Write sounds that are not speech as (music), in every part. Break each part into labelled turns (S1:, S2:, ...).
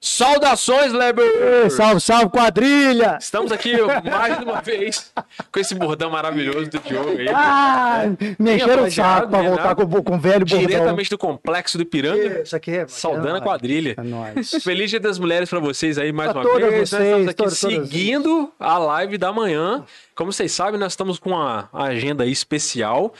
S1: Saudações, Leber!
S2: Salve, salve, quadrilha!
S1: Estamos aqui mais uma vez com esse bordão maravilhoso do Diogo aí.
S2: Ah, me encheram o
S1: plagiado,
S2: saco pra
S1: né,
S2: voltar
S1: nada.
S2: com, o- com o velho bordão.
S1: Diretamente do complexo do Piranga,
S2: Isso aqui é
S1: saudando a
S2: é
S1: quadrilha.
S2: nóis. É
S1: (laughs)
S2: nóis.
S1: Feliz Dia das Mulheres pra vocês aí mais
S2: Pra
S1: uma
S2: todas
S1: vez. né? nós estamos
S2: vocês,
S1: aqui
S2: todas, todas.
S1: seguindo a live da manhã. Como vocês sabem, nós estamos com uma agenda aí especial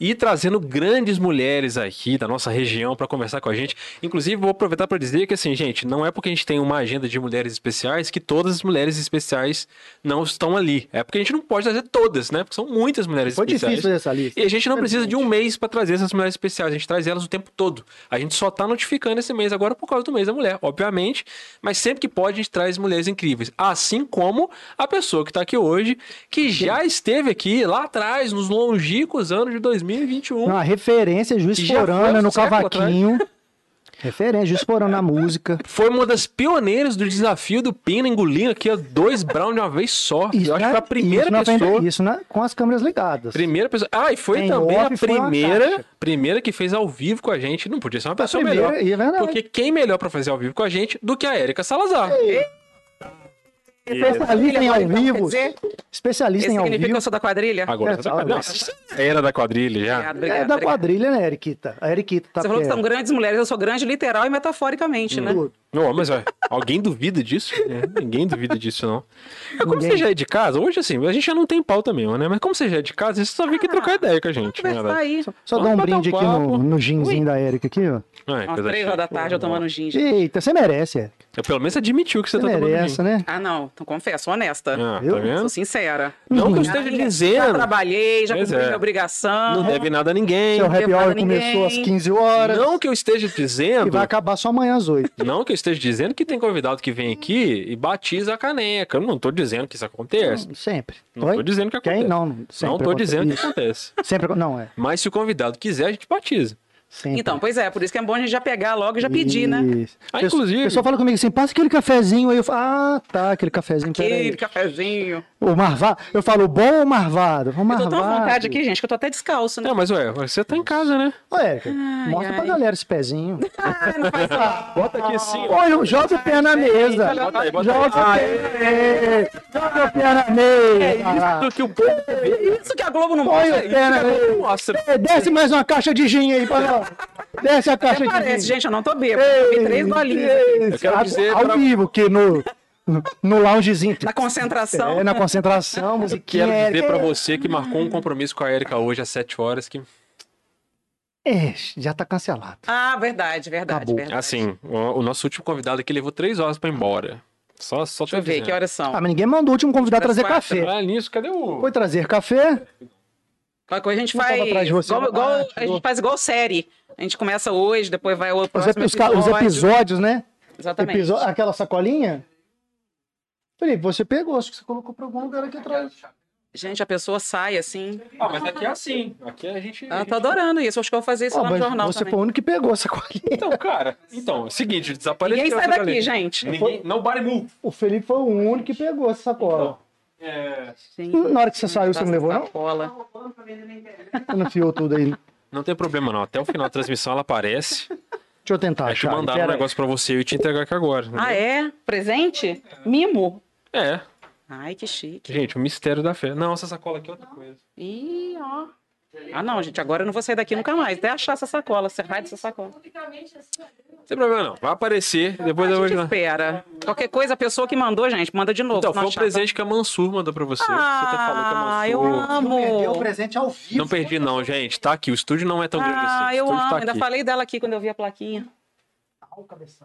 S1: e trazendo grandes mulheres aqui da nossa região para conversar com a gente. Inclusive, vou aproveitar para dizer que assim, gente, não é porque a gente tem uma agenda de mulheres especiais que todas as mulheres especiais não estão ali. É porque a gente não pode trazer todas, né? Porque são muitas mulheres
S2: Foi
S1: especiais.
S2: difícil fazer essa lista.
S1: E a gente não precisa de um mês pra trazer essas mulheres especiais, a gente traz elas o tempo todo. A gente só tá notificando esse mês agora por causa do mês da mulher, obviamente, mas sempre que pode a gente traz mulheres incríveis, assim como a pessoa que tá aqui hoje, que já esteve aqui lá atrás, nos longínquos anos de 2021.
S2: Não, a referência, Juiz
S1: Que já foi
S2: Forana
S1: um
S2: no
S1: século
S2: cavaquinho. referência, Juiz Forana na música.
S1: Foi uma das pioneiras do desafio do Pina engolindo aqui ó, dois brown de uma vez só. Eu acho que foi a
S2: na-
S1: primeira
S2: isso na venda-
S1: pessoa.
S2: Isso na- com as câmeras ligadas.
S1: Primeira pessoa. Ah, e foi
S2: Em
S1: também a
S2: off, foi uma
S1: primeira,
S2: caixa.
S1: primeira que fez ao vivo com a gente. Não podia ser uma pessoa
S2: primeira,
S1: melhor.
S2: e é verdade.
S1: Porque quem melhor pra fazer ao vivo com a gente do que a Érica Salazar? é
S2: Especialista em ao
S3: Agora, então, quer
S2: vivo.
S3: dizer,
S2: Especialista em
S3: Esse
S2: ao
S3: significa que
S1: assim,
S2: vivo.
S3: eu sou da quadrilha?
S1: Agora,
S2: É,
S1: Não, era da quadrilha já.
S3: Obrigado,
S2: É
S3: obrigado,
S2: da
S3: obrigado.
S2: quadrilha, né, Eriquita? A Eriquita tá
S3: Você falou que
S2: perto.
S3: são grandes mulheres, eu sou grande literal e metaforicamente,
S1: um Hum,
S3: né?
S2: Tudo.
S1: Não, mas ó, alguém duvida disso? É, ninguém duvida disso, não. Mas como
S2: Ninguém.
S1: você já é de casa, hoje assim, a gente já não tem pauta mesmo, né? Mas como você já é de casa, você só vem
S2: Ah,
S1: aqui trocar ideia com a gente. né,
S3: Conversar
S1: velho?
S3: Ah, tá aí.
S2: Só
S1: Vamos
S2: dá
S1: bater
S2: um
S1: um
S2: brinde aqui
S1: papo.
S2: no, no ginzinho da Erika aqui, ó.
S1: Ai,
S3: Umas
S1: coisa
S3: três
S1: feia.
S3: horas da tarde eu tomando gin. gente.
S2: Eita, você merece, é. Erika.
S1: é Eu, Pelo menos admitiu que você
S2: Você
S1: tá tomando
S2: merece,
S1: vinho.
S2: né?
S3: Ah, não. Então, confesso, honesta.
S1: Ah, tá
S2: Eu?
S1: vendo?
S3: Sou sincera.
S1: Não que eu esteja
S3: Já
S1: dizendo,
S3: trabalhei, já
S1: Pois
S3: cumpri
S1: é.
S3: minha obrigação.
S1: não deve nada a ninguém.
S2: tá Seu happy
S3: levado
S2: hour
S3: ninguém.
S2: começou às 15 horas
S1: Não que eu esteja
S2: e
S1: dizendo
S2: vai acabar só amanhã às 8.
S1: Não que eu esteja dizendo que tem convidado que vem aqui e batiza a caneca. Eu não tô dizendo que isso acontece.
S2: Sempre.
S1: Não
S2: Oi?
S1: tô dizendo que acontece.
S2: Quem? Não, não, sempre
S1: não tô
S2: acontece.
S1: dizendo que
S2: Isso.
S1: acontece.
S2: Sempre. acon- Não, é.
S1: Mas se o convidado quiser, a gente batiza.
S2: Sempre.
S3: Então, pois é, por isso que é bom a gente já pegar logo e já pedir, né?
S2: Isso.
S1: Ah,
S2: Pesso-
S1: inclusive-
S2: O pessoal fala comigo assim, passa aquele cafezinho aí. Eu falo, ah, tá, aquele cafezinho. Peraí.
S3: Aquele cafezinho.
S2: O marvado. Eu falo, bom ou marvado? O
S3: Eu
S2: marvado.
S3: tô tão à vontade aqui, gente, que eu tô até descalço, né?
S1: Não, mas ué, você tá em casa, né?
S2: Ô, Érica, mostra pra
S3: ai.
S2: galera esse pezinho.
S3: Ah, não faz mal.
S1: Bota aqui assim, ó.
S2: Olha, joga o pé na mesa.
S1: Bota aí, bota aí. é
S2: Joga o pé. Joga o pé na mesa.
S1: Do que o povo vê.
S3: Isso que a Globo não
S2: Põe
S3: mostra.
S2: o pé na mesa.
S1: Mostra.
S2: É, Desce mais uma caixa de gin aí, pra nós. Desce a caixa
S3: Até
S2: de
S3: parece,
S2: gin.
S3: gente, eu não tô bêbado. Eu tomei três golinhas.
S2: Eu
S1: quero dizer
S2: ao
S1: pra-
S2: vivo, que no, no, no loungezinho.
S3: Na concentração.
S2: É, na concentração, musiquinha.
S1: Quero dizer
S2: é,
S1: pra você que marcou um compromisso com a Erika hoje às 7 horas que,
S2: É, já tá cancelado.
S3: Ah, verdade, verdade,
S2: Acabou.
S3: verdade.
S1: assim, o o nosso último convidado aqui levou 3 horas pra ir embora. Só, só
S3: Deixa eu ver que horas são.
S2: Ah, mas ninguém mandou o último convidado
S3: Pras
S2: trazer
S3: quatro.
S2: café.
S1: Ah, nisso, cadê o...
S2: Foi trazer café?
S3: Qualquer coisa a gente
S2: Não tava
S3: faz.
S2: atrás de você,
S3: igual,
S2: não.
S3: igual-
S2: Ah,
S3: a
S2: tirou.
S3: gente faz igual série. A gente começa hoje, depois vai o
S2: Os,
S3: próximo
S2: epi- os ca- os episódios, né?
S3: Exatamente.
S2: Episo- Aquela sacolinha? Felipe, você pegou, acho que você colocou pra algum lugar
S3: Tá
S2: aqui atrás.
S3: Gente, a pessoa sai assim.
S1: Ah, mas aqui é assim. Aqui a gente...
S3: Ah, tô adorando isso. Acho que eu vou fazer isso
S2: Ó,
S3: tá lá no
S2: mas
S3: jornal
S2: você
S3: também.
S2: foi o único que pegou a
S3: (laughs)
S2: sacolinha.
S1: Então, cara, então, é o seguinte, desapareceu.
S3: Ninguém sai
S1: essa
S3: daqui,
S1: galera.
S3: gente.
S1: Ninguém, nobody move.
S2: O Felipe foi o único que pegou essa sacola.
S1: É,
S3: Gente,
S2: Na hora que você saiu, você não levou, não?
S3: sacola. Então.
S2: Você não fiou tudo aí. Deixa
S1: Não tem problema, não. Até o final da transmissão ela
S3: (laughs)
S1: aparece.
S2: eu tentar.
S1: Deixa eu
S2: Charlie,
S1: mandar um
S2: pera aí.
S1: negócio pra você e te entregar aqui agora.
S3: Ah, é? Presente? Mimo.
S1: é?
S3: Ai, que chique.
S1: Gente, o mistério da fé. Não, essa sacola aqui é outra coisa.
S3: Ih, ó. Ah, não, gente, agora eu não vou sair daqui nunca mais. Até achar essa sacola, você raio dessa sacola.
S1: Não tem problema, não. Vai aparecer, depois eu
S3: Ah, a
S1: vou
S3: gente
S1: te dar.
S3: espera. Qualquer coisa, a pessoa que mandou, gente, manda de novo.
S1: Então,
S3: senão
S1: foi o
S3: tá achar-
S1: presente que a Mansur mandou pra você.
S3: Ah,
S1: você
S3: eu
S1: falou que a Mansur.
S2: Tu perdeu o
S3: amo.
S2: presente ao vivo.
S1: Não perdi, não, gente. Tá aqui. O estúdio não é tão grande assim.
S3: Ah,
S1: O
S3: eu
S1: estúdio
S3: amo.
S1: tá
S3: Ainda
S1: aqui.
S3: falei dela aqui quando eu vi a plaquinha.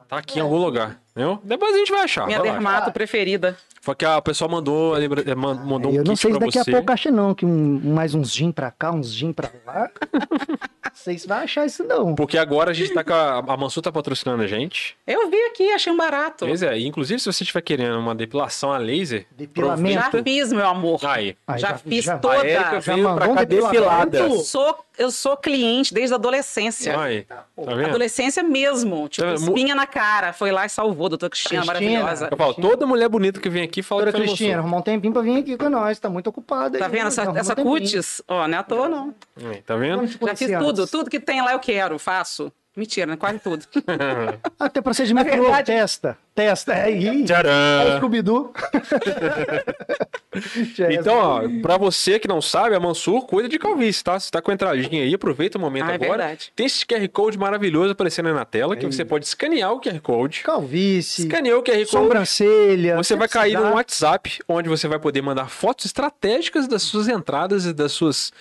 S1: Tá aqui em algum lugar. Entendeu? Depois a gente vai achar.
S3: Minha
S1: Ah, vai lá.
S3: dermato preferida.
S1: Foi que a pessoa mandou, lembra- eh, man-
S3: Ah,
S1: mandou um
S2: eu não
S1: kit
S2: sei
S1: pra
S2: se daqui
S1: você.
S2: a pouco acha, não, que um- mais uns gin pra cá, uns gin pra lá. (laughs) não sei se vai achar isso, não.
S1: Porque agora a gente tá com a, a Mansur tá patrocinando a gente.
S3: Eu vi aqui, achei um barato.
S1: Pois é, e inclusive se você estiver querendo uma depilação a laser,
S2: Depilamento.
S1: né?
S3: Já fiz, meu amor.
S1: aí.
S2: Aí
S3: já fiz
S2: já-
S1: A
S3: toda.
S1: Érica
S2: já
S1: veio pra
S2: mandou um
S1: cá
S2: depilamento?
S1: depilada.
S3: Eu sou, eu sou cliente desde a adolescência.
S1: Aí, tá vendo?
S3: Adolescência mesmo. Tipo,
S1: Tá vendo?
S3: espinha na cara. Foi lá e salvou, doutora Cristina,
S2: Cristina.
S3: maravilhosa.
S1: Eu falo, toda mulher bonita que vem aqui fala
S2: Doutora
S1: que foi
S2: Cristina,
S1: Mansur.
S2: arrumar um tempinho pra vir aqui com nós, tá muito ocupada.
S3: Tá
S2: aí,
S3: vendo essa,
S2: arruma
S3: essa
S2: um tempinho.
S3: cutis? Ó, não é à toa, não.
S1: Aí, Tá vendo?
S2: Vamos te
S3: Já fiz
S2: conhecer (laughs)
S3: tudo.
S2: antes.
S3: Tudo que tem lá eu quero, faço. Mentira, né? Quase tudo.
S2: Ah, tem procedimento
S3: Na
S2: cruel.
S3: verdade-
S2: Testa. Testa. É aí. É o
S1: Tcharam! (laughs)
S2: Scooby-Doo. (laughs)
S1: Então, ó, pra você que não sabe, a Mansur cuida de calvície, tá? Você tá com a entradinha aí, aproveita o momento
S3: Ah, é
S1: agora.
S3: verdade.
S1: Tem esse QR Code maravilhoso aparecendo aí na tela, que
S2: Ei.
S1: você pode escanear o QR Code.
S2: Calvície,
S1: Escaneou o QR Code.
S3: É
S2: sobrancelha.
S1: Você vai cair
S2: no
S1: no WhatsApp, onde você vai poder mandar fotos estratégicas das suas entradas e das suas.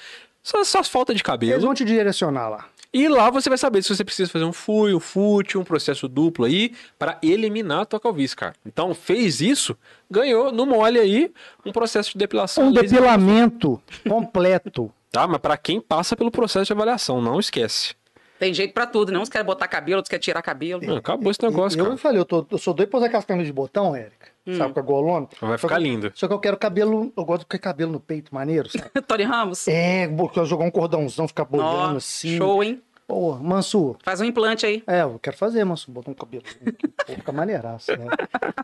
S1: Suas, suas faltas de
S2: Eles
S1: cabelo.
S2: vão te direcionar lá.
S1: E lá você vai saber se você precisa fazer um fui, um fute, um processo duplo aí, pra eliminar a tua calvície, cara. Então, fez isso, ganhou no mole aí um processo de depilação.
S2: Um
S1: laser.
S2: depilamento
S3: (laughs)
S2: completo.
S1: Tá, mas pra quem passa pelo processo de avaliação, não esquece.
S3: Tem jeito pra tudo, né? Uns querem botar cabelo, outros querem tirar cabelo.
S1: Mano, acabou esse negócio,
S2: eu
S1: cara.
S2: falei, eu, tô, eu sou doido pra usar aquelas camisas de botão, Érica.
S3: Hum.
S2: Sabe, com a golona.
S1: Vai
S2: Só
S1: ficar
S2: que-
S1: lindo.
S2: Só que eu quero cabelo, eu gosto de ter cabelo no peito, maneiro, sabe?
S3: (laughs) Tony Ramos?
S2: É, porque eu jogar um cordãozão, ficar bolhando
S3: Ó,
S2: assim.
S3: Show, hein?
S2: Pô, Mansur,
S3: Faz um implante aí.
S2: É, eu quero fazer, Manso. Botar um cabelo. aqui, Pô, fica maneiraço, né?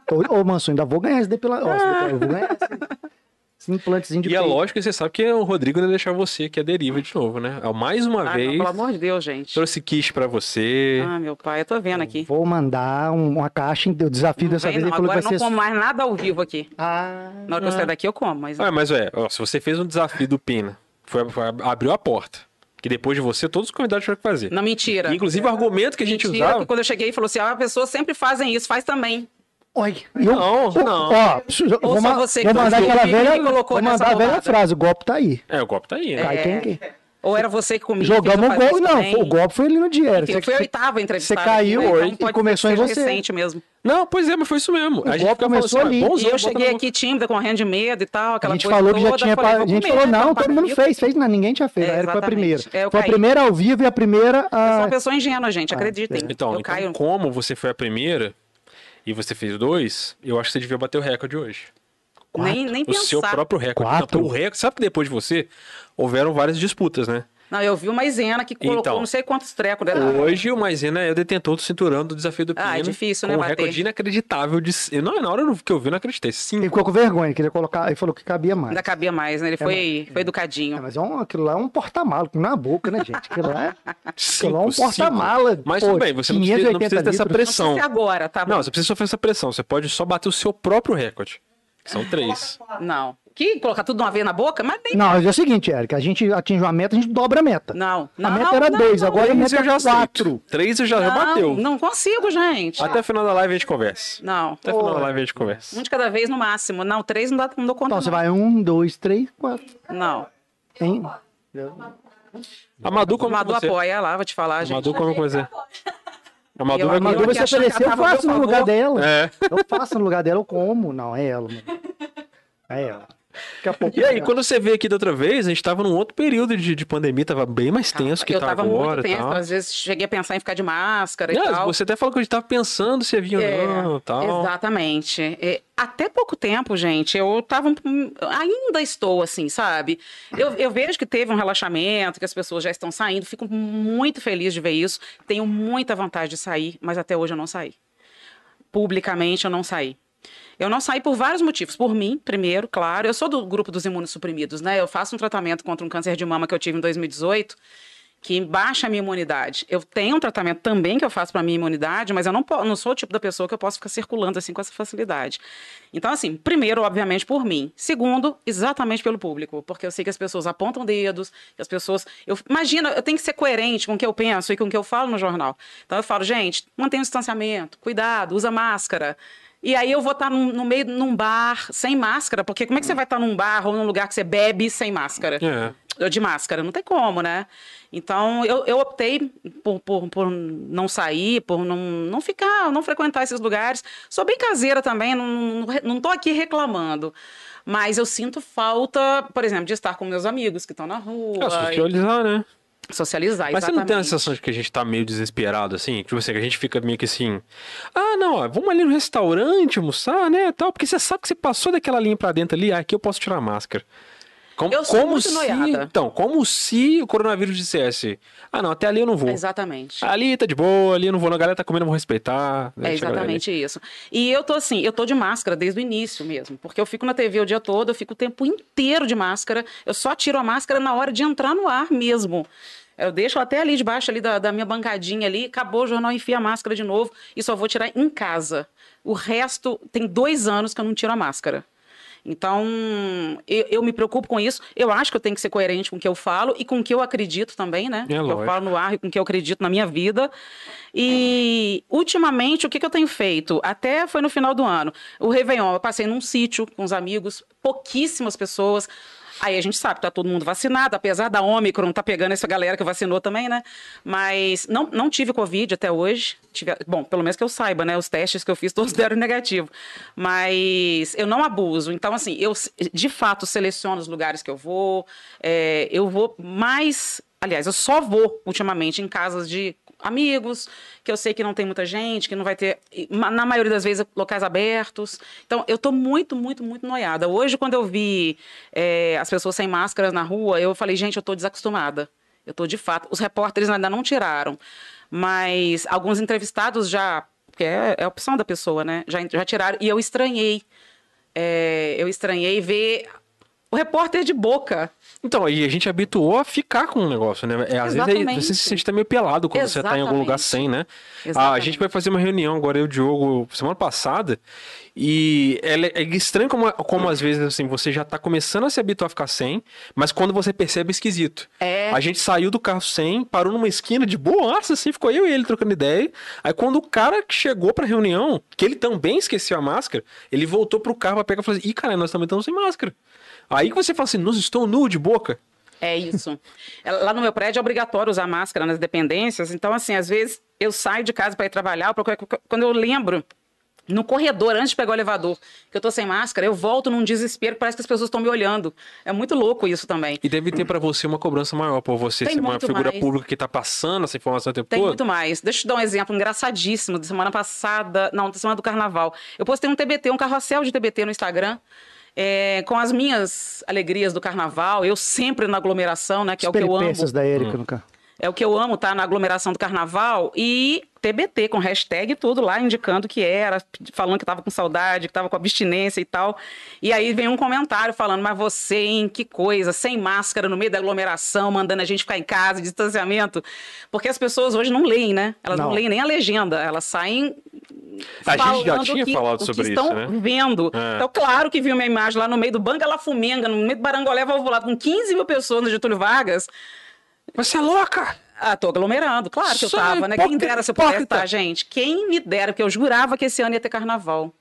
S2: Tô, ô, Manso, ainda vou ganhar esse depilador. Eu vou ganhar esse, esse implantezinho de
S1: E é
S2: peito.
S1: lógico que você sabe que o Rodrigo não ia deixar você que é deriva de novo, né? Ó, Mais uma
S3: Ah, não,
S1: vez,
S3: pelo amor de Deus, gente.
S1: trouxe quiche pra você.
S3: Ah, meu pai, eu tô vendo aqui.
S2: Vou mandar um- uma caixa, o desafio dessa
S3: Vem,
S2: vez. Ele falou
S3: agora
S2: que
S3: eu
S2: vai
S3: não
S2: ser...
S3: como mais nada ao vivo aqui.
S2: Ah,
S3: Na hora que eu sair daqui, eu como, mas.
S1: Ah, mas ué, ó, se você fez um desafio do Pina, foi, foi- abriu a porta. Que depois de você, todos os convidados tiveram que fazer.
S3: Não, mentira.
S1: Inclusive, o argumento que a gente
S3: É. Mentira, que
S1: usava.
S3: quando eu cheguei, falou assim: ah, as pessoas sempre fazem isso, faz também.
S2: Oi.
S1: Não, não.
S2: Ó, preciso- eu vou,
S3: só
S2: ma-
S3: você que
S2: vou mandar
S3: colocou.
S2: aquela
S3: Quem
S2: velha...
S3: colocou
S2: Vou
S3: nessa
S2: mandar a velha
S3: roubada?
S2: frase. O golpe tá aí.
S1: É, o golpe tá aí, né?
S2: Cai quem que...
S3: Ou era você que comia?
S2: Jogamos
S3: que
S2: o
S3: fazia
S2: golpe.
S3: isso
S2: Não,
S3: também?
S2: o golpe foi ali no diário.
S3: Enfim, Eu fui a oitava entrevistada.
S2: você caiu
S3: aqui, né?
S2: hoje e
S3: pode ser
S2: começou em
S3: que seja
S2: você.
S3: recente mesmo.
S1: Não, pois é, mas foi isso mesmo.
S2: O golpe
S1: ficava falando
S2: começou
S1: assim,
S2: ali.
S1: ó,
S2: E
S1: bonzão,
S3: E eu
S1: bota na
S3: cheguei
S1: boca.
S3: aqui tímida, correndo de medo e tal,
S2: A
S3: aquela
S2: gente
S3: coisa
S2: falou que já
S3: toda,
S2: tinha.
S3: falei,
S2: pa- A
S3: vou
S2: gente
S3: comer,
S2: falou,
S3: né,
S2: não,
S3: pra
S2: todo mundo
S3: parar.
S2: fez, fez, não, ninguém tinha feito.
S3: É,
S2: a Érica foi a
S3: exatamente.
S2: primeira.
S3: É, eu
S2: Foi a
S3: caí.
S2: primeira ao vivo e a primeira.
S3: Eu sou
S2: a-
S3: uma pessoa é ingênua,
S2: Ah,
S3: gente,
S2: é.
S3: acreditem.
S1: Então,
S3: eu
S1: então,
S3: caio.
S1: como você foi a primeira e você fez dois, eu acho que você devia bater o recorde hoje.
S3: Nem, nem
S1: o seu
S3: pensar.
S1: próprio recorde.
S2: Quatro?
S1: Não, o recorde. Sabe que depois de você houveram várias disputas, né?
S3: Não, eu vi uma Isena que colocou
S1: Então.
S3: não sei quantos trecos dela.
S1: Hoje o Maisena é o detentor do cinturão do desafio do Pino.
S3: Ah, é difícil,
S1: com
S3: né,
S1: Um
S3: bater.
S1: recorde inacreditável de. eu Não, na hora que eu vi, eu não acreditei.
S2: Ele
S1: Cinco.
S2: ficou com vergonha, queria colocar. Ele falou que cabia mais.
S3: Ainda cabia mais, né? Ele foi, foi
S2: É,
S3: educadinho.
S2: mas é um, aquilo lá é um porta-mala, que não é a boca, né, gente? Aquilo
S3: (laughs)
S2: lá é, aquilo lá é
S1: cinco,
S2: um
S1: cinco.
S2: porta-mala.
S1: Mas
S2: pô,
S1: tudo bem, você não precisa, não
S2: 580
S1: precisa dessa
S2: litros.
S3: Não
S1: pressão.
S3: sei se agora, tá bom?
S1: Não, você precisa sofrer essa pressão. Você pode só bater o seu próprio recorde. que São três.
S3: Não. Que colocar tudo de uma vez na boca? Mas nem.
S2: Não, mas é o seguinte, Érica, a gente atinge uma meta, a gente dobra a meta.
S3: Não.
S2: a
S3: não
S2: meta era
S3: não,
S2: dois,
S3: não,
S2: agora a
S1: Três
S2: meta
S1: eu já
S2: é
S1: aceito.
S2: quatro.
S1: Três eu já, já
S3: não,
S1: bateu.
S3: Não consigo, gente.
S1: Até o final da live a gente conversa.
S3: Não.
S1: Até o final da live a gente conversa.
S3: Um de cada vez no máximo. Não, três não, dá, não dou conta.
S2: Então, você
S3: não.
S2: vai um, dois, três, quatro.
S3: Não.
S2: Hein?
S1: A Madu
S3: O
S1: como
S3: Madu
S1: com você.
S3: apoia lá, vou te falar,
S1: A
S3: gente.
S1: Madu como com você. A Madu
S3: Eu
S1: vai
S2: Mas
S1: com
S3: adoro
S2: quando
S3: aqui
S2: você
S3: achando que
S2: oferecer,
S3: ela
S2: eu
S3: tava a
S2: faço
S3: meu
S2: no lugar
S3: favor.
S2: dela.
S1: É.
S2: Eu faço no lugar dela, eu como. Não, é ela, mano. É ela. Daqui a pouco.
S1: E aí,
S2: é.
S1: quando você veio aqui da outra vez, a gente tava num outro período de, de pandemia, tava bem mais tenso que
S3: eu
S1: tá
S3: tava
S1: agora
S3: muito
S1: e
S3: tenso.
S1: tal.
S3: Às vezes cheguei a pensar em ficar de máscara e
S1: Não,
S3: tal.
S1: Você até falou que a gente tava pensando se vinha
S3: É,
S1: ou não e tal.
S3: Exatamente. É, até pouco tempo, gente, eu tava. um- Ainda estou assim, sabe? Eu, eu vejo que teve um relaxamento, que as pessoas já estão saindo. Fico muito feliz de ver isso. Tenho muita vontade de sair, mas até hoje eu não saí. Publicamente eu não saí. Eu não saí por vários motivos. Por mim, primeiro, claro. Eu sou do grupo dos imunossuprimidos, né? Eu faço um tratamento contra um câncer de mama que eu tive em 2018 que baixa a minha imunidade. Eu tenho um tratamento também que eu faço para minha imunidade, mas eu não, po- não sou o tipo da pessoa que eu posso ficar circulando assim com essa facilidade. Então, assim, primeiro, obviamente, por mim. Segundo, exatamente pelo público, porque eu sei que as pessoas apontam dedos, que as pessoas. Eu, imagina, eu tenho que ser coerente com o que eu penso e com o que eu falo no jornal. Então, eu falo, gente, mantenha o distanciamento, cuidado, usa máscara. E aí eu vou estar num- no meio, num bar, sem máscara, porque como é que você vai estar num bar ou num lugar que você bebe sem máscara?
S1: É.
S3: Eu de máscara, não tem como, né? Então, eu, eu optei por, por, por não sair, por não, não ficar, não frequentar esses lugares. Sou bem caseira também, não, não, não tô aqui reclamando. Mas eu sinto falta, por exemplo, de estar com meus amigos que estão na rua.
S1: É, socializar, né?
S3: e socializar,
S1: Mas você não tem a
S3: exatamente.
S1: sensação de que a gente tá meio desesperado, assim? Tipo assim, que a gente fica meio que assim. Ah, não, ó, vamos ali no restaurante almoçar, né? Tal, porque você sabe que você passou daquela linha pra dentro ali, ah, aqui eu posso tirar a máscara. Como,
S3: Eu sou
S1: como
S3: muito
S1: se.
S3: noiada.
S1: Então, como se o coronavírus dissesse: Ah, não, até ali eu não vou.
S3: Exatamente.
S1: Ali tá de boa, ali eu não vou, não. A galera tá comendo, eu vou respeitar.
S3: É
S1: Deixa a galera ali.
S3: exatamente isso. E eu tô assim, eu tô de máscara desde o início mesmo, porque eu fico na TV o dia todo, eu fico o tempo inteiro de máscara, eu só tiro a máscara na hora de entrar no ar mesmo. Eu deixo até ali debaixo ali da, da minha bancadinha ali, acabou o jornal, enfia a máscara de novo e só vou tirar em casa. O resto, tem dois anos que eu não tiro a máscara. Então, eu, eu me preocupo com isso. Eu acho que eu tenho que ser coerente com o que eu falo e com o que eu acredito também, né?
S1: É
S3: Com o que eu
S1: lógico.
S3: falo no ar e com o que eu acredito na minha vida. E, ultimamente, o que, que eu tenho feito? Até foi no final do ano. O Réveillon, eu passei num sítio com os amigos, pouquíssimas pessoas. Aí a gente sabe, tá todo mundo vacinado, apesar da Ômicron tá pegando essa galera que vacinou também, né? Mas não, não tive Covid até hoje. Tive- bom, pelo menos que eu saiba, né? Os testes que eu fiz todos (laughs) deram negativo. Mas eu não abuso. Então, assim, eu se- de fato seleciono os lugares que eu vou. É, eu vou mais. Aliás, eu só vou ultimamente em casas de amigos, que eu sei que não tem muita gente, que não vai ter, e, ma- na maioria das vezes, locais abertos. Então, eu tô muito, muito, muito noiada. Hoje, quando eu vi eh, as pessoas sem máscaras na rua, eu falei, gente, eu tô desacostumada. Eu tô de fato. Os repórteres ainda não tiraram, mas alguns entrevistados já, porque é, é a opção da pessoa, né? Já, já tiraram. E eu estranhei. Eh, eu estranhei ver o repórter de boca
S1: Então, aí a gente habituou a ficar com o negócio, né? É, às vezes aí,
S3: Exatamente.
S1: você se sente até meio pelado quando você tá em algum
S3: Exatamente.
S1: lugar sem, né? Ah, a
S3: Exatamente.
S1: gente vai fazer uma reunião agora, eu e o Diogo, semana passada, e é, le- é estranho como, como às vezes, assim, você já tá começando a se habituar a ficar sem, mas quando você percebe, é esquisito.
S3: É.
S1: A gente saiu do carro sem, parou numa esquina de boaça, assim, ficou eu e ele trocando ideia. Aí quando o cara que chegou pra reunião, que ele também esqueceu a máscara, ele voltou pro carro pra pegar e falou assim, ih, cara, nós também estamos sem máscara. Aí que você fala assim, nossa, estou nu de boca.
S3: É isso. É, Lá no meu prédio é obrigatório usar máscara nas dependências. Então, assim, às vezes eu saio de casa para ir trabalhar, ou pra qualquer co- quando eu lembro, no corredor, antes de pegar o elevador, que eu tô sem máscara, eu volto num desespero, parece que as pessoas estão me olhando. É muito louco isso também.
S1: E deve ter pra você uma cobrança maior, por você
S3: Tem
S1: ser uma
S3: muito
S1: figura
S3: mais.
S1: pública que tá passando essa informação o tempo
S3: Tem
S1: todo.
S3: muito mais. Deixa eu te dar um exemplo engraçadíssimo da semana passada, não, da semana do carnaval. Eu postei um TBT, um carrossel de TBT no Instagram. é, com as minhas alegrias do carnaval, eu sempre na aglomeração, né? Que é o que eu amo.
S2: peripécias da
S1: Hum.
S2: Érica, no carro.
S3: É o que eu amo, tá? Na aglomeração do carnaval e TBT, com hashtag e tudo lá, indicando que era, falando que tava com saudade, que tava com abstinência e tal. E aí vem um comentário falando, mas você, hein, que coisa, sem máscara, no meio da aglomeração, mandando a gente ficar em casa, distanciamento. Porque as pessoas hoje não leem, né? Elas não,
S2: Não.
S3: leem nem a legenda, elas saem.
S1: A gente já
S3: falando
S1: tinha
S3: o que,
S1: falado
S3: o que
S1: sobre
S3: estão
S1: isso, né?
S3: vendo.
S1: É.
S3: Então, claro que viu minha imagem lá no meio do Banga La Fumenga, no meio do Barangolé Valvulado, com 15 mil pessoas no Getúlio Vargas.
S1: Você é louca!
S3: Ah, tô aglomerando, claro que eu
S1: Só
S3: tava, né? Quem
S1: hipócrita,
S3: dera se eu pudesse
S1: hipócrita.
S3: estar, gente. Quem me dera, porque eu jurava que esse ano ia ter carnaval.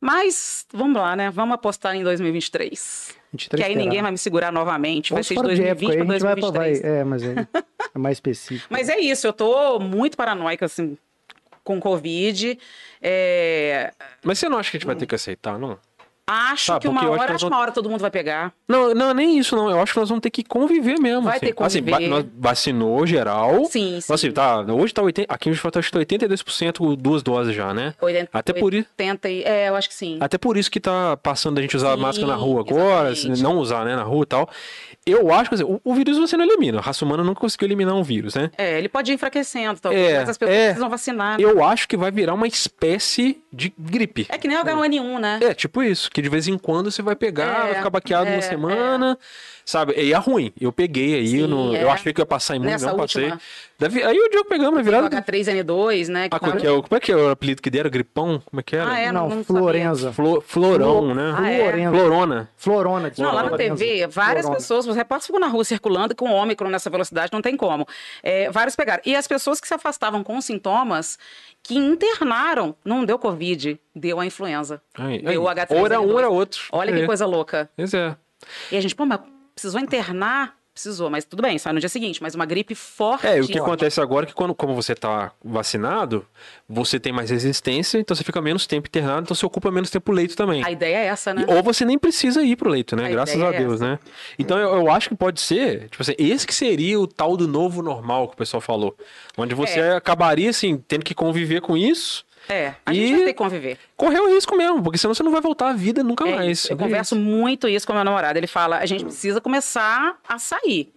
S3: Mas, vamos lá, né? Vamos apostar em 2023.
S2: A gente
S3: que aí
S2: terá.
S3: ninguém vai me segurar novamente. Vai
S2: Vamos
S3: ser de
S2: fora de
S3: 2020
S2: época, aí
S3: para
S2: a gente vai
S3: 2023.
S2: pra vai. É, mas aí é mais específico.
S3: Mas é isso, eu tô muito paranoica, assim, com Covid. É,
S1: Mas você não acha que a gente vai ter que aceitar, não?
S3: Acho
S1: Tá,
S3: que uma
S1: porque eu acho que nós
S3: hora, acho que
S1: vamos-
S3: uma hora todo mundo vai pegar.
S1: Não, não, nem isso, não. Eu acho que nós vamos ter que conviver mesmo.
S3: Vai
S1: assim.
S3: ter que conviver.
S1: Assim, va- nós vacinou geral.
S3: Sim, sim.
S1: Assim, tá, hoje tá 80, aqui em Juiz acho que tá 82% com duas doses já, né?
S3: 80,
S1: Até por isso.
S3: 80 e... É, eu acho que sim.
S1: Até por isso que tá passando a gente usar
S3: Sim,
S1: máscara na rua agora,
S3: exatamente.
S1: se não usar, né, na rua e tal. Eu acho que assim, o, o vírus você não elimina. A raça humana não conseguiu eliminar um vírus, né?
S3: É, ele pode ir enfraquecendo, talvez,
S1: É,
S3: mas as pessoas
S1: é.
S3: precisam vacinar.
S1: Eu acho que vai virar uma espécie de gripe.
S3: É que nem o H1N1, né?
S1: É, tipo isso, que de vez em quando você vai pegar,
S3: É,
S1: vai ficar baqueado
S3: é,
S1: uma semana, sabe? E é ruim. Eu peguei aí,
S3: Sim,
S1: no-
S3: é.
S1: eu achei que eu ia passar imune,
S3: Nessa
S1: não passei.
S3: última.
S1: Deve- aí o Diogo pegamos, virado.
S3: O H3N2, né?
S1: Ah, qual
S3: tava-
S1: que é o- como é que é o apelido que deram? Gripão? Como é que era?
S3: Ah, é, não,
S2: não,
S3: não
S2: Florenza.
S1: Flo- florão, né?
S3: Ah, é.
S2: Florenza.
S1: Florona.
S2: Florona.
S3: Não, lá na
S2: Florenza.
S3: TV, várias
S2: Florona.
S3: pessoas, os repórteres ficam na rua circulando com o Ômicron nessa velocidade, não tem como. É, vários pegaram. E as pessoas que se afastavam com sintomas, que internaram, não deu Covid, deu a influenza.
S1: Aí, aí.
S3: deu o H3N2.
S1: Ou era um, ou era outro.
S3: Olha
S1: É.
S3: que coisa louca.
S1: Pois é.
S3: E a gente, pô, mas precisou internar? Precisou, mas tudo bem, sai no dia seguinte. Mas uma gripe forte.
S1: É, e o que acontece agora é que quando, como você tá vacinado, você tem mais resistência, então você fica menos tempo internado, então você ocupa menos tempo leito também.
S3: A ideia é essa,
S1: E-
S3: né?
S1: Ou você nem precisa ir pro leito, né?
S3: A
S1: Graças
S3: ideia
S1: a
S3: é
S1: Deus, né? Então eu, eu acho que pode ser, tipo assim, esse que seria o tal do novo normal que o pessoal falou. Onde você acabaria, assim, tendo que conviver com isso,
S3: É, a
S1: E-
S3: gente vai ter que conviver.
S1: correr o risco mesmo, porque senão você não vai voltar à vida nunca
S3: É
S1: mais.
S3: isso. Eu
S1: É
S3: converso muito isso com meu namorado. Ele fala: a gente precisa começar a sair.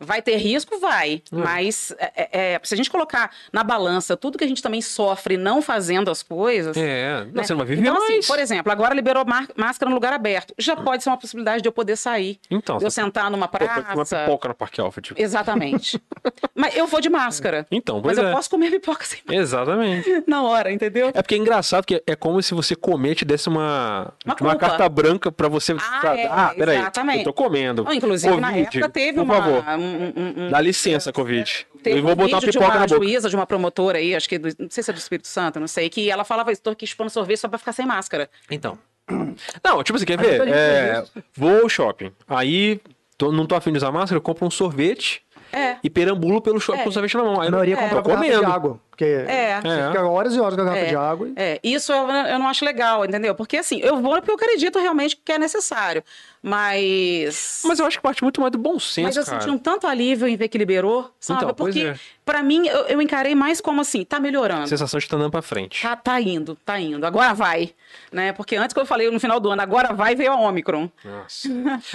S3: Vai ter risco? Vai.
S1: Hum.
S3: Mas é, é, se a gente colocar na balança tudo que a gente também sofre não fazendo as coisas.
S1: É, não,
S3: né?
S1: você não vai viver
S3: então,
S1: mais.
S3: assim, por exemplo, agora liberou mar- máscara no lugar aberto. Já pode ser uma possibilidade de eu poder sair.
S1: Então,
S3: de eu
S1: você
S3: sentar numa
S1: pô, pode comer
S3: praça.
S1: pipoca no Parque Alfred. (laughs)
S3: Exatamente. Mas eu vou de máscara.
S1: Então,
S3: Mas
S1: pois
S3: eu
S1: é.
S3: posso comer pipoca (laughs) sem
S1: Exatamente.
S3: (laughs) na hora, entendeu?
S1: É porque é engraçado que é como se você comer te desse uma,
S3: Uma
S1: uma,
S3: culpa.
S1: carta branca pra você.
S3: Ah,
S1: pra-
S3: é,
S1: peraí,
S3: exatamente.
S1: eu tô comendo.
S3: Não, inclusive, na
S1: Covid,
S3: época teve
S1: por
S3: uma.
S1: favor.
S3: um- um- um-
S1: Dá licença, Covid.
S3: teve
S1: eu vou
S3: um
S1: botar uma
S3: vídeo de
S1: pipoca
S3: uma
S1: na boca.
S3: juíza, de uma promotora aí, acho que do- não sei se é do Espírito Santo, não sei, que ela falava estou aqui expondo sorvete só pra ficar sem máscara.
S1: Então. Não, tipo, você quer
S2: Mas eu
S1: ver?
S2: tô
S1: É, vou ao shopping. Aí, tô- não tô afim de usar máscara, eu compro um sorvete
S3: É.
S1: e perambulo pelo shopping
S3: É.
S1: com o sorvete na mão. Aí
S2: A maioria
S1: eu
S2: comprava
S1: tô
S2: garrafa de
S1: comendo.
S2: água. Porque
S3: É.
S2: você
S1: É.
S2: fica horas e horas com a garrafa
S3: É.
S2: de água. e-
S3: É, isso eu, eu não acho legal, entendeu? Porque assim, eu vou porque eu acredito realmente que é necessário. Mas.
S1: Mas eu acho que parte muito mais do bom senso,
S3: Mas eu
S1: cara.
S3: senti um tanto alívio em ver que liberou, sabe?
S1: Então, pois
S3: Porque,
S1: é.
S3: pra mim, eu, eu encarei mais como assim, tá melhorando.
S1: Sensação de estar andando pra frente.
S2: Ah.
S3: Tá, tá indo, tá indo. Agora vai. Né? Porque antes que eu falei no final do ano, agora vai veio a Ômicron.
S1: Nossa.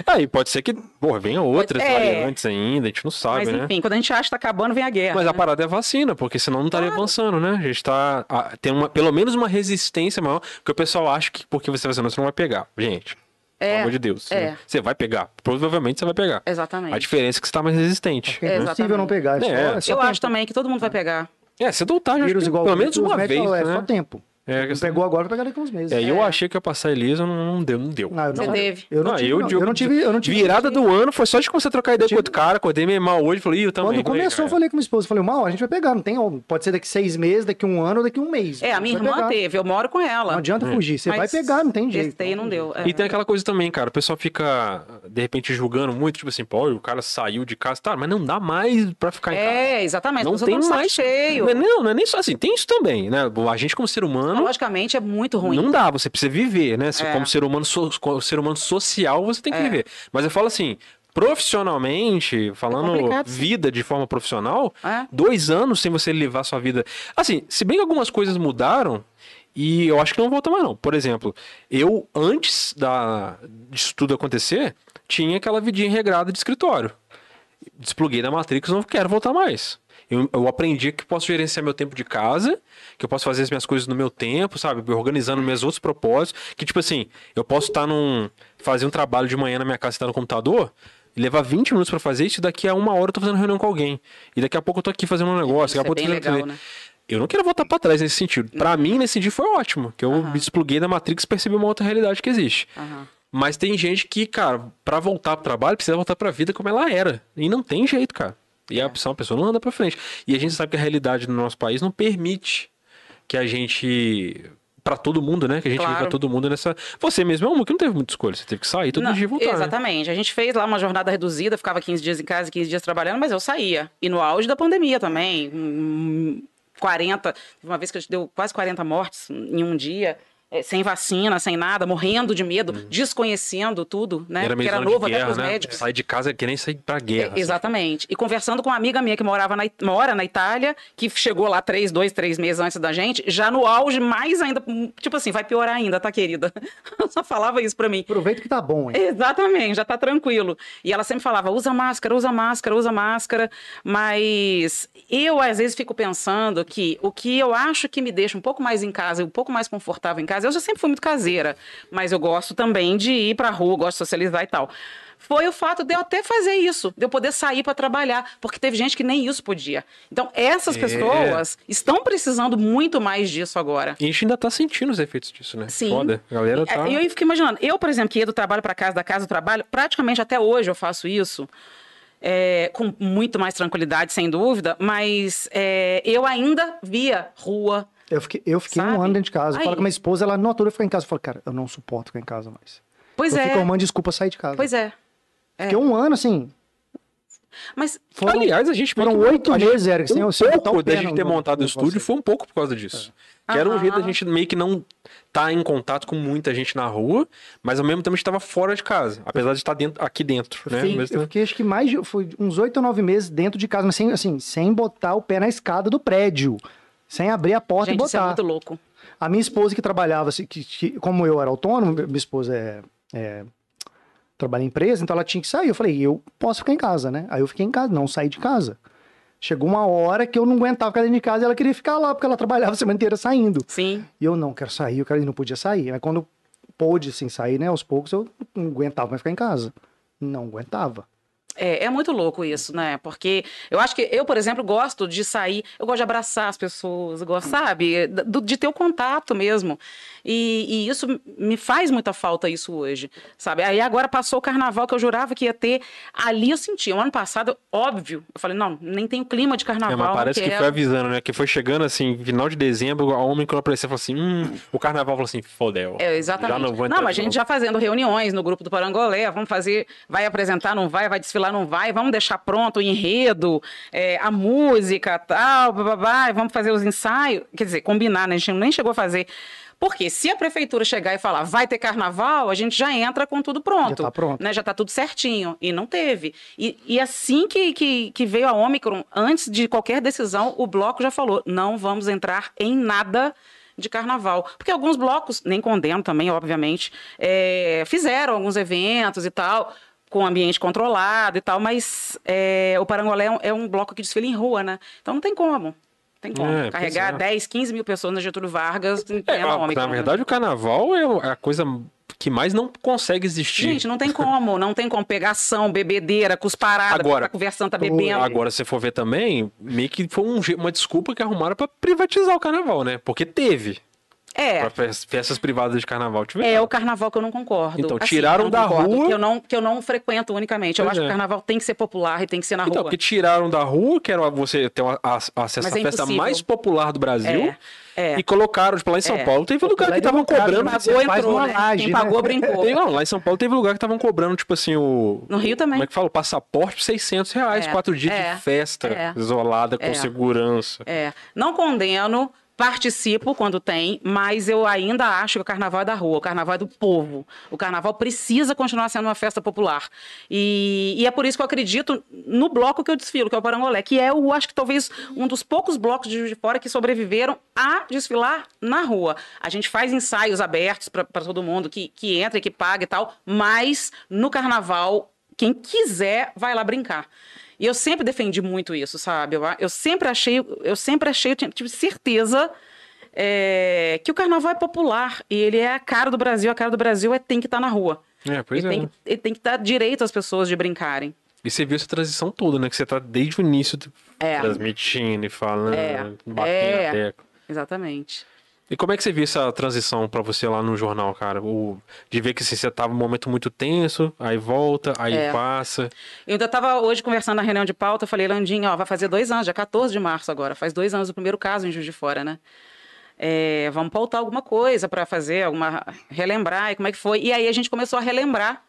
S1: Aí pode ser que, porra, venha outras
S3: É.
S1: variantes ainda, a gente não sabe,
S3: Mas
S1: né?
S3: enfim, quando a gente acha que tá acabando, vem a guerra.
S1: Mas a parada é vacina, porque senão não estaria avançando, né? A gente tá. a- tem uma, pelo menos uma resistência maior, porque o pessoal acha que porque você vacinou, você não vai pegar. Gente, pelo
S3: É,
S1: amor de Deus.
S3: é.
S1: né? Você vai pegar. Provavelmente você vai pegar. A
S3: exatamente.
S1: diferença é que você tá mais resistente.
S2: É impossível
S3: Exatamente.
S2: não pegar. É só,
S1: É.
S2: é só
S3: eu
S2: tempo.
S3: acho também que todo mundo vai
S2: Ah.
S3: pegar.
S1: É, se doutar, já
S2: vírus igual
S1: pelo
S2: ao
S1: menos
S2: vírus,
S1: uma
S2: os
S1: vez.
S2: médicos falam,
S1: né?
S2: É só tempo.
S1: É,
S2: Não
S1: questão-
S2: pegou agora, tá pegar daqui a uns meses.
S1: é, eu
S3: É.
S1: achei que ia passar Elisa, não, não deu, não deu.
S2: Não, eu não-
S3: Você teve.
S2: Eu não
S1: Ah,
S2: tive,
S1: eu,
S2: não.
S1: Diogo,
S2: Eu não tive. Eu não tive
S1: Virada do ano, foi só de começar a trocar ideia com
S2: tive-
S1: outro cara, acordei meio mal hoje, falei, "Ih, eu também. falei,
S2: Quando começou, eu
S1: né, cara.
S2: falei com minha esposa, eu falei, mal, a gente vai pegar, não tem como. Pode ser daqui seis meses, daqui um ano, daqui um mês.
S3: É, a minha irmã
S2: tem.
S3: teve, eu moro com ela.
S2: Não adianta
S1: É.
S2: fugir, você vai
S3: Mas
S2: pegar, não tem jeito.
S3: Testei e não deu. é.
S1: E tem aquela coisa também, cara, o pessoal fica, de repente, julgando muito, tipo assim, pô, o cara saiu de casa, tá, mas não dá mais pra ficar em casa.
S3: É, exatamente.
S1: não
S3: as pessoas
S1: tem
S3: tão de saco
S1: mais.
S3: cheio.
S1: Não, é- não, não é nem só assim, tem isso também, né? A gente como ser humano,
S3: Logicamente é muito ruim.
S1: não dá, você precisa viver, né?
S3: É.
S1: Como ser humano, so- como ser humano social, você tem que
S3: É.
S1: viver. Mas eu falo assim, profissionalmente, falando
S3: É complicado, sim.
S1: vida de forma profissional,
S3: É.
S1: dois anos sem você levar sua vida. Assim, se bem que algumas coisas mudaram, e eu acho que não volta mais, não. Por exemplo, eu, antes da, disso tudo acontecer, tinha aquela vidinha regrada de escritório. Despluguei da Matrix, não quero voltar mais. Eu, eu aprendi que posso gerenciar meu tempo de casa, que eu posso fazer as minhas coisas no meu tempo, sabe? Organizando meus outros propósitos. Que, tipo assim, eu posso estar num. fazer um trabalho de manhã na minha casa e estar no computador. E levar 20 minutos pra fazer isso, e daqui a uma hora eu tô fazendo reunião com alguém. E daqui a pouco eu tô aqui fazendo um negócio. daqui
S3: Isso
S1: a
S3: é
S1: pouco eu
S3: bem
S1: tô fazendo
S3: legal, né? Uhum.
S1: eu não quero voltar pra trás nesse sentido. Pra mim, nesse sentido, foi ótimo. Que eu
S3: Aham.
S1: me despluguei da Matrix e percebi uma outra realidade que existe.
S3: Aham.
S1: Mas tem gente que, cara, pra voltar pro trabalho, precisa voltar pra vida como ela era. E não tem jeito, cara. E
S3: É.
S1: a opção, a pessoa não anda pra frente. E a gente sabe que a realidade no nosso país não permite que a gente. Pra todo mundo, né? Que a gente
S3: Claro.
S1: viva todo mundo nessa. Você mesmo é uma que não teve muita escolha. Você teve que sair todo
S3: Não,
S1: dia e voltar. né?
S3: Exatamente. A gente fez lá uma jornada reduzida, ficava 15 dias em casa, 15 dias trabalhando, mas eu saía. E no auge da pandemia também. hum, 40, teve uma vez que a gente deu quase 40 mortes em um dia. eh, Sem vacina, sem nada, morrendo de medo, desconhecendo tudo, né?
S1: Hum. Era meio
S3: Porque era
S1: zona
S3: novo
S1: de
S3: até
S1: guerra,
S3: pros
S1: né?
S3: médicos.
S1: Sair de casa é que nem sair pra guerra. assim.
S3: Exatamente. E conversando com uma amiga minha que morava na, It- mora na Itália, que chegou lá três, dois, três meses antes da gente, já no auge, mais ainda, hum, tipo assim, vai piorar ainda, tá, querida? (laughs) Só falava isso pra mim.
S2: Aproveita que tá bom, hein?
S3: Exatamente, já tá tranquilo. E ela sempre falava: usa máscara, usa máscara, usa máscara. Mas eu, às vezes, fico pensando que o que eu acho que me deixa um pouco mais em casa, e um pouco mais confortável em casa, eu já sempre fui muito caseira, mas eu gosto também de ir pra rua, gosto de socializar e tal. Foi o fato de eu até fazer isso, de eu poder sair pra trabalhar, porque teve gente que nem isso podia. Então, essas
S1: É.
S3: pessoas estão precisando muito mais disso agora.
S1: E a gente ainda tá sentindo os efeitos disso, né?
S3: Sim.
S1: Foda. A galera tá.
S3: É, E eu fico imaginando, eu, por exemplo, que ia do trabalho para casa, da casa do trabalho, praticamente até hoje eu faço isso. é, com muito mais tranquilidade, sem dúvida, mas é, eu ainda via rua.
S2: Eu fiquei, eu fiquei um
S3: Sabe?
S2: ano dentro de casa. Eu
S3: Aí.
S2: falo com minha esposa, ela não atura ficar em casa. Eu falo, cara, eu não suporto ficar em casa mais.
S3: Pois
S2: eu
S3: é,
S2: fico arrumando desculpa sair de casa.
S3: pois é.
S2: Fiquei um ano, assim,
S3: Mas
S2: foram,
S1: Aliás, a gente meio
S2: foram
S1: que-
S2: oito
S1: a gente-
S2: meses, Eric, sem eu sem
S1: um
S2: botar o
S1: pouco da
S2: pé
S1: gente
S2: no-
S1: ter
S2: no-
S1: montado o
S2: no
S1: estúdio
S2: negócio. É.
S1: foi um pouco por causa disso. Que era um
S3: Aham.
S1: jeito da gente meio que não tá em contato com muita gente na rua, mas ao mesmo tempo a gente tava fora de casa, apesar de estar dentro, aqui dentro, né?
S2: Sim,
S1: Mas-
S2: eu fiquei acho que mais de, foi uns oito ou nove meses dentro de casa, mas sem, assim, sem botar o pé na escada do prédio. Sem abrir a porta
S3: gente,
S2: e
S3: isso é
S2: botar.
S3: muito louco.
S2: A minha esposa que trabalhava, assim, que, que- como eu era autônomo, minha esposa é, é trabalhar em empresa, então ela tinha que sair. Eu falei, eu posso ficar em casa, né? Aí eu fiquei em casa, não saí de casa. Chegou uma hora que eu não aguentava ficar dentro de casa e ela queria ficar lá, porque ela trabalhava a semana inteira saindo.
S3: Sim.
S2: E eu não, quero sair, eu quero e não podia sair. Aí quando pôde, assim, sair, né, aos poucos, eu não aguentava mais ficar em casa. Não aguentava.
S3: É, é muito louco isso, né? Porque eu acho que eu, por exemplo, gosto de sair, eu gosto de abraçar as pessoas, eu gosto, sabe? Do- de ter o contato mesmo. E, e isso me faz muita falta isso hoje, sabe? Aí agora passou o carnaval que eu jurava que ia ter. Ali eu senti. O ano passado, óbvio, eu falei, não, nem tem o clima de
S1: É,
S2: Ah,
S3: carnaval.
S1: mas
S3: não
S1: parece que
S3: quero.
S1: foi avisando, né? Que foi chegando assim, final de dezembro, a homem quando apareceu falou assim: hum, o carnaval falou assim, fodeu.
S3: É, exatamente.
S1: Já não vou entrar.
S3: mas
S1: de
S3: a gente
S1: novo.
S3: já fazendo reuniões no grupo do Parangolé, vamos fazer, vai apresentar, não vai, vai desfilar, não vai, vamos deixar pronto o enredo, é, a música, tal, bababá, e vamos fazer os ensaios, quer dizer, combinar, né? A gente nem chegou a fazer. Porque se a prefeitura chegar e falar, vai ter carnaval, a gente já entra com tudo pronto.
S2: Já tá pronto.
S3: Né? Já tá tudo certinho. E não teve. E, e assim que, que, que veio a Ômicron, antes de qualquer decisão, o bloco já falou: não vamos entrar em nada de carnaval. Porque alguns blocos, nem condeno também, obviamente, é, fizeram alguns eventos e tal. Com ambiente controlado e tal, mas é, o Parangolé é um, é um bloco que desfila em rua, né? Então não tem como. não Tem como.
S1: É, pois
S3: Carregar
S1: é.
S3: 10, 15 mil pessoas na Getúlio Vargas em
S1: É,
S2: um
S3: plena
S1: a- na
S3: Ômicron, né?
S1: verdade, o carnaval é a coisa que mais não consegue existir.
S3: Gente, não tem como, não tem como. Pegação, bebedeira, cusparada,
S1: Agora,
S3: tá conversando, tá
S2: tu-
S3: bebendo.
S1: Agora, se for ver também, meio que foi um je- uma desculpa que arrumaram pra privatizar o carnaval, né? Porque teve.
S3: é.
S1: Pra fes- festas privadas de carnaval tiveram.
S3: É o carnaval que eu não concordo. Assim,
S1: Então, tiraram
S3: eu não
S1: da
S3: concordo,
S1: rua-
S3: Que eu, não, que eu não frequento unicamente. Eu
S1: Pois
S3: acho
S1: é.
S3: que o carnaval tem que ser popular e tem que ser na
S1: Então,
S3: rua.
S1: porque tiraram da rua, que era você ter uma- a- acesso
S3: Mas
S1: à
S3: é
S1: festa
S3: impossível.
S1: mais popular do Brasil,
S3: É, é.
S1: e colocaram, tipo, lá em São
S3: É.
S1: Paulo, teve lugar que
S2: Popular é
S1: estavam
S2: democrático,
S1: cobrando.
S2: mas
S1: assim,
S2: você
S3: Pagou,
S2: faz
S3: entrou,
S2: uma
S3: né?
S2: laje,
S3: Quem
S2: né?
S3: pagou,
S1: (laughs)
S3: brincou.
S1: Teve- não, lá em São Paulo teve lugar que estavam cobrando, tipo assim, o.
S3: No Rio também.
S1: Como é que fala? O passaporte, 600 reais,
S3: É,
S1: quatro dias
S3: é,
S1: de festa,
S3: é.
S1: isolada, com
S3: É.
S1: segurança.
S3: É, não condeno, participo quando tem, mas eu ainda acho que o carnaval é da rua, o carnaval é do povo. O carnaval precisa continuar sendo uma festa popular. E, e é por isso que eu acredito no bloco que eu desfilo, que é o Parangolé, que é, o, acho que talvez um dos poucos blocos de Juiz de fora que sobreviveram a desfilar na rua. A gente faz ensaios abertos para todo mundo que, que entra, e que paga e tal, mas no carnaval quem quiser vai lá brincar. E eu sempre defendi muito isso, sabe? Eu, a- eu sempre achei, eu sempre achei, eu tinha- tive certeza é, que o carnaval é popular e ele é a cara do Brasil, a cara do Brasil é tem que estar na rua.
S1: É, pois
S3: ele,
S1: é.
S3: tem, que- ele tem que dar direito às pessoas de brincarem.
S1: E você viu essa transição toda, né? Que você tá desde o início do-
S3: É.
S1: transmitindo e falando,
S3: É.
S1: batendo
S3: É.
S1: a tecla.
S3: Exatamente.
S1: E como é que você viu essa transição pra você lá no jornal, cara? O, de ver que assim, você tava num momento muito tenso, aí volta, aí
S3: É.
S1: passa.
S3: Eu ainda estava hoje conversando na reunião de pauta, eu falei, Landinha, ó, vai fazer dois anos, dia 14 de março agora, faz dois anos o primeiro caso em Juiz de Fora, né? É, vamos pautar alguma coisa para fazer, alguma relembrar e como é que foi. E aí a gente começou a relembrar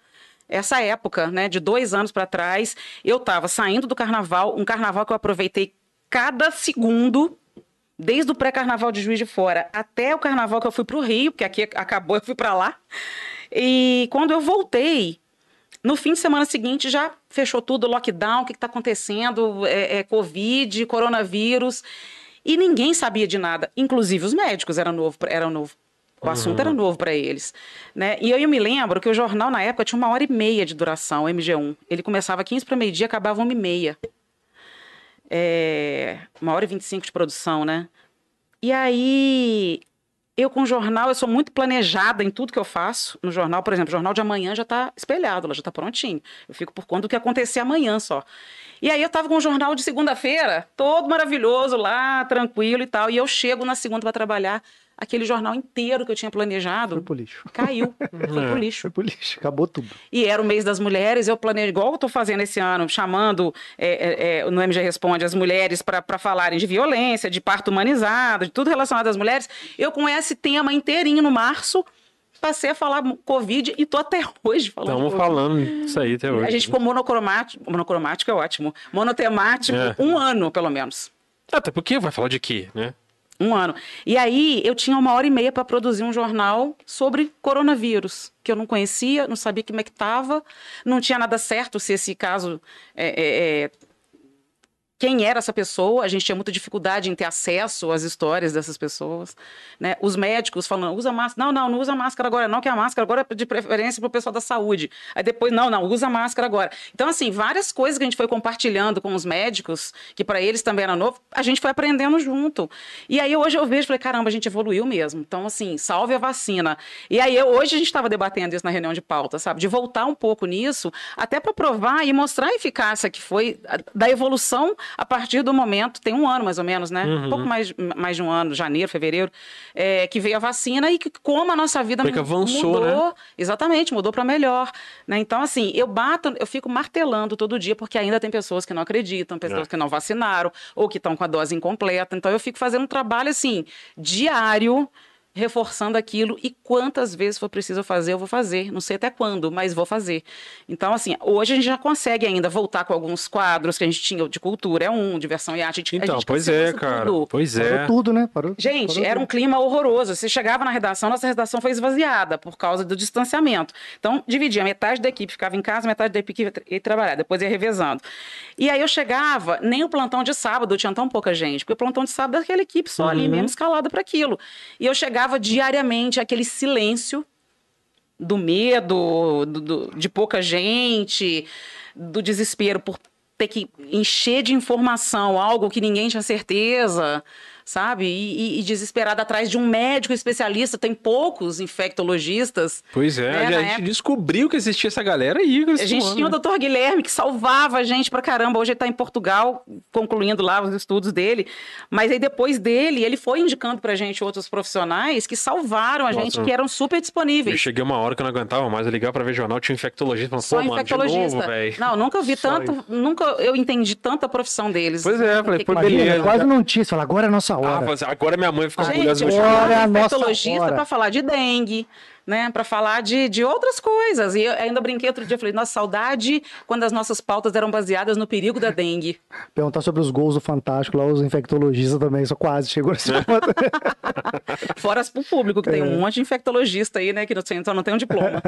S3: essa época, né? De dois anos para trás, eu estava saindo do carnaval, um carnaval que eu aproveitei cada segundo desde o pré-carnaval de Juiz de Fora até o carnaval que eu fui para o Rio, porque aqui acabou, eu fui para lá. E quando eu voltei, no fim de semana seguinte já fechou tudo, lockdown, o que está acontecendo, é, é, Covid, coronavírus. E ninguém sabia de nada, inclusive os médicos era novo, pra- era novo. O assunto era novo para eles, né? E eu, eu me lembro que o jornal na época tinha uma hora e meia de duração, o MG1. Ele começava 15 para meio-dia, acabava uma e meia. É, uma hora e 25 de produção, né? E aí, eu com o jornal, eu sou muito planejada em tudo que eu faço. No jornal, por exemplo, o jornal de amanhã já está espelhado, lá já está prontinho. Eu fico por conta do que acontecer amanhã só. E aí eu estava com o jornal de segunda-feira, todo maravilhoso lá, tranquilo e tal. E eu chego na segunda para trabalhar, aquele jornal inteiro que eu tinha
S2: Foi (laughs)
S3: planejado
S2: pro lixo.
S3: caiu, foi pro lixo.
S2: Foi pro lixo. Acabou tudo.
S3: E era o mês das mulheres, eu planejei, igual eu estou fazendo esse ano, chamando é, é, é, no MG Responde as mulheres para falarem de violência, de parto humanizado, de tudo relacionado às mulheres. Eu, com esse tema inteirinho no março, passei a falar Covid e tô até (laughs) hoje falando. de
S1: Estamos
S3: Covid.
S1: Então, falando isso aí até hoje. né?
S3: A gente ficou monocromático, monocromático é ótimo, monotemático,
S1: É.
S3: um ano pelo menos.
S1: Até Ah, tá, porque vai falar de quê, né?
S3: Um ano. E aí, eu tinha uma hora e meia para produzir um jornal sobre coronavírus, que eu não conhecia, não sabia como é que estava, não tinha nada certo se esse caso é, é, é, quem era essa pessoa, a gente tinha muita dificuldade em ter acesso às histórias dessas pessoas, né? Os médicos falando, usa máscara, não, não, não usa máscara agora não, que a máscara agora é de preferência para o pessoal da saúde. Aí depois, não, não, usa máscara agora. Então, assim, várias coisas que a gente foi compartilhando com os médicos, que para eles também era novo, a gente foi aprendendo junto. E aí hoje eu vejo, falei, caramba, a gente evoluiu mesmo. Então, assim, salve a vacina. E aí eu- hoje a gente estava debatendo isso na reunião de pauta, sabe? De voltar um pouco nisso, até para provar e mostrar a eficácia que foi a- da evolução a partir do momento, tem um ano mais ou menos, né? Um pouco mais, mais de um ano, janeiro, fevereiro, é, que veio a vacina e que, como a nossa vida
S1: Foi que
S3: mu-
S1: avançou, né?
S3: mudou, exatamente, mudou para melhor. né? Então, assim, eu bato, eu fico martelando todo dia, porque ainda tem pessoas que não acreditam, pessoas
S1: É.
S3: que não vacinaram, ou que estão com a dose incompleta. Então, eu fico fazendo um trabalho, assim, diário, reforçando aquilo, e quantas vezes for preciso eu fazer, eu vou fazer. Não sei até quando, mas vou fazer. Então, assim, hoje a gente já consegue ainda voltar com alguns quadros que a gente tinha de cultura, é um, diversão e arte. A gente, a
S1: Então,
S2: tá
S3: gente tá
S1: pois é,
S3: cancelou isso
S1: cara.
S3: tudo.
S1: Pois
S2: Parou
S1: é.
S2: tudo, né? Parou,
S3: Gente,
S2: parou
S3: era um
S2: tudo.
S3: clima horroroso. Você chegava na redação, nossa redação foi esvaziada por causa do distanciamento. Então, dividia metade da equipe, ficava em casa, metade da equipe ia tra- ia trabalhar, depois ia revezando. E aí eu chegava, nem o plantão de sábado tinha tão pouca gente, porque o plantão de sábado é aquela equipe só ali,
S1: Uhum.
S3: mesmo escalada para aquilo. E eu chegava diariamente aquele silêncio do medo, do- do- de pouca gente, do desespero por ter que encher de informação algo que ninguém tinha certeza, sabe? E, e- e desesperada atrás de um médico especialista, tem poucos infectologistas.
S1: Pois é,
S3: É,
S1: a
S3: na
S1: gente
S3: época-
S1: descobriu que tá existia essa galera aí.
S3: A gente tinha o doutor Guilherme que salvava a gente pra caramba. Hoje ele tá em Portugal, concluindo lá os estudos dele. Mas aí depois dele, ele foi indicando pra gente outros profissionais que salvaram a
S1: Nossa.
S3: gente, que eram super
S1: Eu
S3: disponíveis.
S1: cheguei uma hora que eu não aguentava mais eu ligar pra ver jornal, tinha um infectologista falando,
S3: Só
S1: pô, mano, de novo,
S3: infectologista.
S1: velho.
S3: não, nunca vi
S1: Só
S3: tanto, nunca eu entendi tanta profissão deles.
S1: Pois é,
S3: O
S1: falei,
S3: que
S1: pô,
S3: que-
S2: Imagina,
S1: beleza.
S2: quase não tinha. Você fala, agora é a nossa
S1: Ah,
S2: hora.
S1: mas agora minha mãe fica orgulhosa
S3: Gente,
S1: do meu
S3: eu
S2: Olha é
S1: chapéu.
S2: a
S3: chamo
S2: nossa
S3: infectologista
S2: hora.
S3: para falar de dengue, né? Para falar de, de outras coisas. E eu ainda brinquei outro dia, falei, nossa, saudade quando as nossas pautas eram baseadas no perigo da dengue.
S2: Perguntar sobre os gols do Fantástico, lá os infectologistas também, só quase chegou nesse
S1: É.
S2: ponto.
S3: Fora as- o público, que tem
S2: É.
S3: um monte de infectologista aí, né? Que não, tem- só não tem
S2: (laughs)
S3: um diploma.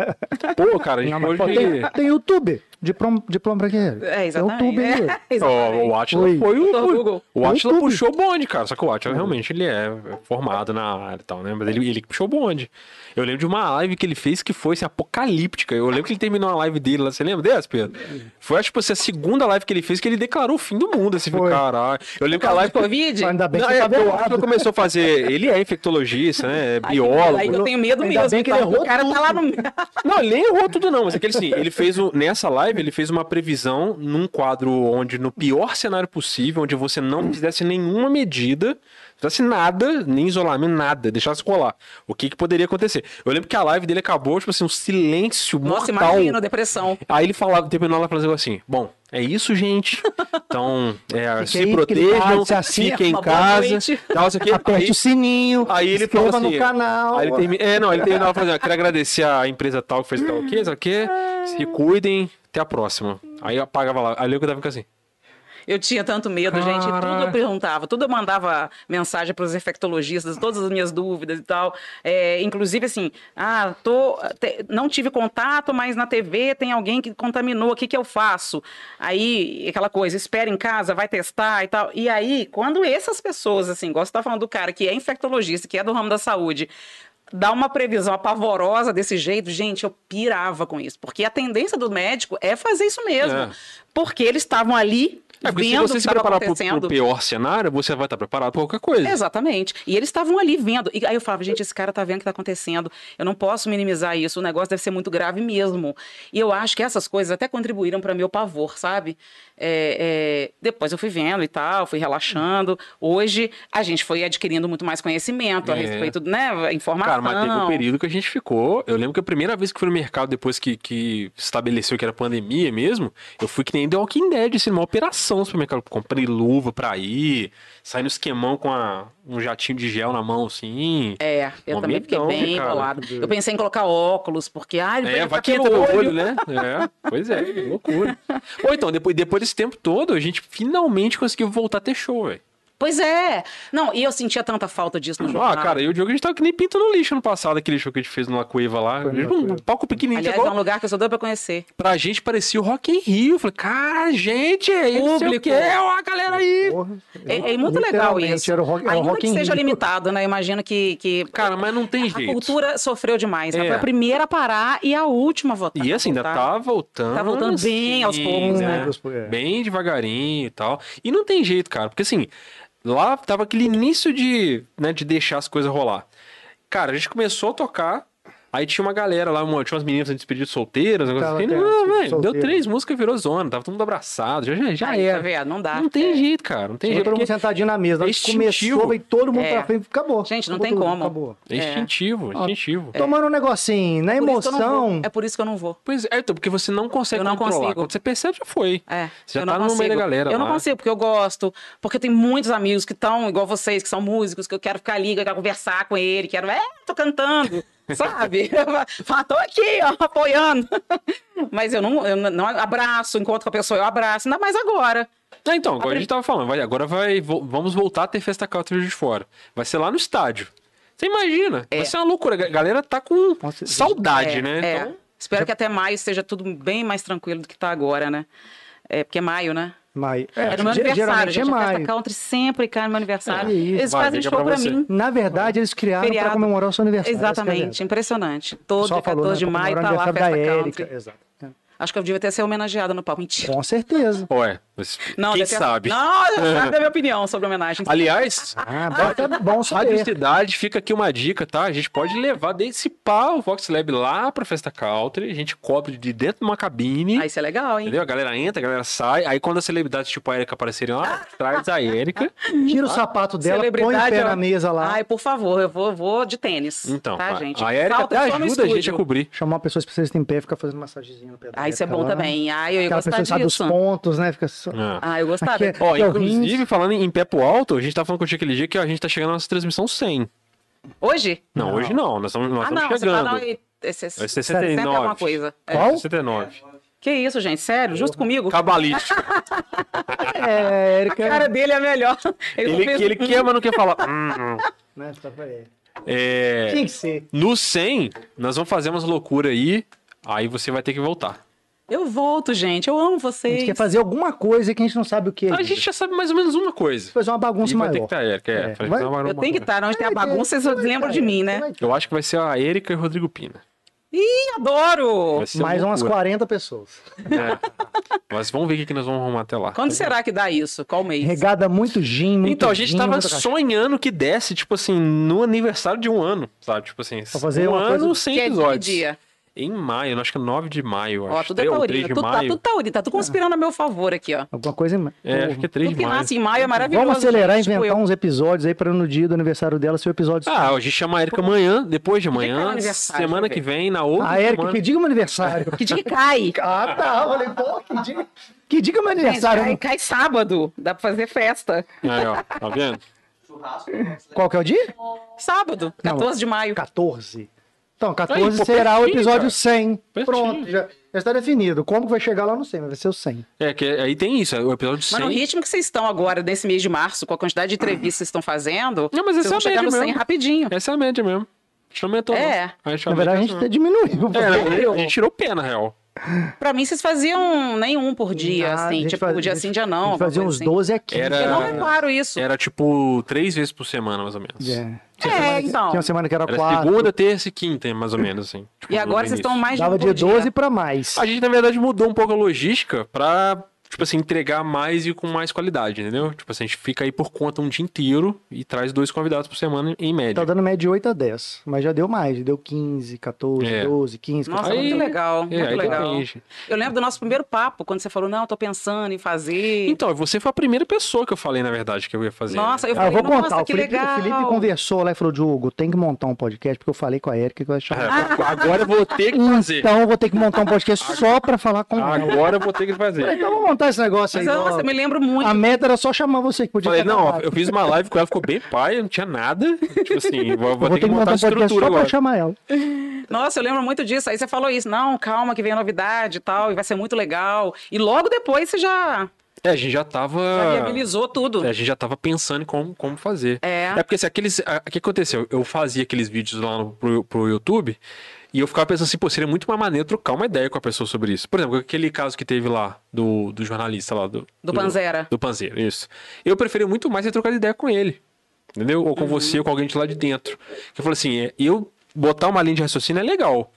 S1: Pô, cara, (laughs) a gente é
S2: Não, mas,
S1: pode...
S2: pô, tem, tem YouTube. Diploma, diploma pra quê? um
S3: É, exatamente.
S2: YouTube
S1: (laughs)
S3: É,
S2: aí.
S3: exatamente.
S1: Ó, o Atila
S2: Oi.
S1: foi
S3: Doutor
S1: o.
S3: Google.
S1: O Atila
S2: YouTube.
S1: puxou o bonde, cara. Só que o Atila realmente ele é formado na área e tal, né? Mas ele, ele que puxou o bonde. Eu lembro de uma live que ele fez que foi assim, apocalíptica. Eu lembro que ele terminou a live dele lá. Você lembra dessa, Pedro? Foi, tipo assim, a segunda live que ele fez que ele declarou o fim do mundo. Assim,
S2: Foi.
S1: caralho. Eu lembro que a
S3: Live
S1: live.
S3: Covid?
S2: Ainda bem
S1: Não,
S2: que
S1: é,
S2: você tá
S1: porque o Atila
S2: velado.
S1: começou a fazer. Ele é infectologista, né? É
S3: Aí que- Aí que eu
S1: biólogo.
S3: tenho medo
S2: Ainda
S3: mesmo.
S2: bem que ele
S3: então,
S2: errou
S3: o cara tá lá no. (laughs)
S1: Não, ele nem errou tudo, não. Mas é que ele, assim, ele fez um, nessa live, ele fez uma previsão num quadro onde, no pior cenário possível, onde você não fizesse nenhuma medida, fizesse nada, nem isolamento, nada, deixasse colar. O que, que poderia acontecer? Eu lembro que a live dele acabou, tipo assim, um silêncio
S3: Nossa,
S1: mortal.
S3: imagina, né? depressão.
S1: Aí ele falava, terminou lá falando assim: bom, é isso, gente. Então,
S3: (laughs)
S1: é, se
S2: aí,
S1: protejam,
S2: fiquem em casa, se assista,
S1: fiquem em
S3: uma assim boa
S1: casa.
S3: noite.
S1: Tal,
S3: (laughs)
S1: isso aqui.
S2: Aperte
S1: Aí-
S2: o sininho,
S1: Aí ele
S2: inscreva
S1: falou assim,
S2: no canal.
S1: Aí ele termina, é, não, ele terminava falando, eu quero agradecer a empresa tal que fez tal que, tal que,
S2: É.
S1: se cuidem, até a próxima. Aí eu apagava lá, aí eu tava ficando assim,
S3: Eu tinha tanto medo, gente. e Tudo
S1: Caraca.
S3: eu perguntava, tudo eu mandava mensagem para os infectologistas, todas as minhas dúvidas e tal. É, inclusive, assim, ah, tô, te- não tive contato, mas na TV tem alguém que contaminou, o que, que eu faço? Aí, aquela coisa, espera em casa, vai testar e tal. E aí, quando essas pessoas, assim, igual você tá falando do cara que é infectologista, que é do ramo da saúde, dá uma previsão apavorosa desse jeito, gente, eu pirava com isso. Porque a tendência do médico é fazer isso mesmo.
S1: É.
S3: Porque eles estavam ali
S1: é, porque se
S3: vendo o
S1: você
S3: que
S1: se
S3: estava
S1: preparar pro, pro
S3: acontecendo.
S1: pior cenário, você vai estar preparado pra qualquer coisa.
S3: Exatamente. E eles estavam ali vendo. E aí eu falava, gente, esse cara tá vendo o que tá acontecendo. Eu não posso minimizar isso. O negócio deve ser muito grave mesmo. E eu acho que essas coisas até contribuíram para meu pavor, sabe? É, é, Depois eu fui vendo e tal, fui relaxando. Hoje a gente foi adquirindo muito mais conhecimento a
S1: É.
S3: respeito, né?
S1: Cara,
S3: Informação.
S1: mas teve um período que a gente ficou. Eu lembro que a primeira vez que fui no mercado, depois que, que estabeleceu que era pandemia mesmo, eu fui que nem The Walking Dead, assim, numa operação no supermercado. Comprei luva pra ir, saí no esquemão com a- um jatinho de gel na mão, assim.
S3: É, eu também fiquei
S1: Momentão,
S3: bem
S1: cara.
S3: enrolada. Eu pensei em colocar óculos, porque. Ai,
S1: É,
S3: vai
S1: vai que
S3: ficar
S1: entra
S3: no
S1: no olho, né? É, pois é, que loucura. Ou então, depois, depois desse tempo todo, a gente finalmente conseguiu voltar a ter show, velho.
S3: Pois é. Não, e eu sentia tanta falta disso no jornal.
S1: Ah, cara, e o Diogo a gente tava que nem pinto no lixo no passado, aquele show que a gente fez numa cueva lá.
S2: Foi
S1: A gente,
S2: numa
S1: um
S2: cueva.
S1: palco pequenininho.
S3: Aliás, é
S1: igual-
S3: um lugar que eu sou doida pra conhecer.
S1: Pra gente parecia o Rock em Rio. Eu Falei, cara, gente, é público.
S3: Público.
S1: Que, ó, a galera aí.
S2: Porra,
S3: É, é muito legal
S2: literalmente,
S3: isso.
S2: Era o rock, era o
S3: Ainda
S2: rock
S3: que
S2: in
S3: seja
S2: Rio.
S3: limitado, né? Imagino que, que
S1: Cara, mas não tem
S3: a
S1: jeito.
S3: cultura sofreu demais. né?
S1: É.
S3: Foi a primeira a parar e a última a votar.
S1: E assim, ainda tá voltando.
S3: Tá voltando bem aos
S1: assim,
S3: poucos,
S2: né? Aos poucos, é.
S1: Bem devagarinho e tal. E não tem jeito, cara, porque assim, lá tava aquele início de, né, de deixar as coisas rolar. Cara, a gente começou a tocar, aí tinha uma galera lá, uma, tinha umas meninas antes de pedir solteiras, um negócio
S2: Tava
S1: assim.
S2: tendo
S1: Não,
S2: despedida de
S1: velho, deu
S2: solteiro.
S1: três músicas e virou zona, tava todo mundo abraçado, já, já, já
S3: Aí, tá
S1: era.
S3: vendo? Não dá.
S1: Não tem jeito, cara, não tem
S2: Todo
S1: jeito.
S2: mundo
S1: porque é
S2: sentadinho na mesa. Na hora que
S1: Instintivo.
S2: Começou, veio todo mundo
S3: É.
S2: pra frente, acabou.
S3: Gente, não
S2: Acabou
S3: tem
S2: tudo,
S3: como.
S2: Acabou.
S1: É instintivo,
S2: Ah.
S1: instintivo.
S3: É.
S2: Tomando um negocinho, na
S3: Por isso que eu não vou.
S2: emoção.
S3: É por isso que eu não vou.
S1: Pois é, então, porque você não consegue
S3: Eu não
S1: controlar.
S3: consigo.
S1: Quando você percebe, já foi.
S3: É,
S1: Você já
S3: eu
S1: tá
S3: não
S1: no meio da
S3: consigo.
S1: galera
S3: Eu não
S1: lá.
S3: consigo, porque eu gosto, porque tem muitos amigos que estão igual vocês, que são músicos, que eu quero ficar ali, que eu quero conversar com ele, quero, é,
S1: (laughs)
S3: tô cantando, sabe? (laughs) Fala, tô aqui, ó, apoiando. (laughs) Mas eu não, eu não abraço, encontro com a pessoa, eu abraço, ainda mais agora.
S1: Ah, então, agora a gente tava falando, vai- agora vai, vo- vamos voltar a ter festa country de fora. Vai ser lá no estádio. Você imagina? Vai ser uma loucura. A galera tá com
S2: Nossa,
S1: saudade,
S3: É,
S1: né?
S3: é.
S1: Então,
S3: Espero que até maio esteja tudo bem mais tranquilo do que tá agora, né? É, porque é maio, né?
S2: Mas,
S3: É,
S2: é,
S3: no meu
S2: ge-
S3: aniversário,
S2: geralmente é
S3: gente. A festa
S2: maio.
S3: country um sempre cai no meu aniversário.
S2: É, isso.
S3: Eles
S1: Vai,
S3: fazem
S1: liga
S3: show
S1: pra
S3: pra
S1: você.
S3: mim.
S2: Na verdade, eles criaram pra
S3: Feriado.
S2: comemorar o seu aniversário. é
S3: Exatamente, impressionante. Todo
S2: Só
S3: dia
S2: né?
S3: 14
S2: falou, né,
S3: de
S2: pra
S3: maio tá
S2: comemorar o
S3: lá a festa
S2: aniversário da
S3: country.
S2: Érica. Exato.
S3: Acho que eu devia até ser homenageada no palco. Mentira.
S2: Com certeza.
S1: ué, é, mas
S3: Não,
S1: quem
S3: eu detesto-
S1: sabe?
S3: Não, eu sabe a minha opinião sobre homenagem.
S1: Aliás,
S2: Ah,
S3: tá.
S2: bota bom
S3: é.
S1: Rádio
S2: saber.
S1: Cidade, fica aqui uma dica, tá? A gente pode levar desse pau o Vox Lab lá pra festa country, a gente cobre de dentro de uma cabine.
S3: Ah, isso é legal, hein?
S1: Entendeu? A galera entra, a galera sai. Aí quando as celebridades tipo a Erika aparecerem lá, traz a
S3: (laughs)
S1: Erika.
S2: Tira o sapato dela, põe o pé
S3: ó.
S2: na mesa lá.
S3: Ai, por favor, eu vou, vou de tênis.
S1: Então,
S3: tá,
S1: a-
S3: gente?
S1: a Erika
S3: Falta
S1: até
S3: só no
S1: ajuda a gente
S3: estúdio.
S1: a cobrir.
S2: Chamar uma pessoa especialista em pé, ficar fazendo massagenzinha no pé da
S3: Ah, isso é
S2: Érica
S3: bom
S2: lá.
S3: também. Ai, eu ia
S2: Aquela
S3: gostar
S2: pessoa que sabe os
S3: disso.
S2: pontos, né? Fica só...
S1: Ah.
S3: Ah, eu gostava.
S2: Aqui é-
S1: Ó,
S2: Que é o
S1: inclusive,
S2: Rins.
S1: falando em Pepo Alto, a gente tá falando contigo aquele dia que a gente tá chegando na nossa transmissão 100.
S3: Hoje?
S1: Não,
S2: Não.
S1: hoje não, nós estamos, nós
S3: ah,
S1: estamos
S3: não, você tá
S1: chegando.
S3: lá em- é 60
S1: É 69.
S3: alguma coisa. É.
S2: Qual?
S1: 69.
S3: Que isso, gente? Sério? Justo comigo? (laughs)
S1: Cabalístico.
S2: É,
S3: A
S2: Érica...
S3: cara dele é a melhor. (laughs)
S1: ele,
S3: fez-
S1: que ele quer, mas não quer
S3: (laughs)
S1: falar. Hum, hum.
S2: Né, fica pra ele.
S1: É,
S2: Tinha que ser.
S1: no 100, nós vamos fazer umas loucuras aí, aí você vai ter que voltar.
S3: Eu volto, gente. Eu amo
S2: A
S3: vocês.
S2: gente quer fazer alguma coisa que a gente não sabe o que é.
S1: A gente já sabe mais ou menos uma coisa.
S2: fazer uma
S1: E
S2: bagunça
S1: vai ter que
S2: maior.
S1: estar a Erika. É,
S2: É,
S1: vai ter
S2: vai-
S1: que dar uma-
S3: Eu tenho que tá. estar. Onde tem é a bagunça,
S2: é
S3: vocês lembram de mim, né?
S1: Eu acho que vai ser a Erika e o Rodrigo Pina.
S3: Ih, adoro!
S1: Vai ser
S2: Mais umas
S1: é loucura.
S2: 40 pessoas.
S1: É. Mas vamos ver o que que nós vamos arrumar até lá.
S3: Quando será que dá isso? Qual mês?
S2: Regada muito gin, muito
S1: Então, a gente
S2: vinho,
S1: tava
S2: muita cachaça.
S1: sonhando que desse, tipo assim, no aniversário de um ano, sabe? Tipo assim,
S2: fazer
S1: um
S2: uma
S1: ano
S2: coisa-
S1: sem
S3: Que é de que
S1: episódios.
S3: dia?
S1: Em maio, eu acho que é 9 de maio, eu
S3: Ó,
S1: acho.
S3: tudo é
S1: Três- ou 3
S3: taurina.
S1: de
S3: Tudo, tá
S1: maio.
S3: tudo taurina. Tá tudo conspirando a meu favor aqui, ó.
S2: Alguma coisa... em-
S1: É, acho que é 3
S3: Tudo
S1: de
S3: que
S1: maio.
S3: nasce em maio é maravilhoso.
S2: Vamos acelerar e
S3: gente, tipo
S2: inventar
S3: eu.
S2: uns episódios aí pra no dia do aniversário dela ser o episódio.
S1: Ah, a gente chama a Erika amanhã, depois de
S3: que é o
S1: amanhã,
S3: aniversário?
S1: semana que
S3: Deixa eu
S1: vem, na outra
S2: a Ah, Erika,
S1: semana.
S2: que diga meu aniversário.
S1: um
S3: Que dia que
S1: (laughs)
S3: cai?
S2: (laughs) ah, tá. Eu falei, pô, que diga, que diga meu
S3: Gente,
S2: aniversário.
S3: cai,
S1: um.
S3: cai sábado. Dá pra fazer festa.
S1: Aí, ó, tá vendo?
S2: Qual que é o
S3: tá
S2: dia?
S3: Sábado,
S2: Não,
S3: 14 de maio.
S2: 14. Então,
S1: Aí,
S2: 14
S1: pô,
S2: será o
S1: pertinho, cara.
S2: episódio 100.
S1: Pertinho.
S2: Pronto, já, já está definido. Como que vai chegar lá, eu não sei, mas vai ser o 100.
S1: É, que aí tem isso, é o episódio
S3: Mas no
S1: 100.
S3: ritmo que vocês estão agora, nesse mês de março, com a quantidade de entrevistas que vocês estão fazendo,
S1: Não, mas esse
S3: vocês
S1: é
S3: vão
S1: o
S3: chegar
S1: médio
S3: no 100
S1: mesmo.
S3: rapidinho.
S1: Essa é a média mesmo. A gente não aumentou,
S3: É.
S1: não. A gente
S2: Na verdade, a gente até diminuiu.
S1: É, na
S2: (laughs)
S1: verdade, a gente tirou o pé, na real.
S3: Pra mim, vocês faziam nenhum por dia,
S2: Ah, a
S3: assim.
S2: gente
S3: Tipo,
S2: faz-
S3: dia sim, dia não.
S2: A gente
S3: alguma
S2: fazia
S3: coisa
S2: uns
S3: assim.
S2: 12 a 15.
S1: Era-
S3: Eu não reparo isso.
S1: Era tipo três vezes por semana, mais ou menos.
S2: É.
S3: É, então.
S2: Tinha uma semana que era
S1: Era
S2: 4.
S1: segunda, terça e quinta, mais ou menos, assim. Tipo,
S3: E
S1: no
S3: agora vocês
S1: início.
S3: estão mais de
S2: Dava
S3: um
S2: de
S3: por
S2: 12 pra mais.
S1: A gente, na verdade, mudou um pouco a logística pra, tipo assim, entregar mais e com mais qualidade, entendeu? Tipo assim, a gente fica aí por conta um dia inteiro e traz dois convidados por semana em média.
S2: Tá dando média de 8 a 10. Mas já deu mais. Deu 15, 14,
S1: É.
S2: 12, 15.
S3: Nossa,
S2: 14.
S1: Aí-
S3: muito legal,
S1: É,
S3: muito
S1: aí
S3: legal.
S1: depende.
S3: Eu lembro do nosso primeiro papo, quando você falou, não, tô pensando em fazer.
S1: Então, é. você foi a primeira pessoa que eu falei, na verdade, que eu ia fazer.
S3: Nossa,
S2: Ah,
S3: eu
S2: eu
S3: falei,
S2: vou
S3: nossa,
S2: contar. O
S3: que
S2: Felipe, o
S3: legal.
S2: Felipe conversou lá e falou: Diogo, tem que montar um podcast, porque eu falei com a Erika que eu achava.
S1: É, (laughs) agora eu vou ter que fazer.
S2: Ah, Então eu vou ter que montar um podcast só pra falar com ela.
S1: Agora eu vou ter que fazer.
S2: ah, Então vamos montar esse negócio aí.
S3: Mas, nossa,
S2: ó.
S3: eu me lembro muito.
S2: A meta era só chamar você que podia
S1: Falei,
S2: ter
S1: não, ó,
S2: gravado.
S1: eu fiz uma live com ela, ficou bem pai, não tinha nada. Tipo assim, vou, vou
S2: Eu
S1: ter que montar a
S2: um podcast
S1: estrutura
S2: só pra
S1: agora.
S2: chamar ela. tá.
S3: Nossa, eu lembro muito disso. Aí você falou isso, não, calma, que vem a novidade e tal, e vai ser muito legal. E logo depois você já.
S1: É, a gente já tava.
S3: Já viabilizou tudo.
S1: A gente já tava pensando em como, como fazer.
S3: É.
S1: É porque se aqueles. a- O que aconteceu? Eu fazia aqueles vídeos lá no, pro, pro YouTube e eu ficava pensando assim, pô, seria muito mais maneiro trocar uma ideia com a pessoa sobre isso. Por exemplo, aquele caso que teve lá do, do jornalista lá do.
S3: Do Panzera.
S1: Do Panzera, isso. Eu preferi muito mais ter trocado ideia com ele. Entendeu? Ou com
S3: Uhum.
S1: você, ou com alguém de lá de dentro. Que eu falei assim, é, eu botar uma linha de raciocínio é legal.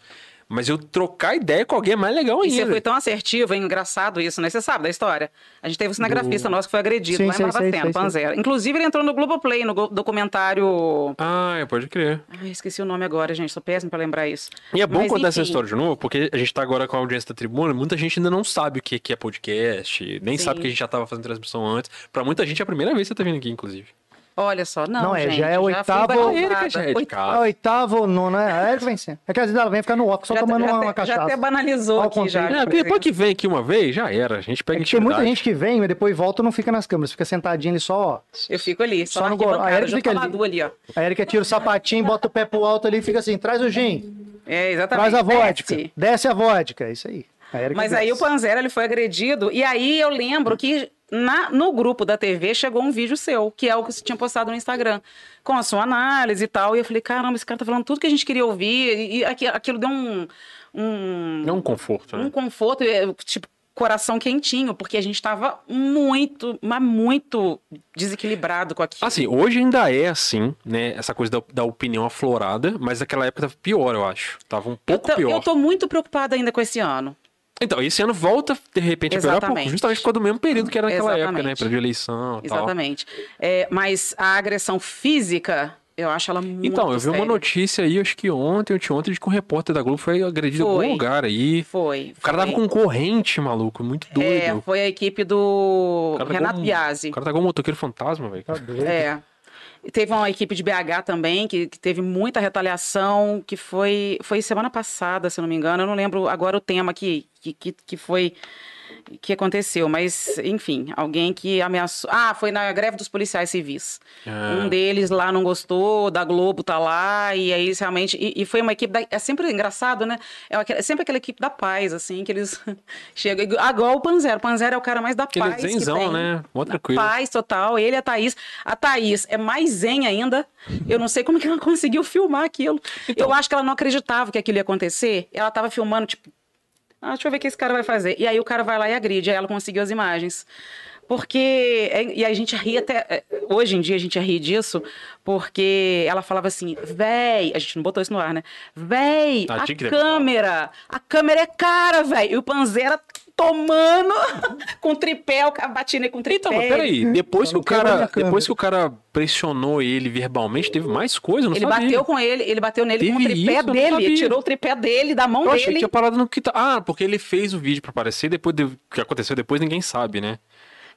S1: Mas eu trocar ideia com alguém é mais legal
S3: E
S1: ainda.
S3: você foi tão assertivo, hein? engraçado isso, né? Você sabe da história. A gente teve um cinegrafista nosso que foi agredido
S2: Sim,
S3: lá em
S2: sei, sei,
S3: Barbacena,
S2: sei, sei.
S3: Panzera. Inclusive, ele entrou no Globoplay, no go- documentário...
S1: Ah, pode crer.
S3: Ai, esqueci o nome agora, gente. Sou péssimo pra lembrar isso.
S1: E é bom
S3: Mas,
S1: contar essa
S3: enfim.
S1: história de novo, porque a gente tá agora com a audiência da tribuna, muita gente ainda não sabe o que que é podcast, nem
S3: Sim.
S1: sabe que a gente já tava fazendo transmissão antes. Pra muita gente é a primeira vez que você tá vindo aqui, inclusive.
S3: Olha só, não,
S2: Não, é,
S3: gente,
S2: já é
S3: fui
S2: oitavo-
S3: batizada.
S1: Ele que já é de
S2: Oit-
S1: casa.
S2: a oitava ou nona, é, a Erika vem sim. É que às vezes ela vem ficar no off só
S3: já,
S2: tomando
S3: já
S2: uma,
S3: até-
S2: uma
S3: Já até
S2: cachaça.
S3: banalizou
S2: Olha o
S3: aqui já.
S2: conceito.
S1: É, porque depois que vem aqui uma vez, já era. A gente pega
S2: É que tem muita
S1: intimidade.
S2: gente que vem, mas depois volta e não fica nas câmeras, fica sentadinha ali só, ó.
S3: Eu fico ali, só,
S2: Só
S3: na
S2: no gol.
S3: arquibancada,
S2: A Erika
S3: junto
S2: fica
S3: com a
S2: ali.
S3: Madu ali, ó.
S2: A Erika tira o sapatinho, bota o pé pro alto ali e fica assim, traz o gin,
S3: É, exatamente.
S2: traz a vodka,
S3: Desce.
S2: desce a vodka, é isso aí. A Erika
S3: Mas
S2: desce.
S3: aí o Panzera ele foi agredido, e aí eu lembro que na- no grupo da TV chegou um vídeo seu, que é o que você tinha postado no Instagram, com a sua análise e tal. E eu falei, caramba, esse cara tá falando tudo que a gente queria ouvir, e, e aqui- aquilo deu um. um-
S1: É um conforto, né?
S3: um conforto, é, tipo, coração quentinho, porque a gente tava muito, mas muito desequilibrado com aquilo.
S1: Assim, hoje ainda é assim, né? Essa coisa da, da opinião aflorada, mas naquela época tava pior, eu acho. Tava um
S3: Então, eu,
S1: pouco
S3: tô,
S1: pior.
S3: eu tô muito preocupada ainda com esse ano.
S1: Então, esse ano volta, de repente, a piorar um pouco,
S3: Exatamente.
S1: justamente por causa do mesmo período que era naquela época, né?
S3: Exatamente.
S1: Período de eleição e tal.
S3: Exatamente. É, mas a agressão física, eu acho ela muito
S1: Então, eu vi uma
S3: séria.
S1: notícia aí, acho que ontem, ontem, ontem, de que um repórter da Globo foi agredido em
S3: Foi.
S1: algum lugar aí.
S3: Foi.
S1: O cara
S3: foi.
S1: tava com corrente, maluco, muito doido.
S3: É, foi a equipe do
S1: O cara tá
S3: Renato
S1: igual um-
S3: Biasi.
S1: O cara tá igual um motoqueiro fantasma, velho.
S2: Tá doido.
S3: É. E Teve uma equipe de BH também, que, que teve muita retaliação, que foi, foi semana passada, se eu não me engano. Eu não lembro agora o tema que, que, que, que foi. que aconteceu, mas, enfim, alguém que ameaçou. Ah, foi na greve dos policiais civis.
S1: Ah.
S3: Um deles lá não gostou, da Globo tá lá, e aí eles realmente. E, e foi uma equipe. da- é sempre engraçado, né? É, aquela- é sempre aquela equipe da paz, assim, que eles (laughs) chegam. Agora o Panzera. O Panzera é o cara mais da
S1: Aquele
S3: paz. que
S1: zenzão,
S3: tem.
S1: né? Mó tranquilo.
S3: Paz total, ele e a Thaís. A Thaís é mais zen ainda. Eu não sei como que ela (laughs) conseguiu filmar aquilo.
S1: Então.
S3: Eu acho que ela não acreditava que aquilo ia acontecer. Ela tava filmando, tipo, ah, deixa eu ver o que esse cara vai fazer. E aí o cara vai lá e agride, aí ela conseguiu as imagens. Porque. é- E a gente ri até. é, Hoje em dia a gente ri disso, porque ela falava assim, véi. A gente não botou isso no ar, né? Véi,
S1: Ah,
S3: a
S1: tinha que ter
S3: câmera. A câmera é cara, véi. E o Panzera tomando (laughs) com tripé, o cara batendo com tripé.
S1: Então, mas peraí, depois
S2: Eu
S1: que
S2: não
S1: o
S2: quero olhar
S1: cara.
S2: a câmera.
S1: Depois que o cara pressionou ele verbalmente, teve mais coisa, eu não
S3: Ele
S1: sabia.
S3: bateu com ele, ele bateu nele com o
S1: Teve
S3: tripé
S1: isso? Eu não
S3: dele,
S1: sabia.
S3: tirou o tripé dele da mão
S1: Eu achei que
S3: dele.
S1: tinha parado no que tá. Ah, porque ele fez o vídeo pra aparecer, depois de- o que aconteceu depois ninguém sabe, né?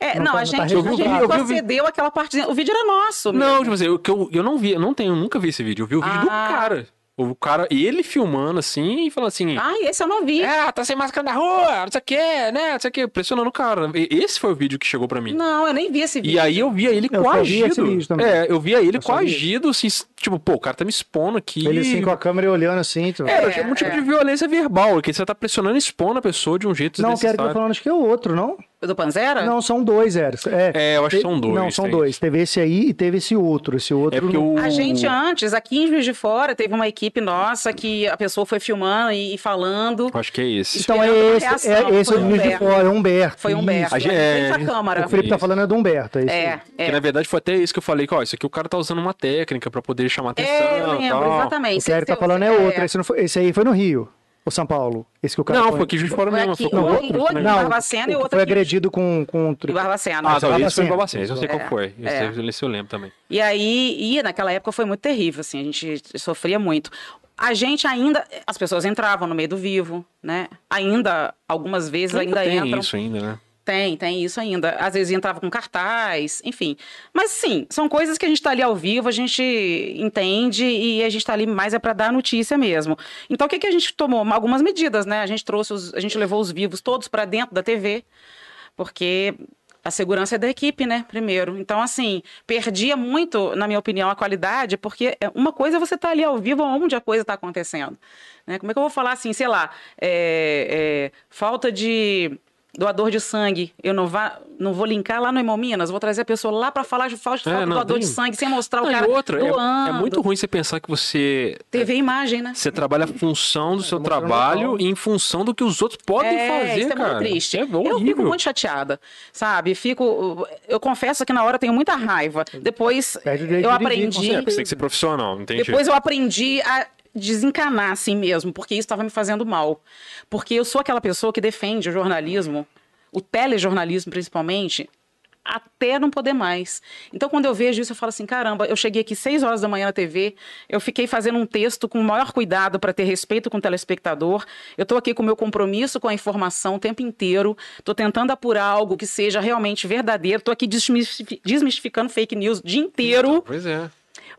S3: É,
S2: Não
S3: não,
S2: tá- não
S3: a
S2: tá
S3: gente, a
S2: registrado.
S3: gente
S1: Eu vi- eu vi o
S3: só
S1: vídeo.
S3: cedeu aquela partezinha. O vídeo era nosso.
S1: Não, tipo assim, eu, que eu, eu não vi, eu não tenho, eu nunca vi esse vídeo. Eu vi o vídeo do
S3: Ah.
S1: cara. O cara, ele filmando assim e falando assim.
S3: Ah, esse eu não vi.
S1: Ah, tá sem máscara na rua, não sei o que, né? Não sei o que, pressionando o cara. E- Esse foi o vídeo que chegou pra mim.
S3: Não, eu nem vi esse vídeo.
S1: E aí eu via ele
S2: Eu só vi esse vídeo
S1: coagido.
S2: também.
S1: É, eu via ele
S2: Eu só vi
S1: coagido, assim, tipo, pô, o cara tá me expondo aqui.
S2: Ele assim com a câmera e olhando assim, tu...
S1: É, é um tipo de violência verbal, que você tá pressionando e expondo a pessoa de um jeito
S2: Não, quero
S1: desnecessário.
S2: que eu tô falando, acho que é o outro, não?
S3: Do Panzera?
S2: Não, são dois, Erika.
S1: É, eu acho que são dois,
S2: Não, são
S1: tem
S2: dois. Teve esse aí e teve esse outro. Esse outro.
S1: É porque o...
S3: A gente antes, aqui em Juiz de Fora, teve uma equipe nossa que a pessoa foi filmando e, e falando.
S1: Eu Acho que é esse.
S2: Então é
S3: esperando a
S2: esse, é,
S3: reação.
S2: esse é
S3: Foi
S2: o Juiz de
S3: Humberto.
S2: Fora, é o Humberto.
S3: Foi Humberto.
S1: A gente-
S3: Ele
S1: é,
S3: foi pra
S2: Isso.
S3: câmara.
S2: O Felipe tá
S1: Isso.
S2: falando é do Humberto, é isso.
S3: É,
S1: Que
S3: é.
S1: na verdade foi até isso que eu falei, que ó, isso aqui o cara tá usando uma técnica pra poder chamar atenção.
S3: É, eu lembro,
S1: tal.
S3: exatamente.
S2: O que a Erika
S3: Esse-
S2: tá falando é outro. Esse, não foi- esse aí foi no Rio, ou São Paulo. Esse que o cara
S1: Não,
S2: foi.
S1: foi aqui de fora
S3: Foi
S1: mesmo.
S3: aqui,
S1: foi com
S3: o-
S1: outro,
S3: o-
S1: né?
S3: não,
S2: o-
S3: Barbacena e
S2: o que
S3: outra
S2: Foi
S3: aqui.
S2: agredido com. com...
S3: E Barbacena.
S1: Ah,
S2: Mas
S1: talvez esse foi
S2: Barbacena.
S1: o Barbacena, eu sei qual
S3: É,
S1: foi. Eu
S3: é.
S1: sei, esse eu lembro também.
S3: E aí, e naquela época foi muito terrível, assim, a gente sofria muito. A gente ainda, as pessoas entravam no meio do vivo, né? Ainda, algumas vezes ainda
S1: tem
S3: entram.
S1: isso ainda, né?
S3: Tem, tem isso ainda. Às vezes entrava com cartaz, enfim. Mas sim, são coisas que a gente tá ali ao vivo, a gente entende e a gente tá ali mais é para dar notícia mesmo. Então o que, que a gente tomou? Algumas medidas, né? A gente trouxe, os, a gente levou os vivos todos para dentro da TV, porque a segurança é da equipe, né? Primeiro. Então, assim, perdia muito, na minha opinião, a qualidade, porque é, uma coisa é você estar ali ao vivo onde a coisa tá está acontecendo. né? Como é que eu vou falar assim, sei lá, é, é, falta de doador de sangue. Eu não, vá, não vou linkar lá no Hemominas, vou trazer a pessoa lá para falar de falta
S1: É,
S3: de
S1: não,
S3: doador
S1: tem-
S3: de sangue, sem mostrar
S1: Não,
S3: o
S1: e
S3: cara
S1: outra, é- é,
S3: doando.
S1: muito ruim você pensar que você.
S3: Teve a imagem, né?
S1: Você trabalha a função do seu
S2: mostrando
S1: trabalho
S2: local.
S1: em função do que os outros podem
S3: é,
S1: fazer,
S3: isso é
S1: cara.
S3: muito triste.
S1: É
S3: eu fico
S1: horrível.
S3: muito chateada, sabe? Fico, eu confesso que na hora eu tenho muita raiva. Depois
S2: Perde o direito
S3: eu
S2: de dirigir,
S3: aprendi,
S2: com
S1: É, porque você tem que ser profissional, não tem jeito.
S3: depois eu aprendi a desencanar assim mesmo, porque isso estava me fazendo mal. Porque eu sou aquela pessoa que defende o jornalismo, o telejornalismo principalmente, até não poder mais. Então, quando eu vejo isso, eu falo assim: caramba, eu cheguei aqui seis horas da manhã na TV, eu fiquei fazendo um texto com o maior cuidado para ter respeito com o telespectador. Eu estou aqui com o meu compromisso com a informação o tempo inteiro, estou tentando apurar algo que seja realmente verdadeiro, estou aqui desmistifi- desmistificando fake news o dia inteiro
S1: Pois é.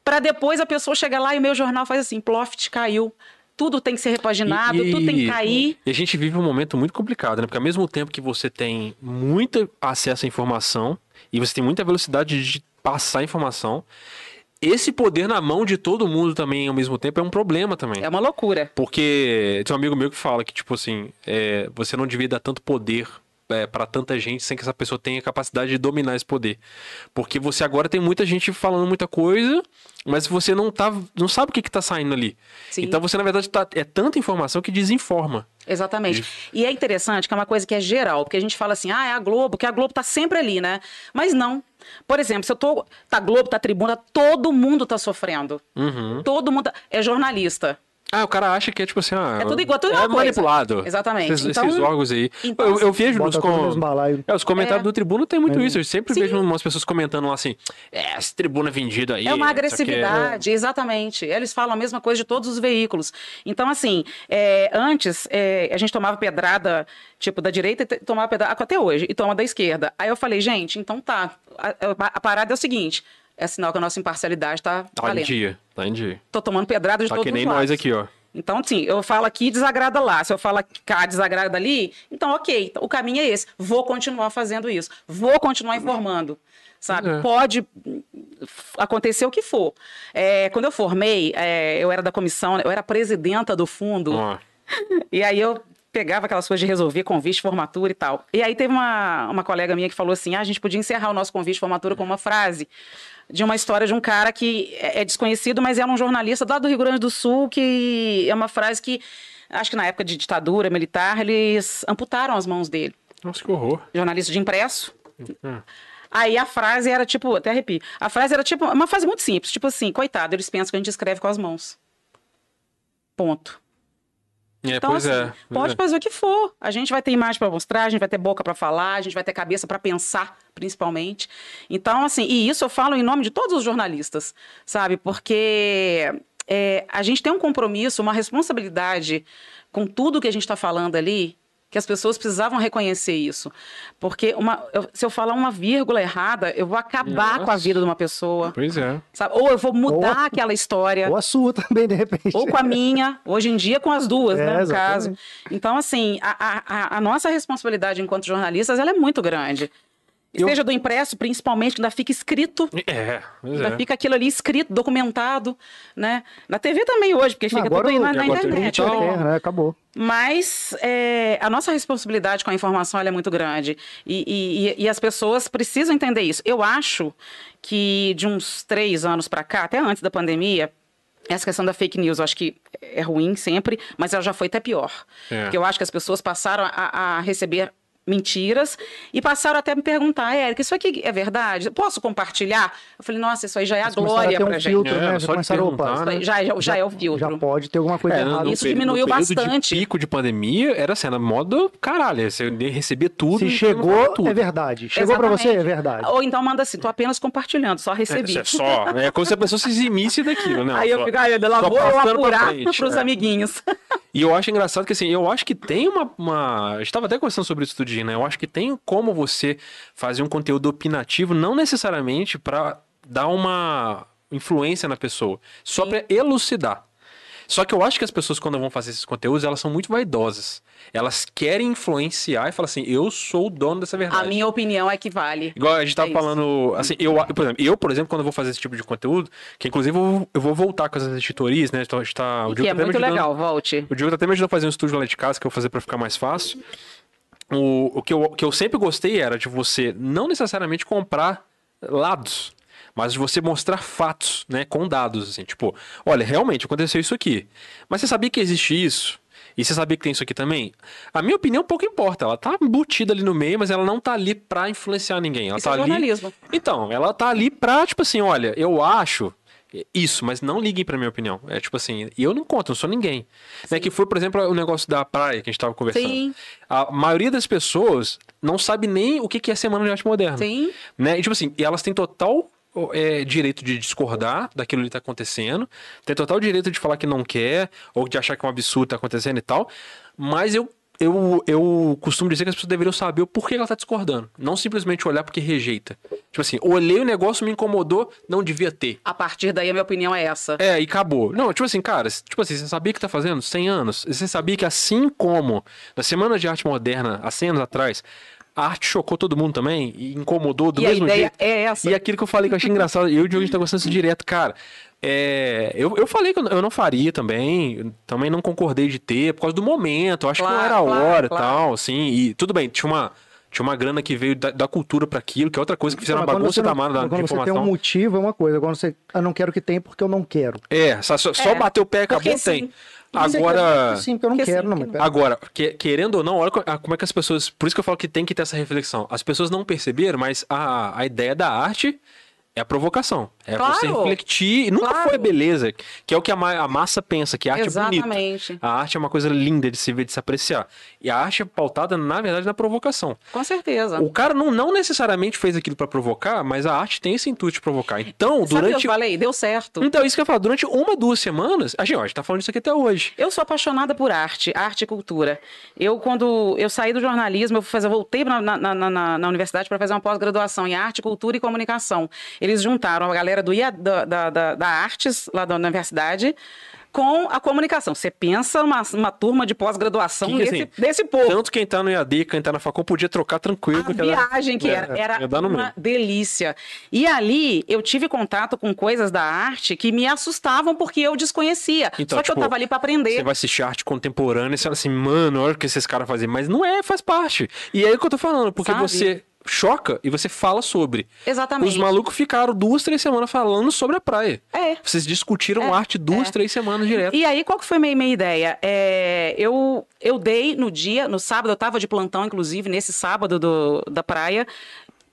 S3: para depois a pessoa chegar lá e o meu jornal faz assim, ploft, caiu. Tudo tem que ser repaginado,
S1: E-
S3: tudo tem
S1: e-
S3: que cair.
S1: E a gente vive um momento muito complicado, né? Porque ao mesmo tempo que você tem muito acesso à informação e você tem muita velocidade de passar a informação, esse poder na mão de todo mundo também ao mesmo tempo é um problema também.
S3: É uma loucura.
S1: Porque tem um amigo meu que fala que, tipo assim, é, você não devia dar tanto poder é, para tanta gente sem que essa pessoa tenha capacidade de dominar esse poder. Porque você agora tem muita gente falando muita coisa, mas você não, tá, não sabe o que, que tá saindo ali.
S3: Sim.
S1: Então você, na verdade, tá, é tanta informação que desinforma.
S3: Exatamente. E é interessante que é uma coisa que é geral, porque a gente fala assim, ah, é a Globo, que a Globo tá sempre ali, né? Mas não. Por exemplo, se eu tô. Tá Globo, tá Tribuna, todo mundo tá sofrendo. Todo mundo. tá- É jornalista.
S1: Ah, o cara acha que é tipo assim, ah,
S3: É tudo igual, tudo
S1: é
S3: igual coisa.
S1: manipulado.
S3: Exatamente.
S1: Esses,
S3: Então-
S1: esses órgãos aí.
S3: então,
S1: eu, eu vejo nos
S2: Bota tudo no mesmo
S1: com...
S2: balaio.
S1: É, os comentários
S3: É.
S1: do Tribuno tem muito isso. Eu sempre
S3: Sim.
S1: vejo umas pessoas comentando lá assim, é, esse Tribuna é vendido aí.
S3: É
S1: não
S3: uma
S1: sei o quê.
S3: agressividade, exatamente. Eles falam a mesma coisa de todos os veículos. Então, assim, é, antes é, a gente tomava pedrada, tipo, da direita e te- tomava pedrada, ah, até hoje, e toma da esquerda. Aí eu falei, gente, então tá. A, a- a parada é o seguinte: é sinal que a nossa imparcialidade tá
S1: Tá em
S3: valendo.
S1: dia, tá em dia.
S3: Tô tomando pedrada de
S1: Tá
S3: todos
S1: que
S3: os
S1: nem
S3: lados.
S1: nós aqui, ó.
S3: Então, sim, eu falo aqui desagrada lá. Se eu falo cá desagrada ali, então ok, o caminho é esse. Vou continuar fazendo isso. Vou continuar informando. Sabe?
S1: É.
S3: Pode f- acontecer o que for. É, quando eu formei, é, eu era da comissão, eu era presidenta do fundo.
S1: Ó,
S3: (laughs) E aí eu pegava aquelas coisas de resolver convite, formatura e tal. E aí teve uma, uma colega minha que falou assim: ah, a gente podia encerrar o nosso convite, formatura com uma frase de uma história de um cara que é é desconhecido, mas era um jornalista lá do Rio Grande do Sul, que é uma frase que, acho que na época de ditadura militar, eles amputaram as mãos dele.
S1: Nossa, que horror.
S3: Jornalista de impresso.
S1: Hum.
S3: Aí a frase era tipo, até arrepio. A frase era tipo, uma frase muito simples, tipo assim, coitado, eles pensam que a gente escreve com as mãos. Ponto.
S1: É,
S3: Então,
S1: pois
S3: assim,
S1: é. pois
S3: pode
S1: é.
S3: fazer o que for. A gente vai ter imagem para mostrar, a gente vai ter boca para falar, a gente vai ter cabeça para pensar, principalmente. Então, assim, e isso eu falo em nome de todos os jornalistas, sabe? Porque é, a gente tem um compromisso, uma responsabilidade com tudo que a gente está falando ali, que as pessoas precisavam reconhecer isso. Porque uma- eu- se eu falar uma vírgula errada, eu vou acabar com a
S1: Nossa.
S3: vida de uma pessoa.
S1: Pois é.
S3: Sabe? Ou eu vou mudar
S2: Ou-
S3: aquela história
S2: Ou a sua também, de repente.
S3: ou com a minha, hoje em dia com as duas,
S2: É,
S3: né, no
S2: exatamente.
S3: caso. Então, assim, a, a- a- a nossa responsabilidade enquanto jornalistas, ela é muito grande. E
S1: Eu-
S3: Seja do impresso, principalmente, que ainda fica escrito,
S1: É, pois
S3: ainda
S1: é.
S3: fica aquilo ali escrito, documentado, né? Na TV também hoje, porque fica
S2: Agora
S3: tudo aí na,
S2: o-
S3: na
S1: agora tem
S3: internet.
S1: digital,
S3: né?
S2: É, né? Acabou.
S3: Mas é, a nossa responsabilidade com a informação ela é muito grande. E, e- e- e as pessoas precisam entender isso. Eu acho que de uns três anos para cá, até antes da pandemia, essa questão da fake news, eu acho que é ruim sempre, mas ela já foi até pior.
S1: É.
S3: Porque eu acho que as pessoas passaram a, a receber mentiras e passaram até a me perguntar, Érica, isso aqui é verdade? Posso compartilhar? Eu falei, nossa, isso aí já é a
S2: Eles começaram
S3: glória
S2: a ter um
S3: pra gente.
S2: filtro,
S1: É,
S2: né?
S1: só
S2: Já
S1: de
S2: começaram,
S1: perguntar,
S2: opa,
S1: né?
S3: Já, já, já é o filtro.
S2: já pode ter alguma coisa
S1: É,
S2: errada.
S1: no
S3: Isso
S1: peri- no
S3: diminuiu
S1: período
S3: bastante.
S1: De pico de pandemia era assim, era modo caralho. Você recebia tudo.
S2: Se
S1: e você não falava
S2: chegou,
S1: tudo.
S2: é verdade. Chegou pra você,
S3: Exatamente.
S2: é verdade.
S3: Ou então manda assim, tô apenas compartilhando, só recebi.
S1: É, é só. É como se a pessoa se eximisse daquilo, né?
S3: aí eu
S1: Só-
S3: fico, ai, ela
S1: só
S3: vou eu
S1: passando pra
S3: apurar
S1: frente,
S3: pros
S1: é.
S3: amiguinhos.
S1: E eu acho engraçado que assim, eu acho que tem uma. uma... Estava até conversando sobre isso tudinho, né? Eu acho que tem como você fazer um conteúdo opinativo, não necessariamente para dar uma influência na pessoa, só para elucidar. Só que eu acho que as pessoas, quando vão fazer esses conteúdos, elas são muito vaidosas. Elas querem influenciar e falar assim: eu sou o dono dessa
S3: A
S1: verdade.
S3: minha opinião é que vale.
S1: Igual a gente tava
S3: É isso.
S1: falando, assim, eu, por exemplo, eu, por exemplo, quando eu vou fazer esse tipo de conteúdo, que inclusive eu vou, eu vou voltar com essas editorias, né? Então, a gente tá, o Diogo
S3: E que é
S1: tá até me
S3: muito
S1: ajudando-
S3: legal, volte.
S1: o Diogo até me ajudou a fazer um estúdio lá de casa, que eu vou fazer pra ficar mais fácil. o, o que, eu, que eu sempre gostei era de você não necessariamente comprar lados, mas de você mostrar fatos, né, com dados, assim, tipo, olha, realmente aconteceu isso aqui, mas você sabia que existe isso? E você sabia que tem isso aqui também? A minha opinião pouco importa, ela tá embutida ali no meio, mas ela não tá ali pra influenciar ninguém, ela
S3: Isso
S1: tá
S3: é
S1: ali...
S3: jornalismo.
S1: Então, ela tá ali pra, tipo assim, olha, eu acho isso, mas não liguem pra minha opinião. É tipo assim, e eu não conto, não sou ninguém. Né, que foi, por exemplo, o negócio da praia que a gente tava conversando.
S3: Sim.
S1: A maioria das pessoas não sabe nem o que que é Semana de Arte Moderna.
S3: Sim.
S1: Né? E tipo assim, elas têm total é, direito de discordar daquilo que tá acontecendo, tem total direito de falar que não quer, ou de achar que é um absurdo tá acontecendo e tal, mas eu. Eu, eu costumo dizer que as pessoas deveriam saber o porquê que ela tá discordando. Não simplesmente olhar porque rejeita. Tipo assim, olhei o negócio, me incomodou, não devia ter.
S3: A partir daí, a minha opinião é essa.
S1: É, e acabou. Não, tipo assim, cara, tipo assim, você sabia que tá fazendo 100 anos? Você sabia que assim como na Semana de Arte Moderna, há 100 anos atrás, a arte chocou todo mundo também e incomodou do
S3: e a
S1: mesmo
S3: ideia
S1: jeito?
S3: é essa.
S1: E aquilo que eu falei que eu achei engraçado, eu e o Diogo a gente tá gostando disso direto, cara. É, eu, eu falei que eu, eu não faria também, eu também não concordei de ter, por causa do momento, eu acho que não
S3: Claro,
S1: era a
S3: claro,
S1: hora e
S3: claro.
S1: tal, assim, e tudo bem, tinha uma, tinha uma grana que veio da, da cultura pra aquilo, que é outra coisa que fizeram
S2: Mas
S1: uma
S2: quando
S1: bagunça
S2: você
S1: da
S2: não-
S1: mara da
S2: Quando você tem
S1: informação.
S2: um motivo, é uma coisa. Quando você. Eu não quero que tenha porque eu não quero.
S1: É, só, só só
S3: É,
S1: bater o pé e acabou,
S3: porque
S1: tem.
S3: sim. é
S2: Você quer
S1: Agora,
S2: porque Sim, porque eu não
S3: porque
S2: quero,
S3: sim,
S2: não,
S3: que
S2: mas
S3: não.
S2: pera-
S1: agora que- querendo ou não, olha co- a- como é que as pessoas. Por isso que eu falo que tem que ter essa reflexão. As pessoas não perceberam, mas a, a ideia da arte é a provocação. É
S3: Claro.
S1: você refletir. E Nunca
S3: Claro.
S1: foi a beleza, que é o que a, ma- a massa pensa, que a arte é bonita.
S3: Exatamente.
S1: A arte é uma coisa linda de se ver, de se apreciar. E a arte é pautada, na verdade, na provocação.
S3: Com certeza.
S1: O cara não, não necessariamente fez aquilo pra provocar, mas a arte tem esse intuito de provocar. Então,
S3: Sabe o que eu
S1: durante.
S3: falei? Deu certo.
S1: Então, isso que eu falo, durante uma, duas semanas. A gente, ó, a gente tá falando isso aqui até hoje.
S3: Eu sou apaixonada por arte, arte e cultura. Eu, quando eu saí do jornalismo, eu, fui fazer, eu voltei na, na- na- na- na universidade para fazer uma pós-graduação em arte, cultura e comunicação. Eles juntaram a galera do IA, da, da- da- da Artes, lá da universidade, com a comunicação. Você pensa uma, uma turma de pós-graduação
S1: Que que
S3: Tá desse,
S1: assim,
S3: desse povo.
S1: Tanto quem tá no IAD, quem tá na facul, podia trocar tranquilo.
S3: A
S1: porque era-
S3: viagem que era,
S1: É,
S3: era
S1: ia dar no
S3: uma
S1: mesmo.
S3: delícia. E ali eu tive contato com coisas da arte que me assustavam porque eu desconhecia.
S1: Então,
S3: Só que
S1: tipo,
S3: eu tava ali para
S1: Você
S3: aprender.
S1: vai assistir arte contemporânea e você fala assim, mano, olha o que esses caras fazem. Mas não é, faz parte. E aí é o que eu tô falando, porque
S3: Sabe?
S1: você choca e você fala sobre.
S3: Exatamente.
S1: Os malucos ficaram duas, três semanas falando sobre a praia.
S3: É.
S1: Vocês discutiram arte duas, três semanas direto.
S3: E aí, qual que foi minha, minha ideia? É, eu, eu dei no dia, no sábado, eu estava de plantão, inclusive, nesse sábado do- da praia.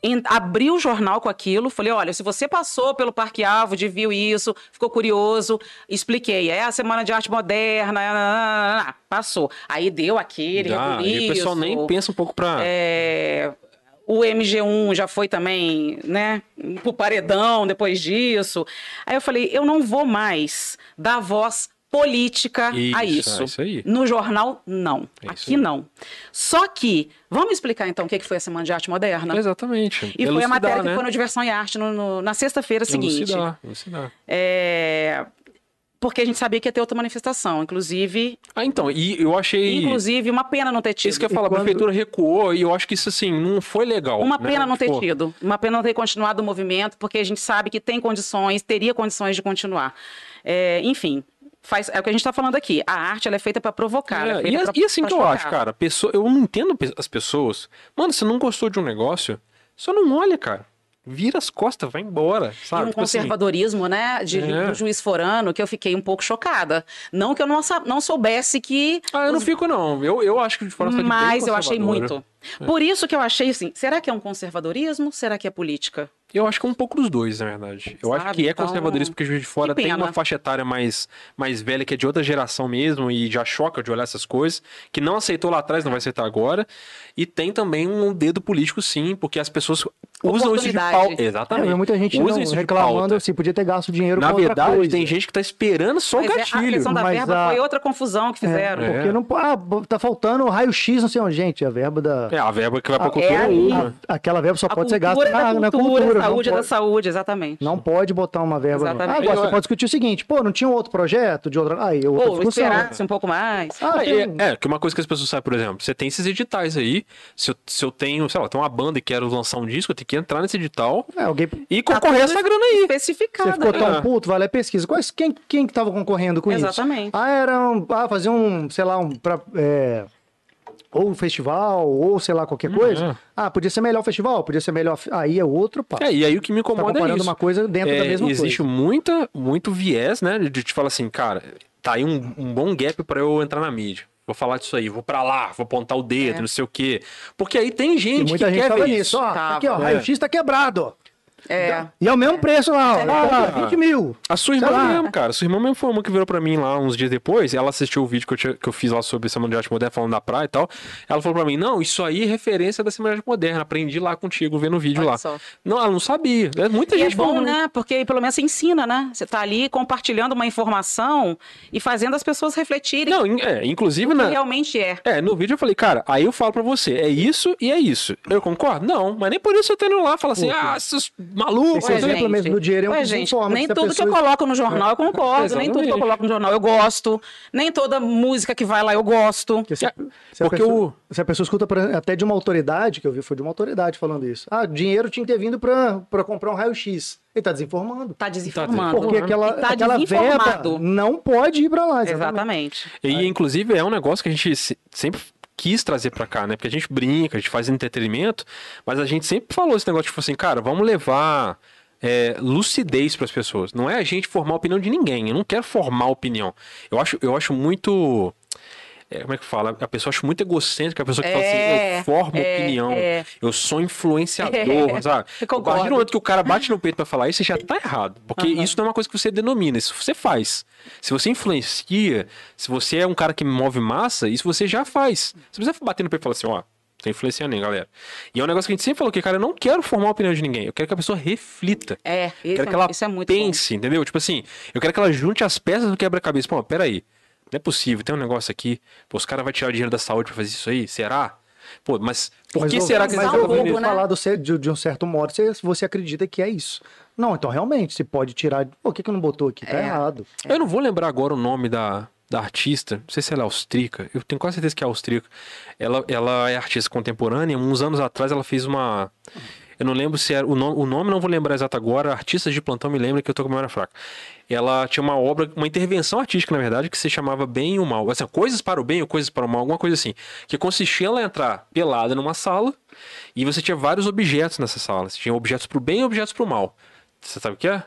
S3: em- abri o jornal com aquilo, falei: olha, se você passou pelo Parque Alvo, viu isso, ficou curioso, expliquei. É a Semana de Arte Moderna, ah, ah, ah, ah, ah, passou. Aí deu aquele.
S1: Ah, e o pessoal nem
S3: rebuliço,
S1: pensa um pouco pra.
S3: é, o MG1 já foi também, né, pro paredão depois disso. Aí eu falei, eu não vou mais dar voz política a
S1: Isso,
S3: isso.
S1: é isso aí.
S3: No jornal, não.
S1: É isso
S3: Aqui
S1: aí.
S3: não. Só que, vamos explicar então o que que foi a Semana de Arte Moderna?
S1: Exatamente.
S3: E foi a matéria
S1: né?
S3: que foi no Diversão e Arte no- no- na sexta-feira seguinte.
S1: Elucidar, elucidar.
S3: É, Porque a gente sabia que ia ter outra manifestação. Inclusive,
S1: Ah, então, e eu achei.
S3: inclusive uma pena não ter tido.
S1: Isso que eu ia falar,
S2: E quando-
S1: a prefeitura recuou e eu acho que isso, assim, não foi legal.
S3: Uma
S1: né?
S3: pena não ter
S1: Tipo,
S3: tido, uma pena não ter continuado o movimento, porque a gente sabe que tem condições, teria condições de continuar. É, enfim, faz, é o que a gente está falando aqui. A arte ela é feita para provocar. ela
S1: É,
S3: é
S1: e,
S3: feita pra-
S1: e assim
S3: pra
S1: que eu
S3: chocar.
S1: acho, cara, pessoa, eu não entendo pe- as pessoas. Mano, você não gostou de um negócio, só não olha, cara. Vira as costas, vai embora,
S3: e
S1: sabe?
S3: um
S1: Tipo assim,
S3: conservadorismo, né, de,
S1: É.
S3: do juiz forano, que eu fiquei um pouco chocada. Não que eu não, sa- não soubesse que
S1: ah, eu não fico, não. Eu, eu acho que de fora tá de bem né? É.
S3: mas eu achei
S1: conservadora.
S3: muito. Por isso que eu achei assim, será que é um conservadorismo? Será que é política?
S1: Eu acho que é um pouco dos dois, na verdade. Eu acho
S3: Sabe,
S1: que é
S3: então,
S1: conservadorismo, porque Juiz de Fora
S3: que
S1: tem
S3: pena.
S1: uma faixa etária mais, mais velha, que é de outra geração mesmo, e já choca de olhar essas coisas, que não aceitou lá atrás, não vai aceitar agora. E tem também um dedo político, sim, porque as pessoas usam isso de
S3: Oportunidade.
S1: pau.
S2: É,
S1: Exatamente.
S2: mas muita gente
S1: usam
S2: não
S1: isso de
S2: reclamando
S1: pauta.
S2: assim, podia ter gasto dinheiro
S1: Na
S2: com outra
S1: verdade,
S2: coisa.
S1: tem gente que tá esperando só o
S3: Mas é, a
S1: gatilho.
S3: questão da
S2: mas
S3: verba
S2: a-
S3: foi outra confusão que fizeram.
S1: É.
S2: Porque não, ah, bo- tá faltando raio-x, não sei onde, gente, a verba da...
S1: É, a verba que vai pra
S2: É
S1: cultura é
S3: aí.
S1: uma.
S2: a- aquela verba só
S3: A
S2: pode ser
S3: cultura
S2: gasta
S3: é da
S2: na, na
S3: cultura,
S2: cultura. não
S3: a saúde é da
S2: pode-
S3: saúde, exatamente.
S2: Não pode botar uma verba. não. Ah,
S3: Exatamente.
S2: agora
S1: Eu-
S2: você pode discutir o seguinte, pô, não tinha outro projeto de outra. Aí, outra
S3: Ou
S2: discussão.
S3: esperasse um pouco mais.
S2: Ah,
S1: É,
S2: tem-
S1: é, é, que uma coisa que as pessoas sabem, por exemplo, você tem esses editais aí. Se eu, se eu tenho, sei lá, tem uma banda e quero lançar um disco, eu tenho que entrar nesse edital
S2: é, alguém.
S1: e
S3: Tá
S1: concorrer a essa grana aí.
S2: Você
S3: Especificada.
S2: ficou
S3: né?
S1: É.
S2: tão puto, vai lá e pesquisa. Quais, quem, quem que tava concorrendo com isso?
S3: Exatamente.
S2: Ah, era um. Ah, fazer um, sei lá, um. Pra, é, Ou festival, ou sei lá,
S1: Uhum.
S2: qualquer coisa. Ah, podia ser melhor o festival, podia ser melhor. a fi- Aí é outro papo.
S1: É, e aí o que me
S2: tá
S1: incomoda é
S2: comparando
S1: isso.
S2: uma coisa dentro da
S1: É,
S2: mesma
S1: existe
S2: coisa.
S1: muita, muito viés, né? De te falar assim, cara, tá aí um, um bom gap pra eu entrar na mídia. Vou falar disso aí, vou pra lá, vou apontar o dedo, não sei o quê. Porque aí tem gente
S2: É. E muita
S1: que
S2: gente
S1: quer
S2: tava
S1: ver
S2: nisso,
S1: isso.
S2: ó.
S3: Tava.
S2: Aqui, ó,
S1: É.
S2: raio-x tá quebrado. ó.
S3: É.
S2: E é o mesmo preço lá, ó.
S1: é.
S2: Ah, 20 mil.
S1: A sua irmã
S2: Sei lá.
S1: mesmo, cara. Sua irmã mesmo foi uma que virou pra mim lá uns dias depois. Ela assistiu o vídeo que eu, tinha- que eu fiz lá sobre Semana de Arte Moderna, falando da praia e tal. Ela falou pra mim: Não, isso aí é referência da Semana de Arte Moderna. Aprendi lá contigo, vendo o vídeo
S3: Olha
S1: lá.
S3: só.
S1: Não, ela não sabia. É Muita
S3: E é
S1: gente
S3: bom,
S1: falando.
S3: né? Porque pelo menos você ensina, né? Você tá ali compartilhando uma informação e fazendo as pessoas refletirem
S1: Não, in- é, inclusive
S3: o que
S1: na,
S3: realmente é.
S1: É, no vídeo eu falei, cara, aí eu falo pra você, é isso e é isso. Eu concordo? Não, mas nem por isso eu tô indo lá falar assim, ah, esses malucos.
S2: Esse
S3: Ué,
S1: né?
S2: exemplo
S3: gente.
S2: mesmo do dinheiro é um
S3: Ué, gente,
S2: desinforme,
S3: nem
S2: se a
S3: tudo que eu
S2: pessoa-
S3: coloco no jornal eu concordo, nem tudo que eu
S1: Exatamente.
S3: coloco no jornal eu gosto, nem toda música que vai lá eu gosto.
S2: Porque, se,
S1: É,
S2: se a
S1: porque
S2: pessoa, se a pessoa escuta pra- até de uma autoridade, que eu vi, foi de uma autoridade falando isso. Ah, dinheiro tinha que ter vindo pra, pra comprar um raio-x. Ele tá desinformando.
S3: Tá desinformado.
S2: Porque aquela,
S3: E tá
S2: aquela
S3: desinformado.
S2: verba não pode ir pra lá. Exatamente.
S3: Exatamente.
S1: E inclusive é um negócio que a gente se- sempre quis trazer pra cá, né? Porque a gente brinca, a gente faz entretenimento, mas a gente sempre falou esse negócio, tipo assim, cara, vamos levar é, lucidez pras pessoas. Não é a gente formar a opinião de ninguém. Eu não quero formar opinião. Eu acho, eu acho muito. é, como é que fala? A pessoa acha muito egocêntrica, a pessoa que fala assim,
S3: É,
S1: eu formo
S3: é,
S1: opinião,
S3: é.
S1: eu sou influenciador,
S3: (laughs) É,
S1: sabe?
S3: eu concordo.
S1: Imagina o momento que o cara bate no
S3: Ah.
S1: peito pra falar isso, você já tá errado. Porque isso não é uma coisa que você denomina, isso você faz. Se você influencia, se você é um cara que move massa, isso você já faz. Você precisa bater no peito e falar assim, ó, você influencia nem, galera. E é um negócio que a gente sempre falou, que, cara, eu não quero formar a opinião de ninguém, eu quero que a pessoa reflita. Eu
S3: É, isso,
S1: quero que ela
S3: isso é muito bom.
S1: pense, entendeu? Tipo assim, eu quero que ela junte as peças do quebra-cabeça. Pô, peraí. Não é possível, tem um negócio aqui. Pô, os caras vão tirar o dinheiro da saúde pra fazer isso aí? Será? Pô, mas por que
S2: eu-
S1: será que eles
S2: mas
S1: estão
S2: eu
S3: roubo,
S1: fazendo
S2: vou
S1: isso?
S3: né?
S2: falar do cer- de, de um certo modo se você acredita que é isso. Não, então realmente, se pode tirar. Pô, o que, que não botou aqui? Tá
S3: É.
S2: errado.
S1: Eu não vou lembrar agora o nome da, da artista, não sei se ela é austríaca, eu tenho quase certeza que é austríaca. Ela, ela é artista contemporânea, uns anos atrás ela fez uma. Eu não lembro se era. O nome, o nome não vou lembrar exato agora, artistas de plantão me lembra que eu tô com a memória fraca. Ela tinha uma obra, uma intervenção artística, na verdade, que se chamava Bem e o Mal. Assim, coisas para o bem ou coisas para o mal, alguma coisa assim. Que consistia ela entrar pelada numa sala e você tinha vários objetos nessa sala. Você tinha objetos para o bem e objetos para o mal. Você sabe o que é?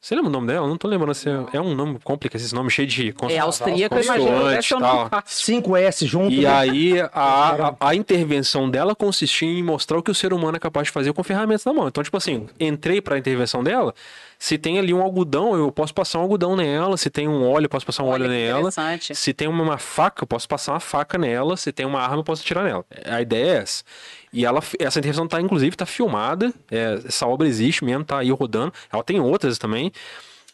S1: Você lembra o nome dela? Eu Não tô lembrando se é, é um nome complicado, esse nome cheio de cons-
S3: É austríaco, eu imagino que
S1: consoante
S3: deve ser um
S1: e tal.
S3: nome fácil. É.
S2: 5S junto.
S1: E
S2: né?
S1: aí, a, a, a intervenção dela consistia em mostrar o que o ser humano é capaz de fazer com ferramentas na mão. Então, tipo assim, entrei pra intervenção dela, se tem ali um algodão, eu posso passar um algodão nela, se tem um óleo, eu posso passar um
S3: Olha
S1: óleo
S3: que
S1: nela.
S3: interessante.
S1: Se tem uma, uma faca, eu posso passar uma faca nela. Se tem uma arma, eu posso atirar nela. A ideia é essa. E ela, essa intervenção tá, inclusive, tá filmada. É, essa obra existe mesmo, tá aí rodando. Ela tem outras também.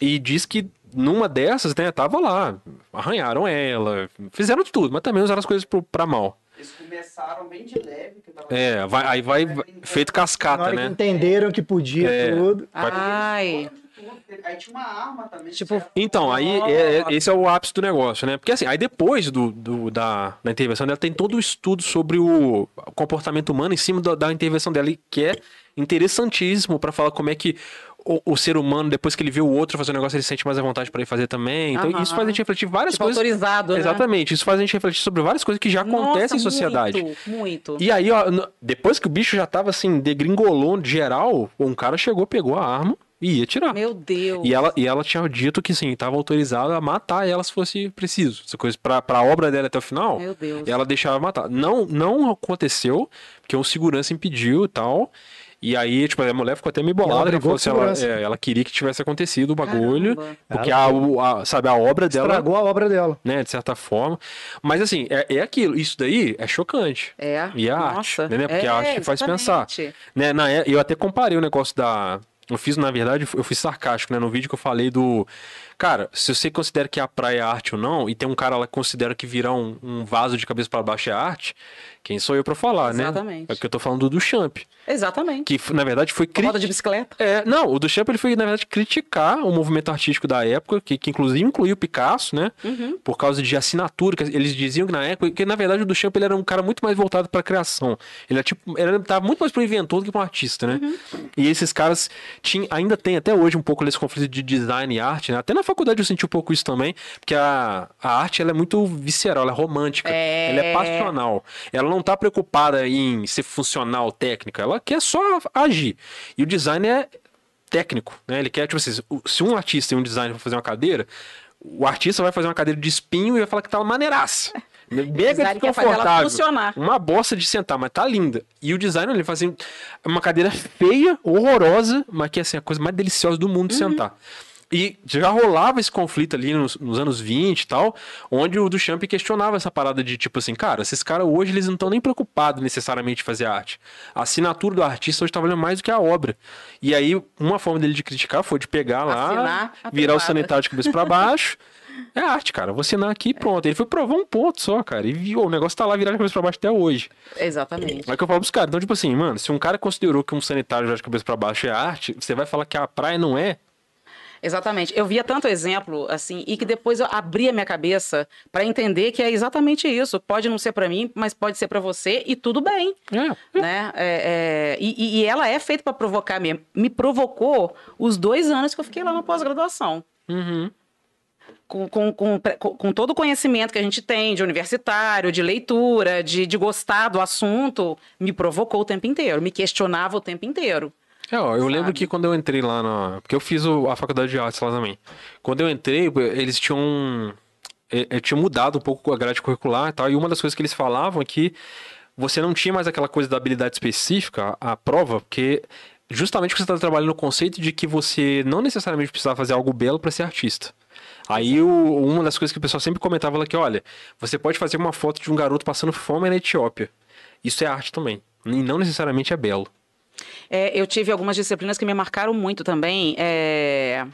S1: E diz que numa dessas, né, tava lá. Arranharam ela, fizeram de tudo, mas também usaram as coisas pro, pra mal.
S4: Eles começaram bem de leve. Que eu tava
S1: É, vai- aí vai, vai- feito cascata,
S2: Na hora que
S1: né?
S2: entenderam que podia
S1: É.
S2: tudo.
S1: Vai-
S3: Ah, Ai,
S4: Aí tinha uma arma também.
S3: Tipo,
S4: certo?
S1: Então, aí é- é- esse é o ápice do negócio, né? Porque assim, aí depois do, do- da, da intervenção dela, tem todo o estudo sobre o comportamento humano em cima da, da intervenção dela, e que é interessantíssimo pra falar como é que o, o ser humano, depois que ele vê o outro fazer um negócio, ele sente mais à vontade pra ele fazer também. Então,
S3: Aham.
S1: isso faz a gente refletir várias
S3: tipo,
S1: coisas.
S3: autorizado, né?
S1: Exatamente, isso faz a gente refletir sobre várias coisas que já acontecem em
S3: Nossa,
S1: sociedade.
S3: Muito, muito.
S1: E aí, ó, no- depois que o bicho já tava assim, degringolou de geral, um cara chegou, pegou a arma e ia tirar.
S3: Meu Deus.
S1: E ela, e ela tinha dito que sim, estava autorizada a matar ela se fosse preciso. Essa coisa pra, pra obra dela até o final,
S3: Meu Deus.
S1: ela deixava matar. Não, não aconteceu, porque o segurança impediu e tal. E aí, tipo, a mulher ficou até meio bolada,
S2: brigou
S1: ela falou
S2: com
S1: assim,
S2: o
S1: ela,
S2: segurança.
S1: é, ela queria que tivesse acontecido o bagulho,
S3: Caramba.
S1: porque a, o- a- sabe, a obra dela,
S2: Estragou a obra dela.
S1: né, de certa forma. Mas assim, é, é aquilo, isso daí é chocante.
S3: É.
S1: E a
S3: Nossa. É,
S1: arte, né? Porque a arte faz pensar.
S3: exatamente.
S1: Né, na é- eu até comparei o negócio da. Eu fiz, na verdade, eu fui sarcástico, né? No vídeo que eu falei do. Cara, se você considera que a praia é arte ou não, e tem um cara lá que considera que virar um, um vaso de cabeça pra baixo é arte, quem sou eu pra falar, né?
S3: Exatamente.
S1: É o que eu tô falando do Duchamp.
S3: Exatamente.
S1: Que, na verdade, foi cri...
S3: Roda de bicicleta.
S1: É, não, o Duchamp ele foi, na verdade, criticar o movimento artístico da época, que, que inclusive incluiu o Picasso, né? Por causa de assinatura, que eles diziam que na época, que na verdade o Duchamp ele era um cara muito mais voltado pra criação. Ele era, tipo, era, tava muito mais pro inventor do que pro um artista, né? E esses caras tinham, ainda tem até hoje um pouco desse conflito de design e arte, né? Até na faculdade eu senti um pouco isso também, porque a, a arte ela é muito visceral, ela é romântica,
S3: É.
S1: ela é passional. Ela não tá preocupada em ser funcional, técnica, ela quer só agir. E o design é técnico, né? Ele quer, tipo assim, se um artista e um designer for fazer uma cadeira, o artista vai fazer uma cadeira de espinho e vai falar que tá uma
S3: (laughs)
S1: maneiraça. Mega
S3: Apesar de que fazer ela
S1: desconfortável.
S3: funcionar.
S1: Uma bosta de sentar, mas tá linda. E o design, ele faz assim, uma cadeira feia, horrorosa, mas que é assim, a coisa mais deliciosa do mundo de
S3: Uhum.
S1: sentar. E já rolava esse conflito ali nos, nos anos 20 e tal, onde o Duchamp questionava essa parada de tipo assim, cara, esses caras hoje eles não estão nem preocupados necessariamente em fazer arte. A assinatura do artista hoje tá valendo mais do que a obra. E aí, uma forma dele de criticar foi de pegar lá,
S3: Assinar a
S1: virar o
S3: privada.
S1: sanitário de cabeça pra baixo. É arte, cara. Eu Vou assinar aqui e pronto. Ele foi provar um ponto só, cara. E viu, o negócio tá lá virado de cabeça pra baixo até hoje.
S3: Exatamente.
S1: É o que eu falo pros caras. Então, tipo assim, mano, se um cara considerou que um sanitário já de cabeça pra baixo é arte, você vai falar que a praia não é?
S3: Exatamente. Eu via tanto exemplo, assim, e que depois eu abria minha cabeça para entender que é exatamente isso. Pode não ser para mim, mas pode ser para você, e tudo bem.
S1: É.
S3: né? É, é, e, e ela é feita para provocar mesmo. Me provocou os dois anos que eu fiquei lá na pós-graduação.
S1: Uhum.
S3: Com, com, com, pre- com- com todo o conhecimento que a gente tem de universitário, de leitura, de, de gostar do assunto, me provocou o tempo inteiro, me questionava o tempo inteiro.
S1: É, ó, eu lembro
S3: Sabe?
S1: que quando eu entrei lá na. Porque eu fiz o- a faculdade de artes lá também. Quando eu entrei, eles tinham. eh, eh, tinham mudado um pouco a grade curricular e tal. E uma das coisas que eles falavam é que você não tinha mais aquela coisa da habilidade específica, a a prova, porque justamente você está trabalhando no conceito de que você não necessariamente precisava fazer algo belo para ser artista. Aí o- uma das coisas que o pessoal sempre comentava era que, olha, você pode fazer uma foto de um garoto passando fome na Etiópia. Isso é arte também. E não necessariamente é belo.
S3: É, eu tive algumas disciplinas que me marcaram muito também é,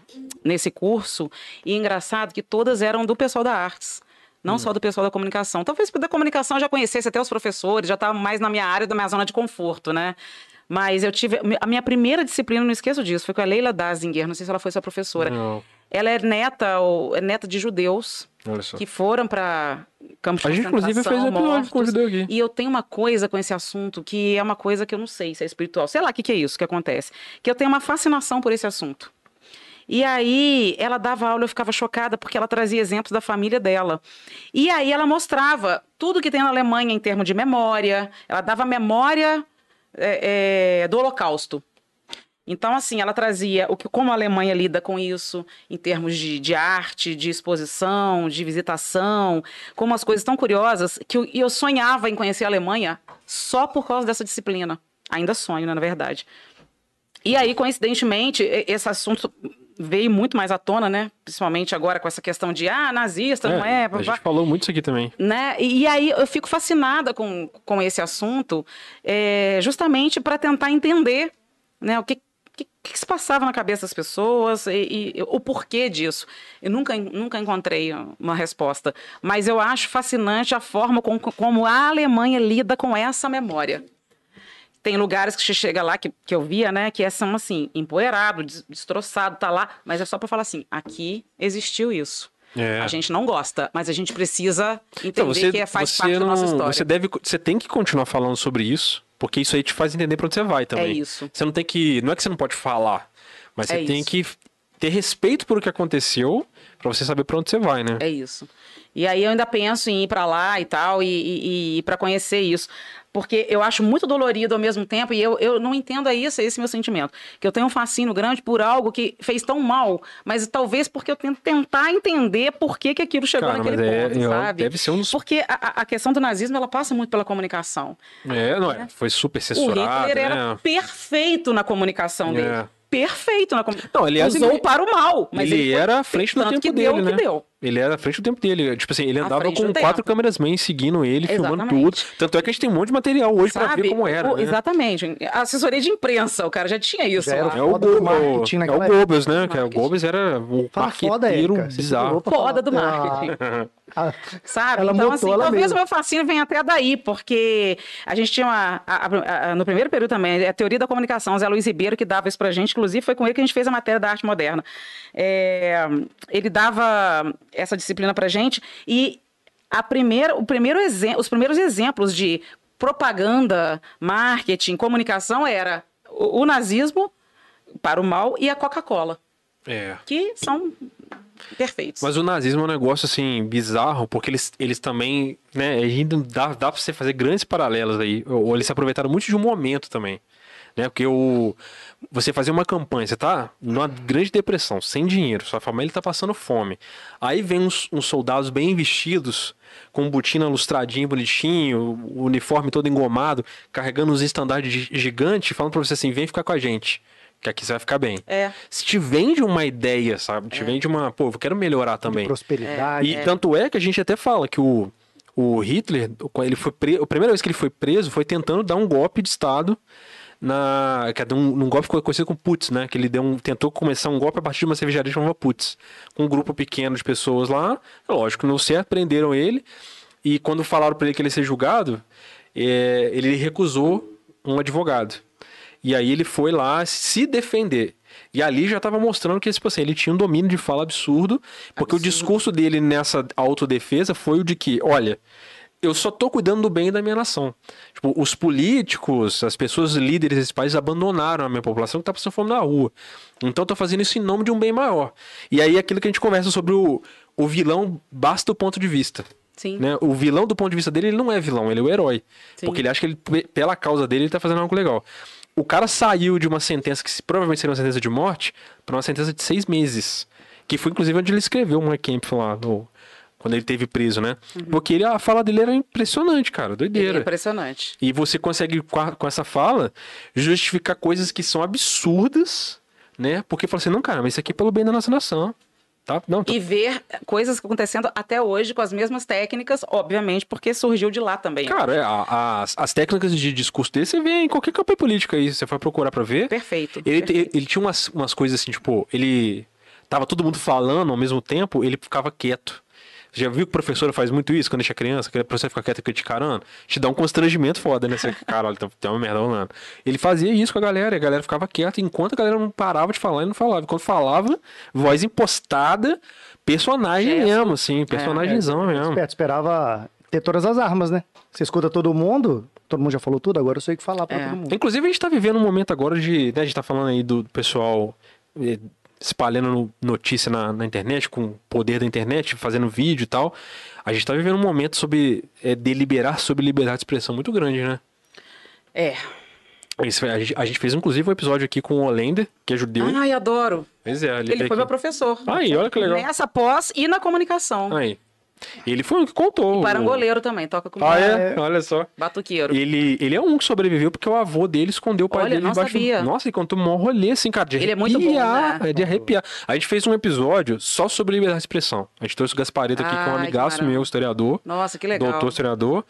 S3: nesse curso. E é engraçado que todas eram do pessoal da artes. Não só do pessoal da comunicação. Talvez da comunicação eu já conhecesse até os professores, já estava mais na minha área, da minha zona de conforto, né? Mas eu tive. A minha primeira disciplina, não esqueço disso, foi com a Leila Dazinger, não sei se ela foi sua professora.
S1: Não,
S3: Ela é neta, ou, é neta de judeus
S1: olha só.
S3: que foram para campos de
S1: A gente,
S3: concentração,
S1: inclusive, fez um episódio
S3: mortos.
S1: com o judeu aqui.
S3: E eu tenho uma coisa com esse assunto que é uma coisa que eu não sei se é espiritual. Sei lá o que, que é isso que acontece. Que eu tenho uma fascinação por esse assunto. E aí, ela dava aula, eu ficava chocada, porque ela trazia exemplos da família dela. E aí, ela mostrava tudo que tem na Alemanha em termos de memória. Ela dava memória é, é, do Holocausto. Então, assim, ela trazia o que, como a Alemanha lida com isso, em termos de, de arte, de exposição, de visitação, como as coisas tão curiosas, que eu, e eu sonhava em conhecer a Alemanha só por causa dessa disciplina. Ainda sonho, né, na verdade. E aí, coincidentemente, e- esse assunto veio muito mais à tona, né? Principalmente agora com essa questão de, ah, nazista, não é?
S1: a
S3: papá
S1: gente falou muito isso aqui também.
S3: né? E, e aí eu fico fascinada com, com esse assunto, é, justamente para tentar entender né, o que, que, que se passava na cabeça das pessoas e, e o porquê disso. Eu nunca, en- nunca encontrei uma resposta, mas eu acho fascinante a forma com- como a Alemanha lida com essa memória. Tem lugares que você chega lá, que, que eu via, né? Que é- são assim, empoeirado, des- destroçado, tá lá. Mas é só para falar assim, aqui existiu isso.
S1: É.
S3: A gente não gosta, mas a gente precisa entender
S1: Então, você,
S3: que é- faz
S1: você
S3: parte
S1: não,
S3: da nossa história.
S1: Você, deve, você tem que continuar falando sobre isso, porque isso aí te faz entender pra onde você vai também.
S3: É isso.
S1: Você não tem que. Não é que você não pode falar, mas
S3: É
S1: você tem
S3: isso.
S1: que ter respeito por o que aconteceu pra você saber pra onde você vai, né?
S3: É isso. E aí eu ainda penso em ir pra lá e tal, e, e, para conhecer isso. Porque eu acho muito dolorido ao mesmo tempo, e eu, eu não entendo é isso, é esse meu sentimento. Que eu tenho um fascínio grande por algo que fez tão mal, mas talvez porque eu tento tentar entender por que, que aquilo chegou
S1: Cara, mas
S3: naquele
S1: é-
S3: ponto,
S1: eu-
S3: sabe?
S1: deve ser um dos.
S3: Porque a, a- a questão do nazismo, ela passa muito pela comunicação.
S1: É, não, é, foi super
S3: Né? o
S1: censurado.
S3: Hitler era
S1: né?
S3: perfeito na comunicação dele.
S1: É.
S3: Perfeito na comunicação.
S1: Não, aliás,
S3: Usou
S1: ele-
S3: para o mal, mas
S1: ele,
S3: ele, foi
S1: era à frente do
S3: tanto
S1: tempo
S3: que
S1: dele,
S3: deu o
S1: né?
S3: que deu.
S1: Ele era à frente do tempo dele. Tipo assim, ele
S3: À
S1: andava
S3: frente
S1: com
S3: do
S1: quatro
S3: tempo.
S1: câmeramen seguindo ele, filmando tudo.
S3: Exatamente.
S1: Tanto é que a gente tem um monte de material hoje pra
S3: Sabe?
S1: ver como era.
S3: O-
S1: né?
S3: Exatamente. A assessoria de imprensa, o cara já tinha isso
S2: Já era
S3: lá.
S1: É o,
S2: Foda do
S1: Go-
S2: marketing
S1: é o
S2: naquela
S1: Goebbels, né? Que é o
S3: Marketing.
S1: Goebbels era um
S2: Fala foda,
S1: marqueteiro
S2: Érica. Você segurou
S1: bizarro.
S2: pra
S3: Foda
S2: falar da-
S3: do marketing.
S2: a-
S3: Sabe?
S2: Ela
S3: então,
S2: montou
S3: assim,
S2: ela
S3: talvez
S2: mesma.
S3: o meu fascínio venha até daí, porque a gente tinha uma. a- a- a- no primeiro período também, é a teoria da comunicação, Zé Luiz Ribeiro, que dava isso pra gente, inclusive foi com ele que a gente fez a matéria da arte moderna. É, ele dava essa disciplina pra gente e a primeira, o primeiro exem- os primeiros exemplos de propaganda, marketing, comunicação era o, o nazismo para o mal e a Coca-Cola.
S1: É.
S3: que são Perfeitos.
S1: Mas o nazismo é um negócio, assim, bizarro, porque eles, eles também, né, ainda dá, dá pra você fazer grandes paralelos aí. Ou eles se aproveitaram muito de um momento também. Né? Porque o, você fazer uma campanha, você tá numa grande depressão, sem dinheiro, sua família tá passando fome. Aí vem uns, uns soldados bem vestidos, com botina lustradinho, bonitinho, o uniforme todo engomado, carregando uns estandardes gi- gigantes, falando pra você assim, vem ficar com a gente. Que aqui você vai ficar bem.
S3: É.
S1: Se te vende uma ideia, sabe? Te vende uma. Pô, eu quero melhorar também.
S2: Prosperidade.
S1: E tanto é que a gente até fala que o, o Hitler, quando ele foi preso, a primeira vez que ele foi preso foi tentando dar um golpe de Estado. Na, que é de um, num golpe que foi conhecido como Putz, né? Que ele deu um, tentou começar um golpe a partir de uma cervejaria chamada Putz. Com um grupo pequeno de pessoas lá. Lógico, não certo, prenderam ele. E quando falaram para ele que ele ia ser julgado, é, ele recusou um advogado. E aí ele foi lá se defender. E ali já estava mostrando que tipo assim, ele tinha um domínio de fala absurdo, porque o discurso dele nessa autodefesa foi o de que, olha, eu só tô cuidando do bem da minha nação. Tipo, os políticos, as pessoas líderes desse país abandonaram a minha população que tá passando fome na rua. Então eu tô fazendo isso em nome de um bem maior. E aí é aquilo que a gente conversa sobre o, o vilão basta o ponto de vista.
S3: Sim.
S1: né? O vilão, do ponto de vista dele, ele não é vilão, ele é o herói.
S3: Sim.
S1: Porque ele acha que ele, pe- pela causa dele, ele tá fazendo algo legal. O cara saiu de uma sentença que se- provavelmente seria uma sentença de morte para uma sentença de seis meses. Que foi, inclusive, onde ele escreveu uma camp lá no- Quando ele teve preso, né? Porque ele- a fala dele era impressionante, cara.
S3: Uhum. É
S1: Doideira.
S3: impressionante.
S1: E você consegue, com a- com essa fala, justificar coisas que são absurdas, né? Porque fala assim, não, cara, mas isso aqui é pelo bem da nossa nação. Tá? Não, tá
S3: E ver coisas acontecendo até hoje com as mesmas técnicas, obviamente, porque surgiu de lá também.
S1: Cara, é, a- a- as, as técnicas de discurso dele você vê em qualquer campanha política aí, você vai procurar pra ver.
S3: Perfeito.
S1: Ele, te-
S3: perfeito.
S1: ele tinha umas, umas coisas assim, tipo, ele tava todo mundo falando ao mesmo tempo, ele ficava quieto. Você já viu que professora faz muito isso quando deixa criança, que a professora fica quieta criticando? Te dá um constrangimento foda, né? Você, caralho, tá- tem uma merda rolando. Ele fazia isso com a galera, e a galera ficava quieta, enquanto a galera não parava de falar e não falava. Quando falava, voz impostada, personagem
S3: Gesto. É,
S1: mesmo, assim, personagemzão mesmo.
S2: Esperto, esperava ter todas as armas, né? Você escuta todo mundo, todo mundo já falou tudo, agora eu sei o que falar pra
S3: É.
S2: todo mundo.
S1: Inclusive, a gente tá vivendo um momento agora de. Né, a gente tá falando aí do pessoal eh, espalhando no- notícia na, na internet, com o poder da internet, fazendo vídeo e tal. A gente tá vivendo um momento sobre eh, deliberar sobre liberdade de expressão muito grande, né?
S3: É.
S1: Isso, a, gente, a gente fez inclusive um episódio aqui com o Holender, que é judeu.
S3: Ai, adoro.
S1: Pois é,
S3: Ah. Ele foi
S1: veio
S3: meu
S1: aqui.
S3: professor.
S1: Aí, olha que legal.
S3: Nessa pós e na comunicação.
S1: Aí. Ele foi um que contou. o-
S3: Parangoleiro também, toca comigo.
S1: Ah, é? Olha só.
S3: Batuqueiro.
S1: Ele, ele é um que sobreviveu porque o avô dele escondeu o pai
S3: Olha,
S1: dele
S3: não
S1: debaixo
S3: sabia.
S1: do... Nossa, ele contou um maior rolê, assim, cara, de
S3: Ele é
S1: arrepiar.
S3: muito bom, né?
S1: é de arrepiar. A gente fez um episódio só sobre liberdade de expressão. A gente trouxe o Gaspareto aqui, que é um
S3: Ai, que
S1: amigaço
S3: maravilha.
S1: meu, historiador.
S3: Nossa, que legal.
S1: Doutor assim, historiador.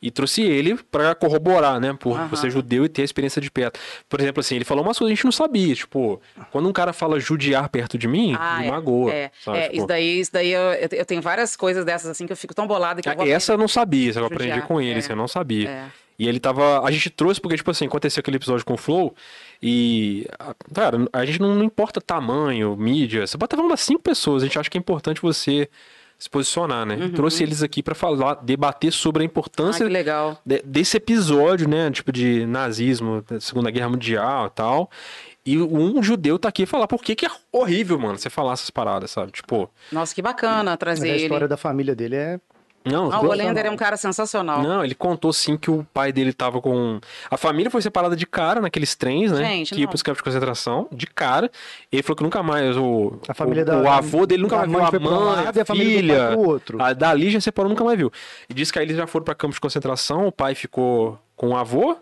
S1: E trouxe ele pra corroborar, né? Por
S3: Aham.
S1: você judeu e ter a experiência de perto. Por exemplo, assim, ele falou umas coisas que a gente não sabia. Tipo, quando um cara fala judiar perto de mim,
S3: Ah,
S1: me
S3: é,
S1: magoa.
S3: É,
S1: sabe?
S3: é,
S1: Tipo,
S3: isso daí, isso daí eu, eu te- eu tenho várias coisas dessas assim que eu fico tão bolada que eu vou
S1: É, Ah, Essa eu não sabia, eu
S3: Judiar,
S1: aprendi com ele,
S3: é.
S1: assim, eu não sabia.
S3: É.
S1: E ele tava. A gente trouxe porque, tipo assim, aconteceu aquele episódio com o Flow e. a- Cara, a gente não, não importa tamanho, mídia. Você bota umas cinco pessoas, a gente acha que é importante você se posicionar,
S3: Uhum.
S1: né? Trouxe eles aqui pra falar, debater sobre a
S3: Ah,
S1: importância
S3: que legal.
S1: de- desse episódio, né? Tipo, de nazismo, da Segunda Guerra Mundial e tal. E um judeu tá aqui e falar por que, que é horrível, mano, você falar essas paradas, sabe? Tipo,
S3: Nossa, que bacana
S2: Mas
S3: trazer
S2: a
S3: ele.
S2: história da família dele é
S1: não,
S3: Ah, o Holender é um cara sensacional.
S1: Não, ele contou sim que o pai dele tava com. A família foi separada de cara naqueles trens, né?
S3: Gente,
S1: que ia
S3: não.
S1: pros campos de concentração, de cara. Ele falou que nunca mais o.
S2: a família
S1: o,
S2: da.
S1: o avô dele nunca
S2: da
S1: mais viu a
S2: foi pra um
S1: mãe,
S2: lado e
S1: a,
S2: a família do pai
S1: filha.
S2: pro outro.
S1: A dali já separou, nunca mais viu. E diz que aí eles já foram pra campos de concentração, o pai ficou com o avô.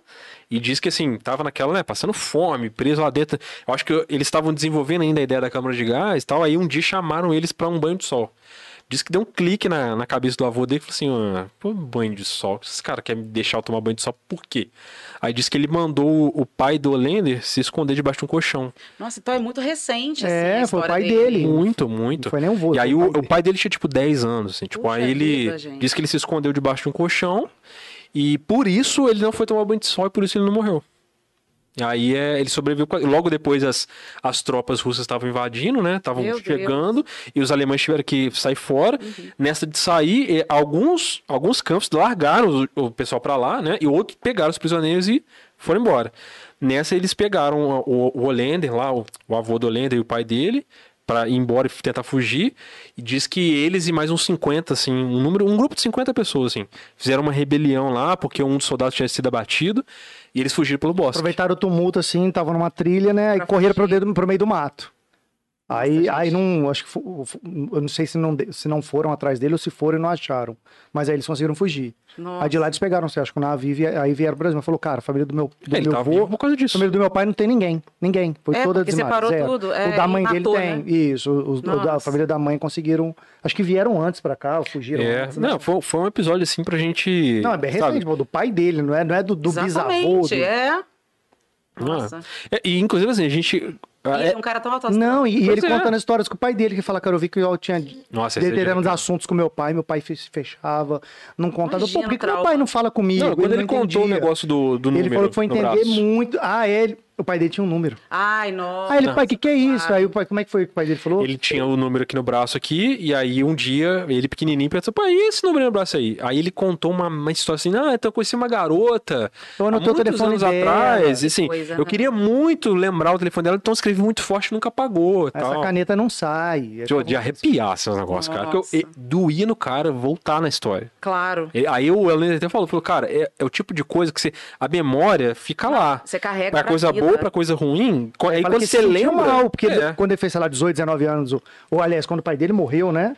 S1: E diz que assim, tava naquela, né, passando fome, preso lá dentro. Eu acho que eles estavam desenvolvendo ainda a ideia da câmara de gás e tal. Aí um dia chamaram eles pra um banho de sol. Diz que deu um clique na, na cabeça do avô dele e falou assim: ah, pô, banho de sol, esses caras querem me deixar eu tomar banho de sol, por quê? Aí diz que ele mandou o- o pai do Olender se esconder debaixo de um colchão.
S3: Nossa, então é muito recente. assim,
S2: É,
S3: a
S2: foi o
S3: história
S2: pai dele.
S1: Muito,
S2: Não
S1: muito.
S2: foi nem um vô.
S1: E aí o,
S2: foi pai
S1: o
S2: dele.
S1: pai dele tinha tipo 10 anos, assim, tipo,
S3: Puxa
S1: aí ele
S3: vida, gente.
S1: disse que ele se escondeu debaixo de um colchão e por isso ele não foi tomar banho de sol e por isso ele não morreu. E aí é, ele sobreviveu, quase- logo depois as, as tropas russas estavam invadindo, né, estavam
S3: Meu Deus.
S1: chegando e os alemães tiveram que sair fora. Nessa de sair, eh, alguns, alguns campos largaram o, o pessoal pra lá, né, e outros pegaram os prisioneiros e foram embora. Nessa eles pegaram o, o, o Holender lá, o, o avô do Holender e o pai dele, para ir embora e tentar fugir. E diz que eles e mais uns 50, assim, um, número, um grupo de 50 pessoas, assim, fizeram uma rebelião lá porque um dos soldados tinha sido abatido e eles fugiram pelo bosque.
S2: Aproveitaram o tumulto, assim, tava numa trilha, né? E
S3: Pra
S2: correram pro,
S3: fugir.
S2: dedo, pro meio do mato. Aí,
S3: Nossa,
S2: aí
S3: gente.
S2: não, acho que fo- fo- eu não sei se não, de- se não foram atrás dele ou se foram e não acharam. Mas aí eles conseguiram fugir.
S3: Nossa.
S2: Aí de lá eles pegaram, você acha que o navio e vie- aí vieram pro Brasil. Mas falou, cara, a família do meu, do
S1: É, ele
S2: meu
S1: tava
S2: avô,
S1: vivo por causa
S2: a
S1: disso.
S2: família do meu pai não tem ninguém. Ninguém. Foi
S3: É,
S2: toda
S3: porque
S2: dizimada.
S3: separou
S2: zero.
S3: tudo, é,
S2: o da
S3: e
S2: mãe dele
S3: matou,
S2: tem.
S3: né?
S2: Isso. O, o da a
S3: Nossa.
S2: família da mãe conseguiram. Acho que vieram antes pra cá, ou fugiram
S1: É,
S2: antes. né?
S1: não, foi, foi um episódio assim pra gente.
S2: Não, é bem
S1: sabe?
S2: recente, pô, do pai dele, não é, não é do, do bisavô.
S3: Exatamente,
S2: do-
S3: é.
S1: Ah,
S3: Nossa.
S1: É, E inclusive assim, a gente.
S3: Ih,
S1: é-
S3: um cara tão alto
S2: Não, e, e ele
S1: Pois é.
S2: contando histórias com o pai dele, que fala, cara, eu vi que eu tinha
S1: Nossa, esse é
S2: determinados
S1: genial.
S2: assuntos com meu pai, meu pai fe- fechava, não contava. Pô,
S3: Imagina
S2: por que,
S3: o
S2: que meu
S3: trauma.
S2: pai não fala comigo?
S1: Não, quando ele,
S2: não
S1: contou o
S2: entendia.
S1: negócio do, do número.
S2: Ele falou que foi
S1: no
S2: entender
S1: braço.
S2: muito. Ah, ele. O pai dele tinha um número.
S3: Ai, nossa.
S2: Ah, ele, pai, o que, que é isso?
S3: claro.
S2: Aí o pai, como é que foi que o pai dele falou?
S1: Ele tinha o número aqui no braço aqui, e aí um dia, ele pequenininho, pensou, pô, e esse número no braço aí? Aí ele contou uma, uma história assim, não, então eu conheci uma garota
S2: Eu anotei
S1: há
S2: o
S1: muitos
S2: telefone
S1: anos
S2: dela.
S1: atrás, e assim,
S3: Coisa,
S1: eu
S3: né?
S1: queria muito lembrar o telefone dela, então eu escrevi muito forte, nunca apagou e
S2: Essa
S1: tal.
S2: caneta não sai. é
S1: De, de arrepiar seus negócios, cara. Que eu,
S3: Nossa.
S1: e- doía no cara voltar na história.
S3: Claro.
S1: E- Aí o Helena até falou, falou, cara, é, é o tipo de coisa que você. A memória fica lá.
S3: Você carrega
S1: Pra
S3: pra
S1: coisa
S3: vida. né?
S1: boa, pra coisa ruim. co- Aí
S2: Fala
S1: quando
S2: que
S1: você
S2: se sentiu
S1: lembra.
S2: mal, porque
S1: é.
S2: quando ele fez, sei lá, 18, 19 anos, ou, ou, aliás, quando o pai dele morreu, né?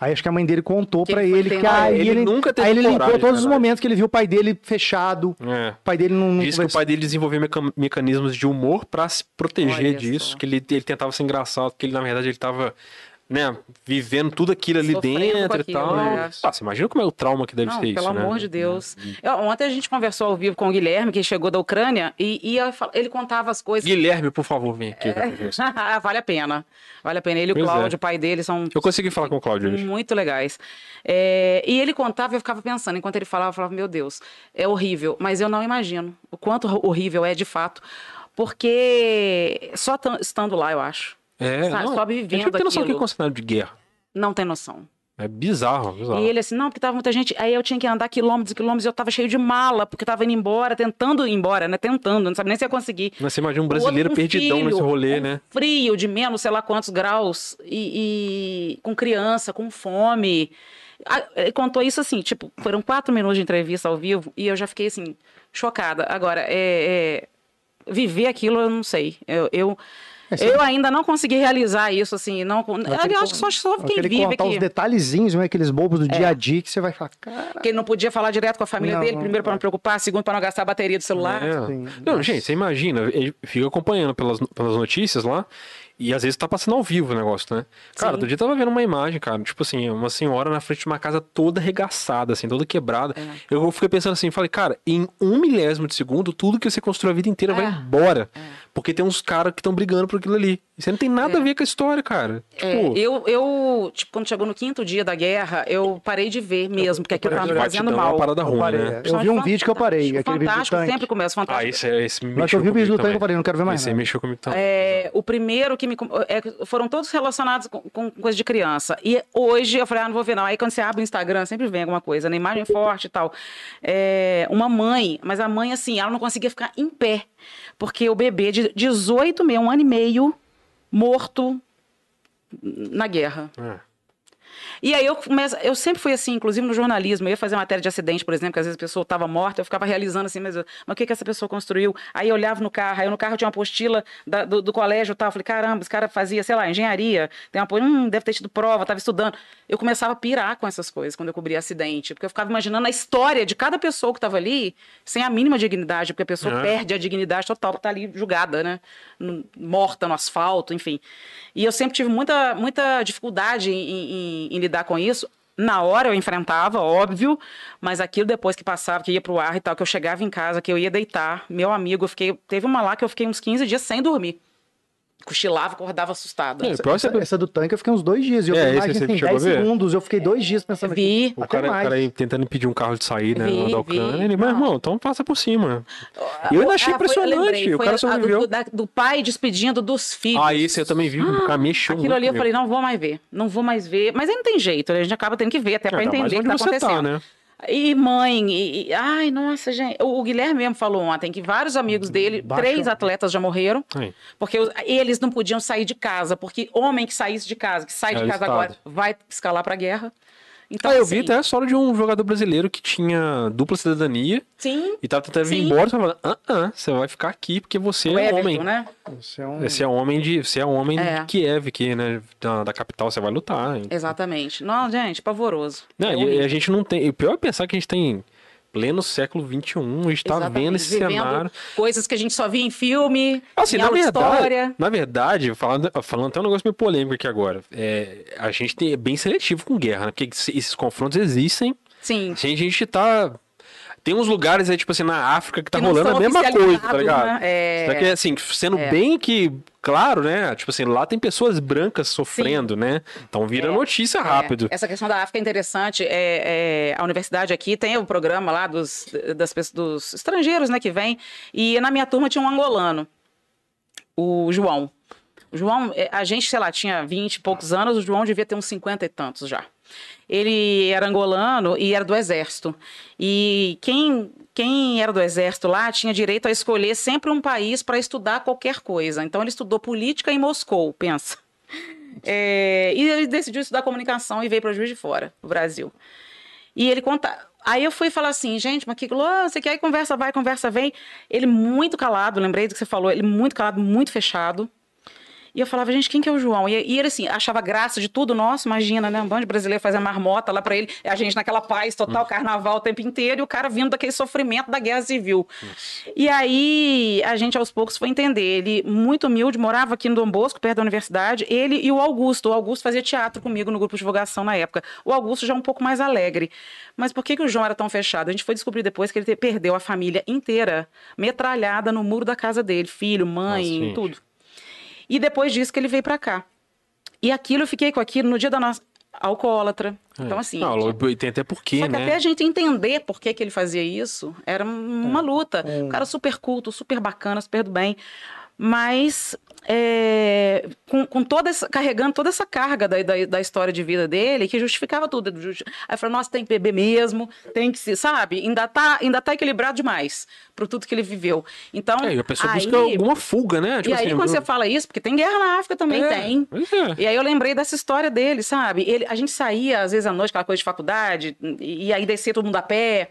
S2: Aí acho que a mãe dele contou
S3: Que
S2: pra
S3: ele foi
S2: ele que
S3: entender.
S2: aí
S1: Ele
S2: ele,
S1: nunca teve
S2: aí ele limpou
S1: coragem,
S2: todos os
S1: verdade.
S2: momentos que ele viu o pai dele fechado.
S1: É.
S2: O pai dele não, não
S1: Diz que o pai dele desenvolveu meca- mecanismos de humor pra se proteger
S3: Olha
S1: disso,
S3: só.
S1: que ele, ele tentava ser engraçado, que ele, na verdade, ele tava, né, vivendo tudo aquilo ali
S3: Sofrendo com
S1: dentro e
S3: aquilo,
S1: tal.
S3: né?
S1: Ah, você imagina como é o trauma que deve
S3: Não,
S1: ser isso,
S3: pelo
S1: né?
S3: amor de Deus. Eu- ontem a gente conversou ao vivo com o Guilherme, que chegou da Ucrânia, e, e eu fal- ele contava as coisas. (laughs) Ah,
S1: Guilherme, por favor, vem aqui.
S3: É.
S1: velho.
S3: vale a pena. Vale a pena. Ele e o
S1: Pois é.
S3: Cláudio, o pai dele, são
S1: Eu consegui falar com o Claudio hoje.
S3: muito legais. É, e ele contava, eu ficava pensando, enquanto ele falava, eu falava, meu Deus, é horrível. Mas eu não imagino o quanto horrível é de fato. Porque só tan- estando lá, eu acho.
S1: É, não,
S3: Sabe, só
S1: a gente não
S3: vivendo
S1: tem noção do que é
S3: aquilo.
S1: um cenário de guerra.
S3: Não tem noção.
S1: É bizarro, bizarro.
S3: E ele assim, não, porque tava muita gente. Aí eu tinha que andar quilômetros e quilômetros e eu tava cheio de mala, porque tava indo embora, tentando ir embora, né? Tentando, não sabe nem se ia conseguir.
S1: Mas Você imagina um
S3: O outro
S1: brasileiro
S3: com
S1: perdidão
S3: filho, É
S1: nesse rolê,
S3: com
S1: né?
S3: Frio de menos sei lá quantos graus e, e com criança, com fome. Ah, Ele contou isso assim, tipo, foram quatro minutos de entrevista ao vivo e eu já fiquei assim, chocada. Agora, é, é, viver aquilo eu não sei. Eu, eu,
S1: É,
S3: eu ainda não consegui realizar isso, assim. Não, eu acho que só, só quem
S2: Aquele
S3: vive
S2: contar
S3: aqui. É.
S2: os detalhezinhos, né, aqueles bobos do dia a dia que você vai falar, cara.
S3: Porque ele não podia falar direto com a família
S2: Não,
S3: dele,
S2: não,
S3: primeiro para não preocupar, segundo para não gastar a bateria do celular.
S1: É.
S2: sim.
S1: Não, gente, você imagina, ele fica acompanhando pelas, pelas notícias lá, e às vezes tá passando ao vivo o negócio, né? Cara,
S3: Sim.
S1: outro dia eu tava vendo uma imagem, cara, tipo assim, uma senhora na frente de uma casa toda arregaçada, assim, toda quebrada.
S3: É.
S1: Eu fiquei pensando assim, falei, cara, em um milésimo de segundo, tudo que você construiu a vida inteira vai
S3: É.
S1: embora. Porque tem uns caras que estão brigando por aquilo ali. E Você não tem nada a ver com a história, cara.
S3: É,
S1: Tipo,
S3: eu, eu, tipo, quando chegou no quinto dia da guerra, eu parei de ver mesmo, porque aquilo
S1: parece
S3: tava
S1: que
S3: me
S1: batidão
S3: fazendo
S1: é uma
S3: mal.
S1: parada
S2: Eu
S1: ruim,
S2: parei,
S1: né?
S2: é. Eu vi um vídeo que eu parei,
S3: Fantástico,
S2: aquele vídeo do
S3: Fantástico,
S2: tanque.
S3: sempre começa, fantástico.
S1: Ah, esse, esse me
S2: Mas eu
S1: mexeu
S2: vi o vídeo do
S1: comigo
S2: tanque, eu
S1: também.
S2: falei, não quero ver mais
S1: Esse aí
S2: nada.
S1: mexeu comigo também.
S3: É, o primeiro que me. com- é, foram todos relacionados com, com coisa de criança. E hoje eu falei, ah, não vou ver, não. Aí quando você abre o Instagram, sempre vem alguma coisa, né? Imagem forte e tal. É, uma mãe, mas a mãe, assim, ela não conseguia ficar em pé. Porque o bebê de 18 meses, um ano e meio, morto na guerra.
S1: É.
S3: E aí eu começo, eu sempre fui assim, inclusive no jornalismo, eu ia fazer matéria de acidente, por exemplo, que às vezes a pessoa estava morta, eu ficava realizando assim, mas, eu- mas o que que essa pessoa construiu? Aí eu olhava no carro, aí no carro tinha uma apostila da- do, do colégio e tal, eu falei, caramba, esse cara fazia, sei lá, engenharia, tem uma apo- hum, deve ter tido prova, estava estudando. Eu começava a pirar com essas coisas quando eu cobria acidente, porque eu ficava imaginando a história de cada pessoa que estava ali, sem a mínima dignidade, porque a pessoa
S1: É.
S3: perde a dignidade total por estar ali julgada, né? N- Morta no asfalto, enfim. E eu sempre tive muita, muita dificuldade em, em- em lidar com isso. Na hora eu enfrentava, óbvio, mas aquilo depois que passava, que ia pro ar e tal, que eu chegava em casa, que eu ia deitar, meu amigo, eu fiquei. Teve uma lá que eu fiquei uns 15 dias sem dormir. Cochilava, acordava assustada.
S1: É, o pior é
S2: Essa,
S1: você-
S2: essa do tanque eu fiquei uns dois dias. E eu
S1: É,
S2: é,
S1: esse você
S2: assim,
S1: chegou
S2: 10
S1: a ver?
S2: segundos. Eu fiquei dois dias pensando
S3: É. Vi.
S1: O
S2: Até
S1: cara, o
S2: mais.
S1: cara aí tentando impedir um carro de sair, né?
S3: Vi,
S1: da
S3: vi.
S1: Ucrânia. Ele, mas,
S3: Não.
S1: irmão, então passa por cima. Eu ainda achei
S3: Ah, foi-
S1: impressionante,
S3: lembrei,
S1: o
S3: foi
S1: cara
S3: a do-
S1: sobreviveu.
S3: Do, da- do pai despedindo dos filhos.
S1: Ah, esse eu também vi, o cara mexeu
S3: Aquilo ali eu
S1: comigo.
S3: falei, não vou mais ver, não vou mais ver. Mas aí não tem jeito, né? a gente acaba tendo que ver, até
S1: Ah,
S3: pra
S1: ainda mais
S3: entender o que tá
S1: onde você
S3: acontecendo.
S1: né?
S3: E mãe, e, e- ai, nossa, gente. O, o Guilherme mesmo falou ontem que vários
S1: Hum,
S3: amigos dele,
S2: Baixa.
S1: um
S3: três atletas já morreram,
S1: Aí.
S3: porque os- eles não podiam sair de casa, porque homem que saísse de casa, que sai
S1: É
S3: de
S1: o
S3: casa
S1: Estado.
S3: agora, vai escalar pra guerra. Então,
S1: Ah, eu
S3: assim,
S1: vi até a história de um jogador brasileiro que tinha dupla cidadania
S3: Sim,
S1: e tava tentando vir
S3: Sim.
S1: embora, tava falando, ah, ah, você vai ficar aqui porque você
S3: o
S1: é
S3: Everton,
S1: homem.
S3: né?
S2: Você é um...
S1: Você é homem de, você é homem
S3: É.
S1: de Kiev, que, né, da, da capital, você vai lutar. hein?
S3: Exatamente. Não, gente, pavoroso.
S1: Não,
S3: É
S1: e- e
S3: horrível.
S1: a gente não tem. E o pior é pensar que a gente tem pleno século XXI, a gente tá
S3: Exatamente,
S1: vendo esse
S3: vivendo
S1: cenário.
S3: Coisas que a gente só via em filme,
S1: Assim,
S3: em
S1: na verdade,
S3: auto-história.
S1: na verdade, falando, falando até um negócio meio polêmico aqui agora, é, a gente tem- é bem seletivo com guerra, né? Porque se- esses confrontos existem.
S3: Sim.
S1: Assim, a gente tá. Tem uns lugares aí, tipo assim, na África que tá
S3: Que não
S1: rolando
S3: são
S1: a mesma coisa,
S3: oficializados,
S1: tá ligado?
S3: né? É.
S1: Só que, assim, sendo bem que, claro, né? Tipo assim, lá tem pessoas brancas sofrendo, né? Então vira notícia rápido.
S3: É, essa questão da África é interessante. É, é, a universidade aqui tem o programa lá dos, das, pe- dos estrangeiros né, que vêm. E na minha turma tinha um angolano, o João. O João, é, a gente, sei lá, tinha 20 e poucos anos, o João devia ter uns 50 e tantos já. Ele era angolano e era do exército. E quem, quem era do exército lá tinha direito a escolher sempre um país para estudar qualquer coisa. Então ele estudou política em Moscou, pensa. É, e ele decidiu estudar comunicação e veio para Juiz de Fora, o Brasil. E ele conta. Aí eu fui falar assim, gente, mas que glória, você quer? Aí conversa vai, conversa vem. Ele muito calado, lembrei do que você falou, ele muito calado, muito fechado. E eu falava, gente, quem que é o João? E, e ele, assim, achava graça de tudo. Nossa, imagina, né? Um bando de brasileiro fazendo marmota lá pra ele. A gente naquela paz total, carnaval o tempo inteiro. E o cara vindo daquele sofrimento da guerra civil. E aí, a gente aos poucos foi entender. Ele, muito humilde, morava aqui no Dom Bosco, perto da universidade. Ele e o Augusto. O Augusto fazia teatro comigo no grupo de divulgação na época. O Augusto já um pouco mais alegre. Mas por que, que o João era tão fechado? A gente foi descobrir depois que ele te- perdeu a família inteira, metralhada no muro da casa dele. Filho,
S1: Nossa,
S3: mãe,
S1: gente.
S3: tudo. E depois disso que ele veio pra cá. E aquilo eu fiquei com aquilo no dia da nossa alcoólatra. Então, assim.
S1: Não, e tem até porquê,
S3: Só que até
S1: É. Ah, né?
S3: a gente entender por que, que ele fazia isso, era um-
S1: É,
S3: uma luta. Um cara super culto, super bacana, super do bem. Mas é, com, com toda essa, carregando toda essa carga da, da, da história de vida dele, que justificava tudo. Justi- Aí falou, nossa, tem que beber mesmo, tem que se, sabe? Ainda tá, ainda tá equilibrado demais pro tudo que ele viveu. Então,
S1: É, e a pessoa
S3: aí,
S1: busca alguma fuga, né?
S3: e aí quando você fala isso, porque tem guerra na África também,
S1: é,
S3: tem.
S1: pois é.
S3: E aí eu lembrei dessa história dele, sabe? Ele, a gente saía, às vezes, à noite, aquela coisa de faculdade, e, e aí descia todo mundo a pé.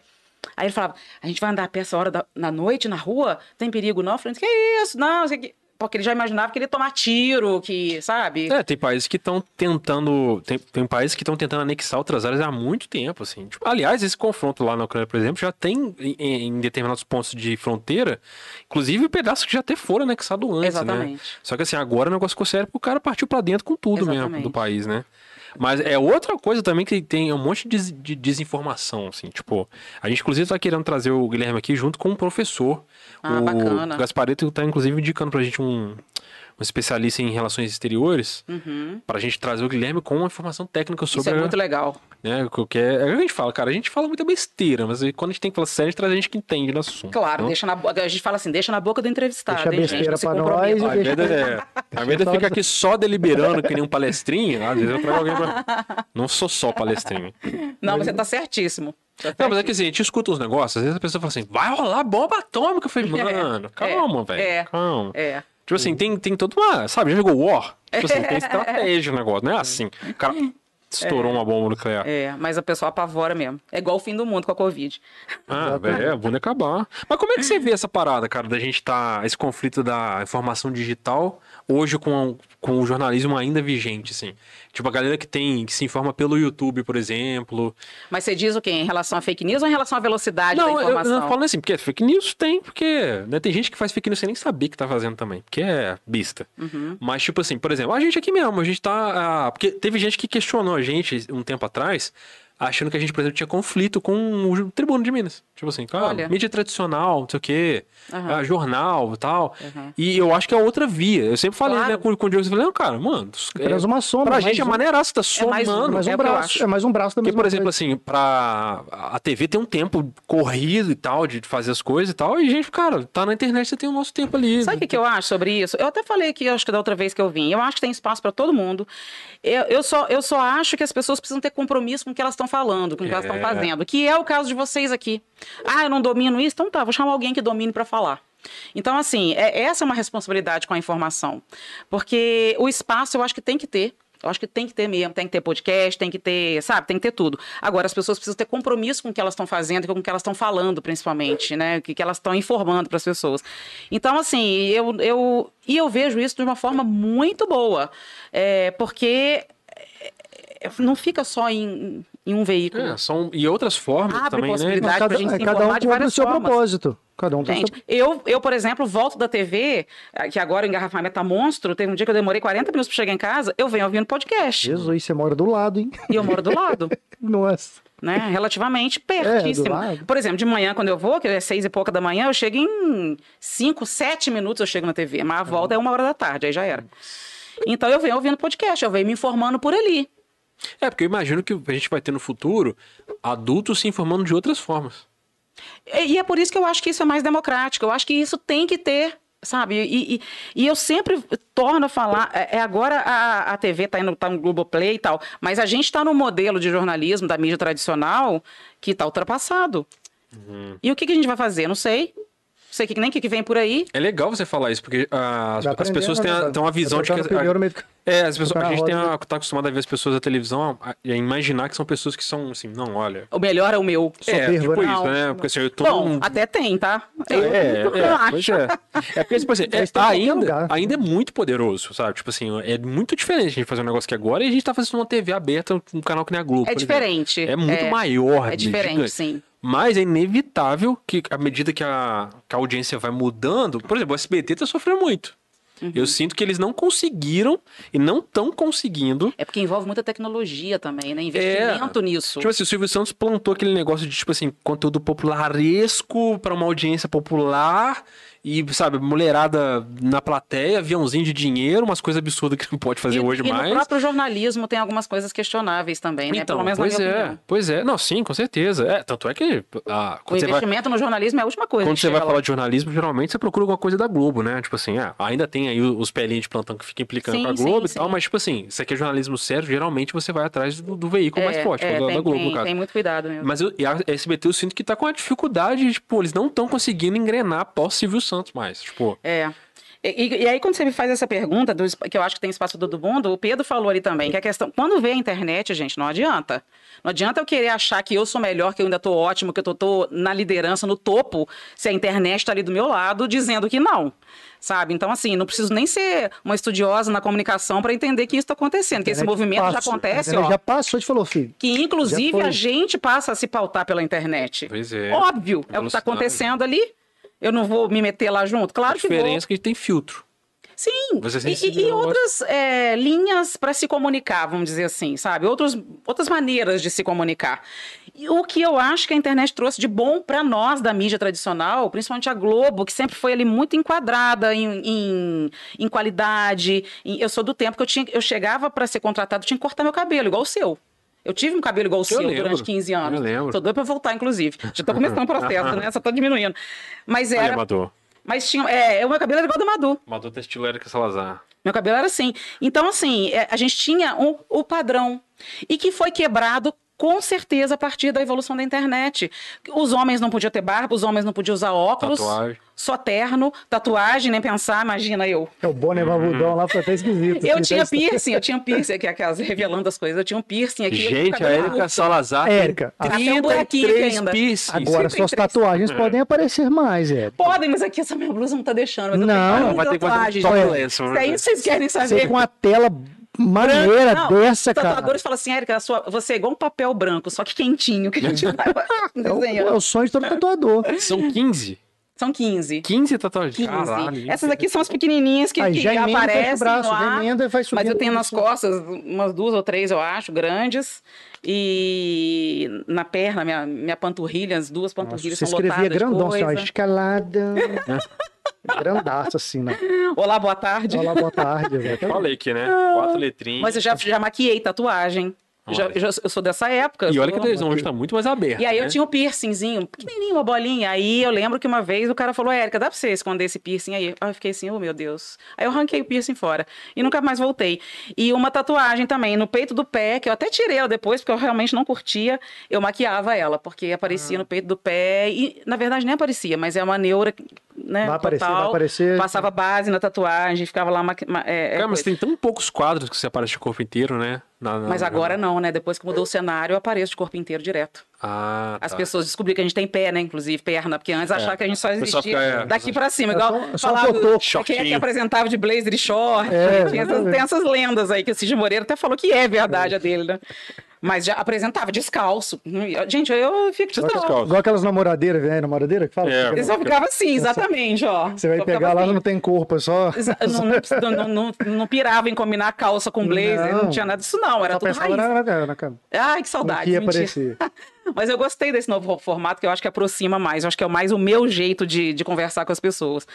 S3: Aí ele falava, a gente vai andar a pé essa hora da, na noite, na rua? Tem perigo não? Eu falei, que isso? Não, não sei o que... Porque ele já imaginava que ele ia tomar tiro, que, sabe?
S1: É, tem países que estão tentando. Tem, tem países que estão tentando anexar outras áreas há muito tempo, assim. Tipo, aliás, esse confronto lá na Ucrânia, por exemplo, já tem em, em determinados pontos de fronteira, inclusive pedaços que já até foram anexados antes, né?
S3: Exatamente.
S1: Só que assim, agora o negócio ficou sério porque o cara partiu pra dentro com tudo mesmo
S3: Exatamente.
S1: do país, né? Mas é outra coisa também que tem um monte de, des- de desinformação, assim. Tipo, a gente inclusive tá querendo trazer o Guilherme aqui junto com um professor.
S3: Ah,
S1: o
S3: bacana.
S1: Gaspareto tá inclusive indicando pra gente um, um especialista em relações exteriores
S3: Uhum.
S1: pra gente trazer o Guilherme com uma informação técnica
S3: Isso
S1: sobre
S3: é muito legal.
S1: né, o que é, é o que a gente fala, cara. A gente fala muita besteira, mas aí quando a gente tem que falar sério, a gente traz gente que entende do assunto.
S3: Claro,
S1: né?
S3: deixa na bo- A gente fala assim, deixa na boca do entrevistado,
S2: Deixa a
S3: hein, gente?
S2: besteira
S3: Não se
S2: pra
S3: comprometa.
S2: nós e
S1: A
S2: deixa-
S1: Veda, é, a Veda fica aqui só deliberando que nem um palestrinho. Às vezes eu trago alguém pra... Não sou só palestrinho.
S3: Não, você tá certíssimo.
S1: Não, mas
S3: Tá
S1: é
S3: certíssimo.
S1: que assim, a gente escuta uns negócios, às vezes a pessoa fala assim, vai rolar bomba atômica. Eu
S3: (laughs)
S1: falei, mano, calma, velho,
S3: é.
S1: calma.
S3: É.
S1: Tipo assim, tem, tem toda uma. Sabe, já jogou War? Tipo assim, tem estratégia no negócio, não é assim. O cara estourou uma bomba nuclear.
S3: É, mas a pessoa apavora mesmo. É igual o fim do mundo com a Covid.
S1: Ah, velho, é, o mundo ia acabar. Mas como é que você vê essa parada, cara, da gente tá. Esse conflito da informação digital hoje com, com o jornalismo ainda vigente, assim? Tipo, a galera que tem, que se informa pelo YouTube, por exemplo.
S3: Mas você diz o quê? Em relação a fake news ou em relação à velocidade da
S1: Não, eu, eu
S3: informação?
S1: não falo assim, porque fake news tem, porque né, tem gente que faz fake news sem nem saber que tá fazendo também, porque é besta.
S3: Uhum.
S1: Mas, tipo assim, por exemplo, a gente aqui mesmo, a gente tá. ah, porque teve gente que questionou a gente um tempo atrás, achando que a gente, por exemplo, tinha conflito com o ju- Tribuno de Minas. Tipo assim, cara,
S3: Olha.
S1: mídia tradicional, não sei o quê,
S3: Aham.
S1: ah, jornal e tal.
S3: Aham.
S1: E eu acho que é outra via. Eu sempre falei
S3: Claro.
S1: né, com, com o Diogo, eu falei, não, cara, mano, os- é,
S2: Apenas uma soma.
S1: pra
S2: mais
S1: gente é
S2: um-
S1: maneiraço, tá
S3: É mais um,
S1: somando.
S2: mais
S3: é
S2: um
S3: o que eu
S2: braço.
S3: acho.
S2: É mais um braço da
S1: Porque,
S2: mesma
S1: por exemplo,
S2: coisa.
S1: assim, pra. A TV tem um tempo corrido e tal, de fazer as coisas e tal. E, gente, cara, tá na internet, você tem o nosso tempo ali.
S3: Sabe o que, que eu acho sobre isso? Eu até falei aqui, acho que da outra vez que eu vim. Eu acho que tem espaço para todo mundo. Eu, eu só, eu só acho que as pessoas precisam ter compromisso com o que elas estão estão falando, com o que elas
S1: É.
S3: estão fazendo, que é o caso de vocês aqui. Ah, eu não domino isso? Então tá, vou chamar alguém que domine para falar. Então, assim, é- essa é uma responsabilidade com a informação. Porque o espaço eu acho que tem que ter. Eu acho que tem que ter mesmo, tem que ter podcast, tem que ter, sabe, tem que ter tudo. Agora, as pessoas precisam ter compromisso com o que elas estão fazendo, com o que elas estão falando, principalmente, né? O que, que elas estão informando para as pessoas. Então, assim, eu, eu. E eu vejo isso de uma forma muito boa. É, porque é, não fica só em, em um veículo.
S1: É, são, e outras formas
S3: Abre
S1: também, né?
S3: possibilidade. pra
S2: cada,
S3: gente se
S2: é, cada um
S3: informar
S2: cumpre
S3: de
S2: o
S3: várias
S2: seu
S3: formas.
S2: propósito. Cada um tem o seu
S3: Gente, eu, eu, por exemplo, volto da TV, ah, que agora o engarrafamento tá monstro. Teve um dia que eu demorei 40 minutos pra chegar em casa, eu venho ouvindo podcast.
S2: Jesus, você mora do lado, hein?
S3: E eu moro do lado,
S2: Nossa.
S3: né? Relativamente
S2: É, do
S3: pertíssimo.
S2: lado.
S3: por exemplo, de manhã, quando eu vou, que é seis e pouca da manhã, eu chego em cinco, sete minutos eu chego na TV. Mas a
S2: Tá
S3: volta é uma hora da tarde, aí já era. Então eu venho ouvindo podcast, eu venho me informando por ali.
S1: É, porque eu imagino que a gente vai ter no futuro adultos se informando de outras formas.
S3: E e é por isso que eu acho que isso é mais democrático. Eu acho que isso tem que ter, sabe? E, e- e eu sempre torno a falar. É, é agora a, a TV está indo tá no Globoplay e tal, mas a gente está num modelo de jornalismo da mídia tradicional que está ultrapassado.
S1: Uhum.
S3: E o que, que a gente vai fazer? Não sei. Não sei que, nem o que, que vem por aí.
S1: É legal você falar isso, porque ah, as,
S2: Vai
S1: as
S2: aprendendo,
S1: pessoas têm,
S2: né,
S1: a,
S2: cara?
S1: têm uma visão
S2: Vai
S1: de que.
S2: tocar no primeiro
S1: a-
S2: meio-
S1: é, as pessoas,
S2: tocar
S1: a
S2: na
S1: gente tem
S2: roda.
S1: a, tá acostumado a ver as pessoas da televisão a, a imaginar que são pessoas que são assim, não, olha.
S3: O melhor é o meu.
S1: É,
S2: Soberba,
S1: tipo
S2: né?
S1: isso, né?
S3: Não.
S1: Porque assim, eu tô
S3: Bom,
S1: num-
S3: até tem, tá?
S1: É, é,
S3: eu
S1: pois é. É porque, tipo assim, é-
S2: Mas tá em qualquer
S1: ainda,
S2: lugar.
S1: ainda é muito poderoso, sabe? Tipo assim, é muito diferente a gente fazer um negócio que agora e a gente tá fazendo uma TV aberta, um canal que nem a Globo.
S3: É
S1: por exemplo.
S3: diferente.
S1: É muito maior.
S3: É
S1: né?
S3: diferente,
S1: Gigante.
S3: sim.
S1: Mas é inevitável que, à medida que a, que a audiência vai mudando, por exemplo, o SBT tá sofrendo muito.
S3: Uhum.
S1: Eu sinto que eles não conseguiram e não estão conseguindo.
S3: É porque envolve muita tecnologia também,
S1: É.
S3: né? Investimento nisso.
S1: Tipo assim, o Silvio Santos plantou aquele negócio de, tipo assim, conteúdo popularesco pra uma audiência popular e, sabe, mulherada na plateia, aviãozinho de dinheiro, umas coisas absurdas que não pode fazer
S3: e,
S1: hoje
S3: e
S1: mais.
S3: no próprio jornalismo tem algumas coisas questionáveis também, né?
S1: Então,
S3: Pelo menos na
S1: pois
S3: minha
S1: é,
S3: opinião.
S1: pois é. Não, sim, com certeza. É, tanto é que ah,
S3: O
S1: quando você vai
S3: investimento no jornalismo é a última coisa.
S1: Quando
S3: que
S1: você vai
S3: chega lá.
S1: falar de jornalismo, geralmente você procura alguma coisa da Globo, né? Tipo assim, ah, ainda tem aí os pelinhos de plantão que ficam implicando
S3: Sim,
S1: com a Globo
S3: sim,
S1: e tal,
S3: sim.
S1: mas tipo assim, isso aqui é jornalismo sério, geralmente você vai atrás do, do veículo mais
S3: É,
S1: forte,
S3: é,
S1: da, da
S3: tem,
S1: Globo,
S3: tem,
S1: no caso.
S3: tem muito cuidado mesmo.
S1: Mas eu, e a SBT eu sinto que tá com a dificuldade, tipo, eles não estão conseguindo engrenar pós Silvio Santos mais, tipo...
S3: É. E, e- e aí, quando você me faz essa pergunta, do espa- que eu acho que tem espaço para todo mundo, o Pedro falou ali também, que a questão. Quando vê a internet, gente, não adianta. Não adianta eu querer achar que eu sou melhor, que eu ainda estou ótimo, que eu tô, tô na liderança, no topo, se a internet está ali do meu lado dizendo que não. Sabe? Então, assim, não preciso nem ser uma estudiosa na comunicação para entender que isso está acontecendo, que esse
S2: Internet
S3: movimento já
S2: passa.
S3: acontece,
S2: Internet
S3: ó.
S2: Já passou e te falou, filho.
S3: Que inclusive
S2: Já foi.
S3: a gente passa a se pautar pela internet.
S1: Pois é.
S3: Óbvio, é o que está
S1: Velocidade.
S3: acontecendo ali. Eu não vou me meter lá junto?
S1: A
S3: Claro que vou.
S1: diferença é que a gente tem filtro.
S3: Sim,
S1: Você é
S3: e- e,
S1: sensível
S3: e
S1: ao negócio.
S3: outras é, linhas para se comunicar, vamos dizer assim, sabe? Outros, outras maneiras de se comunicar. E o que eu acho que a internet trouxe de bom para nós da mídia tradicional, principalmente a Globo, que sempre foi ali muito enquadrada em, em, em qualidade. em- eu sou do tempo que eu, tinha, eu chegava para ser contratado, eu tinha que cortar meu cabelo, igual o seu. Eu tive um cabelo igual o seu
S1: lembro,
S3: durante 15 anos.
S1: eu lembro.
S3: Tô doida pra voltar, inclusive. Já tô começando
S1: (laughs)
S3: o processo, né? Só tô diminuindo. Mas
S1: Olha,
S3: era.
S1: Amador.
S3: Mas tinha. É, o meu cabelo era igual ao do Madu.
S1: Amador tá estilo Erika Salazar.
S3: Meu cabelo era assim. Então, assim, é, a gente tinha um- o padrão. E que foi quebrado, com certeza, a partir da evolução da internet. Os homens não podiam ter barba, os homens não podiam usar óculos.
S1: Tatuagem.
S3: Só terno, tatuagem, nem pensar, imagina eu.
S2: É o Bonner
S1: Uhum.
S2: Babudão lá, foi até esquisito.
S3: Eu
S2: Assim,
S3: tinha
S2: até-
S3: piercing, eu tinha um piercing aqui, aquelas (laughs) revelando as coisas, eu tinha um piercing aqui. eu tinha
S1: Gente, a
S3: cabelo
S1: Erika
S3: curto.
S1: Salazar tem
S2: Érica, até
S3: um buraquinho aqui
S1: 33
S3: ainda.
S1: piercings.
S2: Agora, suas tatuagens
S1: É.
S2: podem aparecer mais, é.
S3: Podem, mas aqui essa minha blusa não tá deixando. Mas eu
S2: Não,
S3: tenho
S1: Ela vai ter que fazer um
S3: tatuagem, gente.
S1: topless.
S3: Se é isso que vocês querem saber.
S2: Você com a tela maneira
S3: Não,
S2: dessa,
S3: os
S2: cara.
S3: tatuadores falam assim, Érica, a sua- você é igual um papel branco, só que quentinho, que a gente vai
S2: É o,
S3: desenhando.
S2: é o sonho de todo tatuador.
S1: São 15?
S3: São 15.
S1: 15 tatuagens?
S3: 15.
S1: Caralho.
S3: Essas aqui são as pequenininhas que,
S2: Aí
S3: que
S2: já emenda e fecha o
S3: aparecem
S2: braço,
S3: no
S2: já
S3: ar,
S2: emenda e faz
S3: mas
S2: subindo.
S3: eu tenho nas costas umas duas ou três, eu acho, grandes. E na perna, minha, minha panturrilha, as duas
S2: Nossa,
S3: panturrilhas
S2: Você
S3: são
S2: escrevia
S3: lotadas de
S2: grandão, assim, ó,
S1: (laughs)
S3: coisa.
S2: escalada. Grandaço, assim, né?
S3: Olá, boa tarde. é
S2: Olá, boa tarde. velho.
S1: Ah. Falei aqui, né? Quatro letrinhas.
S3: Mas eu já, já maquiei tatuagem. Eu já- eu, já- eu sou dessa época.
S1: E
S3: eu
S1: olha que a
S3: sou-
S1: televisão hoje tá muito mais
S2: É
S1: aberta.
S3: E aí eu
S1: né?
S3: tinha um piercingzinho, pequenininho, uma bolinha. Aí eu lembro que uma vez o cara falou, Érica, dá pra você esconder esse piercing aí? Aí eu fiquei assim, oh meu Deus. Aí eu arranquei o piercing fora e nunca mais voltei. E uma tatuagem também no peito do pé, que eu até tirei ela depois, porque eu realmente não curtia. Eu maquiava ela, porque
S2: Ah.
S3: aparecia no peito do pé. E na verdade nem aparecia, mas é uma neura, né?
S2: Vai aparecer,
S3: total.
S2: vai aparecer.
S3: Passava base na tatuagem, ficava lá... maqui- ma- é, é
S1: Cara, mas
S3: coisa.
S1: tem tão poucos quadros que você aparece o corpo inteiro, né? Na- na-
S3: Mas
S2: Ah.
S1: na-
S3: agora não, né? Depois que mudou o cenário, eu apareço de corpo inteiro direto.
S1: Ah,
S3: As
S1: tá. É.
S3: pessoas descobriram que a gente tem pé, né? Inclusive, perna, porque antes achavam que a gente só
S1: pessoal
S3: existia
S1: fica, é,
S3: daqui pra cima.
S2: É
S3: Igual
S2: só- é só
S3: falava
S2: botou.
S3: quem é que
S1: Shortinho.
S3: apresentava de blazer e short. né?
S2: É,
S3: tinha essas-
S2: exatamente.
S3: tem essas lendas aí que o Cid Moreira até falou que é verdade a dele, né? Mas já apresentava descalço. Gente, eu fico de
S1: descalço.
S3: descalço.
S2: Igual aquelas namoradeiras, velho, namoradeira que fala.
S1: É.
S3: Eu só ficava assim, exatamente, ó.
S2: Você vai
S3: Só
S2: pegar
S3: ficava
S2: lá,
S3: assim.
S2: não tem corpo, é só.
S3: Exa- Não, não, não, não, não pirava em combinar calça com blazer, não,
S2: Não.
S3: tinha nada disso, não. Era
S2: só
S3: é tudo
S2: pensava
S3: raiz.
S2: na, na, na, na cama.
S3: Ai, que saudade.
S2: Aqui ia
S3: mentira.
S2: aparecer.
S3: Mas eu gostei desse novo formato, que eu acho que aproxima mais. Eu acho que é mais o meu jeito de, de conversar com as pessoas.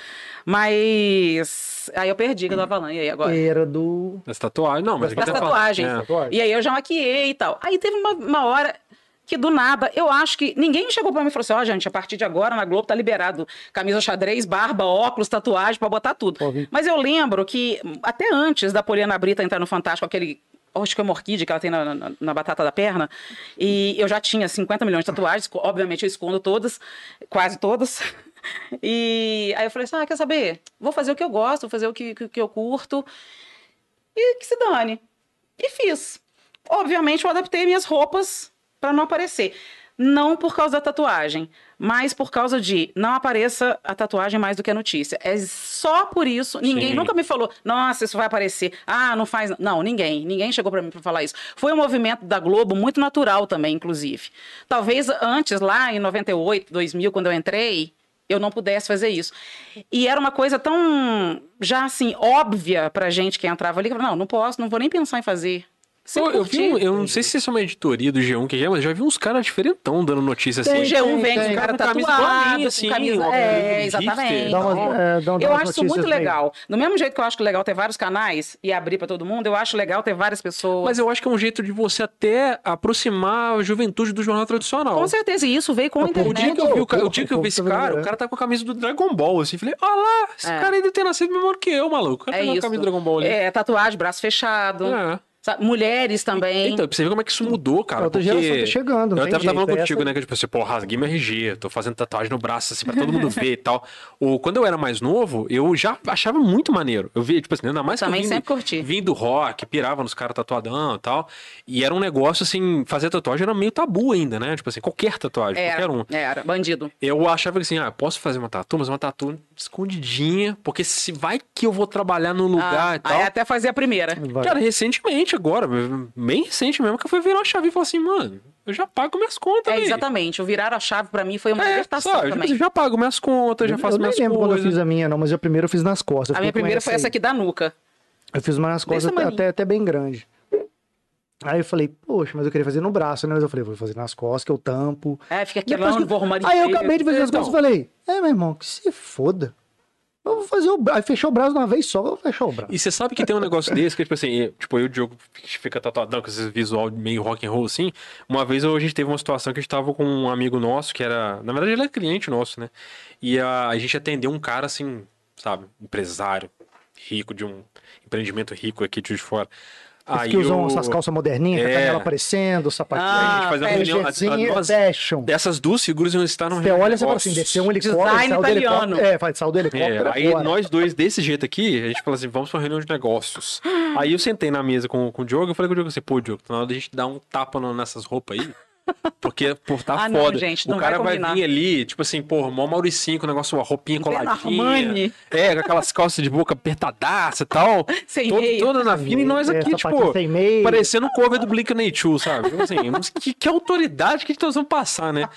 S3: Mas. Aí eu perdi que eu tava falando, e aí agora?
S2: Era do.
S1: Das tatuagens, não, mas...
S3: Das
S1: eu tô falando-
S3: tatuagens.
S1: É.
S2: Tatuagem.
S3: E aí eu já maquiei e tal. Aí teve uma, uma hora que do nada, eu acho que ninguém chegou pra mim e falou assim: ó, gente, a partir de agora na Globo tá liberado camisa xadrez, barba, óculos, tatuagem pra botar tudo.
S2: Pô, vi.
S3: Mas eu lembro que até antes da Poliana Brita entrar no Fantástico, aquele. Acho que é uma orquídea que ela tem na, na- na batata da perna. E eu já tinha 50 milhões de tatuagens, co- obviamente eu escondo todas, quase todas. (laughs) E aí eu falei assim: ah, quer saber? Vou fazer o que eu gosto, vou fazer o que- que, que eu curto e que se dane. E fiz. Obviamente, eu adaptei minhas roupas para não aparecer. Não por causa da tatuagem, mas por causa de não apareça a tatuagem mais do que a notícia. É só por isso. Ninguém
S1: Sim.
S3: nunca me falou, nossa, isso vai aparecer. Ah, não faz. Não, ninguém. Ninguém chegou para mim para falar isso. Foi um movimento da Globo muito natural também, inclusive. Talvez antes, lá em 98, 2000, quando eu entrei, eu não pudesse fazer isso. E era uma coisa tão, já assim, óbvia pra gente que entrava ali, que falava, não, não posso, não vou nem pensar em fazer.
S1: Eu,
S3: Sempre
S1: eu vi um-
S3: curti.
S1: eu não sei se isso é uma editoria do G1 que é, mas eu já vi uns caras diferentão dando notícia
S3: O
S1: assim.
S3: G1 vem
S2: tem,
S3: com
S2: tem.
S3: o um cara
S1: Com camisa igual a minha,
S3: tatuado,
S1: assim,
S3: com camisa...
S1: ó,
S3: É,
S1: hipster.
S3: exatamente.
S2: Dá umas-
S3: Então,
S2: é, dá umas
S3: eu acho isso
S2: notícias
S3: muito
S2: bem.
S3: legal. Do mesmo jeito que eu acho que legal ter vários canais e abrir pra todo mundo, eu acho legal ter várias pessoas.
S1: Mas eu acho que é um jeito de você até aproximar a juventude do jornal tradicional.
S3: Com certeza, e isso veio com a
S1: então, O dia
S3: internet.
S1: que eu vi, o, ca- o
S2: Porra,
S1: dia que eu vi
S2: porra,
S1: esse
S2: tá vendo,
S1: cara, o
S2: né?
S1: cara tá com a camisa do Dragon Ball, assim. Falei, olha lá, esse
S3: É.
S1: cara ainda tem nascido mesmo ano que eu, maluco. O cara
S3: É
S1: tá com a
S3: isso.
S1: camisa do Dragon Ball ali.
S3: É, tatuagem, braço fechado.
S1: É.
S3: Sabe? Mulheres também.
S1: Então, pra você ver como é que isso mudou, cara.
S2: É outra
S1: porque
S2: geração tá chegando,
S1: Eu
S2: não tem
S1: até tava
S2: jeito,
S1: falando
S2: é
S1: contigo,
S2: essa-
S1: né? Que tipo assim, pô, rasguei meu RG, tô fazendo tatuagem no braço, assim, pra todo
S2: (laughs)
S1: mundo ver e tal. Ou quando eu era mais novo, eu já achava muito maneiro. Eu via, tipo assim, ainda mais que eu
S3: Também
S1: vim-
S3: sempre curti.
S1: Vim do rock, pirava nos caras tatuadão e tal. E era um negócio, assim, fazer tatuagem era meio tabu ainda, né? Tipo assim, qualquer tatuagem,
S3: Era,
S1: qualquer um.
S3: É, era, bandido.
S1: Eu achava que assim, ah, posso fazer uma tatu, mas uma tatu escondidinha, porque se vai que eu vou trabalhar num lugar
S3: Ah,
S1: e tal.
S3: Aí até fazer a primeira.
S2: Vai.
S1: Cara, recentemente agora, bem recente mesmo, que eu fui virar a chave e falei assim, mano, eu já pago minhas contas.
S3: É,
S1: véi.
S3: exatamente. O virar a chave pra mim foi uma
S1: É,
S3: libertação
S1: sabe? Tipo assim,
S3: também.
S1: Eu já pago minhas contas, já faço
S2: eu nem
S1: minhas
S2: lembro quando eu
S1: coisas.
S2: fiz a minha, não, mas eu primeiro eu fiz nas costas.
S3: A minha
S2: fiquei com
S3: primeira foi
S1: assim.
S3: essa
S2: aí.
S3: aqui da nuca.
S2: Eu fiz uma nas costas
S3: tamanhinho.
S2: até, até bem grande. Aí eu falei, poxa, mas eu queria fazer no braço, né? Mas eu falei, vou fazer nas costas, que eu tampo.
S3: É, fica aqui
S2: Depois
S3: lá,
S2: que-
S3: não vou arrumar
S2: Aí eu
S3: jeito.
S2: acabei de fazer as
S1: Então.
S2: costas e falei, é, meu irmão, que se foda. Eu vou fazer o braço. Aí fechou o braço de uma vez só, fechou o braço.
S1: E você sabe que tem um negócio desse que, tipo assim, eu- tipo, eu e o Diogo fica tatuadão com esse visual meio rock and roll, assim. Uma vez eu- a gente teve uma situação que a gente tava com um amigo nosso, que era. Na verdade, ele é cliente nosso, né? E a, a gente atendeu um cara, assim, sabe, empresário, rico, de um empreendimento rico aqui de Juiz de fora.
S2: Os que usam
S1: o-
S2: essas calças moderninhas, com a
S1: É.
S2: canela aparecendo, o sapatinho.
S1: Aí a gente
S3: Ah,
S1: faz a
S2: É,
S3: pera,
S1: reunião. a- a-
S2: Jezinho,
S1: nós-
S2: fashion.
S1: Dessas duas figuras iam estar no
S2: Você olha e você fala assim, desceu um helicóptero,
S3: Design
S2: saiu do
S3: italiano.
S2: helicóptero. É, faz, saiu do helicóptero.
S1: É, aí
S2: agora.
S1: nós dois, desse jeito aqui, a gente falou assim, vamos pra uma reunião de negócios. Aí eu sentei na mesa com, com o Diogo, eu falei com o Diogo assim, pô, Diogo, tá na hora da gente dar um tapa no- nessas roupas aí. Porque, pô, tá
S3: (laughs) Ah,
S1: foda.
S3: não, gente, não
S1: o cara
S3: vai
S1: vai,
S3: combinar.
S1: vir ali, tipo assim, pô, mó Mauricinho, com o negócio, uma roupinha
S3: Inverno
S1: coladinha.
S3: Armani.
S1: É, com aquelas calças de boca apertadaça e tal.
S3: (laughs) Sem
S1: todo-
S3: meia.
S1: Toda na fina, e nós
S2: É,
S1: aqui,
S2: sapatinho
S1: tipo,
S2: sem meia.
S1: parecendo um cover do Blink-182, sabe? Tipo assim, mas que, que autoridade que nós vamos passar, né?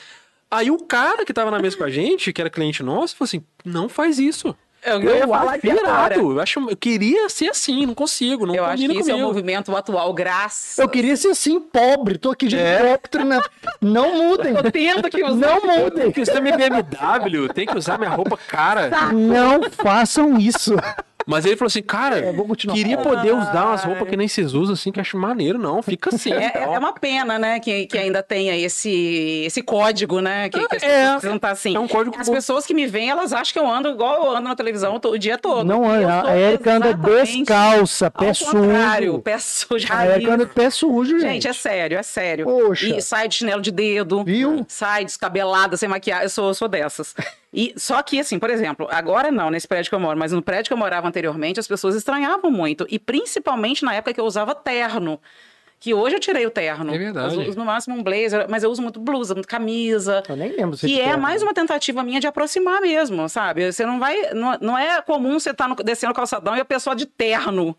S1: Aí o cara que tava na mesa com a gente, que era cliente nosso, falou assim, não faz isso. Eu,
S3: Eu, eu ia falar
S1: acho
S3: aqui agora.
S1: irado. Eu, acho, eu queria ser assim, não consigo, não
S3: Eu acho que
S1: combina
S3: isso é o
S1: comigo.
S3: movimento atual, graças.
S2: Eu queria ser assim, pobre, tô aqui de
S1: É.
S2: helicóptero, né? Não mudem.
S3: Tô tendo (laughs) que usar.
S2: Não
S1: Tem
S2: mudem.
S1: que usar minha BMW, tem que usar minha roupa cara.
S2: Não façam isso.
S1: Mas ele falou assim, cara,
S2: É, vou continuar.
S1: queria poder usar umas
S3: Ai.
S1: roupas que nem vocês usam, assim, que acho maneiro, não. Fica assim.
S3: Ah. É,
S1: então.
S3: é- é uma pena, né, que, que ainda tenha esse, esse código, né, que, que as
S1: É.
S3: pessoas precisam estar assim.
S1: É um código
S3: As
S1: bom.
S3: pessoas que me veem, elas acham que eu ando igual eu ando na televisão to- o dia todo.
S2: Não,
S3: Eu
S2: a,
S3: sou
S2: a Erika anda
S3: exatamente
S2: descalça,
S3: Ao
S2: pé
S3: contrário,
S2: sujo.
S3: pé sujo.
S2: A Erika anda com pé sujo, gente.
S3: Gente, é sério, é sério.
S2: Poxa.
S3: E sai de chinelo de dedo.
S2: Viu?
S3: Sai descabelada, sem maquiagem. Eu sou, eu sou dessas. E, só que, assim, por exemplo, agora não, nesse prédio que eu moro, mas no prédio que eu morava anteriormente, as pessoas estranhavam muito. E principalmente na época que eu usava terno. Que hoje eu tirei o terno.
S1: É verdade.
S3: Eu uso no máximo um blazer, mas eu uso muito blusa, muito camisa.
S2: Eu nem lembro se
S3: Que é
S2: tiver.
S3: mais uma tentativa minha de aproximar mesmo, sabe? Você não vai. Não, não é comum você estar descendo o calçadão e a pessoa de terno.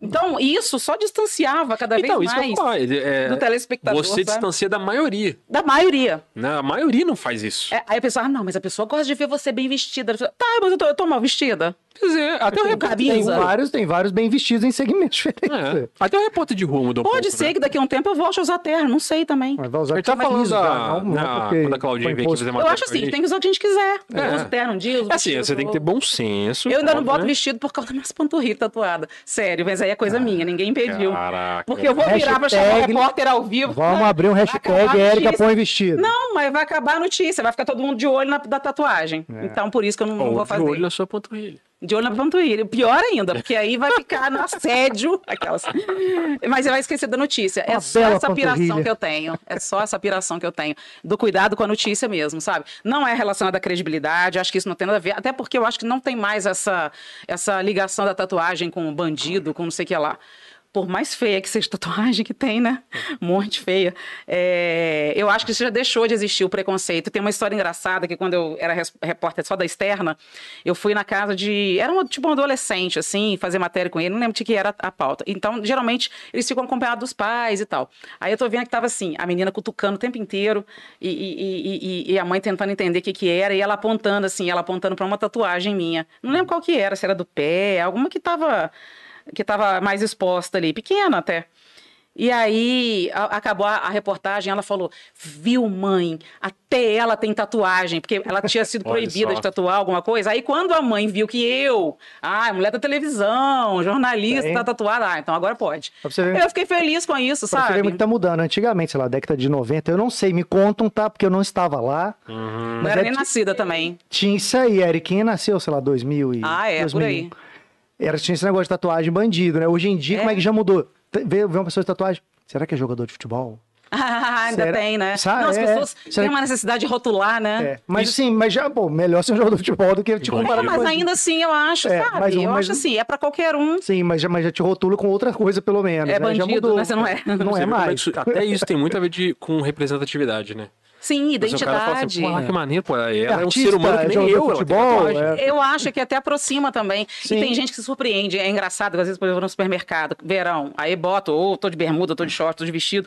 S3: Então, isso só distanciava cada
S1: Então,
S3: vez
S1: isso que eu ia
S3: mais
S1: falar, ele- é,
S3: do telespectador.
S1: Você
S3: sabe?
S1: distancia da maioria.
S3: Da maioria.
S1: Né? A maioria não faz isso.
S3: É, aí a pessoa, ah, não, mas a pessoa gosta de ver você bem vestida. A pessoa, tá, mas eu tô, eu tô mal vestida.
S1: Quer dizer, até o
S3: Tem
S1: repórter.
S2: Tem
S3: camisa.
S2: vários, tem vários bem vestidos em segmentos (laughs) diferentes.
S1: É, até o repórter de rua mudou um
S3: Pode
S1: pouco,
S3: ser
S1: né?
S3: que daqui a um tempo eu volte a usar terno, não sei também.
S2: Mas vai usar
S1: Ele tá
S2: camisa,
S1: falando da-
S2: não, não,
S1: na-
S2: um porque
S1: quando a Claudinha veio
S2: foi
S1: aqui
S2: imposto.
S1: fazer uma
S3: Eu acho assim, tem que usar o que a gente quiser.
S1: É.
S3: Eu uso terno um dia, uso
S1: É assim,
S3: vestido
S1: você tem que ter
S3: outro.
S1: bom senso.
S3: Eu ainda não
S1: óbvio,
S3: boto
S1: né? Ah,
S3: vestido por causa das minhas panturrilhas tatuadas. Sério, mas aí é coisa minha, ninguém impediu.
S1: Caraca.
S3: Porque eu vou virar pra chamar o
S2: Hashtag-
S3: repórter ao vivo.
S2: Vamos
S3: Não,
S2: abrir um
S3: vai acabar
S2: hashtag
S3: a
S2: Erika
S3: notícia.
S2: põe vestido.
S3: Não, mas vai acabar a notícia, vai ficar todo mundo de olho na da tatuagem. Então, por isso que eu não, não
S1: É. Ou
S3: vou fazer.
S1: de olho na sua panturrilha.
S3: De olho na panturrilha. Pior ainda, porque aí vai ficar no assédio. Aquelas. Mas você vai esquecer da notícia. É
S2: Uma
S3: só
S2: bela
S3: essa piração
S2: panturrilha.
S3: que eu tenho. É só essa piração que eu tenho. Do cuidado com a notícia mesmo, sabe? Não é relacionada à credibilidade, acho que isso não tem nada a ver. Até porque eu acho que não tem mais essa, essa ligação da tatuagem com o bandido, com não sei o que lá. Por mais feia que seja a tatuagem que tem, né? Um monte feia. É, eu acho que isso já deixou de existir o preconceito. Tem uma história engraçada que quando eu era res- repórter só da externa, eu fui na casa de. Era um, tipo um adolescente, assim, fazer matéria com ele, não lembro de que era a pauta. Então, geralmente, eles ficam acompanhados dos pais e tal. Aí eu tô vendo que tava assim, a menina cutucando o tempo inteiro e, e- e- e- e a mãe tentando entender o que que era e ela apontando, assim, ela apontando pra uma tatuagem minha. Não lembro qual que era, se era do pé, alguma que tava, que tava mais exposta ali, pequena até. E aí a- acabou a, a reportagem, ela falou: viu, mãe, até ela tem tatuagem, porque ela tinha sido
S1: Olha
S3: proibida
S1: só.
S3: de tatuar alguma coisa. Aí quando a mãe viu que eu, ah, mulher da televisão, jornalista,
S2: Bem.
S3: tá tatuada, ah, então agora pode.
S2: Pra você ver.
S3: Eu fiquei feliz com isso,
S2: É. Pra você ver como
S3: sabe?
S2: que tá mudando. Antigamente, sei lá, década de 90, eu não sei, me contam, tá? Porque eu não estava lá.
S1: Uhum.
S3: Não
S2: Mas
S3: era
S2: é
S3: nem
S2: ti-
S3: nascida também.
S2: tinha isso aí, a Eriquinha nasceu, sei lá, 2000 e...
S3: Ah, é, por
S2: 2001.
S3: aí.
S2: Era, tinha esse negócio de tatuagem bandido, né? Hoje em dia,
S3: É.
S2: como é que já mudou? T- Vê, vê uma pessoa de tatuagem, será que é jogador de futebol?
S3: Ah, (laughs) ainda
S2: Será-
S3: tem, né?
S2: Sa-
S3: Não, as
S2: é,
S3: pessoas
S2: é. Será
S3: têm
S2: que-
S3: uma necessidade de rotular, né?
S2: É, mas sim, mas já, pô, melhor ser um (laughs) jogador de futebol do que te
S1: Bandido.
S2: comparar com
S3: Mas
S2: bandido.
S3: ainda assim, eu acho,
S2: É,
S3: sabe?
S2: mas um-
S3: eu
S2: mas
S3: acho
S2: um-
S3: assim, é pra qualquer um.
S2: Sim, mas já, mas já te rotula com outra coisa, pelo menos.
S3: É
S2: né? já
S3: bandido,
S2: mudou.
S3: né? Você não é.
S2: Não
S1: Você
S2: é
S1: vê como
S2: mais.
S1: isso- até isso tem muito a ver de, com representatividade, né?
S3: Sim,
S1: Mas o cara fala assim,
S3: identidade.
S1: "Pô, ah, que maneiro, pô. Ela é um
S2: artista,
S1: ser humano que
S2: é
S1: nem
S2: jogador de
S1: eu. ela tem
S2: futebol,
S1: tatuagem."
S2: é.
S3: Eu Então, acho que até aproxima também. E
S2: Sim.
S3: tem gente que se surpreende. É engraçado, às vezes, por exemplo, eu vou no supermercado, verão, aí boto, ou tô de bermuda, tô de short, tô de vestido.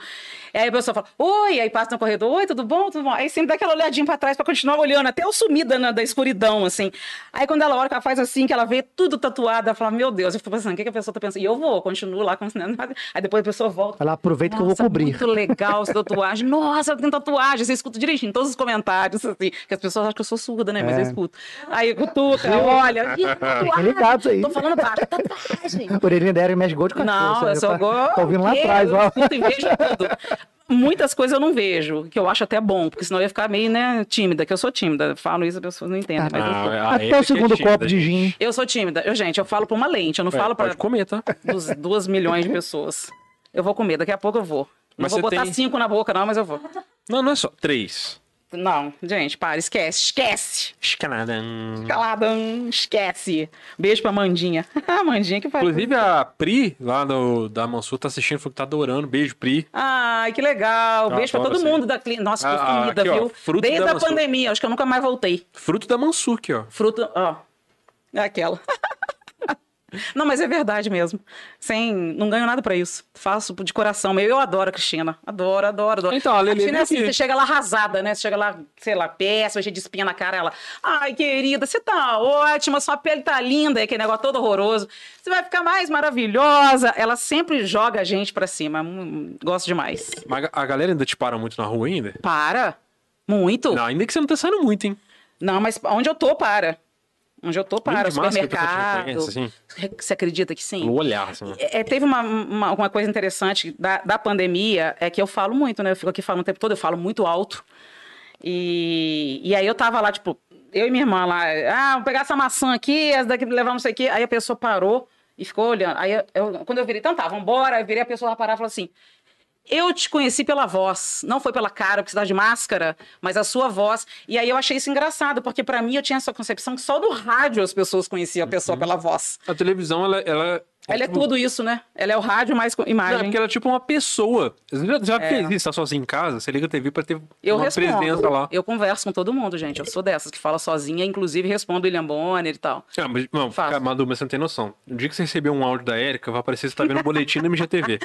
S3: Aí a pessoa fala, oi, aí passa no corredor, oi, tudo bom, tudo bom? Aí sempre dá aquela olhadinha pra trás pra continuar olhando, até eu sumir da, na- da escuridão, assim. Aí quando ela olha, que ela faz assim, que ela vê tudo tatuado, ela fala, meu Deus, eu fico pensando, o que, que a pessoa tá pensando? E eu vou, continuo lá, continuando. Aí depois a pessoa volta.
S2: Ela aproveita que eu vou
S3: Nossa,
S2: cobrir.
S3: Muito legal
S2: (laughs)
S3: essa tatuagem. Nossa, tem tatuagem. Você escuta direitinho todos os comentários, assim, que as pessoas acham que eu sou surda, né? Mas
S2: É.
S3: eu escuto. Aí cutuca,
S2: (laughs)
S3: olha. Ih, tatuagem.
S2: ligados Tá aí.
S3: Tô falando baixo, tá tatuagem.
S2: (laughs) A orelhinha da Eric mexe gol de cachorro.
S3: Não,
S2: sabe?
S3: eu só
S2: Tá-
S3: gosto.
S2: Tá ouvindo lá
S3: Eu
S2: atrás, ó.
S3: escuto
S2: (laughs)
S3: e vejo tudo. Muitas coisas eu não vejo, que eu acho até bom, porque senão eu ia ficar meio, né, tímida, que eu sou tímida. Falo isso, as pessoas não entendem. mas eu, sou.
S1: Ah, a
S2: Até
S1: Erika é
S2: o segundo
S1: tímida,
S2: copo de
S1: gente.
S2: gin.
S3: eu sou tímida. Eu, gente, eu falo pra uma lente, eu não
S2: É,
S1: Ué,
S3: falo pra
S1: Pode comer, tá?
S3: dos, duas milhões de pessoas. Eu vou comer, daqui a pouco eu vou. Não
S1: Mas
S3: vou
S1: você
S3: botar
S1: tem-
S3: cinco na boca, não, mas eu vou.
S1: Não, não é só. Três.
S3: Não, gente, para, esquece, esquece.
S1: Escalada.
S3: Calada, hum, esquece. Beijo pra Mandinha. (laughs) Ah, Mandinha que faz.
S1: Inclusive, a Pri, lá do, da Mansur, tá assistindo, falou que tá adorando. Beijo, Pri.
S3: Ai, que legal.
S1: Eu
S3: Beijo pra
S1: adoro
S3: todo
S1: Ah, você.
S3: mundo da clínica. Nossa, que
S1: Ah, ah,
S3: comida,
S1: aqui, ó,
S3: viu?
S1: fruto
S3: Desde
S1: da
S3: a
S1: maçã.
S3: pandemia, acho que eu nunca mais voltei.
S1: Fruto da Mansur aqui, ó.
S3: Fruto, ó. Aquela. (laughs) Não, mas é verdade mesmo. Sem, não ganho nada pra isso. Faço de coração. mesmo. Eu adoro a Cristina. Adoro, adoro, adoro.
S1: Então, a Lelê
S3: Cristina é
S1: veio
S3: assim,
S1: aqui.
S3: você chega lá arrasada, né? Você chega lá, sei lá, péssima, cheia de espinha na cara. Ela, ai, querida, você tá ótima, sua pele tá linda. E aquele negócio todo horroroso. Você vai ficar mais maravilhosa. Ela sempre joga a gente pra cima. Hum, Gosto demais.
S1: Mas a galera ainda te para muito na rua ainda?
S3: Para. Muito.
S1: Não, ainda que você não tá saindo muito, hein?
S3: Não, mas onde eu tô, para. Onde eu tô
S1: Grande
S3: para,
S1: máscara que a pessoa te
S3: supermercado.
S1: reconhece, assim,
S3: Você acredita que sim?
S1: no olhar, assim. né?
S3: É, teve uma, uma, uma coisa interessante da, da pandemia, é que eu falo muito, né? Eu fico aqui falando o tempo todo, eu falo muito alto. E, e aí eu tava lá, tipo, eu e minha irmã lá, ah, vou pegar essa maçã aqui, essa daqui levar não sei o quê. Aí a pessoa parou e ficou olhando. Aí eu, eu- quando eu virei, então tá, vambora, eu virei, a pessoa lá parava e falou assim. Eu te conheci pela voz, não foi pela cara, porque você tá de máscara, mas a sua voz. E aí eu achei isso engraçado, porque pra mim eu tinha essa concepção que só do rádio as pessoas conheciam a pessoa pela voz.
S1: A televisão, ela. Ela,
S3: Ela é
S1: tipo-
S3: tudo isso, né? Ela é o rádio mais com
S1: Não,
S3: imagem.
S1: é porque ela é tipo uma pessoa. Você já, já
S3: É.
S1: fez isso, tá sozinho em casa? Você liga a TV pra ter
S3: Eu
S1: uma
S3: respondo.
S1: presença lá.
S3: Eu converso com todo mundo, gente. Eu sou dessas que fala sozinha, inclusive respondo William Bonner e tal.
S1: Ah, mas, não,
S3: Faço.
S1: cara, Madu, mas você não tem noção. O dia que você receber um áudio da Erika, vai aparecer que você tá vendo um boletim no MGTV.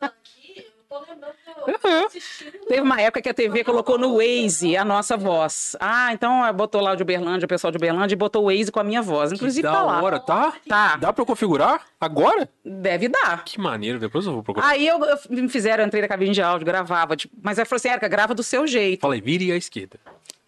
S5: aqui, eu tô lembrando que eu assistindo.
S3: Teve uma época que a TV colocou no Waze a nossa voz. Ah, então ah, botou lá o de Uberlândia, o pessoal de Uberlândia, e botou o Waze com a minha voz. (laughs) Inclusive
S1: da
S3: tá lá.
S1: hora, tá?
S3: Tá.
S1: Dá pra eu configurar? Agora?
S3: Deve dar.
S1: Que maneiro, depois eu vou procurar.
S3: Aí eu, eu- me fizeram, eu entrei na cabine de áudio, gravava. tipo, mas aí falou assim, Erika, grava do seu jeito.
S1: Falei, vire à esquerda.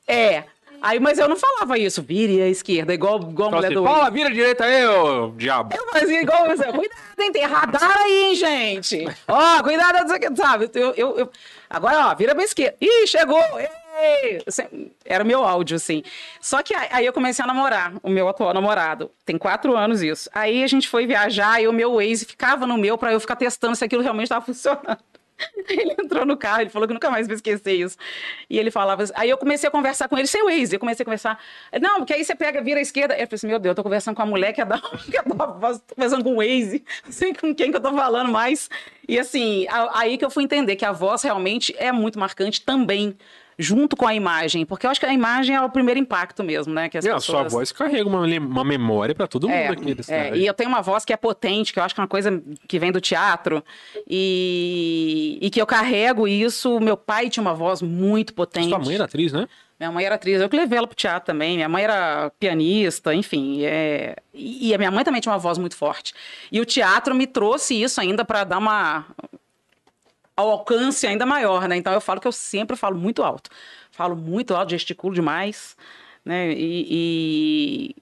S3: É. Aí, mas eu não falava isso, vire à esquerda, igual, igual a
S1: Fala,
S3: mulher
S1: assim,
S3: do Waze.
S1: Fala, vira à direita aí, ô diabo.
S3: Eu fazia igual você. Cuidado, hein? Tem radar aí, hein, gente? Ó, cuidado, não sei o que, sabe? Eu, eu, eu- Agora, ó, vira pra esquerda. Ih, chegou! Ei! Eu sempre- Era o meu áudio, assim. Só que aí aí eu comecei a namorar, o meu atual namorado. Tem quatro anos isso. Aí a gente foi viajar e o meu Waze ficava no meu pra eu ficar testando se aquilo realmente tava (laughs) funcionando. (laughs) Ele entrou no carro, ele falou que nunca mais me esquecer isso. E ele falava assim, aí eu comecei a conversar com ele sem Waze, eu comecei a conversar, não, porque aí você pega, vira à esquerda, eu falei assim, meu Deus, eu tô conversando com a mulher que é da, (laughs) que é da voz, tô conversando com o Waze, não sei com quem que eu tô falando mais. E assim, a- aí que eu fui entender que a voz realmente é muito marcante também, junto com a imagem, porque eu acho que a imagem é o primeiro impacto mesmo, né, que as
S1: E a
S3: pessoas...
S1: sua voz carrega uma, lem- uma memória pra todo mundo
S3: É,
S1: aqui desse
S3: é, e eu tenho uma voz que é potente, que eu acho que é uma coisa que vem do teatro. E, e que eu carrego isso. Meu pai tinha uma voz muito potente.
S1: Sua mãe era atriz, né?
S3: Minha mãe era atriz, eu que levei ela pro teatro também. Minha mãe era pianista, enfim. é, E e a minha mãe também tinha uma voz muito forte. E o teatro me trouxe isso ainda para dar uma. ao alcance ainda maior, né? Então eu falo que eu sempre falo muito alto. Falo muito alto, gesticulo demais, né? E. e...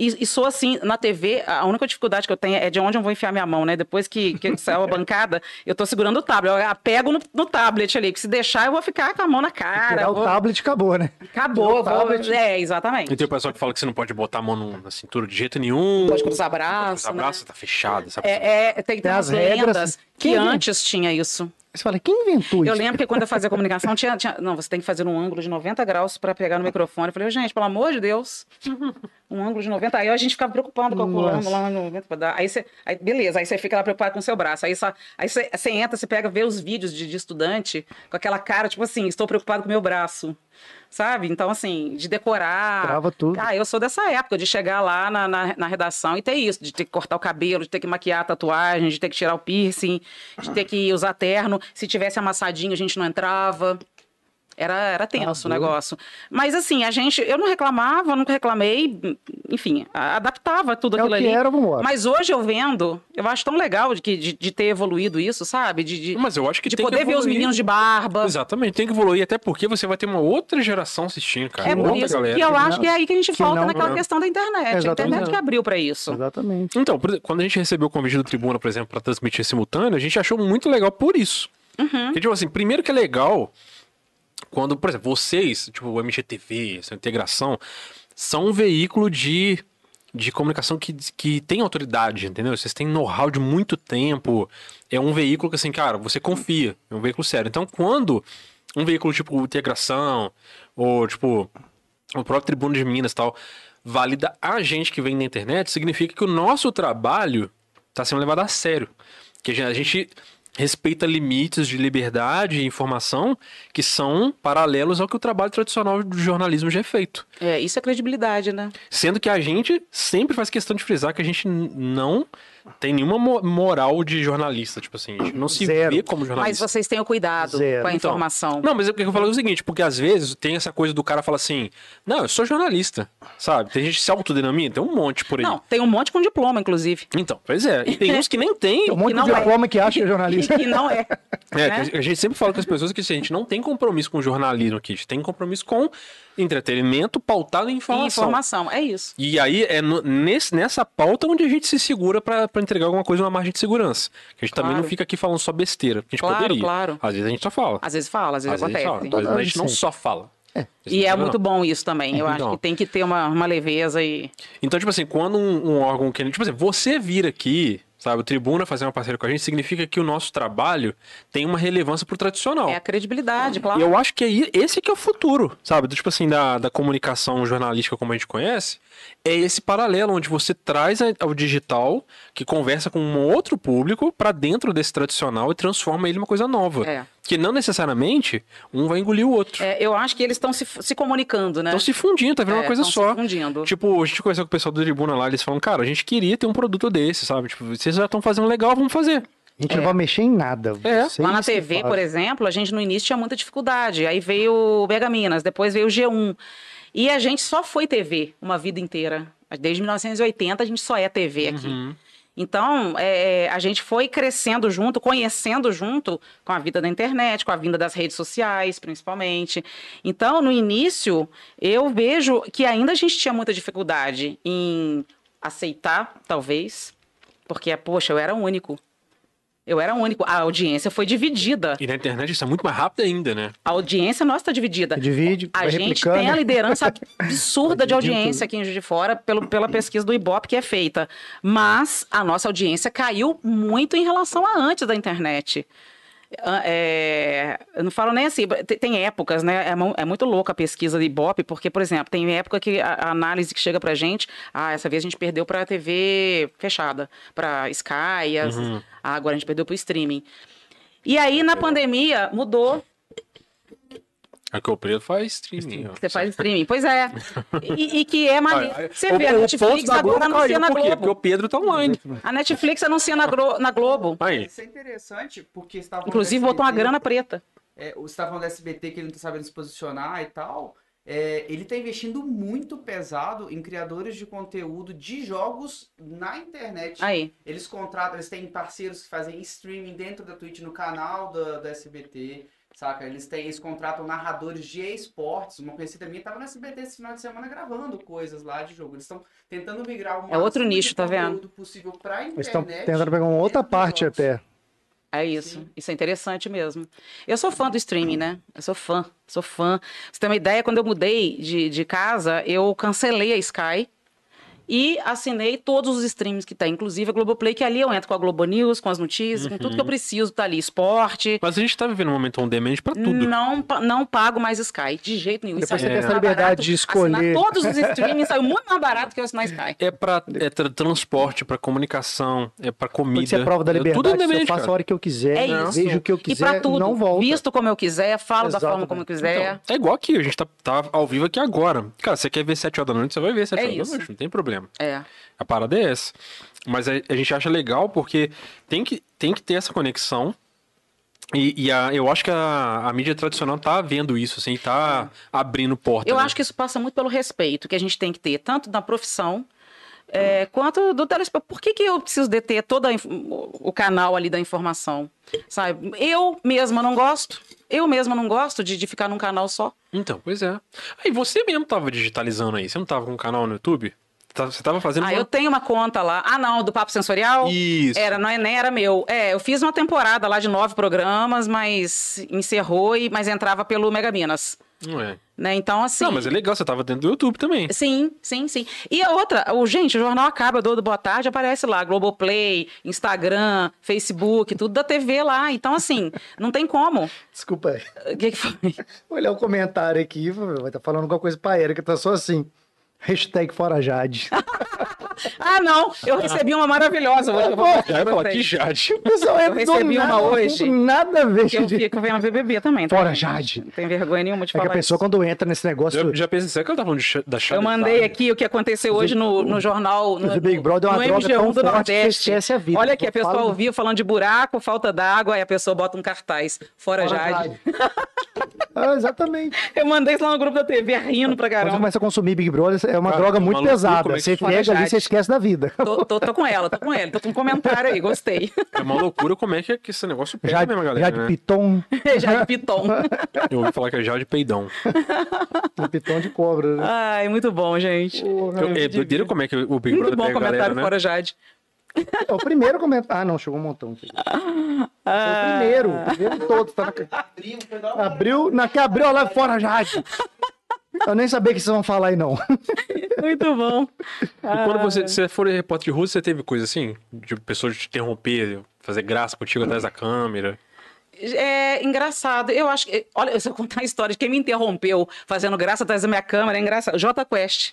S3: E, e sou assim, na TV, a única dificuldade que eu tenho é de onde eu vou enfiar minha mão, né? Depois que, que saiu a bancada, eu tô segurando o tablet. Eu pego no, no tablet ali, que se deixar eu vou ficar com a mão na cara.
S2: Tirar o
S3: vou-
S2: tablet acabou, né?
S3: Acabou,
S2: Tirar o tablet.
S3: vou... É,
S1: E
S3: exatamente.
S1: tem o pessoal que fala que você não pode botar a mão no- na cintura de jeito nenhum.
S3: Pode cruzar
S1: Os
S3: braço, né?
S1: abraços tá fechado, sabe?
S3: É, é, tem,
S2: Tem
S3: tem
S2: as
S3: as
S2: regras. né?
S3: lendas que
S2: Quem-
S3: antes tinha isso.
S2: Você fala, quem inventou
S3: Eu
S2: isso?
S3: lembro que quando eu fazia comunicação, tinha, tinha- Não, você tem que fazer um ângulo de 90 graus para pegar no microfone. Eu falei, gente, pelo amor de Deus. Um ângulo de 90. Aí a gente ficava preocupado, calculando
S2: Nossa.
S3: lá no 90 pra dar. Aí você. Aí, beleza, aí você fica lá preocupado com o seu braço. Aí, só, aí você, você entra, você pega, vê os vídeos de, de estudante com aquela cara, tipo assim, estou preocupado com o meu braço. Sabe? Então, assim, de decorar.
S2: Trava tudo.
S3: Ah, eu sou dessa época de chegar lá na, na, na redação e ter isso, de ter que cortar o cabelo, de ter que maquiar a tatuagem, de ter que tirar o piercing, de ter que usar terno. Se tivesse amassadinho, a gente não entrava. Era, era tenso o
S2: doido.
S3: negócio. Mas assim, a gente, eu não reclamava, nunca reclamei, enfim, a- adaptava tudo
S2: É o
S3: aquilo
S2: que
S3: ali.
S2: era, vambora.
S3: Mas hoje eu vendo, eu acho tão legal de, que- de, de ter evoluído isso, sabe? De, de,
S1: Mas eu acho que
S3: de
S1: tem que
S3: poder ver os
S1: evoluir. é.
S3: meninos de barba.
S1: Exatamente, tem que evoluir, até porque você vai ter uma outra geração assistindo, cara.
S3: É
S1: Outra
S3: por isso
S1: galera.
S3: que eu
S2: que
S3: acho
S2: não-
S3: que é aí que a gente
S2: que
S3: falta
S2: não- né?
S3: naquela
S1: não.
S3: questão da internet. A
S2: Exatamente.
S3: internet que abriu pra isso.
S2: Exatamente.
S1: Então, por exemplo, quando a gente recebeu o convite do Tribuna, por exemplo, pra transmitir simultâneo, a gente achou muito legal por isso. Porque, tipo assim, primeiro que é legal quando, por exemplo, vocês, tipo, o MGTV, essa integração, são um veículo de, de comunicação que, que tem autoridade, entendeu? Vocês têm know-how de muito tempo. É um veículo que, assim, cara, você confia. É um veículo sério. Então, quando um veículo tipo integração, ou tipo, o próprio Tribuno de Minas e tal, valida a gente que vem na internet, significa que o nosso trabalho está sendo levado a sério. Que a gente- a gente respeita limites de liberdade e informação que são paralelos ao que o trabalho tradicional do jornalismo já é feito.
S3: É, isso é credibilidade, né?
S1: Sendo que a gente sempre faz questão de frisar que a gente n- não tem nenhuma mo- moral de jornalista, tipo assim, a gente não se
S2: Zero.
S1: vê como jornalista.
S3: Mas vocês tenham cuidado
S2: Zero.
S3: com a
S1: Então,
S3: informação.
S1: Não, mas eu, eu falo o seguinte, porque às vezes tem essa coisa do cara falar assim, não, eu sou jornalista, sabe? Tem gente que se autodenomina, tem um monte por aí.
S3: Não, tem um monte com diploma, inclusive.
S1: Então, pois é. E tem uns que nem tem.
S2: Tem um monte
S3: não (laughs)
S2: de diploma que acha que é
S3: que não é.
S1: (laughs) É,
S3: né?
S1: que a gente sempre fala com as pessoas que assim, a gente não tem compromisso com jornalismo aqui, a gente tem compromisso com entretenimento pautado em
S3: E
S1: informação.
S3: Informação, é isso.
S1: E aí é no- nesse- nessa pauta onde a gente se segura pra pra entregar alguma coisa numa margem de segurança. Que a gente também
S3: Claro.
S1: não fica aqui falando só besteira, porque a gente
S3: Claro,
S1: poderia.
S3: claro.
S1: Às vezes a gente só fala.
S3: Às vezes fala, às vezes
S1: Às vezes a gente
S3: acontece.
S1: fala, mas a gente não
S2: Sempre.
S1: só fala.
S3: E é
S1: Entendeu?
S3: muito bom isso também. Eu acho
S1: Então.
S3: que tem que ter uma, uma leveza e.
S1: Então, tipo assim, quando um, um órgão que. Tipo assim, você vir aqui, sabe, o Tribuna fazer uma parceria com a gente, significa que o nosso trabalho tem uma relevância pro tradicional.
S3: É a credibilidade, claro.
S1: E eu acho que aí, esse que é o futuro, sabe? Do Tipo assim, da, da comunicação jornalística como a gente conhece, é esse paralelo onde você traz a- o digital, que conversa com um outro público, pra dentro desse tradicional e transforma ele em uma coisa nova.
S3: É.
S1: Que não necessariamente um vai engolir o outro.
S3: É, eu acho que eles estão se, se comunicando, né?
S1: Estão se fundindo, tá virando
S3: É,
S1: uma coisa
S3: tão se
S1: só.
S3: fundindo.
S1: Tipo, a gente conversou com o pessoal do Tribuna lá, eles falam, cara, a gente queria ter um produto desse, sabe? Tipo, vocês já estão fazendo legal, vamos fazer.
S2: A gente não vai mexer em nada.
S1: É.
S2: vocês
S3: É. Lá na
S2: que
S3: TV,
S2: fazem.
S3: por exemplo, a gente no início tinha muita dificuldade. Aí veio o Mega Minas, depois veio o G1. E a gente só foi TV uma vida inteira. Desde 1980 a gente só é TV aqui.
S1: Uhum.
S3: Então, é, é, a gente foi crescendo junto, conhecendo junto com a vida da internet, com a vinda das redes sociais, principalmente. Então, no início, eu vejo que ainda a gente tinha muita dificuldade em aceitar, talvez, porque, poxa, eu era o único. Eu era o único. A audiência foi dividida.
S1: E na internet isso é muito mais rápido ainda, né?
S3: A audiência nossa está dividida.
S2: Divide,
S3: A
S2: vai
S3: gente
S2: replicando.
S3: tem a liderança absurda de
S2: Acredito.
S3: audiência aqui em Juiz de Fora pelo, pela pesquisa do Ibope que é feita. Mas a nossa audiência caiu muito em relação a antes da internet. Ah, é, eu não falo nem assim, te- tem épocas, né? É, mu- é muito louca a pesquisa do Ibope, porque, por exemplo, tem época que a, a análise que chega pra gente, ah, essa vez a gente perdeu pra TV fechada, pra Sky, as-
S1: Uhum.
S3: ah, agora a gente perdeu pro streaming. E aí, na pandemia, mudou.
S1: É que o preto faz streaming. ó.
S3: Você faz streaming. Pois é. E, e que é maneiro.
S1: Olha,
S3: Você vê, a Netflix agora anuncia na
S1: Por quê? Porque
S3: Globo.
S1: o Pedro tá online.
S3: A Netflix anuncia na, Gro- na Globo.
S1: Aí.
S4: Isso é interessante, porque estavam.
S3: Inclusive, botou uma grana preta.
S4: É, você tá falando do SBT que ele não tá sabendo se posicionar e tal. É, ele tá investindo muito pesado em criadores de conteúdo de jogos na internet.
S3: Aí.
S4: Eles contratam, eles têm parceiros que fazem streaming dentro da Twitch no canal da, da SBT, saca? Eles têm, eles contratam narradores de esportes. Uma conhecida minha tava no SBT esse final de semana gravando coisas lá de jogo. Eles estão tentando migrar o máximo
S3: outro
S4: de
S3: nicho, tá vendo?
S4: conteúdo possível pra
S2: Eles estão
S4: internet.
S2: tentando pegar uma outra
S4: dentro dos
S2: parte
S4: jogos.
S2: até.
S3: É isso.
S4: Sim.
S3: Isso é interessante mesmo. Eu sou fã do streaming, né? Eu sou fã. Sou fã. Pra Você tem uma ideia? Quando eu mudei de, de casa, eu cancelei a Sky. E assinei todos os streams que tem, inclusive a Globoplay, que ali eu entro com a Globo News, com as notícias, com
S1: Uhum.
S3: tudo que eu preciso, tá ali, esporte.
S1: Mas a gente tá vivendo um momento on demand pra tudo.
S3: Não, pa- não pago mais Sky, de jeito nenhum.
S2: Depois você
S3: Isso é
S2: tem essa
S3: mais
S2: liberdade
S3: barato.
S2: de escolher.
S3: Assinar
S2: (laughs)
S3: todos os streamings saiu muito mais barato que eu assinar Sky.
S1: É pra é tra- transporte, pra comunicação, é pra comida.
S2: Quando você é prova
S1: É
S2: da liberdade,
S1: tudo on
S2: eu
S1: demand,
S2: faço a
S1: cara.
S2: hora que eu quiser,
S3: É
S2: eu
S3: isso.
S2: vejo o que eu
S3: E pra
S2: quiser,
S3: tudo,
S2: não volta.
S3: visto como eu quiser, falo da forma
S2: Exatamente.
S3: como eu quiser.
S1: Então, é igual aqui, a gente tá, tá ao vivo aqui agora. Cara, você quer ver 7 horas da noite, você vai ver 7
S3: É
S1: horas
S3: isso.
S1: da noite, não tem problema.
S2: Então,
S3: é.
S1: A parada é essa. Mas é, a, a gente acha legal porque tem que, tem que ter essa conexão. E, e a- eu acho que a, a mídia tradicional tá vendo isso, assim, tá abrindo porta.
S3: Eu
S1: né?
S3: acho que isso passa muito pelo respeito que a gente tem que ter, tanto da profissão. é, quanto do telespectador. Por que, que eu preciso deter todo a inf- o canal ali da informação? Sabe? Eu mesma não gosto. Eu mesma não gosto de, de ficar num canal só.
S1: Então, pois é. Aí você mesmo tava digitalizando aí, você não tava com um canal no YouTube? Tá- Você tava fazendo
S3: Ah,
S1: uma-
S3: eu tenho uma conta lá. Ah, não, do Papo Sensorial?
S1: Isso.
S3: Era, não é, nem era meu. É, eu fiz uma temporada lá de nove programas, mas encerrou, e, mas entrava pelo Mega Minas.
S1: Não é.
S3: Né? Então, assim.
S1: Não, mas é legal, você tava dentro do YouTube também.
S3: Sim, sim, sim. E a outra, o, gente, o jornal acaba, eu dou do Boa Tarde, aparece lá, Globoplay, Instagram, Facebook, tudo da TV lá. Então, assim, não tem como.
S2: Desculpa é. aí.
S3: O que, que foi?
S2: Vou olhar o comentário aqui, vai estar falando alguma coisa pra Erika, tá só assim. Hashtag fora
S3: (laughs)
S2: Jade.
S3: Ah, não, eu recebi uma maravilhosa hoje. Eu vou
S1: Já tipo, ia falar
S3: pra
S1: que
S3: vocês.
S1: Jade.
S2: Pessoal, é
S3: Eu recebi uma hoje.
S2: Nada a ver
S3: Eu
S2: de...
S3: fico vendo BBB também. tá
S2: Fora
S3: vendo?
S2: Jade.
S3: Não tem vergonha nenhuma de
S2: É que
S3: falar
S2: a pessoa quando entra nesse negócio...
S1: Já, já pensei, será que ela tá falando de Cha- da Chave?
S3: Eu mandei aqui o que aconteceu hoje no, no jornal. No,
S2: Mas o Big Brother é uma
S3: no
S2: droga
S3: MG1
S2: tão
S3: do
S2: forte que
S3: Nordeste.
S2: esquece a vida.
S3: Olha aqui,
S2: Eu
S3: a pessoa
S2: falo-
S3: ao vivo falando de buraco, falta d'água, aí a pessoa bota um cartaz.
S2: Fora
S3: Fora, Jade.
S2: Jade. Ah, exatamente.
S3: Eu mandei isso lá no grupo da TV, rindo pra
S2: Quando você
S3: caramba.
S2: começa a consumir Big Brother, é uma
S1: Cara,
S2: droga
S1: que
S2: muito
S1: maluco,
S2: pesada.
S1: como é que
S2: Você
S1: funciona,
S2: pega ali,
S3: chat?
S2: você esquece da vida.
S3: Tô, tô, tô com ela, tô com ela. Tô com um comentário aí,
S2: (laughs)
S3: gostei.
S1: É uma loucura como é que, que esse negócio pega
S2: Já,
S1: mesmo, a
S2: já
S1: galera.
S2: de
S1: né?
S2: piton,
S3: Já de piton.
S1: Eu ouvi falar que é já de peidão.
S2: de piton de cobra. né?
S3: Ai, muito bom, gente.
S2: Porra,
S1: Eu, é doideira como é que o Big
S3: Muito
S1: Brother
S3: bom
S1: pega a galera,
S3: comentário
S1: né?
S3: fora Jade.
S2: É o primeiro comentário. Ah, não, chegou um montão. Aqui. Foi
S3: Ah,
S2: o primeiro, o primeiro de todos. Tá na...
S4: Abriu, foi da hora.
S2: Abriu, na que abriu a live fora, Jade. Eu nem sabia que vocês vão falar aí, não.
S3: (laughs) Muito bom.
S1: E quando você, você for repórter de rua, você teve coisa assim? De pessoas te interromper, fazer graça contigo atrás da câmera.
S3: É engraçado. Eu acho que. Olha, se eu contar a história de quem me interrompeu fazendo graça atrás da minha câmera, é engraçado. J Quest.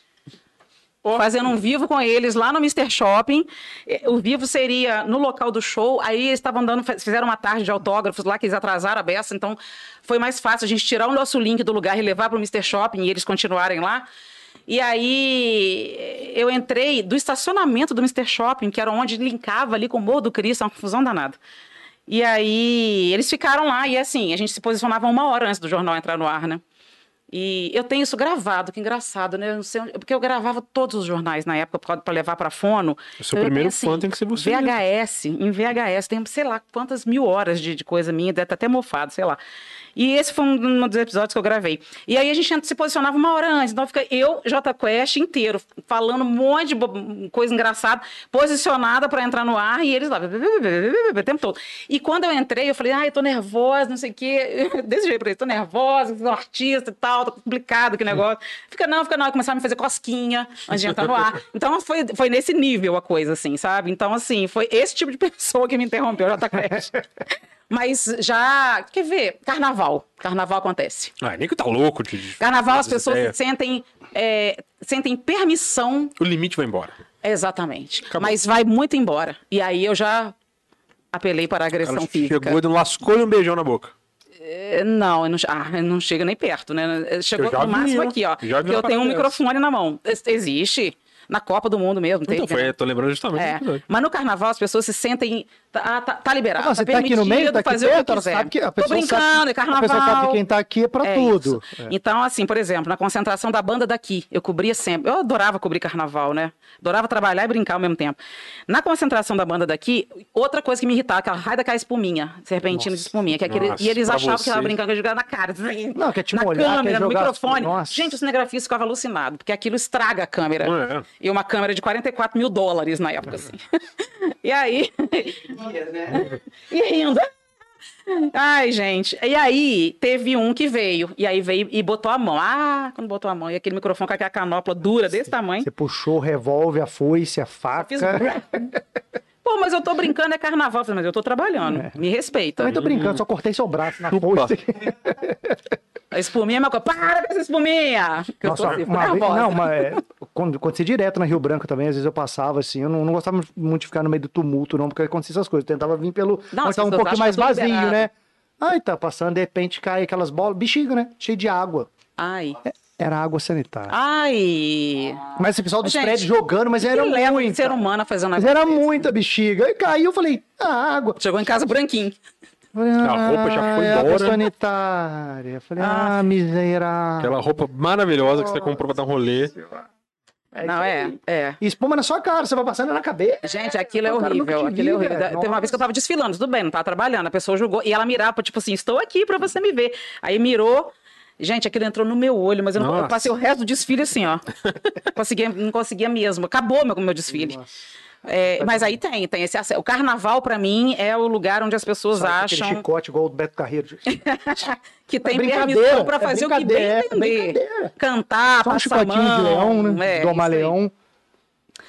S3: Fazendo um vivo com eles lá no Mr. Shopping. Eh, O vivo seria no local do show. Aí eles estavam dando, fe- fizeram uma tarde de autógrafos lá, que eles atrasaram a beça. Então foi mais fácil a gente tirar o nosso link do lugar e levar para o Mr. Shopping e eles continuarem lá. E aí eu entrei do estacionamento do Mr. Shopping, que era onde linkava ali com o Morro do Cristo, é uma confusão danada. E aí eles ficaram lá e assim, a gente se posicionava uma hora antes do jornal entrar no ar, né? E eu tenho isso gravado, que engraçado, né? Eu não sei, onde- porque eu gravava todos os jornais na época para levar para fono.
S1: O seu
S3: Eu
S1: primeiro
S3: tenho, assim,
S1: fã tem que ser você. mesmo.
S3: VHS, em VHS, tem sei lá quantas mil horas de, de coisa minha, deve estar até mofado, sei lá. E esse foi um, um dos episódios que eu gravei. E aí a gente se posicionava uma hora antes, então fica eu, J Quest inteiro, falando um monte de bo- coisa engraçada, posicionada para entrar no ar, e eles lá, o tempo todo. E quando eu entrei, eu falei, ah, eu tô nervosa, não sei o quê, (laughs) desse jeito pra eles, tô nervosa, sou artista e tal, tá complicado que negócio. Fica não, fica não, aí começaram a me fazer cosquinha antes de entrar
S1: (laughs)
S3: no ar. Então foi, foi nesse nível a coisa, assim, sabe? Então, assim, foi esse tipo de (laughs) pessoa que me interrompeu, Jota Quest. Mas já, quer ver, carnaval, carnaval acontece.
S1: Ah, nem que tá louco. De, de-
S3: Carnaval as
S1: dessa
S3: pessoas
S1: ideia.
S3: sentem, é, sentem permissão
S1: O limite vai embora.
S3: Exatamente.
S1: Acabou.
S3: Mas vai muito embora. E aí eu já apelei para a
S1: O cara
S3: agressão física.
S1: chegou, deu um lascou e um beijão na boca.
S3: É, Não, eu não, ah, eu não chega nem perto, né? Chegou
S1: Eu já
S3: no máximo
S1: vi,
S3: aqui, ó.
S1: eu já vi uma
S3: Porque eu tenho um
S1: parada
S3: microfone na mão. Es- Existe. Na Copa do Mundo mesmo.
S1: Então
S3: tem, né?
S1: foi, tô lembrando justamente.
S3: É,
S1: do episódio.
S3: mas no carnaval as pessoas se sentem. Tá, tá, tá liberado.
S2: Ah,
S3: tá
S2: você tá aqui no meio,
S3: permitido
S2: tá aqui
S3: fazer o
S2: perto,
S3: que
S2: ela
S3: quiser.
S2: sabe que a
S3: Tô
S2: pessoa
S3: brincando,
S2: sabe,
S3: é carnaval.
S2: A pessoa sabe que quem tá aqui é pra
S3: É
S2: tudo.
S3: isso. Então, assim, por exemplo, na concentração da banda daqui, eu cobria sempre. Eu adorava cobrir carnaval, né? Adorava trabalhar e brincar ao mesmo tempo. Na concentração da banda daqui, outra coisa que me irritava, aquela raia daquela espuminha, serpentina de espuminha. Que é aquele-
S1: Nossa,
S3: e eles
S1: pra
S3: achavam que
S1: você.
S3: tava brincando, que jogava na cara. assim,
S2: Não, quer te
S3: na
S2: molhar, quer
S3: câmera, no
S2: jogar-
S3: microfone.
S2: Nossa.
S3: Gente, o cinegrafista ficava alucinado, porque aquilo estraga a câmera.
S1: Ah, é.
S3: E uma câmera de 44 mil dólares na época, assim. (laughs) e aí,
S4: Dias, né?
S3: e rindo. Ai, gente. E aí, teve um que veio. E aí veio e botou a mão. Ah, quando botou a mão. E aquele microfone com aquela canopla dura desse tamanho.
S2: Você tá puxou o revólver, a foice, a faca.
S3: Fiz... (laughs) Pô, mas eu tô brincando, é carnaval. Eu falei, Mas eu tô trabalhando. Me respeita.
S2: É. Também tô brincando, só cortei seu braço na
S1: Chupa.
S2: foice.
S3: A espuminha é uma coisa. Para com essa espuminha! Que eu tô assim, fico
S2: uma vez,
S3: nervosa.
S2: não, mas é, quando acontecia direto na Rio Branco também, às vezes eu passava assim, eu não, não gostava muito de ficar no meio do tumulto, não, porque acontecia essas coisas. Eu tentava vir pelo.
S3: Não,
S2: onde
S3: as
S2: tava um pouquinho
S3: pessoas acham
S2: mais
S3: que eu tô
S2: vazio,
S3: liberada.
S2: né? Aí tá passando, de repente cai aquelas bolas, bexiga, né? Cheio de água.
S3: Ai.
S2: Era água sanitária.
S3: Ai.
S2: Mas esse pessoal dos
S3: Ah, Gente,
S2: prédios jogando, mas era
S3: que leva um
S2: muita.
S3: ser humano a fazer um
S2: Mas é
S3: negócio.
S2: era
S3: desse?
S2: muita bexiga. Aí caiu, eu falei, ah, água.
S3: Chegou em casa branquinho.
S1: A roupa já
S2: Ah,
S1: foi
S2: é água
S1: embora.
S2: sanitária. Eu Falei, ah, miserável.
S1: Aquela roupa maravilhosa que você comprou pra dar um rolê.
S3: não, é, é.
S2: Espuma na sua cara, você vai passando na cabeça.
S3: Gente, aquilo é
S2: O cara nunca
S3: horrível.
S2: te
S3: Aquilo é
S2: liga.
S3: horrível. Teve uma vez que eu tava desfilando, tudo bem, não tava trabalhando. A pessoa julgou e ela mirava, tipo assim, estou aqui pra você me ver. Aí mirou. Gente, aquilo entrou no meu olho, mas eu, não, eu
S1: Nossa.
S3: passei o resto do desfile
S2: (laughs)
S3: assim, ó. conseguia, não conseguia mesmo. Acabou meu, meu desfile. É, mas aí tem, tem esse acesso. O carnaval, pra mim, é o lugar onde as pessoas
S2: Sabe, aquele
S3: acham
S2: chicote igual o do Beto Carreiro. É
S3: que tem
S2: brincadeira,
S3: permissão pra
S2: é
S3: fazer o que bem
S2: brincadeira, é
S3: entender.
S2: brincadeira.
S3: Cantar,
S2: Só um
S3: passar a
S2: chicotinho
S3: mão.
S2: de leão, né?
S3: é,
S2: Domar
S3: isso aí.
S2: leão.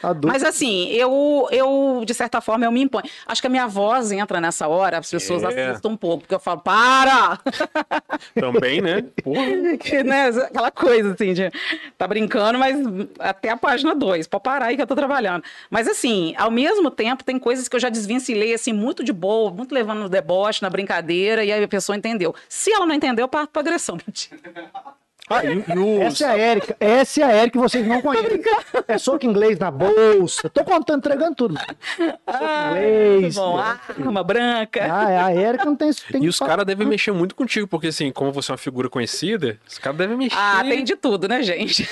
S2: Tá Adulto.
S3: Mas assim, eu, eu, de certa forma, eu me imponho. Acho que a minha voz entra nessa hora, as pessoas
S1: É.
S3: assustam um pouco, porque eu falo, para! (laughs)
S1: Também, né? Porra.
S3: Que, né, aquela coisa assim, de tá brincando, mas até a página 2, pode parar aí que eu tô trabalhando. Mas assim, ao mesmo tempo, tem coisas que eu já desvencilhei, assim, muito de boa, muito levando no deboche, na brincadeira, e aí a pessoa entendeu. Se ela não entendeu, eu parto pra agressão.
S1: Ah, e, e o...
S2: Essa é a Érica. Essa é a Érica que vocês
S3: (laughs)
S2: não conhecem. É soco inglês na bolsa. Tô contando, entregando tudo.
S3: (laughs) Ah,
S2: inglês,
S3: muito bom.
S2: né?
S3: Arma branca.
S2: Ah, é a Érica não tem... tem
S1: E os caras devem mexer muito contigo, porque assim, como você é uma figura conhecida, os caras devem mexer.
S3: Ah, tem de tudo, né, gente?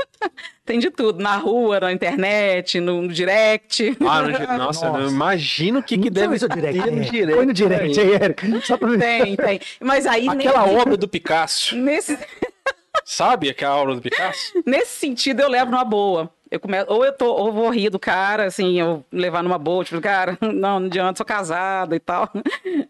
S3: (laughs) tem de tudo. Na rua, na internet, no direct.
S1: Ah, no di- nossa, eu
S2: Nossa.
S1: imagino o que, que
S2: Não
S1: deve
S2: precisa direct,
S1: ter no
S2: né?
S1: direct.
S2: Põe no direct aí, Érica. Só pra mim.
S3: (laughs) Tem, tem. Mas aí,
S1: Aquela
S3: nesse,
S1: obra do Picasso,
S3: nesse,
S1: sabe aquela obra do Picasso?
S3: nesse sentido, eu levo numa boa. Eu começo, ou eu tô, ou eu vou rir do cara, assim, eu levar numa boa, tipo, cara, (laughs) não, não adianta, sou casada e tal.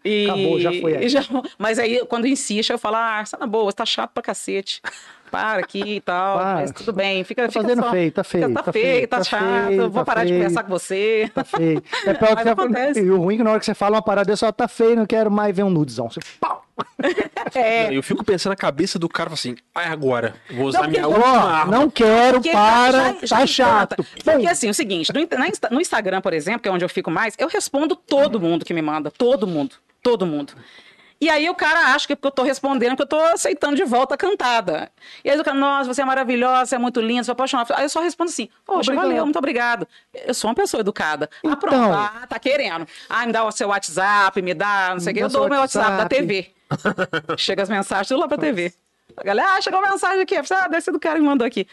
S3: E-
S2: Acabou, já foi aí.
S3: (laughs) e já- mas aí, quando insiste, eu falo, ah, sai na boa, você tá chato pra cacete. Para aqui e tal.
S2: Para.
S3: Mas tudo bem, fica,
S2: Tá
S3: fica
S2: fazendo
S3: só-
S2: feio, tá
S3: fica-
S2: feio.
S3: tá, feio, tá, chato,
S2: feio,
S3: vou
S2: tá
S3: parar de
S2: feio,
S3: conversar com você.
S2: Tá feio. É pior que
S3: Mas
S2: você-
S3: acontece.
S2: E o ruim é que na hora que você fala uma parada, é só tá feio, não quero mais ver um nudezão. Você, pau!
S3: É,
S1: Eu fico pensando na cabeça do cara, falo assim, ai agora, vou usar
S3: Não,
S1: minha
S3: porque-
S1: última
S2: Ó,
S1: arma.
S2: não quero,
S3: Porque
S2: para,
S3: já- já
S2: tá
S3: me
S2: chato.
S3: encanta.
S2: Pum.
S3: Porque assim, é o seguinte, no, in- na Insta- no Instagram, por exemplo, que é onde eu fico mais, eu respondo todo mundo que me manda. Todo mundo. Todo mundo. E aí o cara acha que é porque eu tô respondendo, que eu tô aceitando de volta a cantada. E aí o cara, nossa, você é maravilhosa, você é muito linda, sou apaixonada. Aí eu só respondo assim, poxa,
S2: Obrigado.
S3: valeu, muito obrigado. Eu sou uma pessoa educada.
S2: Então.
S3: Aprontar, tá querendo. Ah, me dá o seu WhatsApp, me dá, não
S2: Me
S3: sei o quê.
S2: dá
S3: Eu dou
S2: seu
S3: o meu WhatsApp da
S2: WhatsApp.
S3: TV. Chega as mensagens, tudo lá pra TV. A galera, ah, chegou uma mensagem aqui. Eu falei, Ah, deve ser do cara que mandou aqui.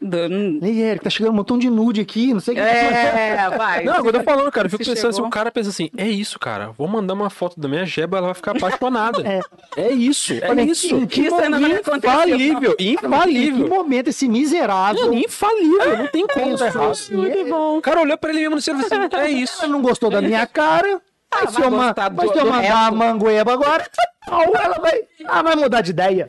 S3: Do- hum,
S2: Ei, Érica, tá chegando um montão de nude aqui, não sei o que.
S3: É, vai.
S1: Não, agora eu tô falando, cara, eu fico
S3: Se
S1: pensando se
S3: chegou.
S1: o cara pensa assim, é isso, cara, vou mandar uma foto da minha jeba, ela vai ficar apaixonada. é. isso, é
S2: Olha,
S1: isso.
S2: em que
S3: Isso ainda não aconteceu.
S1: infalível,
S2: Em que
S1: infalível.
S2: momento esse miserável
S1: Infalível, não tem como
S2: pensou
S1: dar errado.
S2: assim, ele-
S1: O cara olhou pra ele mesmo no celular e falou assim, é isso.
S2: Ela não gostou da minha cara. Aí
S3: Ah,
S2: se
S3: vai
S2: eu, man...
S3: gostar do-
S2: mas se eu
S3: do
S2: mandar a mangoeba agora, ou ela vai... Ah, vai mudar de ideia.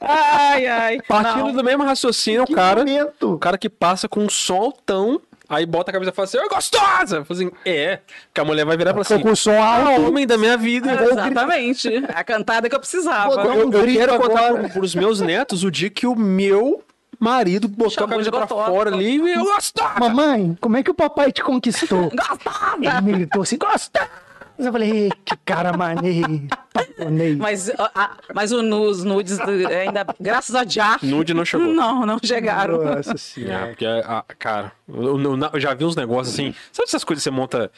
S3: Ai, ai.
S1: Partindo
S3: Não.
S1: do mesmo raciocínio,
S2: Que
S1: o cara,
S2: momento.
S1: o cara que passa com um soltão, aí bota a cabeça e fala assim, é gostosa! Fala assim, é. Que a mulher vai virar e falar
S2: Ficou
S1: assim,
S2: com um o som
S1: é o
S2: alto.
S1: homem da minha vida.
S3: Exatamente. A cantada que eu precisava.
S2: Vou dar um
S1: Eu, eu
S2: grito
S1: quero contar
S2: agora.
S1: pro- pros meus netos o dia que o meu marido botou
S3: Chamou
S1: a cabeça
S3: de
S1: pra
S3: gostosa.
S1: fora ali e eu gostosa!
S2: Mamãe, como é que o papai te conquistou? Ele
S3: Gostada!
S2: me gritou assim, gosta! Eu falei, "Ei, que cara maneiro, paponei.
S3: Mas, a- a- mas o, nu- os nudes do- ainda, graças a Já.
S1: Nude não chegou.
S3: Não, não chegaram.
S2: Nossa
S1: É,
S2: senhora.
S1: porque, ah, cara, eu, eu- eu já vi uns negócios assim. Sabe essas coisas que você monta.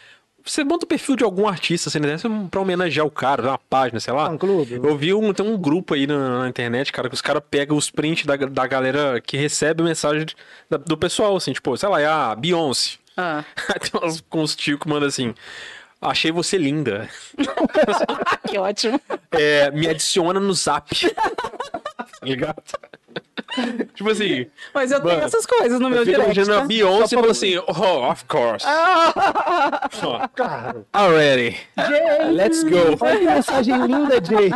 S1: Você monta o perfil de algum artista, assim, né? Você- Pra homenagear o cara, uma página, sei lá.
S2: Fã clube.
S1: Eu vi um, tem um grupo aí na, na internet, cara, que os caras pegam os prints da, da galera que recebe mensagem de- da- do pessoal, assim, tipo, sei lá, é a Beyoncé.
S3: Ah.
S1: Aí (laughs) tem uns, com uns tio que manda assim. Achei você linda.
S3: Ah, que ótimo.
S1: É, me adiciona no zap. (laughs) Tá Ligado? tipo assim,
S3: Mas eu tenho
S1: Mano,
S3: essas coisas no meu
S1: eu fico
S3: direct.
S2: né?
S1: imaginando a
S3: Tá?
S1: Beyoncé e falou assim, oh, of
S2: (laughs)
S1: course. Ó,
S2: Claro.
S1: Already. Let's go.
S2: Olha que mensagem linda,
S3: (laughs)
S2: Jay.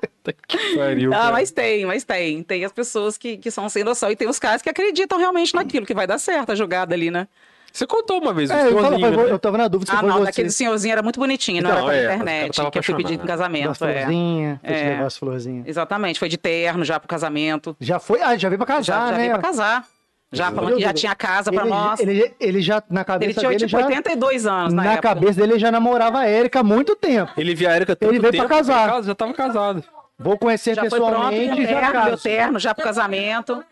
S1: Puta que pariu,
S3: Ah,
S1: cara.
S3: mas tem, mas tem. Tem as pessoas que, que são sem noção e tem os caras que acreditam realmente naquilo, que vai dar certo a jogada ali, né?
S1: Você contou uma vez, o
S2: É, eu, tava,
S1: senhorzinho, né?
S2: eu tava na dúvida se
S3: Ah,
S2: foi
S3: não,
S2: você.
S3: daquele senhorzinho era muito bonitinho, não
S1: Então,
S3: era
S1: é,
S3: pela
S1: mas o cara
S3: internet,
S1: tava
S3: que eu fui pedir em
S1: apaixonado.
S2: Da
S3: casamento. é.
S2: florzinha, fez
S3: É.
S2: negócio florzinha.
S3: Exatamente, foi de terno já pro casamento.
S2: Já foi, ah, já veio pra
S3: Já,
S2: casar,
S3: já
S2: né?
S3: veio pra casar. Já
S1: Meu
S3: falando que já
S2: Deus.
S3: tinha casa pra
S2: ele,
S3: nós. Ele,
S2: Ele, ele já, na cabeça
S3: tinha
S2: dele,
S3: tipo
S2: já,
S3: 82 anos na,
S2: na
S3: época.
S2: cabeça dele, ele já namorava a Erika há muito tempo.
S1: Ele via a Erika tanto
S2: Ele veio pra
S1: tempo,
S2: casar.
S1: casa- Já tava casado.
S2: Vou conhecer
S3: Já é foi pronto, meu
S2: pessoalmente e já
S3: terno, meu
S2: caso.
S3: terno, já pro casamento.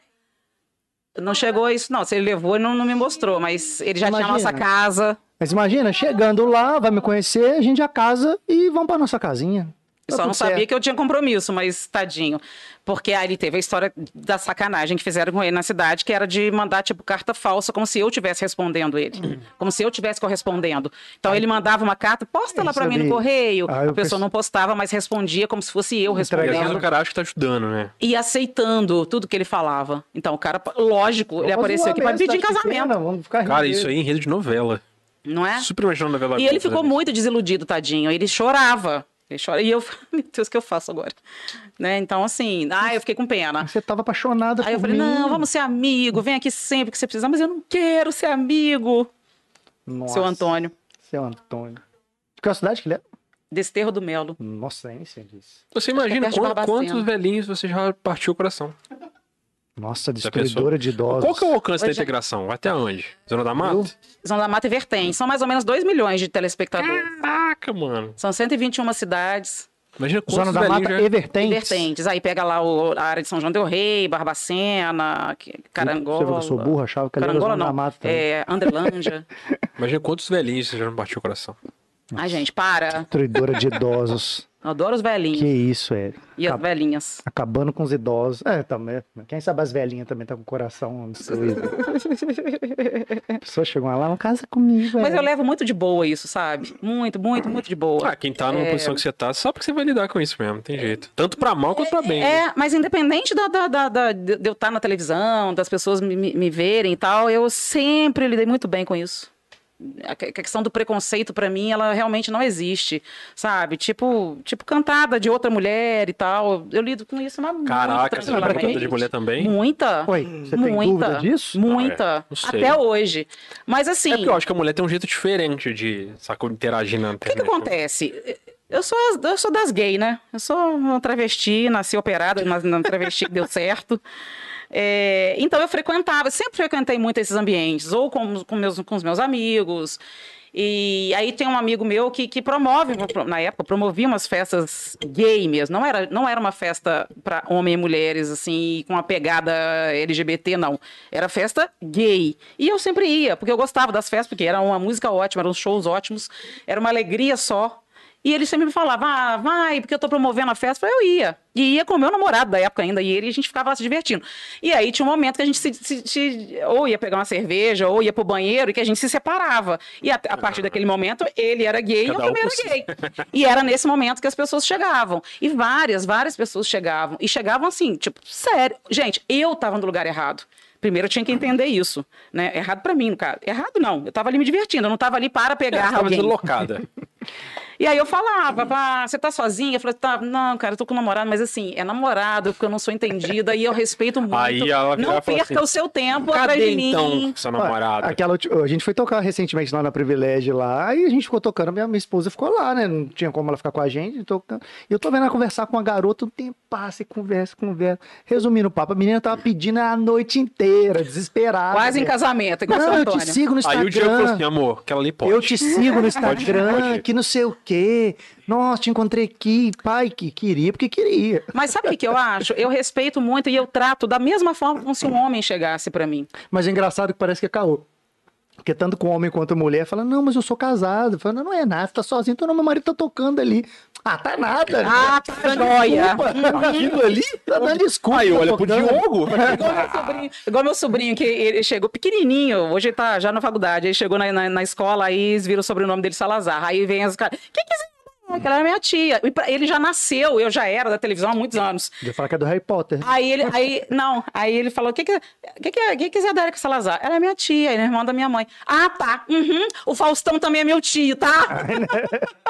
S3: Não chegou isso, não. Se ele levou, ele não, não me mostrou, mas ele já tinha a nossa
S2: Imagina.
S3: casa.
S2: Mas imagina, chegando lá, vai me conhecer, a gente já casa e vamos pra nossa casinha. Tá
S3: Eu só não
S2: tudo
S3: sabia
S2: certo.
S3: que eu tinha compromisso, mas tadinho. Porque aí ele teve a história da sacanagem que fizeram com ele na cidade, que era de mandar, tipo, carta falsa, como se eu estivesse respondendo
S2: Hum.
S3: ele. Como se eu estivesse correspondendo. Então ele mandava uma carta, posta lá
S2: Isso
S3: pra mim
S2: ali.
S3: no correio.
S2: Ah, eu
S3: a pessoa
S2: perce-
S3: não postava, mas respondia como se fosse eu
S1: E
S2: Entrega.
S1: às
S3: respondendo.
S1: vezes o cara acha que tá ajudando, né?
S3: E aceitando tudo que ele falava. Então o cara, lógico, ele
S2: Vamos
S3: apareceu
S2: zoar
S3: aqui pra me
S2: mesmo,
S3: pedir em
S2: tá de
S3: casamento,
S2: pena, Vamos ficar rindo
S1: Cara,
S2: dele.
S1: isso aí é enredo de novela.
S3: não é?
S1: Super imaginando novela. né?
S3: E ele ficou muito desiludido, tadinho. Ele chorava. Ele chora. E eu, (laughs) meu Deus, o que eu faço agora? Né? Então, assim, ah, eu fiquei com pena.
S2: Você tava apaixonada
S3: Aí eu
S2: por
S3: falei,
S2: mim.
S3: não, vamos ser amigo, vem aqui sempre que você precisar, mas eu não quero ser amigo,
S2: Nossa,
S3: seu Antônio.
S2: Seu Antônio. De qual cidade que ele é?
S3: Desterro do Melo.
S2: Nossa, nem sei disso.
S1: Você imagina
S3: perto de
S1: quanto-
S3: Barbacena.
S1: quantos velhinhos você já partiu o coração.
S2: Nossa,
S1: pessoa-
S2: destruidora de idosos.
S1: Qual que é o alcance da
S3: Hoje-
S1: integração? Vai até onde? Zona da Mata?
S3: Zona da Mata e
S2: Tá
S3: Vertém. São mais ou menos 2 milhões de telespectadores.
S1: Caraca, mano.
S3: São 121 cidades.
S1: Imagina
S2: Zona
S1: quantos
S2: da
S1: velhinhos
S2: Mata
S1: já...
S2: Evertentes.
S3: Vertentes. Aí pega lá o- a área de São João Del Rei, Barbacena, que-
S2: Você viu que eu
S3: Carangola.
S2: sou burro, achava que ali era
S3: Carangola
S2: Zona da
S3: não.
S2: Mata também.
S3: É,
S2: (laughs)
S3: Andrelândia.
S1: Imagina quantos velhinhos já não partiu o coração.
S3: Ai, gente, para.
S2: Destruidora de
S3: (laughs)
S2: idosos.
S3: Eu adoro os velhinhos.
S2: que isso, é.
S3: E as
S2: Acab-
S3: velhinhas.
S2: Acabando com os idosos. É, também. Quem sabe as velhinhas também tá com o coração destruído. A pessoa chegou lá, não casa comigo,
S1: É.
S3: Mas
S2: velho.
S3: eu levo muito de boa isso, sabe? Muito, muito, muito de boa.
S1: Ah, quem tá numa
S3: É.
S1: posição que você tá, sabe que você vai lidar com isso mesmo, não tem jeito. Tanto pra mal quanto pra bem. né?
S3: É, mas independente da, da- da- da- de de eu estar na televisão, das pessoas me, me- me verem e tal, eu sempre lidei muito bem com isso. A que- a questão do preconceito, pra mim, ela realmente não existe, sabe? Tipo, tipo cantada de outra mulher e tal. Eu lido com isso, mas é muito
S1: Caraca, você
S2: pra
S1: foi
S2: quem?
S1: cantada de mulher
S3: tranquilamente.
S1: também? É
S3: Muita.
S2: Oi, você tem
S3: muita,
S2: dúvida disso?
S1: Ah, é.
S3: Muita.
S1: Não sei.
S3: Até hoje. Mas assim.
S1: É porque eu acho que a mulher tem um jeito diferente de saco, interagir na
S3: O que,
S1: internet. né?
S3: que acontece? Eu sou, as- eu sou das gays, né? Eu sou uma travesti, nasci operada, mas não travesti que deu certo. É, então eu frequentava, sempre frequentei muito esses ambientes, ou com, com, meus, com os meus amigos. E aí tem um amigo meu que, que promove, na época, promovia umas festas gay mesmo. Não era, não era uma festa para homens e mulheres, assim, com uma pegada LGBT, não. Era festa gay. E eu sempre ia, porque eu gostava das festas, porque era uma música ótima, eram shows ótimos, era uma alegria só. E ele sempre me falava, ah, vai, porque eu tô promovendo a festa. Eu ia. E ia com o meu namorado da época ainda, e ele, e a gente ficava lá se divertindo. E aí tinha um momento que a gente se, se- se- ou ia pegar uma cerveja, ou ia pro banheiro, e que a gente se separava. E a, a partir daquele momento, ele era gay e
S1: Cada
S3: eu
S1: um
S3: também
S1: por
S3: era
S1: si.
S3: gay. E era nesse momento que as pessoas chegavam. E várias, várias pessoas chegavam. E chegavam assim, tipo, sério. Gente, eu tava no lugar errado. Primeiro eu tinha que entender isso, né? Errado pra mim, no caso. Errado não. Eu tava ali me divertindo, eu não tava ali para
S1: É,
S3: pegar
S1: você tava
S3: alguém.
S1: deslocada.
S3: (laughs) E aí eu falava, "Vá, você tá sozinha? Eu falei, tá, não, cara, eu tô com um namorado, mas assim, é namorado, porque eu não sou entendida e eu respeito muito.
S1: Aí ela
S3: não
S1: vai falar
S3: perca
S1: assim,
S3: o seu tempo atrás
S1: Cadê
S3: de mim.
S1: então seu
S2: Olha,
S1: namorado?
S2: Aquela, ulti- a gente foi tocar recentemente lá na Privilege lá, e a gente ficou tocando, minha, minha esposa ficou lá, né? Não tinha como ela ficar com a gente. Tocando. E eu tô vendo ela conversar com uma garota, um tempo passa, e conversa, conversa. Resumindo o papo, a menina tava pedindo a noite inteira, desesperada.
S3: Quase em
S2: velho.
S3: casamento, igual São
S2: Não, eu te
S3: Antônio.
S2: sigo no Instagram.
S1: Aí o Diego falou assim, amor, que ela ali pode.
S2: Eu te sigo no
S1: pode.
S2: Instagram, que não sei o quê. Nossa, te encontrei aqui. Pai, que queria, porque queria.
S3: Mas sabe o que, que eu acho? Eu respeito muito e eu trato da mesma forma como se um homem chegasse pra mim.
S2: Mas é engraçado que parece que é caô. Porque tanto com homem quanto mulher fala, não, mas eu sou casado. Fala, não, não é nada, você tá sozinho, então não, meu marido tá tocando ali. Ah, tá nada. né?
S3: Ah, tá joia.
S2: Desculpa. Aquilo ali tá dando desculpa.
S1: Aí olha pro
S3: um
S2: tocando.
S1: Diogo.
S3: Igual meu sobrinho, igual meu sobrinho, que ele chegou pequenininho, hoje ele tá já na faculdade, ele chegou na, na, na escola, aí eles viram o sobrenome dele Salazar. Aí vem as caras, quem que é esse cara?" Que ela era minha tia. E pra- ele já nasceu, eu já era da televisão há muitos anos.
S2: Eu ia falar que é do Harry Potter.
S3: Aí ele, aí, não, aí ele falou: o que, que, que, que, é- que, que é Zé Dérica Salazar? Ela é minha tia, ela é irmã da minha mãe. Ah, tá. Uhum, o Faustão também é meu tio, tá?
S2: (laughs)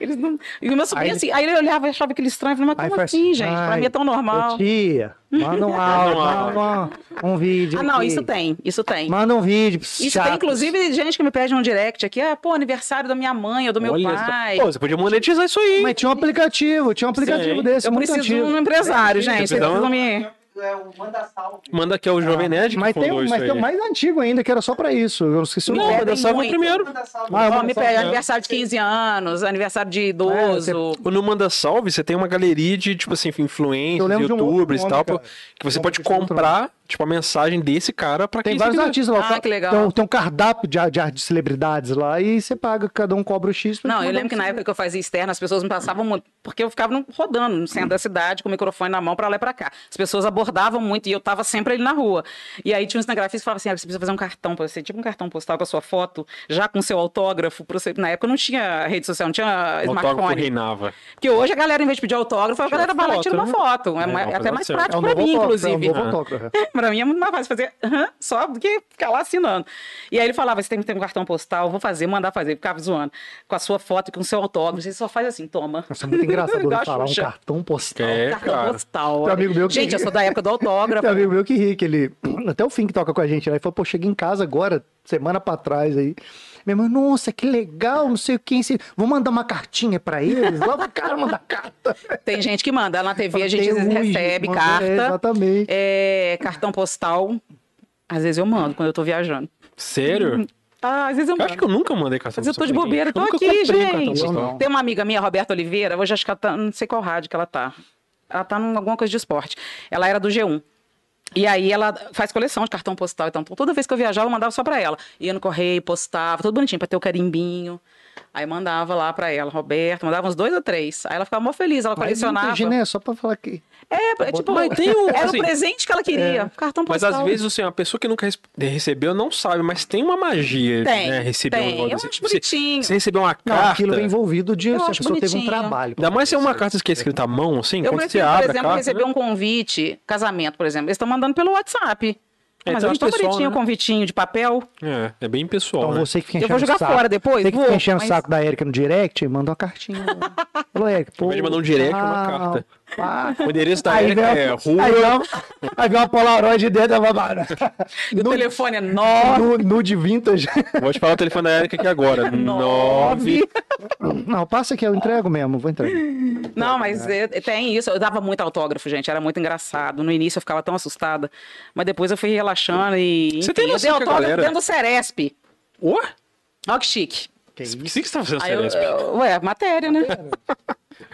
S3: Eles não... E o meu sobrinho,
S2: Aí-
S3: assim, aí ele olhava e achava aquele estranho, eu falava, mas como assim, gente? Pra
S2: "Ai,
S3: mim é tão normal.
S2: ô, Tia, manda
S3: (laughs)
S2: um áudio, manda um, um vídeo.
S3: Tá Ah, não,
S2: aqui.
S3: isso tem, isso tem.
S2: Manda um vídeo.
S3: Isso
S2: chato.
S3: tem, inclusive, gente que me pede um direct aqui, ah, pô, aniversário da minha mãe ou do meu
S1: Olha só.
S3: pai.
S1: Pô, você podia monetizar isso aí.
S2: Mas tinha um aplicativo, tinha um aplicativo
S1: Sim.
S2: desse,
S3: eu
S2: muito
S3: preciso de
S2: antigo.
S3: um empresário, gente.
S1: precisa
S3: Vocês
S1: de um-
S3: precisam me.
S4: É o manda salve.
S1: Manda aqui o Jovem Nerd que
S2: Ah, Mas tem,
S1: fundou
S2: um-
S1: isso
S2: mas tem um
S1: aí.
S2: mais antigo ainda, que era só pra isso. Eu esqueci o
S1: Não,
S2: nome.
S1: manda salve
S3: muito.
S1: primeiro.
S4: Manda salve.
S2: Ah, eu
S3: Ó,
S2: vou
S3: me
S2: passar,
S3: pede
S2: né?
S3: aniversário de 15 anos, aniversário de idoso.
S2: É, você-
S1: No Manda Salve, você tem uma galeria de, tipo assim,
S2: Eu
S1: influencers,
S2: lembro de um outro
S1: youtubers e
S2: nome,
S1: tal,
S2: cara.
S1: que você
S2: Nome
S1: pode
S2: que eu não lembro.
S1: comprar, tipo, a mensagem desse cara pra
S2: Tem
S1: quem
S2: vários
S1: você quiser.
S2: artistas lá.
S3: Ah,
S2: Tem-
S3: que legal.
S2: Tem, um- tem um cardápio de, ar- de, ar- de celebridades lá e você paga, cada um cobra o X. pra
S3: Não,
S2: te
S3: eu
S2: mandar
S3: lembro que
S2: um
S3: na
S2: CD.
S3: época que eu fazia externa, as pessoas me passavam muito, porque eu ficava no- rodando no centro da cidade com o microfone na mão pra lá e pra cá. As pessoas abordavam muito e eu tava sempre ali na rua. E aí tinha um cinegrafista que falava assim: ah, você precisa fazer um cartão pra você, tipo um cartão postal com a sua foto, já com seu autógrafo. pra você- Na época não tinha rede social, não tinha
S1: O autógrafo
S3: smartphone.
S1: reinava.
S3: Porque hoje a galera, em vez de pedir autógrafo, a
S1: Tira
S3: galera vai lá e tira uma
S2: né?
S1: foto,
S3: foto. É,
S1: É,
S3: mais-
S1: não,
S3: é
S1: faz
S3: até mais
S1: certo.
S2: É
S3: prático
S2: um
S3: pra
S2: novo
S3: mim,
S2: autógrafo, é um
S3: inclusive. né?
S2: novo autógrafo.
S3: (laughs) Pra mim é muito mais fácil fazer aham, só do que ficar lá assinando. E aí ele falava: você tem que ter um cartão postal, vou fazer, mandar fazer. Ficava zoando. Com a sua foto, e com o seu autógrafo. Você só faz assim, toma.
S2: Nossa, é muito
S3: (laughs)
S2: engraçado
S3: Igual
S2: ouvir
S3: a
S2: falar um
S3: Xuxa.
S2: cartão postal.
S1: É,
S3: cartão
S1: cara.
S3: postal.
S2: Tem um amigo meu que-
S3: Gente, eu sou da época do autógrafo.
S2: Tem um amigo meu que ri, que ele. (clears throat) Até o fim que toca com a gente lá. Ele falou, pô, cheguei em casa agora, semana pra trás aí. Minha mãe, nossa, que legal, não sei o que. Vou mandar uma cartinha pra eles. Lá o cara manda (laughs) carta.
S3: Tem gente que manda. Lá na TV a gente
S2: um Tem um,
S3: recebe
S2: mano,
S3: carta,
S2: é, exatamente.
S3: é, cartão postal. Às vezes eu mando quando eu tô viajando.
S1: Sério?
S3: Ah, às vezes eu,
S1: Eu acho que eu nunca mandei cartão
S3: Mas eu tô de
S1: postal pra ninguém.
S3: bobeira, tô
S1: Nunca
S3: aqui,
S1: comprei cartão
S3: gente.
S1: postal.
S2: Eu não.
S3: Tem uma amiga minha, Roberta Oliveira, hoje acho que ela tá, não sei qual rádio que ela tá. Ela tá em alguma coisa de esporte. Ela era do G1. E aí ela faz coleção de cartão postal e tal. Então, toda vez que eu viajava, eu mandava só pra ela. Ia no correio, postava, tudo bonitinho, pra ter o carimbinho. Aí mandava lá pra ela, Roberta, mandava uns dois ou três. Aí ela ficava mó feliz, ela
S2: Mas não
S3: colecionava.
S2: entendi, né? Só pra falar que.
S3: É, tipo,
S1: Mas tem um,
S3: era
S1: assim,
S3: o presente que ela queria, cartão
S1: Mas
S3: postal.
S1: às vezes, assim, a pessoa que nunca res- recebeu não sabe, mas tem uma magia,
S3: tem,
S1: né? Receber um
S3: tem. é
S1: negócio
S3: Eu
S1: desse.
S3: acho
S1: Você-
S3: bonitinho.
S1: Você recebeu uma
S2: Não,
S1: carta.
S2: aquilo é envolvido de.
S3: Eu
S2: Se a
S3: acho
S2: pessoa teve um
S3: bonitinho.
S2: trabalho. pra
S1: Ainda mais se é uma
S2: acontecer.
S1: carta que é escrita à mão, assim,
S3: Eu
S1: quando você
S3: prefiro, por
S1: abre a
S3: exemplo,
S1: carta. né?
S3: receber um convite, casamento, por exemplo. Eles estão mandando pelo WhatsApp. Ah,
S1: É,
S3: mas
S1: então
S3: eu acho tão
S1: é pessoal,
S3: bonitinho
S1: né?
S3: o convitinho de papel.
S1: né? É, é bem pessoal.
S2: Então
S1: né?
S2: você que fica
S3: Eu
S2: enchendo
S3: vou jogar
S2: o saco.
S3: fora depois?
S2: Você que
S3: Vou,
S2: fica enchendo
S3: mas-
S2: o saco da Erika no direct, manda uma cartinha. Falou, Erika, pô.
S1: invés de mandar um direct, uma
S2: tal,
S1: carta.
S2: pá.
S1: O endereço da
S2: Aí vem,
S1: Erika é
S2: uma,
S1: rua.
S2: aí, vem uma, aí vem uma Polaroid dentro da babada.
S3: E o telefone é nove.
S2: Nude, nude vintage.
S1: Vou te falar o telefone da Erika aqui
S3: (laughs) É
S1: agora. Nove.
S2: Não, passa que eu entrego mesmo, vou entregar.
S3: Não, mas é, tem isso. Eu dava muito autógrafo, gente. Era muito engraçado. No início eu ficava tão assustada. Mas depois eu fui relaxando e.
S1: Você tem
S3: enfim, eu
S1: noção
S3: dei
S1: que a
S3: autógrafo
S1: galera-
S3: dentro do Ceresp.
S1: Ô?
S3: Olha que chique.
S2: Que
S1: O que
S2: isso?
S1: você está fazendo,
S3: Aí eu,
S1: Celeste?
S3: eu- ué, matéria, né?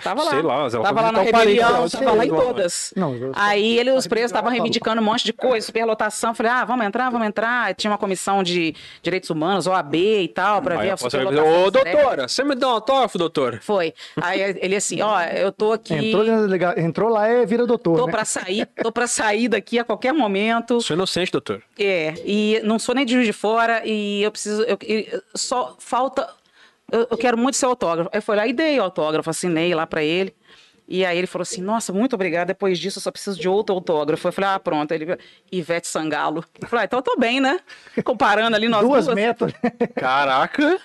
S3: Tava lá.
S1: Sei lá, mas ela
S3: tava
S1: foi
S3: lá na
S1: visitar o parente
S3: rebelião,
S1: dela,
S3: tava lá em
S1: sei lá.
S3: todas.
S2: Não, eu-
S3: Aí ele, os presos estavam reivindicando um monte de coisa, superlotação. Falei, ah, vamos entrar, vamos entrar. Tinha uma comissão de direitos humanos, OAB e tal, pra
S1: Aí
S3: ver
S1: eu
S3: a
S1: posso
S3: superlotação.
S1: Ô,
S3: do Ceresp.
S1: doutora, você me dá um autógrafo, doutora?
S3: Foi. Aí ele assim, ó, eu tô aqui,
S2: Entrou, dentro da delega- entrou lá é vira doutor.
S3: tô
S2: né?
S3: pra sair, tô pra sair daqui a qualquer momento.
S1: Sou inocente, doutor.
S3: É, e não sou nem de Juiz de Fora e eu preciso, eu, e só falta, eu, eu quero muito seu autógrafo. Aí foi lá e dei o autógrafo, assinei lá pra ele. E aí ele falou assim, nossa, muito obrigada, depois disso eu só preciso de outro autógrafo. Eu falei, ah, pronto. Ele, Ivete Sangalo. Eu falei, ah, então eu tô bem, né? Comparando ali nós
S2: Duas,
S3: duas.
S2: metas.
S1: Caraca.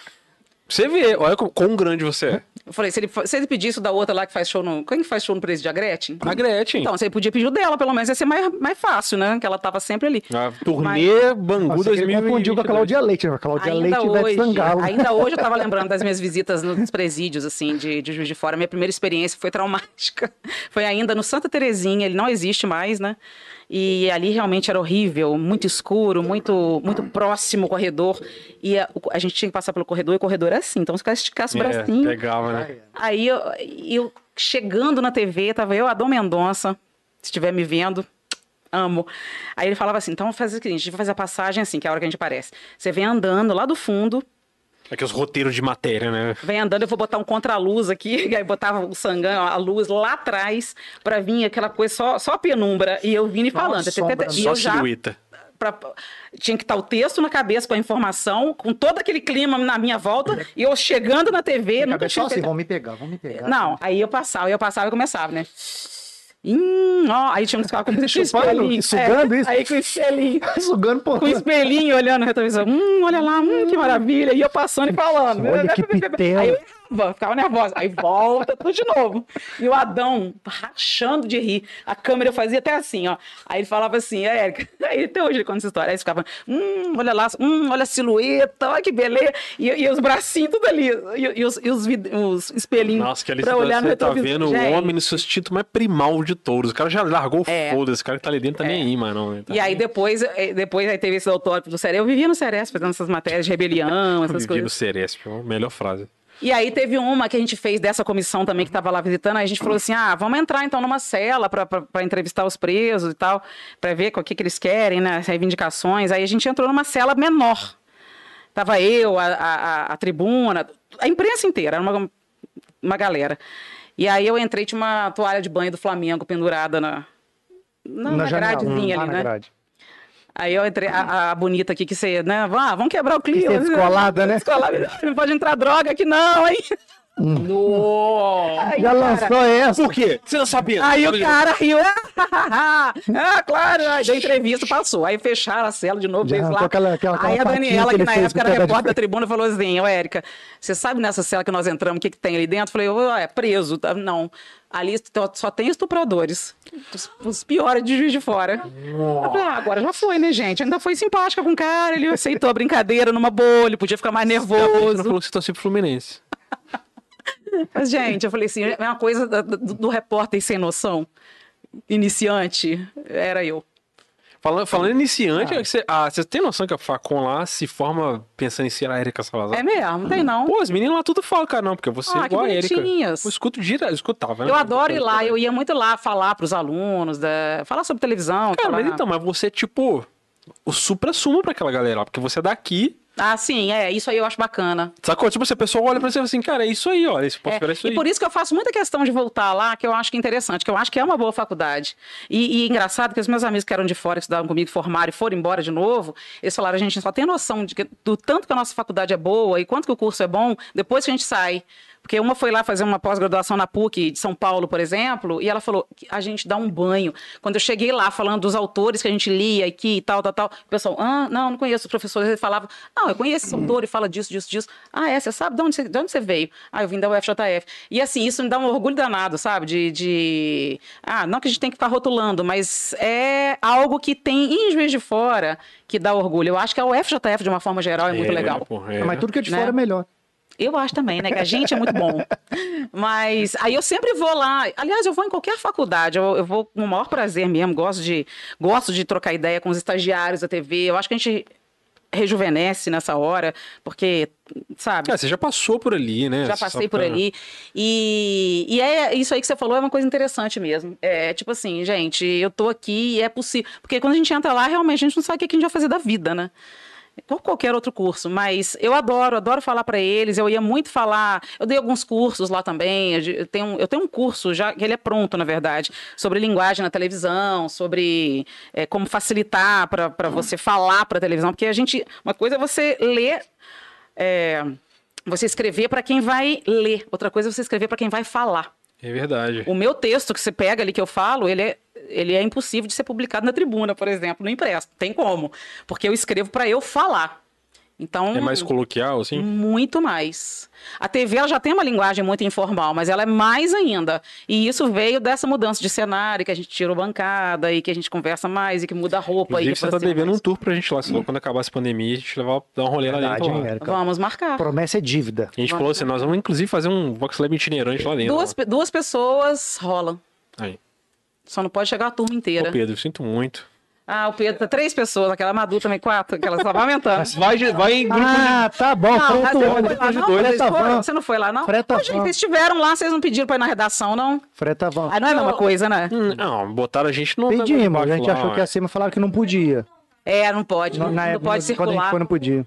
S1: Você vê, olha co- quão grande você é.
S3: Eu falei, se ele, fo- se ele pedisse o da outra lá que faz show no... Quem que faz show no Presidente, a Gretchen?
S1: A Gretchen.
S3: Então, você podia pedir o dela, pelo menos ia ser mais, mais fácil, né? Que ela tava sempre ali.
S1: a turnê Bangu
S2: Nossa, ele
S1: 2000.
S2: confundiu com a Claudia Leite. né? A Claudia Leite e Ivete Sangalo.
S3: ainda hoje eu tava lembrando das minhas visitas nos presídios, assim, de, de Juiz de Fora. Minha primeira experiência foi traumática. (laughs) Foi ainda no Santa Terezinha, ele não existe mais, né? E ali realmente era horrível, muito escuro, muito muito próximo o corredor. E a, o- a gente tinha que passar pelo corredor, e o corredor era assim. Então, se o cara esticasse o
S1: É,
S3: bracinho,
S1: pegava, né?
S3: Aí eu, eu chegando na TV, tava eu, Adão Mendonça, se estiver me vendo, amo. Aí ele falava assim: então vamos fazer o seguinte, a gente vai fazer a passagem assim, que é a hora que a gente aparece. Você vem andando lá do fundo,
S1: Aqueles É roteiros de matéria, né?
S3: vem andando, eu vou botar um contraluz aqui, (laughs) e aí botava o sangão, a luz lá atrás, pra vir aquela coisa, só, só a penumbra. E eu vim
S2: Só uma
S3: falando.
S2: sombra, né?
S3: e
S1: Só
S3: eu já
S1: silhueta.
S3: pra- tinha que estar o texto na cabeça com a informação, com todo aquele clima na minha volta, e eu chegando na TV,
S2: É. Minha
S3: nunca
S2: cabeça
S3: tinha
S2: só assim,
S3: feito-
S2: vão me pegar, vão me pegar.
S3: Não, aí eu passava, eu passava e começava, né? Hum, ó, aí tinha que ficar com um
S2: Chupando,
S3: espelhinho.
S2: sugando isso.
S3: Aí com o espelhinho,
S2: Sugando por
S3: com o espelhinho olhando o retrovisor. Hum, olha lá, hum, que maravilha. E eu passando e falando.
S2: Olha que pitela.
S3: (laughs) Aí eu errava, ficava nervosa. Aí volta tudo de novo. E o Adão rachando de rir. A câmera fazia até assim, ó. Aí ele falava assim, é, Érica. (laughs) Aí até hoje ele conta essa história. Aí eles ficavam, hum, olha lá, hum, olha a silhueta, olha que beleza. E, e os bracinhos tudo ali. E, e os, e os vid- os espelhinhos.
S1: Nossa, que ali
S3: pra olhar no
S1: você tá
S3: retrovisor.
S1: vendo o
S3: Gente,
S1: homem no seu instinto mais primal de todos. O cara já largou
S3: É.
S1: foda, esse cara que tá ali dentro tá nem aí, mano. Tá
S3: E aí
S1: nem-
S3: depois, eh, depois aí teve esse autógrafo do Ceresp. Eu vivia no Ceresp fazendo essas matérias de rebelião, essas
S1: (laughs) Vivi no
S3: coisas.
S1: Ceresp, a melhor frase.
S3: E aí teve uma que a gente fez dessa comissão também que estava lá visitando. Aí a gente falou assim: ah, vamos entrar então numa cela para entrevistar os presos e tal, para ver com o que, que eles querem, né? As reivindicações. Aí a gente entrou numa cela menor. Tava eu, a, a, a- a tribuna, a imprensa inteira, era uma, uma galera. E aí eu entrei, tinha uma toalha de banho do Flamengo pendurada na, na, na gradezinha
S2: Ah,
S3: ali,
S2: na
S3: né?
S2: grade.
S3: Aí eu entrei, a, a bonita aqui que você, né? Ah, vamos quebrar o clima.
S2: Você é descolada, né? Hum.
S3: Descolada. Não pode entrar droga aqui, não, hein? Aí,
S2: Já
S3: cara,
S2: lançou essa.
S1: Por quê? Você não sabia?
S3: Aí o cara riu. (laughs) Ah, claro, aí deu entrevista, passou. Aí fecharam a cela de novo,
S2: Já
S3: fez lá.
S2: arrancou aquela- aquela- aquela
S3: aí a
S2: patinha
S3: Daniela,
S2: que
S3: que,
S2: ele
S3: na
S2: fez
S3: época
S2: com
S3: era
S2: cara de
S3: repórter da tribuna, falou assim: Ô, Érica, você sabe nessa cela que nós entramos, o que, que tem ali dentro? Eu Falei, ô, é preso. Tá? Não. Ali só- só tem estupradores. Os, os piores de juiz de fora. Eu falei, ah, agora já foi, né, gente? Ainda foi simpática com o cara, ele aceitou a brincadeira numa bolha, ele podia ficar mais
S1: Você não
S3: nervoso.
S1: falou que você torcia pro Fluminense.
S3: Mas, gente, eu falei assim, é uma coisa da- do, do repórter sem noção, iniciante, era eu.
S1: Falando, falando iniciante, você, ah, você tem noção que a Facom lá se forma pensando em ser a Erika Salazar?
S3: É mesmo, não tem não.
S1: Pô, os meninos lá tudo falam, cara, não, porque você é
S3: ah, que
S1: igual a Erika. Eu
S3: bonitinhas.
S1: escuto direto, eu escutava. né?
S3: Eu adoro ir lá, eu ia muito lá falar pros alunos, da- falar sobre televisão.
S1: Cara,
S3: falar-
S1: mas então, mas você, tipo, o supra-sumo pra aquela galera lá, porque você é daqui,
S3: Ah, sim, é, isso aí eu acho bacana.
S1: sacou? Tipo, você, a pessoa olha pra você e fala assim, cara, é isso aí, olha, isso, posso
S3: É,
S1: esperar isso
S3: e
S1: aí.
S3: por isso que eu faço muita questão de voltar lá, que eu acho que é interessante, que eu acho que é uma boa faculdade. E, e engraçado que os meus amigos que eram de fora, que estudaram comigo, formaram e foram embora de novo, eles falaram, a gente só tem noção de que- do tanto que a nossa faculdade é boa e quanto que o curso é bom depois que a gente sai. Porque uma foi lá fazer uma pós-graduação na PUC de São Paulo, por exemplo, e ela falou que a gente dá um banho. Quando eu cheguei lá falando dos autores que a gente lia aqui e tal, tal, tal, o pessoal, ah, não, não conheço. Os professores falavam, não, eu conheço esse autor e fala disso, disso, disso. Ah, é, você sabe de onde você, de onde você veio? Ah, eu vim da UFJF. E assim, isso me dá um orgulho danado, sabe? De, de- Ah, não que a gente tem que ficar rotulando, mas é algo que tem em Juiz de Fora que dá orgulho. Eu acho que a UFJF, de uma forma geral, é, muito legal.
S1: pô, é.
S2: Mas tudo que é de
S3: Né?
S2: fora é melhor.
S3: Eu acho também, né? Que a gente é muito bom. Mas aí eu sempre vou lá. Aliás, eu vou em qualquer faculdade. Eu, eu vou com o maior prazer mesmo. Gosto de, gosto de trocar ideia com os estagiários da TV. Eu acho que a gente rejuvenesce nessa hora, porque, sabe?
S1: É, você já passou por ali, né?
S3: Já
S1: Só
S3: passei por
S1: pra-
S3: ali. E, e é isso aí que você falou, é uma coisa interessante mesmo. É tipo assim, gente, eu tô aqui e é possível. Porque quando a gente entra lá, realmente a gente não sabe o que a gente vai fazer da vida, né? Ou qualquer outro curso, mas eu adoro, adoro falar pra eles. Eu ia muito falar. Eu dei alguns cursos lá também. eu de- Eu tenho, eu tenho um curso já, que ele é pronto, na verdade, sobre linguagem na televisão, sobre é, como facilitar pra pra você falar pra televisão. Porque a gente. Uma coisa é você ler. é, você escrever para quem vai ler, outra coisa é você escrever para quem vai falar.
S1: É verdade.
S3: O meu texto que você pega ali que eu falo, ele é, ele é impossível de ser publicado na tribuna, por exemplo, no impresso. Tem como, porque eu escrevo para eu falar. Então,
S1: É mais coloquial, assim?
S3: Hum. muito mais. A TV ela já tem uma linguagem muito informal, mas ela é mais ainda. E isso veio dessa mudança de cenário, que a gente tirou bancada e que a gente conversa mais e que muda a roupa.
S1: Inclusive,
S3: e que assim,
S1: você tá
S3: aproxima
S1: devendo um
S3: mais.
S1: tour pra gente lá. senão quando acabar essa pandemia, a gente levar, dar um rolê lá
S2: Verdade,
S1: dentro.
S2: hein,
S1: lá.
S2: Érica?
S3: Vamos marcar.
S2: Promessa é dívida.
S1: A gente falou assim, nós vamos inclusive fazer um Vox Lab itinerante lá dentro.
S3: Duas, pe- duas pessoas rolam.
S1: Aí.
S3: Só não pode chegar a turma inteira.
S1: Ô Pedro, sinto muito.
S3: Ah, o Pedro, tá três pessoas, aquela Madu também, quatro, aquela só vai aumentando.
S1: Vai, vai em
S2: Ah, tá bom,
S3: mas
S2: freta
S3: você
S2: o
S3: não foi lá,
S2: ônibus.
S3: não? Vocês
S2: Freta
S3: foram?
S2: van.
S3: Você não foi lá, não?
S2: Freta
S3: Ô, gente,
S2: van.
S3: vocês estiveram lá, vocês não pediram pra ir na redação, não?
S2: Freta van.
S3: Ah, não é a mesma coisa, né?
S1: Não, botaram a gente no.
S2: Pedimos, a
S1: embaixo
S2: gente
S1: lá,
S2: achou que
S1: ó.
S2: ia ser, mas falaram que não podia.
S3: É, não pode, não,
S2: Na
S3: não
S2: época, Quando
S3: pode
S2: a gente
S3: circular.
S2: foi, não podia.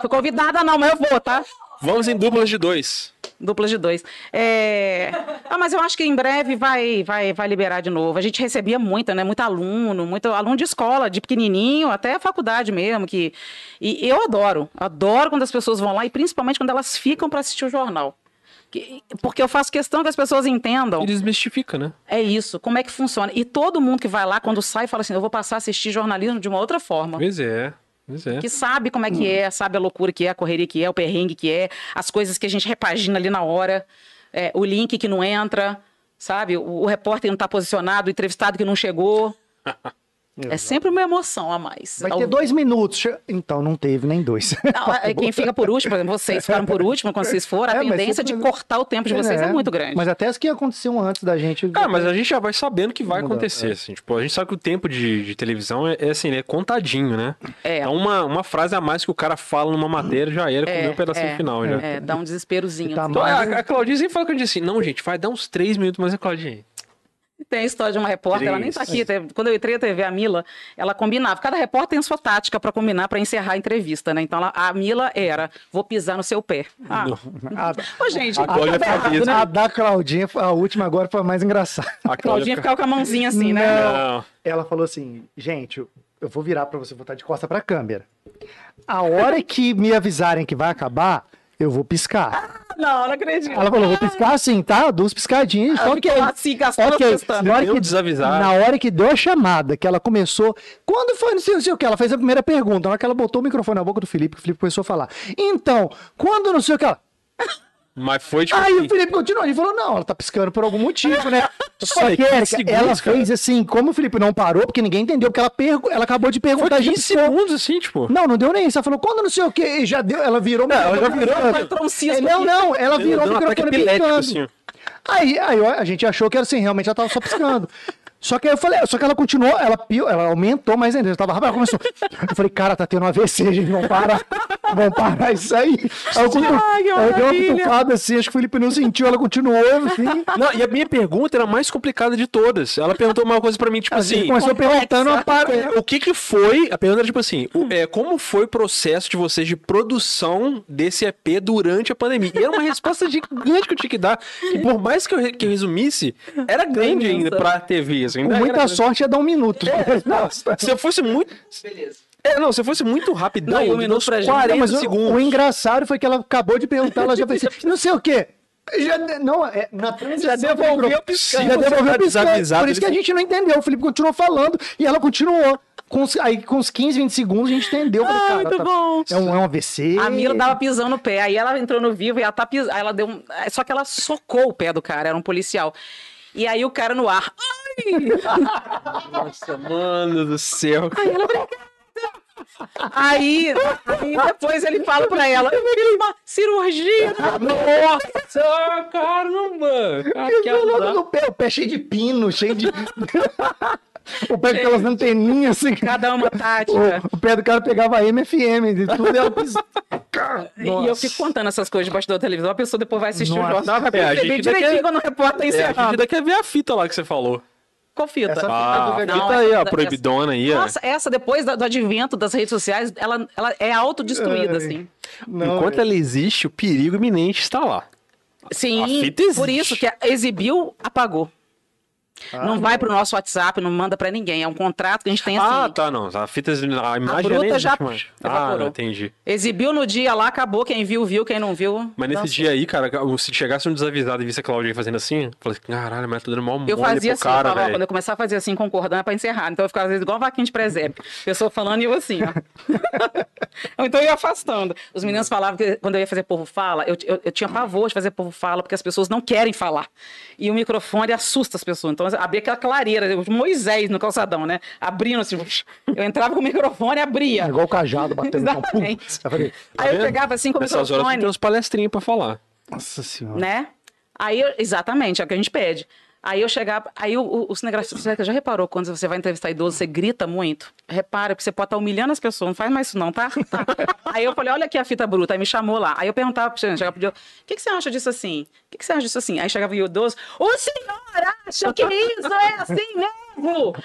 S3: Fui convidada não, mas eu vou, tá?
S1: Vamos em duplas de dois.
S3: Duplas de dois. É... Ah, mas eu acho que em breve vai, vai, vai liberar de novo. A gente recebia muita, né? Muito aluno, muito aluno de escola, de pequenininho, até a faculdade mesmo. Que... E eu adoro, adoro quando as pessoas vão lá e principalmente quando elas ficam para assistir o jornal. Que- Porque eu faço questão que as pessoas entendam.
S1: E desmistifica, né?
S3: É isso, como é que funciona. E todo mundo que vai lá, quando sai, fala assim: eu vou passar a assistir jornalismo de uma outra forma
S1: Pois é. Pois é.
S3: que sabe como é que é, sabe a loucura que é, a correria que é, o perrengue que é, as coisas que a gente repagina ali na hora, é, o link que não entra, sabe? O, o repórter não está posicionado, o entrevistado que não chegou. É sempre uma emoção a mais.
S2: Vai
S3: Ao-
S2: ter dois minutos. Che- Então, não teve nem dois.
S3: Não, é, Quem fica por último, por exemplo, vocês ficaram por último, quando vocês foram, a
S2: É, mas
S3: tendência de
S2: sempre-
S3: cortar o tempo de vocês é, muito grande.
S2: Mas até as que aconteciam antes da gente.
S1: Ah, mas a gente já vai sabendo que vai
S2: Mudando,
S1: acontecer,
S2: é.
S1: assim. Tipo, a gente sabe que o tempo de, de televisão é, é assim, ele é contadinho, né?
S3: É.
S1: Então, uma, uma frase a mais que o cara fala numa matéria já era, comeu um pedacinho
S3: é,
S1: final, já.
S3: É, dá um desesperozinho.
S2: Tá
S3: assim.
S1: Então, a,
S2: Mas-
S1: a Claudinha sempre fala que eu disse assim, não, gente, vai dar uns três minutos, mas a Claudinha...
S3: Tem a história de uma repórter, ela nem tá aqui. teve- Quando eu entrei na TV, a Mila, ela combinava. Cada repórter tem sua tática para combinar, para encerrar a entrevista, né? Então ela- a Mila era: vou pisar no seu pé. Ah,
S1: Não.
S2: A,
S3: Ô, gente,
S1: A Cláudia
S3: tá errado,
S1: fazia isso.
S3: né?
S2: a da Claudinha, a última agora foi a mais engraçada.
S1: A
S3: A Claudinha ficava com a mãozinha assim, né?
S1: Não.
S2: Ela falou assim: gente, eu- eu vou virar pra você, vou estar de costa pra câmera. A hora que me avisarem que vai acabar, eu vou piscar.
S3: Não, não acredito.
S2: Ela falou: vou piscar assim, tá? Duas piscadinhas.
S3: Ela
S2: ok.
S3: ficou lá assim, gastando,
S2: Ok,
S3: testando.
S2: na hora,
S1: Eu
S2: que,
S1: desavisado.
S2: na hora que deu a chamada, que ela começou. Quando foi, não sei, não sei o que, ela fez a primeira pergunta. Na hora que ela botou o microfone na boca do Felipe, que o Felipe começou a falar. Então, quando não sei o que, ela.
S1: Mas foi, tipo,
S2: Aí
S1: assim,
S2: o Felipe continuou. Ele falou: não, ela tá piscando por algum
S1: (laughs)
S2: motivo, né? Só
S1: Olha,
S2: que,
S1: 15
S2: Érica,
S1: segundos,
S2: ela
S1: cara.
S2: fez assim, como o Felipe não parou, porque ninguém entendeu, porque ela, pergu- ela acabou de
S1: foi
S2: perguntar. já
S1: 15
S2: piscou.
S1: segundos, assim, tipo...
S2: Não, não deu nem isso. Ela falou: quando não sei o que, e já deu. Ela virou. Não,
S1: ela já virou,
S3: Entrou um cisco
S2: Não,
S3: aqui.
S2: não, ela virou o
S1: deu um ataque
S2: microfone
S1: epilético,
S2: piscando.
S1: assim, ó.
S2: Aí, aí a gente achou que era assim, realmente ela tava só piscando. Só que aí eu falei, só que ela continuou, ela, piu- ela aumentou mais ainda. Eu tava rápido, ela começou. Eu falei, cara, tá tendo um AVC, gente, vamos parar. Vamos parar isso aí. Aí eu, cutu...
S3: Ai,
S2: aí
S3: que
S2: eu dei uma
S3: maravilha.
S2: cutucada assim, acho que o Felipe não sentiu, ela continuou, assim.
S1: (laughs) Não, e a minha pergunta era a mais complicada de todas. Ela perguntou uma coisa pra mim, tipo
S2: Assim,
S1: assim.
S2: começou perguntando uma parada.
S1: O que que foi? A pergunta era tipo assim: o- é, como foi o processo de vocês de produção desse EP durante a pandemia? E era uma resposta gigante que eu tinha que dar. Que por mais que eu, re- que eu resumisse, era grande ainda pra TV. Assim,
S2: Com
S1: ainda
S2: muita
S1: era-
S2: sorte ia dar um minuto. Nossa.
S1: Se eu fosse muito.
S4: Beleza.
S1: É, não, se eu fosse muito rapidão,
S3: Não, e um
S1: eu dei
S3: minuto
S1: uns
S3: pra gente.
S1: 40
S2: Não, mas o-
S1: segundos.
S2: O, engraçado foi que ela acabou de perguntar, ela já fez assim, não sei o quê. Já, de- não, é, na transição
S1: Já devolveu
S2: pro-
S1: o piscando,
S2: Já
S1: você
S2: devolveu
S1: tá
S2: o piscando.
S1: desavisado,
S2: Por isso que a
S1: ele-
S2: gente não entendeu. O Felipe continuou falando e ela continuou. Com os, aí, com uns 15, 20 segundos, a gente entendeu. Eu Falei,
S3: Ah,
S2: cara,
S3: muito
S2: tá-
S3: bom.
S2: É um, é um AVC.
S3: A Mila tava pisando no pé, aí ela entrou no vivo e ela tá pisando. Ela deu um... Só que ela socou o pé do cara, era um policial. E aí o cara no ar. Ai!
S1: Nossa, mano do céu.
S3: Aí ela "Obrigada." Aí, aí depois ele fala pra ela, eu fiz uma cirurgia.
S1: Ah, Nossa, caramba! Cara, que
S2: Pisou logo
S1: azar.
S2: no pé, o pé cheio de pino, cheio de. (laughs) o pé com aquelas anteninhas assim.
S3: Cada uma tática.
S2: O, o pé do cara pegava MFM de tudo, e ela pis... Cara,
S3: E eu
S2: nossa.
S3: fico contando essas coisas debaixo da televisão. A pessoa depois vai assistir
S2: Nossa.
S3: o jornal,
S1: É,
S3: vai
S1: a
S3: perceber
S1: gente
S3: direitinho
S1: daqui-
S3: quando o repórter tá
S1: É, a gente
S3: encerrado.
S1: ainda quer ver a fita lá que você falou.
S3: Qual fita?
S2: Essa
S1: Ah, a fita
S3: Não, essa-
S1: aí, ó,
S3: essa-
S1: proibidona aí, ó.
S3: Nossa, essa depois da- do advento das redes sociais, ela, ela é autodestruída,
S2: Ai.
S3: assim.
S1: (laughs)
S2: Não, é,
S1: Enquanto ela existe, o perigo iminente está lá.
S3: Sim,
S1: A fita existe.
S3: por
S1: Ah.
S3: isso que exibiu, apagou. não vai pro nosso WhatsApp, não manda pra ninguém. É um contrato que a gente tem assim.
S1: ah, tá, não. A fita, a imagem
S3: bruta
S1: nem existe
S3: já
S1: mais. Ah,
S3: evaporou.
S1: entendi.
S3: Exibiu no dia lá, acabou. Quem viu, viu. Quem não viu.
S1: Mas nesse
S3: dançou.
S1: dia aí, cara, se chegasse um desavisado e visse a Claudia fazendo assim, eu falei, caralho, mas eu tô dando mó mole
S3: Eu
S1: pro
S3: fazia assim,
S1: cara,
S3: eu falava, ó, quando
S1: velho.
S3: eu começava a fazer assim, concordando, é pra encerrar. Então eu ficava, às vezes, igual vaquinha de presépio. Pessoa falando e eu assim,
S1: (laughs)
S3: ó. então eu ia afastando. Os meninos falavam que quando eu ia fazer povo fala, eu, eu, eu tinha pavor de fazer povo fala, porque as pessoas não querem falar. E o microfone assusta as pessoas. Então abria aquela clareira, o Moisés no calçadão, né? Abrindo assim, eu entrava com o microfone e
S2: É
S3: abria.
S2: igual o cajado batendo no pau. Pum. Aí
S3: Exatamente.
S2: eu falei,
S1: um Tá
S3: Aí eu
S1: vendo?
S3: pegava assim com o
S1: Nessas horas
S3: microfone
S1: tem uns palestrinhos pra falar.
S2: Nossa senhora.
S3: né? Aí, eu- exatamente, é o que a gente pede. Aí eu chegar, aí o, o, o cinegrafista, você já reparou quando você vai entrevistar idoso, você grita muito? Repara, porque você pode estar humilhando as pessoas, não faz mais isso não, tá? (laughs) Tá. aí eu falei, olha aqui a fita bruta, aí me chamou lá. Aí eu perguntava pro senhor, chegava pro idoso, o que, que você acha disso assim? O que, que você acha disso assim? Aí chegava o idoso, o senhor acha que isso é
S1: (laughs)
S3: assim mesmo?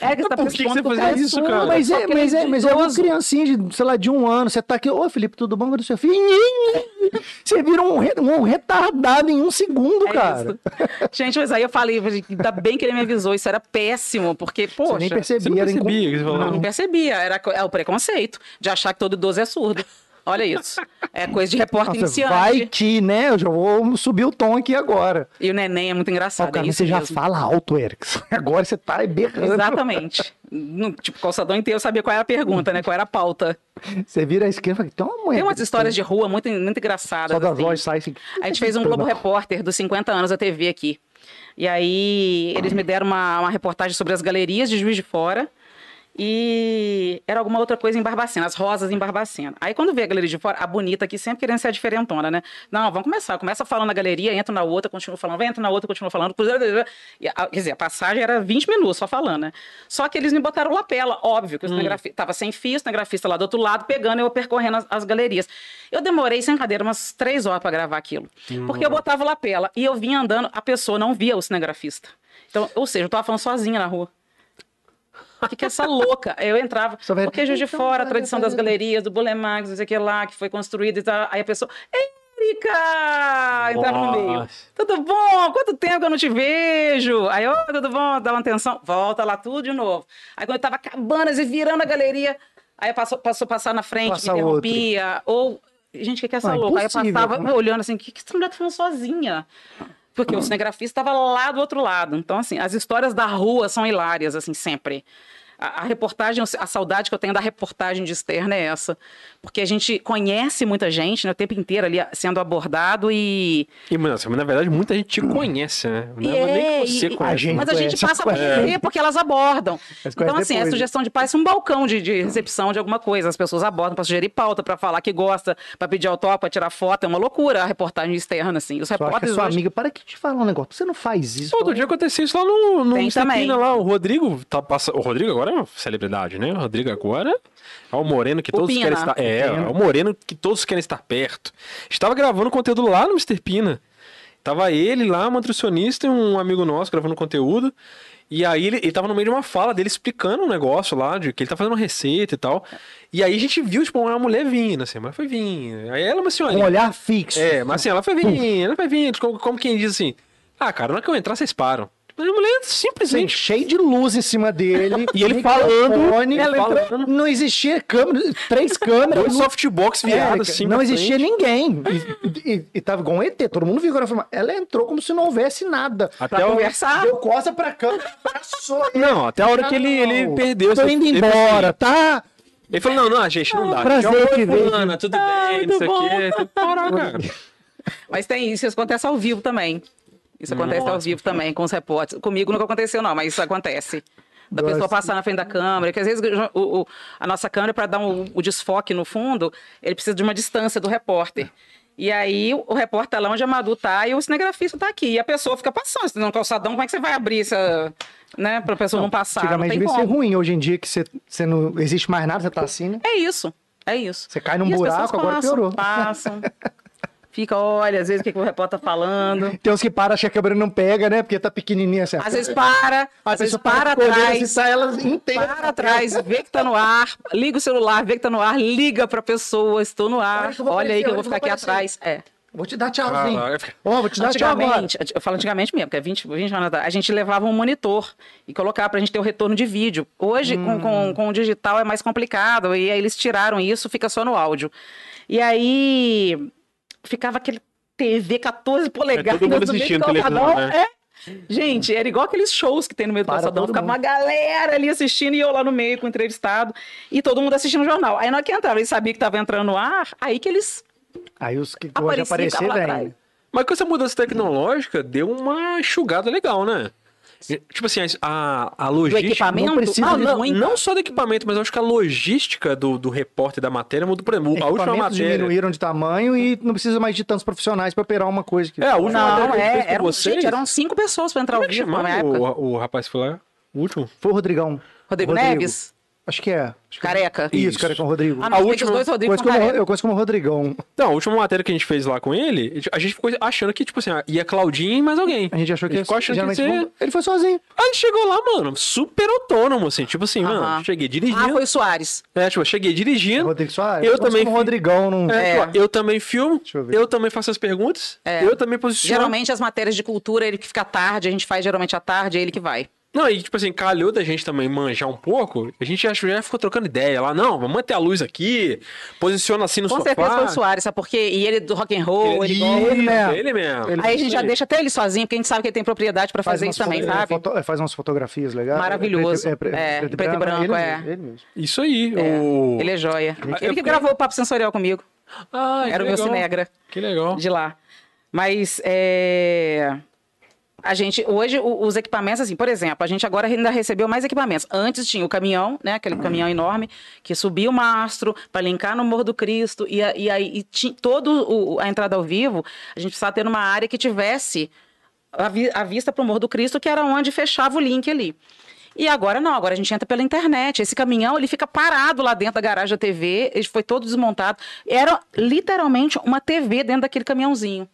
S3: É que você tá
S1: Por que que você
S3: pressupondo o
S1: fazia
S3: cara é
S1: isso,
S3: surdo,
S1: cara?
S2: Mas
S3: só
S2: é,
S3: que ele
S2: mas é, mas é uma
S3: idoso.
S2: criancinha de, sei lá, de um ano. Você tá aqui, ô Felipe, tudo bom? Cadê seu filho? (laughs) Você vira um, re- um retardado em um segundo,
S3: É
S2: cara.
S3: isso. Gente, mas aí eu falei, ainda bem que ele me avisou, isso era péssimo, porque, poxa.
S2: Você nem
S1: Você não
S2: percebia. era
S1: percebia que
S2: incom-
S1: você
S3: né? Não,
S1: falava.
S3: não percebia. Era co- é o preconceito de achar que todo idoso é surdo. Olha isso. É coisa de repórter
S2: Nossa,
S3: iniciante.
S2: vai que, né? Eu já vou subir o tom aqui agora.
S3: E o neném é muito
S2: Ó,
S3: engraçado. é
S2: cara,
S3: isso
S2: você já
S3: mesmo.
S2: fala alto, Erickson. (laughs) Agora você tá berrando.
S3: Exatamente. No, tipo, calçadão inteiro sabia qual era a pergunta, né? Qual era a pauta.
S2: Você vira a esquerda e fala, então, mulher.
S3: Tem umas histórias de rua muito, muito engraçadas.
S2: Só das
S3: assim.
S2: lojas sai assim.
S3: A gente fez um Globo Repórter dos 50 anos da TV aqui. E aí eles me deram uma, uma reportagem sobre as galerias de Juiz de Fora. E era alguma outra coisa em Barbacena, as rosas em Barbacena. Aí quando vê a galeria de fora, a bonita aqui sempre querendo ser a diferentona, né? Não, vamos começar. Começa falando na galeria, entra na outra, continua falando, vai, entra na outra, continua falando. E a- quer dizer, a passagem era 20 minutos só falando, né? Só que eles me botaram lapela, óbvio,
S2: Hum.
S3: que o cinegrafista tava sem fio, o cinegrafista lá do outro lado, pegando e eu percorrendo as, as galerias. Eu demorei, sem cadeira, umas três horas para gravar aquilo. Porque eu
S2: Hum.
S3: botava lapela e eu vinha andando, a pessoa não via o cinegrafista. Então, ou seja, eu tava falando sozinha na rua. O que, que é essa louca? Eu entrava.
S2: Só vai-
S3: Porque Juiz de
S2: Então,
S3: Fora, a
S2: vai-
S3: tradição
S2: vai-
S3: das galerias, do Bulemax, não sei o que lá, que foi construída e tal. Aí a pessoa. Érica! Entrava no meio.
S1: Nossa.
S3: Tudo bom? Quanto tempo que eu não te vejo? Aí, ó, tudo bom? Dá uma atenção. Volta lá tudo de novo. Aí quando eu tava acabando, e virando a galeria. Aí passou, passou a passar na frente,
S2: Passa
S3: me interrompia. Ou. Gente, o que, que é essa
S2: Ah,
S3: louca? Aí eu
S2: impossível,
S3: passava
S2: né?
S3: olhando assim, o que, que essa mulher tá falando sozinha? Porque o cinegrafista estava lá do outro lado. Então, assim, as histórias da rua são hilárias, assim, sempre. a, a reportagem, a saudade que eu tenho da reportagem de externa é essa. Porque a gente conhece muita gente, né, o tempo inteiro ali sendo abordado e.
S1: E, mano, assim, na verdade, muita gente te conhece, né? Não é nem
S3: é,
S1: que você
S3: e-
S1: conhece.
S2: a gente-
S1: mas-
S3: Mas a gente
S2: conhece,
S3: passa a
S2: conhece.
S3: perceber porque elas abordam.
S2: Mas
S3: Então,
S2: conhece
S3: assim,
S2: depois,
S3: a
S2: né?
S3: sugestão de paz é um balcão de, de recepção de alguma coisa. As pessoas abordam para sugerir pauta, para falar que gosta, para pedir autógrafo, para tirar foto. É uma loucura a reportagem externa, assim. Os
S2: Só acho que a
S3: repórteres
S2: sua
S3: hoje-
S2: amiga, para que te falar um negócio. Você não faz isso.
S1: Todo dia acontecia isso lá no, no
S3: né? Tem
S1: Instapina,
S3: também.
S1: lá. O Rodrigo tá passando. O Rodrigo agora é uma celebridade, né? O Rodrigo agora é o Moreno que
S3: O
S1: todos
S3: Pina.
S1: querem estar. É, é o Moreno que todos querem estar perto. Estava gravando conteúdo lá no Mr. Pina. Tava ele lá, uma nutricionista e um amigo nosso gravando conteúdo. E aí ele, ele tava no meio de uma fala dele explicando um negócio lá, de que ele tá fazendo uma receita e tal. E aí a gente viu, tipo, uma mulher vindo, assim, mas foi vindo. Aí ela é uma
S2: Com um
S1: senhorinha.
S2: olhar fixo.
S1: É, mas assim, ela foi vindo, ela foi vindo, como, como quem diz assim, ah, cara, na hora que eu entrar, vocês param. Tipo, A mulher
S2: Sim,
S1: simplesmente...
S2: cheio de luz em cima dele.
S1: E ele
S2: microfone,
S1: falando, ela
S2: falando.
S1: entrando.
S2: Não existia câmera, três câmeras.
S1: Dois
S2: não-
S1: softbox
S2: É,
S1: viado,
S2: cara,
S1: assim,
S2: não
S1: na
S2: existia
S1: frente.
S2: ninguém. E, e, e tava igual um ET, todo mundo viu que era filmar. Ela entrou como se não houvesse nada.
S1: Até
S2: Pra
S1: o-
S2: conversar. Deu costa pra câmera, abraçou.
S1: Não, até a hora que ele, ele
S2: Não,
S1: perdeu.
S2: Tô
S1: assim,
S2: indo
S1: ele assim,
S2: embora, tá?
S1: Ele falou, não, não, gente, não dá.
S2: prazer
S1: Tchau,
S2: te ver. Ah,
S1: fulana, tudo bem, não sei o quê. Caraca.
S3: Mas tem isso, isso acontece ao vivo também.
S2: Hum,
S3: Isso acontece ao vivo também com os repórteres. Comigo nunca aconteceu, não, mas isso acontece. Da
S2: Gosto.
S3: pessoa passar na frente da câmera, que às vezes o- o- a nossa câmera, para dar um- o desfoque no fundo, ele precisa de uma distância do repórter. E aí o repórter tá lá onde a Madu tá e o cinegrafista tá aqui. E a pessoa fica passando, senão no calçadão, como é que você vai abrir essa. né, pra pessoa não, passar? Não
S2: Antigamente
S3: tem
S2: devia ser
S3: como.
S2: ruim. Hoje em dia que você, você não existe mais nada, você tá assim, né?
S3: É isso, é isso.
S2: Você cai num
S3: E as pessoas
S2: buraco, agora
S3: passam,
S2: piorou. (laughs)
S3: Passam. Fica, olha, às vezes o que, que o repórter tá falando.
S2: Tem uns que param, acham que a câmera não pega, né? Porque tá pequenininha assim.
S3: Às vezes para,
S2: A
S3: às vezes tá
S2: pessoa
S3: para
S2: com a olheira, assim,
S3: atrás,
S2: sai ela inteira.
S3: para atrás, vê que tá no ar, liga o celular, vê que tá no ar, liga pra pessoa, estou no ar,
S2: Olha que eu vou
S3: olha aí
S2: aparecer,
S3: que eu
S2: olha
S3: vou
S2: que
S3: ficar
S2: eu
S3: aqui
S2: vou aparecer.
S3: atrás. É.
S2: Vou te dar
S1: Ah,
S2: tchauzinho.
S1: Caraca.
S2: Ó, vou te dar tchau agora.
S3: Antigamente, eu falo antigamente mesmo, porque é 20, 20 anos atrás, a gente levava um monitor e colocava pra gente ter o retorno de vídeo. Hoje, com,
S1: Hum.
S3: com, com o digital, é mais complicado, e aí eles tiraram isso, fica só no áudio. E aí, ficava aquele TV 14 polegadas
S1: É, todo mundo
S3: no meio do
S1: assistindo televisão,
S3: calçadão,
S1: né?
S3: é. Gente, era igual aqueles shows que tem no meio do
S2: Para
S3: calçadão.
S2: todo
S3: Ficava
S2: mundo.
S3: uma galera ali assistindo e eu lá no meio com o entrevistado. E todo mundo assistindo o jornal. Aí na hora que entrava, eles sabiam que estava entrando no ar, aí que eles
S2: Aí os que hoje
S3: apareciam. tava
S2: apareceram
S3: lá atrás.
S2: ainda.
S1: Mas com essa mudança tecnológica, deu uma enxugada legal, né? Tipo assim, a, a logística...
S3: equipamento?
S1: Não, precisa,
S3: Ah,
S1: não,
S3: muito.
S1: não só do equipamento, mas eu acho que a logística do, do repórter da matéria mudou. Por exemplo, a última
S2: Equipamentos
S1: matéria...
S2: diminuíram de tamanho e não precisa mais de tantos profissionais pra operar uma coisa. Que...
S1: É, a última matéria
S3: Não,
S1: que a gente
S3: é,
S1: fez com
S3: eram,
S1: vocês...
S3: gente, eram cinco pessoas pra entrar
S1: Como
S3: ao
S1: é que
S3: vivo na
S1: chamava
S3: época.
S1: o, o rapaz que foi lá? O último?
S2: Foi o Rodrigão.
S3: Rodrigo, Neves,
S2: Acho que é. Acho que-
S3: careca.
S2: Isso,
S1: Isso.
S2: cara, com o Rodrigo.
S3: Ah, não,
S1: A
S3: a última...
S1: última-
S3: os dois Rodrigo
S2: Conheço
S3: com
S2: como-
S3: careca.
S2: eu conheço como Rodrigão.
S1: Não, a última matéria que a gente fez lá com ele, a gente ficou achando que, tipo assim, ia Claudinho e mais alguém.
S2: A gente achou que,
S1: ele ficou achando que
S2: geralmente,
S1: ia ser...
S2: não- ele foi sozinho.
S1: Aí ele chegou lá, mano, super autônomo, assim, tipo assim,
S3: Aham.
S1: mano, cheguei
S3: Ah,
S1: dirigindo.
S3: foi o Soares.
S1: É, tipo, eu cheguei dirigindo.
S2: Rodrigo Soares.
S1: Eu
S2: conheço
S1: também
S2: Como
S1: fui-
S2: Rodrigão não.
S1: É,
S3: É.
S1: tipo, eu também filmo,
S2: Deixa eu
S1: eu,
S2: ver.
S1: também faço as perguntas, eu também posiciono.
S3: Geralmente as matérias de cultura, ele que fica à tarde, a gente faz geralmente à tarde, é ele que vai.
S1: Não, e tipo assim, calhou da gente também manjar um pouco, a gente já, já ficou trocando ideia lá, não, vamos manter a luz aqui, posiciona assim no
S3: Com
S1: sofá.
S3: certeza foi o Soares, sabe por quê? E ele é do rock and roll, ele,
S1: Ele,
S3: gosta.
S2: Ele mesmo.
S1: ele mesmo.
S2: Ele-
S3: Aí a gente já
S1: Isso aí.
S3: deixa até ele sozinho, porque a gente sabe que ele tem propriedade pra fazer
S2: umas
S3: isso também,
S2: foto- é,
S3: sabe?
S2: foto- é, faz umas fotografias legais.
S3: Maravilhoso.
S2: É, pre-
S3: É,
S2: é, preto,
S3: preto e branco,
S2: ele
S3: é.
S2: mesmo, ele mesmo.
S1: Isso aí.
S3: É,
S1: o...
S3: Ele é joia.
S1: Ah,
S3: Ele
S1: é
S3: que
S1: porque-
S3: gravou o Papo Sensorial comigo.
S1: Ah, que
S3: Era o meu
S1: legal.
S3: Cinegra.
S1: Que legal.
S3: de lá. Mas é, a gente hoje o- os equipamentos assim, por exemplo, a gente agora ainda recebeu mais equipamentos. Antes tinha o caminhão, né, aquele caminhão enorme que subia o mastro para linkar no Morro do Cristo e a- e aí e ti- todo o- a entrada ao vivo, a gente precisava ter uma área que tivesse a, vi- a vista para o Morro do Cristo, que era onde fechava o link ali. E agora não, agora a gente entra pela internet. Esse caminhão, ele fica parado lá dentro da garagem da TV, ele foi todo desmontado. Era literalmente uma TV dentro daquele caminhãozinho.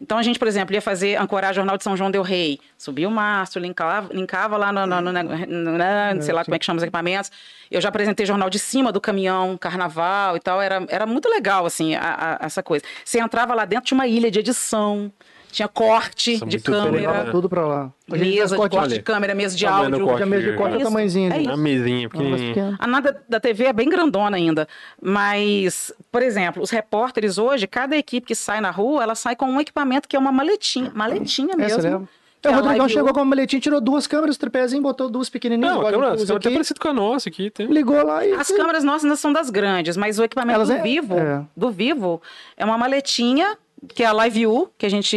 S3: Então a gente, por exemplo, ia fazer ancorar o Jornal de São João Del Rei, subia o mastro, linkava, linkava lá no, no- no- no- na- sei lá como é que chama os equipamentos. Eu já apresentei jornal de cima do caminhão, carnaval e tal. Era, era muito legal, assim, a- a- essa coisa. Você entrava lá dentro, tinha uma ilha de edição, tinha corte
S1: Nossa,
S3: de
S1: é muito bom,
S2: Ele
S3: câmera,
S2: levava tudo pra lá. Hoje em dia,
S3: mesa de
S2: corte-
S3: corte de
S1: olha.
S3: câmera, mesa de
S1: Tá vendo o
S3: áudio.
S1: corte?
S2: hoje em dia, mesa de corte é o
S3: Isso,
S2: tamanhozinho.
S3: é
S2: dele.
S1: Uma mesinha, porque...
S2: Não, mas pequeno.
S3: A nada da TV é bem grandona ainda. Mas, por exemplo, os repórteres hoje, cada equipe que sai na rua, ela sai com um equipamento que é uma maletinha, maletinha
S2: É, você
S3: mesmo.
S2: leva?
S3: que
S2: o
S3: a
S2: Rodrigão
S3: live
S2: chegou
S3: hoje-
S2: com a maletinha, tirou duas câmeras, tripézinho, botou duas pequenininhas.
S1: Não, a
S2: igual gente
S1: câmera, a
S2: usa
S1: câmera
S2: aqui,
S1: tem um parecido com a nossa aqui. Tem...
S2: Ligou lá e.
S3: As câmeras nossas ainda são das grandes, mas o equipamento
S2: Elas
S3: do
S2: é-
S3: vivo,
S2: é.
S3: do vivo, é uma maletinha que é a Live U, que a gente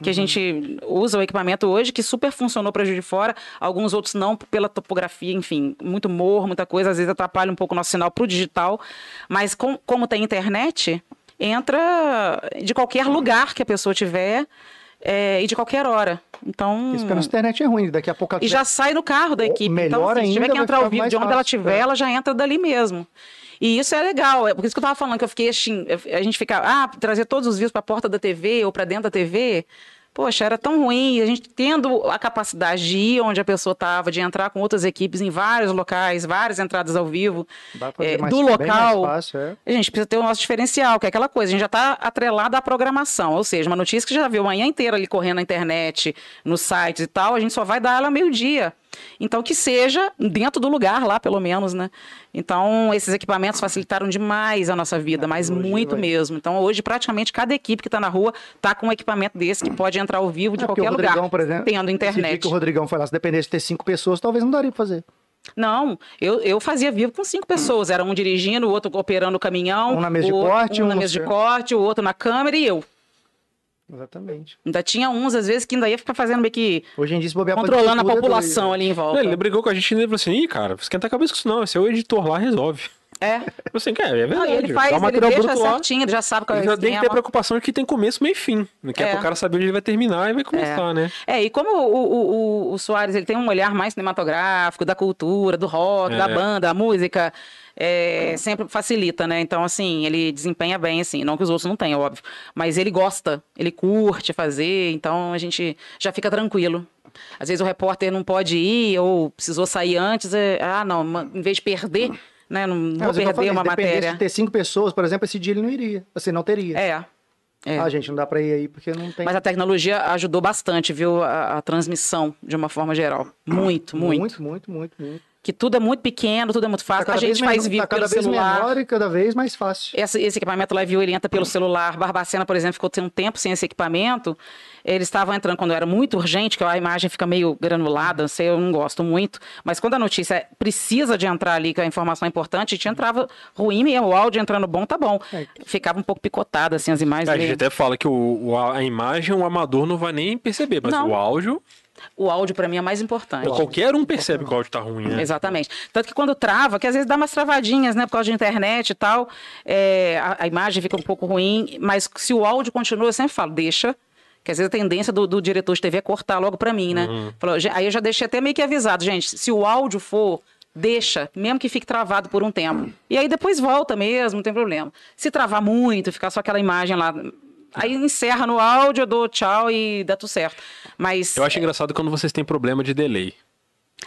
S2: Uhum.
S3: que a gente usa o equipamento hoje, que super funcionou para Juiz de Fora, alguns outros não pela topografia, enfim, muito morro, muita coisa, às vezes atrapalha um pouco o nosso sinal pro digital, mas com- como tem internet, entra de qualquer
S2: Uhum.
S3: lugar que a pessoa tiver é, e de qualquer hora. Então
S2: Isso porque a nossa internet é ruim, daqui a pouco a
S3: e já sai no carro da equipe. então,
S2: melhor
S3: assim, se tiver
S2: ainda,
S3: que
S2: vai
S3: entrar
S2: ficar
S3: ao vivo
S2: mais
S3: de onde ela
S2: fácil,
S3: tiver,
S2: é.
S3: ela já entra dali mesmo. E isso é legal, é por isso que eu tava falando que eu fiquei assim, a gente fica, ah, trazer todos os vídeos para porta da TV ou para dentro da TV. Poxa, era tão ruim, e a gente tendo a capacidade de ir onde a pessoa estava, de entrar com outras equipes em vários locais, várias entradas ao vivo.
S2: Dá pra fazer
S3: é,
S2: mais-
S3: do
S2: bem
S3: local,
S2: Mais fácil, é.
S3: A gente precisa ter o nosso diferencial, que é aquela coisa, a gente já está atrelado à programação, ou seja, uma notícia que já viu a manhã inteira ali correndo na internet, nos sites e tal, a gente só vai dar ela meio-dia. Então, que seja dentro do lugar lá, pelo menos, né? Então, esses equipamentos facilitaram demais a nossa vida, mas
S2: tecnologia
S3: muito
S2: vai-
S3: mesmo. Então, hoje, praticamente cada equipe que está na rua está com um equipamento desse que pode entrar ao vivo de
S2: É, porque
S3: qualquer
S2: o Rodrigão,
S3: lugar,
S2: por exemplo,
S3: tendo
S2: Esse dia
S3: internet.
S2: que o Rodrigão foi lá, se dependesse de ter cinco pessoas, talvez não daria pra fazer.
S3: Não, eu, eu fazia vivo com cinco pessoas. Era um dirigindo, o outro operando o caminhão.
S2: Um na mesa de
S3: o outro-
S2: corte,
S3: um,
S2: um
S3: na
S2: no
S3: mesa de
S2: seu.
S3: corte, o outro na câmera e eu.
S2: Exatamente.
S3: Ainda tinha uns, às vezes, que ainda ia ficar fazendo meio que
S2: Hoje em dia, se bobear pode
S3: controlando a
S2: tudo, é doido.
S3: população ali em volta.
S1: Ele brigou com a gente e ele falou assim: ih, cara, esquenta a cabeça com isso não, esse é o editor lá resolve.
S3: É.
S1: Eu falei assim, cara, é
S3: Não,
S1: verdade.
S3: e ele faz,
S1: dá um
S3: ele
S1: material
S3: deixa
S1: bruto lá,
S3: certinho, ele já sabe qual é
S1: ele
S3: o
S1: já tem que ter a
S3: esquema.
S1: preocupação que tem começo, meio e fim. né? Daqui a
S3: É.
S1: pouco o cara saber onde ele vai terminar e vai começar, né?
S3: É, e como o, o, o- o Soares ele tem um olhar mais cinematográfico, da cultura, do rock, da
S1: É.
S3: banda, da música, é, sempre facilita, né? Então, assim, ele desempenha bem, assim. Não que os outros não tenham, óbvio. Mas ele gosta, ele curte fazer, então a gente já fica tranquilo. Às vezes o repórter não pode ir ou precisou sair antes. é, ah, não, ma- em vez de perder, né? Não
S2: É,
S3: vou
S2: mas é o que eu
S3: perder
S2: falei,
S3: uma
S2: se dependesse
S3: matéria.
S2: de ter cinco pessoas, por exemplo, esse dia ele não iria. Você não teria.
S3: É. é.
S2: Ah, gente, não dá pra ir aí porque não tem.
S3: Mas a tecnologia ajudou bastante, viu? A, a transmissão, de uma forma geral. Muito, é muito.
S2: muito, muito, muito. muito.
S3: Que tudo é muito pequeno, tudo é muito fácil.
S2: Tá
S3: a
S2: cada
S3: gente
S2: vez
S3: faz
S2: menor-
S3: vivo
S2: tá
S3: pelo
S2: cada vez
S3: celular.
S2: menor e cada vez mais fácil.
S3: Esse, esse equipamento lá viu, ele entra pelo celular. Barbacena, por exemplo, ficou tem um tempo sem esse equipamento. Eles estavam entrando quando era muito urgente, que a imagem fica meio granulada, não sei, eu não gosto muito. Mas quando a notícia precisa de entrar ali, que a informação é importante, a gente entrava ruim mesmo, o áudio entrando bom, tá bom.
S2: É.
S3: Ficava um pouco picotado, assim, as imagens.
S1: É, A gente
S3: meio-
S1: até fala que o, o- a imagem o amador não vai nem perceber, mas
S3: Não.
S1: o áudio,
S3: O áudio, para mim, é mais importante.
S1: qualquer um percebe que o áudio tá ruim, né?
S3: Exatamente. Tanto que quando trava, que às vezes dá umas travadinhas, né? Por causa de internet e tal, é, a, a imagem fica um pouco ruim, mas se o áudio continua, eu sempre falo, deixa. Que às vezes a tendência do, do diretor de TV é cortar logo pra mim, né?
S1: Uhum.
S3: Falou, "Gen- aí eu já deixei até meio que avisado, gente, se o áudio for, deixa, mesmo que fique travado por um tempo. E aí depois volta mesmo, não tem problema. Se travar muito, ficar só aquela imagem lá. Aí encerra no áudio, eu dou tchau e dá tudo certo. Mas.
S1: Eu acho engraçado quando vocês têm problema de delay.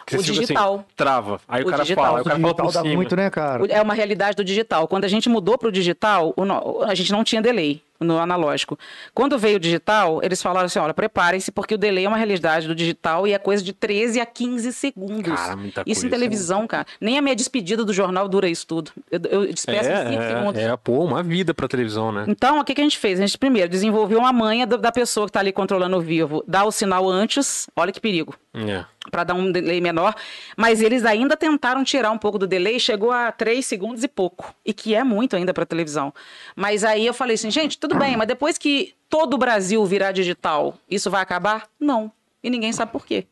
S1: Que
S3: O
S1: vocês ficam assim,
S3: digital.
S1: trava. Aí o,
S3: O
S1: cara
S3: digital.
S1: fala, aí o
S2: O
S1: cara fala por
S2: digital dá
S1: cima.
S2: muito, né, cara?
S3: É uma realidade do digital. Quando a gente mudou para o digital, o no- a gente não tinha delay no analógico. Quando veio o digital, eles falaram assim: olha, preparem-se, porque o delay é uma realidade do digital e é coisa de 13 a 15 segundos.
S1: Cara, muita
S3: isso em
S1: coisa.
S3: televisão, cara. Nem a minha despedida do jornal dura isso tudo. Eu, eu despeço em 5 segundos.
S1: É, é, pô, uma vida pra televisão, né?
S3: Então, o que, que a gente fez? A gente primeiro desenvolveu uma manha da, da pessoa que está ali controlando o vivo, dá o sinal antes, olha que perigo
S1: É.
S3: para dar um delay menor, mas eles ainda tentaram tirar um pouco do delay, chegou a 3 segundos e pouco, e que é muito ainda para televisão. Mas aí eu falei assim, gente, tudo bem, mas depois que todo o Brasil virar digital, isso vai acabar? Não. E ninguém sabe por quê.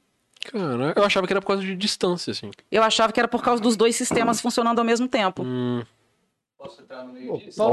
S1: Cara, eu achava que era por causa de distância, assim.
S3: Eu achava que era por causa dos dois sistemas funcionando ao mesmo tempo.
S1: Hum,
S4: Posso entrar no meio disso?
S1: ó,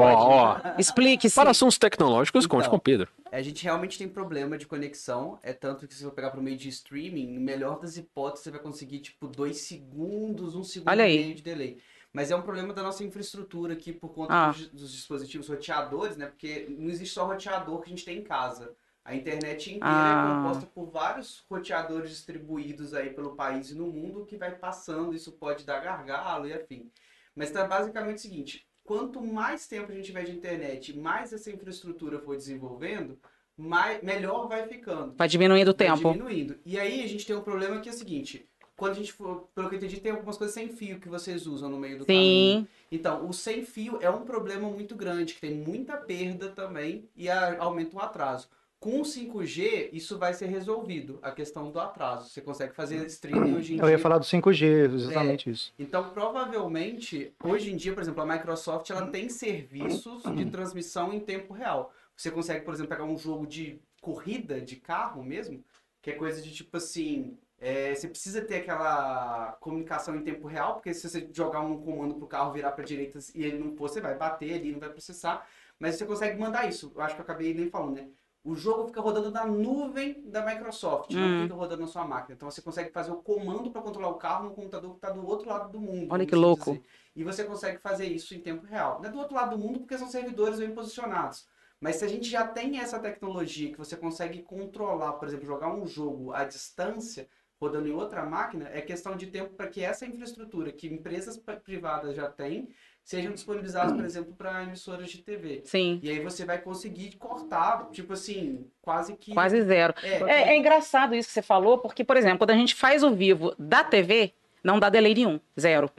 S1: ó.
S3: Explique-se.
S1: Para assuntos tecnológicos, conte
S4: Então.
S1: com o Pedro.
S4: A gente realmente tem problema de conexão. É tanto que se eu pegar pro meio de streaming, no melhor das hipóteses, você vai conseguir, tipo, dois segundos, um segundo
S3: Olha aí.
S4: e meio de delay. Mas é um problema da nossa infraestrutura aqui por conta
S3: Ah.
S4: dos, dos dispositivos roteadores, né? Porque não existe só roteador que a gente tem em casa. A internet inteira
S3: Ah.
S4: é composta por vários roteadores distribuídos aí pelo país e no mundo que vai passando, isso pode dar gargalo e afim. Mas tá basicamente o seguinte, quanto mais tempo a gente tiver de internet, mais essa infraestrutura for desenvolvendo, mais, melhor vai ficando.
S3: Vai diminuindo o
S4: Vai
S3: tempo.
S4: diminuindo. E aí a gente tem um problema que é o seguinte, quando a gente for, pelo que eu entendi, tem algumas coisas sem fio que vocês usam no meio do caminho.
S3: Sim.
S4: Então, o sem fio é um problema muito grande, que tem muita perda também e a- aumenta o atraso. Com 5G, isso vai ser resolvido, a questão do atraso. Você consegue fazer streaming hoje em
S2: Eu ia
S4: dia.
S2: falar do 5G, exatamente isso.
S4: Então, provavelmente, hoje em dia, por exemplo, a Microsoft
S2: Uhum.
S4: ela tem serviços de transmissão em tempo real. Você consegue, por exemplo, pegar um jogo de corrida de carro mesmo, que é coisa de tipo assim. é, você precisa ter aquela comunicação em tempo real, porque se você jogar um comando pro carro virar pra direita e ele não pôr, você vai bater ali, não vai processar. Mas você consegue mandar isso. Eu acho que eu acabei nem falando, né? O jogo fica rodando na nuvem da Microsoft,
S3: Hum.
S4: não fica rodando na sua máquina. Então você consegue fazer o comando para controlar o carro no computador que está do outro lado do mundo.
S3: Olha
S4: vamos
S3: que
S4: assim
S3: louco.
S4: dizer. E você consegue fazer isso em tempo real. Não é do outro lado do mundo porque são servidores bem posicionados. Mas se a gente já tem essa tecnologia que você consegue controlar, por exemplo, jogar um jogo à distância, rodando em outra máquina, é questão de tempo para que essa infraestrutura que empresas pa- privadas já têm sejam disponibilizadas, por exemplo, para emissoras de TV.
S3: Sim,
S4: E aí você vai conseguir cortar, tipo assim, quase que.
S3: quase zero.
S4: É,
S3: É, é engraçado isso que você falou, porque, por exemplo, quando a gente faz o vivo da TV, não dá delay nenhum, zero.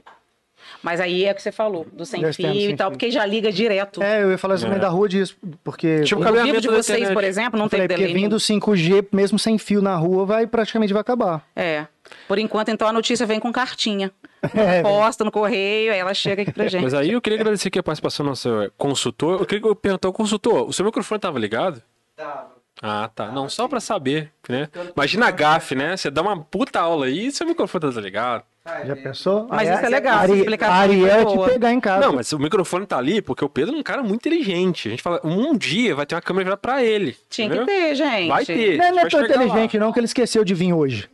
S3: Mas aí é o que você falou, do sem
S2: Nós
S3: fio
S2: temos
S3: e
S2: sem
S3: tal,
S2: fio.
S3: porque já liga direto.
S2: É, eu ia falar isso no
S1: É.
S2: meio da rua disso, porque.
S1: Tipo,
S3: O vivo
S1: Cabeamento
S3: de
S1: da
S3: vocês,
S1: internet.
S3: por exemplo, não
S2: eu falei, "É
S3: tem
S2: porque
S3: delay nenhum.
S2: vindo 5G, mesmo sem fio na rua, vai praticamente vai acabar.
S3: É. Por enquanto, então, a notícia vem com cartinha.
S2: (laughs) É,
S3: Posta no correio, aí ela
S2: (laughs)
S3: chega aqui pra
S2: Então,
S3: gente.
S1: Mas aí eu queria agradecer aqui a participação do nosso consultor. Eu queria perguntar ao consultor, o seu microfone tava ligado?
S4: dá-
S1: Ah, tá. Não, só pra saber, né? Imagina a gafe, né? Você dá uma puta aula aí e seu microfone tá desligado.
S4: Vai,
S2: Já
S4: né?
S2: pensou? Ah,
S3: Mas
S2: Aí
S3: isso é
S2: a-
S3: legal,
S2: a
S3: essa
S2: Ari-
S3: explicação
S2: a
S3: foi
S2: Ariel ia
S3: boa.
S2: te pegar em casa.
S1: Não, mas o microfone tá ali porque o Pedro é um cara muito inteligente. A gente fala, um dia vai ter uma câmera virada pra ele.
S3: Tinha que
S1: entendeu?
S3: ter, gente.
S1: Vai ter.
S2: Não, é- não
S1: a
S2: é
S1: gente vai
S2: tão
S1: chegar lá.
S2: inteligente, não, que ele esqueceu de vir hoje.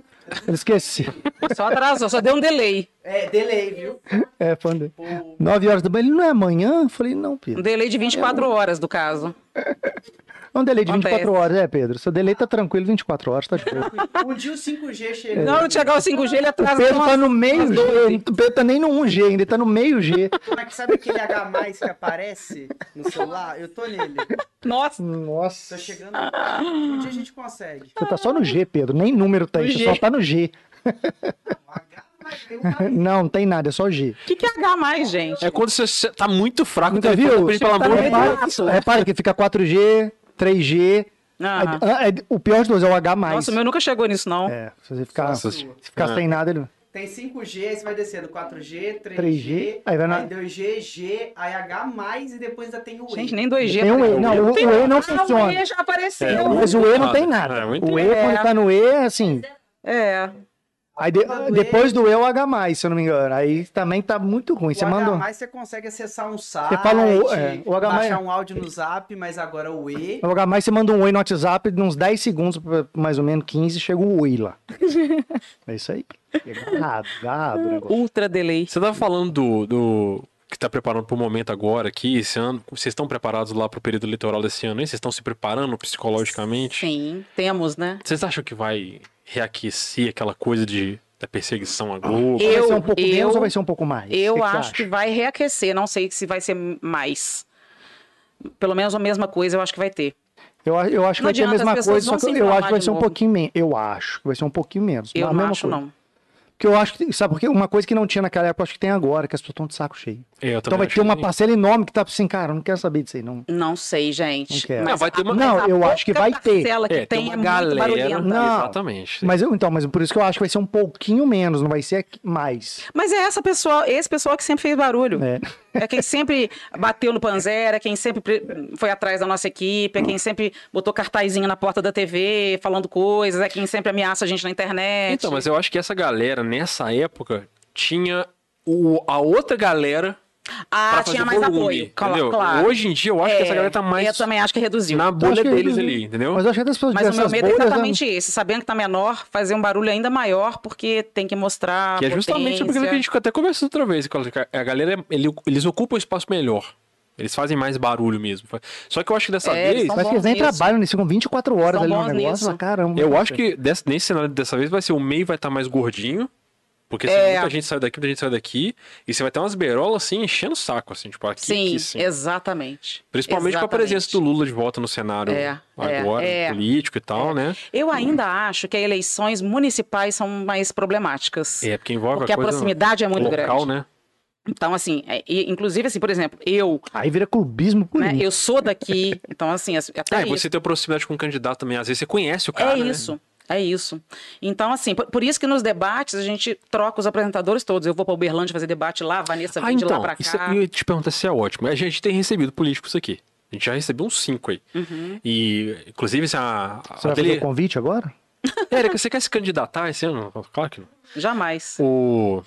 S2: Ele esqueceu.
S3: Só atrasou, só deu um delay.
S4: É, delay, viu?
S2: É, Panda.
S4: Pô,
S2: 9 horas da manhã, ele não é amanhã? Eu falei, não,
S3: Um
S2: Pedro.
S3: delay de 24 horas, do caso.
S2: É um delay de
S3: Acontece.
S2: 24 horas, é, Pedro. Seu delay tá tranquilo, 24 horas, tá de (laughs) boa.
S4: um dia o 5G chega.
S3: Na hora de chegar o 5G,
S2: É.
S3: ele
S2: O
S3: atrasa.
S2: Pedro tá
S3: umas-
S2: no meio G, ele- o Pedro tá nem no 1G ainda, ele tá no meio G.
S4: Como é que sabe aquele H que aparece no celular? Eu tô nele.
S3: Nossa,
S4: Tô
S2: Nossa. Você
S4: Tá chegando. Um dia a gente consegue.
S2: tá só no G, Pedro, nem número tem,
S3: No
S2: você
S3: G.
S2: só tá no G.
S4: Um H, mas tem um H.
S2: Não, não tem nada, é só G.
S3: o que, que é H mais, gente?
S1: É quando você tá muito fraco,
S2: Nunca
S1: o telefone
S2: viu?
S1: tá pedindo, pelo
S3: Tá
S1: amor de
S3: meio
S1: Deus.
S3: mal.
S2: Repara, repara que fica 4G, 3G. aí-
S3: Ah,
S2: ah, é- o pior de dois é o H.
S3: nossa, o meu nunca chegou nisso, não.
S2: É, se você ficar,
S1: Nossa,
S2: se ficar
S1: é.
S2: sem nada, ele.
S4: Tem 5G, aí você vai descendo 4G, 3G,
S2: 3G,
S4: aí,
S2: aí vai na-
S4: 2G, G, aí H e depois ainda tem o E.
S3: Gente, nem 2G.
S2: Tem um E. Não, o, o E não
S3: Ah, o
S2: funciona.
S3: E já apareceu.
S1: É,
S2: Mas o E não tem nada.
S1: É, muito
S2: O E, quando tá no E, assim.
S3: É.
S2: Aí de-
S4: Quando
S2: depois do E, é o H, se eu não me engano. Aí também tá muito ruim. Você
S4: o
S2: mandou.
S4: H+, você consegue acessar um site,
S2: fala um- é, o H+.
S4: baixar um áudio no Zap, mas agora o E.
S2: O H, você manda um oi no WhatsApp, de uns 10 segundos, pra- mais ou menos 15, chega o oi
S3: (laughs)
S2: lá. É isso aí. É agarrado, agarrado o negócio.
S3: Ultra delay.
S1: Você tava falando do, do que tá preparando pro momento agora aqui, esse ano. Vocês estão preparados lá pro período eleitoral desse ano, hein? Vocês estão se preparando psicologicamente?
S3: Sim, temos, né?
S1: Vocês acham que vai reaquecer aquela coisa de, da perseguição à Globo?
S3: Eu-
S2: vai ser um pouco
S3: eu-
S2: menos ou vai ser um pouco mais?
S3: Eu
S2: O que que você
S3: acho que
S2: acha?
S3: vai reaquecer, não sei se vai ser mais. Pelo menos a mesma coisa eu acho que vai ter.
S2: Eu, a- eu acho que
S3: Não
S2: vai ser a
S3: adianta, as
S2: mesma
S3: pessoas
S2: coisa, só
S3: vão
S2: que
S3: se
S2: eu acho
S3: inflamar
S2: que vai
S3: de
S2: ser um
S3: novo.
S2: pouquinho menos. Eu acho que vai ser um pouquinho menos.
S3: Eu
S2: a
S3: não
S2: mesma
S3: acho,
S2: coisa.
S3: não.
S2: Porque eu acho que, sabe por quê? Uma coisa que não tinha naquela época, eu acho que tem agora, que as pessoas estão de saco cheio.
S1: É, eu
S2: Então
S1: também
S2: vai
S1: acho
S2: ter uma
S1: que-
S2: parcela enorme que tá assim, cara, eu não quero saber disso aí, não.
S3: Não sei, gente.
S2: Não quero.
S1: Não, vai ter uma-
S2: é? Não, eu acho que vai ter.
S3: parcela que
S1: É, tem
S3: tem
S1: uma
S3: é muito
S1: galera.
S3: barulhenta.
S2: Não.
S1: Exatamente.
S2: Mas eu, então, mas por isso que eu acho que vai ser um pouquinho menos, não vai ser aqui- mais.
S3: Mas é essa pessoa, esse pessoal que sempre fez barulho.
S2: É.
S3: É quem sempre bateu no Panzera, quem sempre pre- foi atrás da nossa equipe, é quem sempre botou cartazinho na porta da TV, falando coisas, é quem sempre ameaça a gente na internet.
S1: Então, mas eu acho que essa galera, nessa época, tinha o, a outra galera pra
S3: ah,
S1: fazer
S3: tinha mais
S1: volume,
S3: apoio. Cla-
S1: entendeu?
S3: Claro.
S1: Hoje em dia, eu acho que essa
S3: É,
S1: galera tá
S3: Eu
S1: mais
S3: também acho que reduziu.
S1: na
S2: Então,
S1: bolha
S2: acho que-
S1: deles ali, entendeu?
S2: Mas eu acho que as pessoas
S3: Mas o meu
S2: dessas
S3: medo é
S2: bolhas, né?
S3: exatamente esse, sabendo que tá menor, fazer um barulho ainda maior, porque tem que mostrar.
S1: Que é justamente
S3: potência.
S1: aquilo que a gente até conversou outra vez. que A galera, ele- eles ocupam o espaço melhor. Eles fazem mais barulho mesmo. Só que eu acho que dessa
S3: É, eles
S1: vez.
S3: são
S2: Mas que eles
S3: bons
S2: nem
S3: nisso.
S2: trabalham nisso, ficam 24 horas
S3: São
S2: ali no
S3: bons
S2: negócio,
S3: nisso.
S2: mas caramba.
S1: Eu acho que dessa- nesse cenário dessa vez vai ser o meio vai estar mais gordinho. Porque assim,
S3: É.
S1: muita gente sai daqui, muita gente sai daqui. E você vai ter umas berolas assim, enchendo o saco, assim, tipo, aqui,
S3: Sim,
S1: aqui, sim.
S3: exatamente.
S1: Principalmente com a presença do Lula de volta no cenário
S3: É, é,
S1: agora,
S3: é.
S1: político e tal, né?
S3: Eu ainda acho que as eleições municipais são mais problemáticas.
S1: É, porque envolve
S3: Porque
S1: a
S3: a
S1: coisa
S3: proximidade é muito
S1: local,
S3: grande.
S1: né?
S3: Então, assim, é, e, inclusive, assim, por exemplo, eu,
S2: Aí vira clubismo por
S3: né,
S2: isso.
S3: eu
S1: (laughs)
S3: sou daqui, então, assim, as- até
S1: Ah, e
S3: isso.
S1: você tem proximidade com o candidato também, às vezes você conhece o
S3: É
S1: cara, né?
S3: isso. É isso. Então, assim, por, por isso que nos debates a gente troca os apresentadores todos. Eu vou pra Uberlândia fazer debate lá, a Vanessa vem
S1: Ah,
S3: de lá
S1: então,
S3: pra cá.
S1: isso, eu ia te perguntar se é ótimo. A gente tem recebido políticos aqui. A gente já recebeu uns cinco aí.
S3: Uhum.
S1: E, inclusive, se a. a
S2: Você vai
S1: dele-
S2: fazer o convite agora?
S1: Érica, você quer se candidatar esse ano? Claro que não.
S3: Jamais.
S1: O...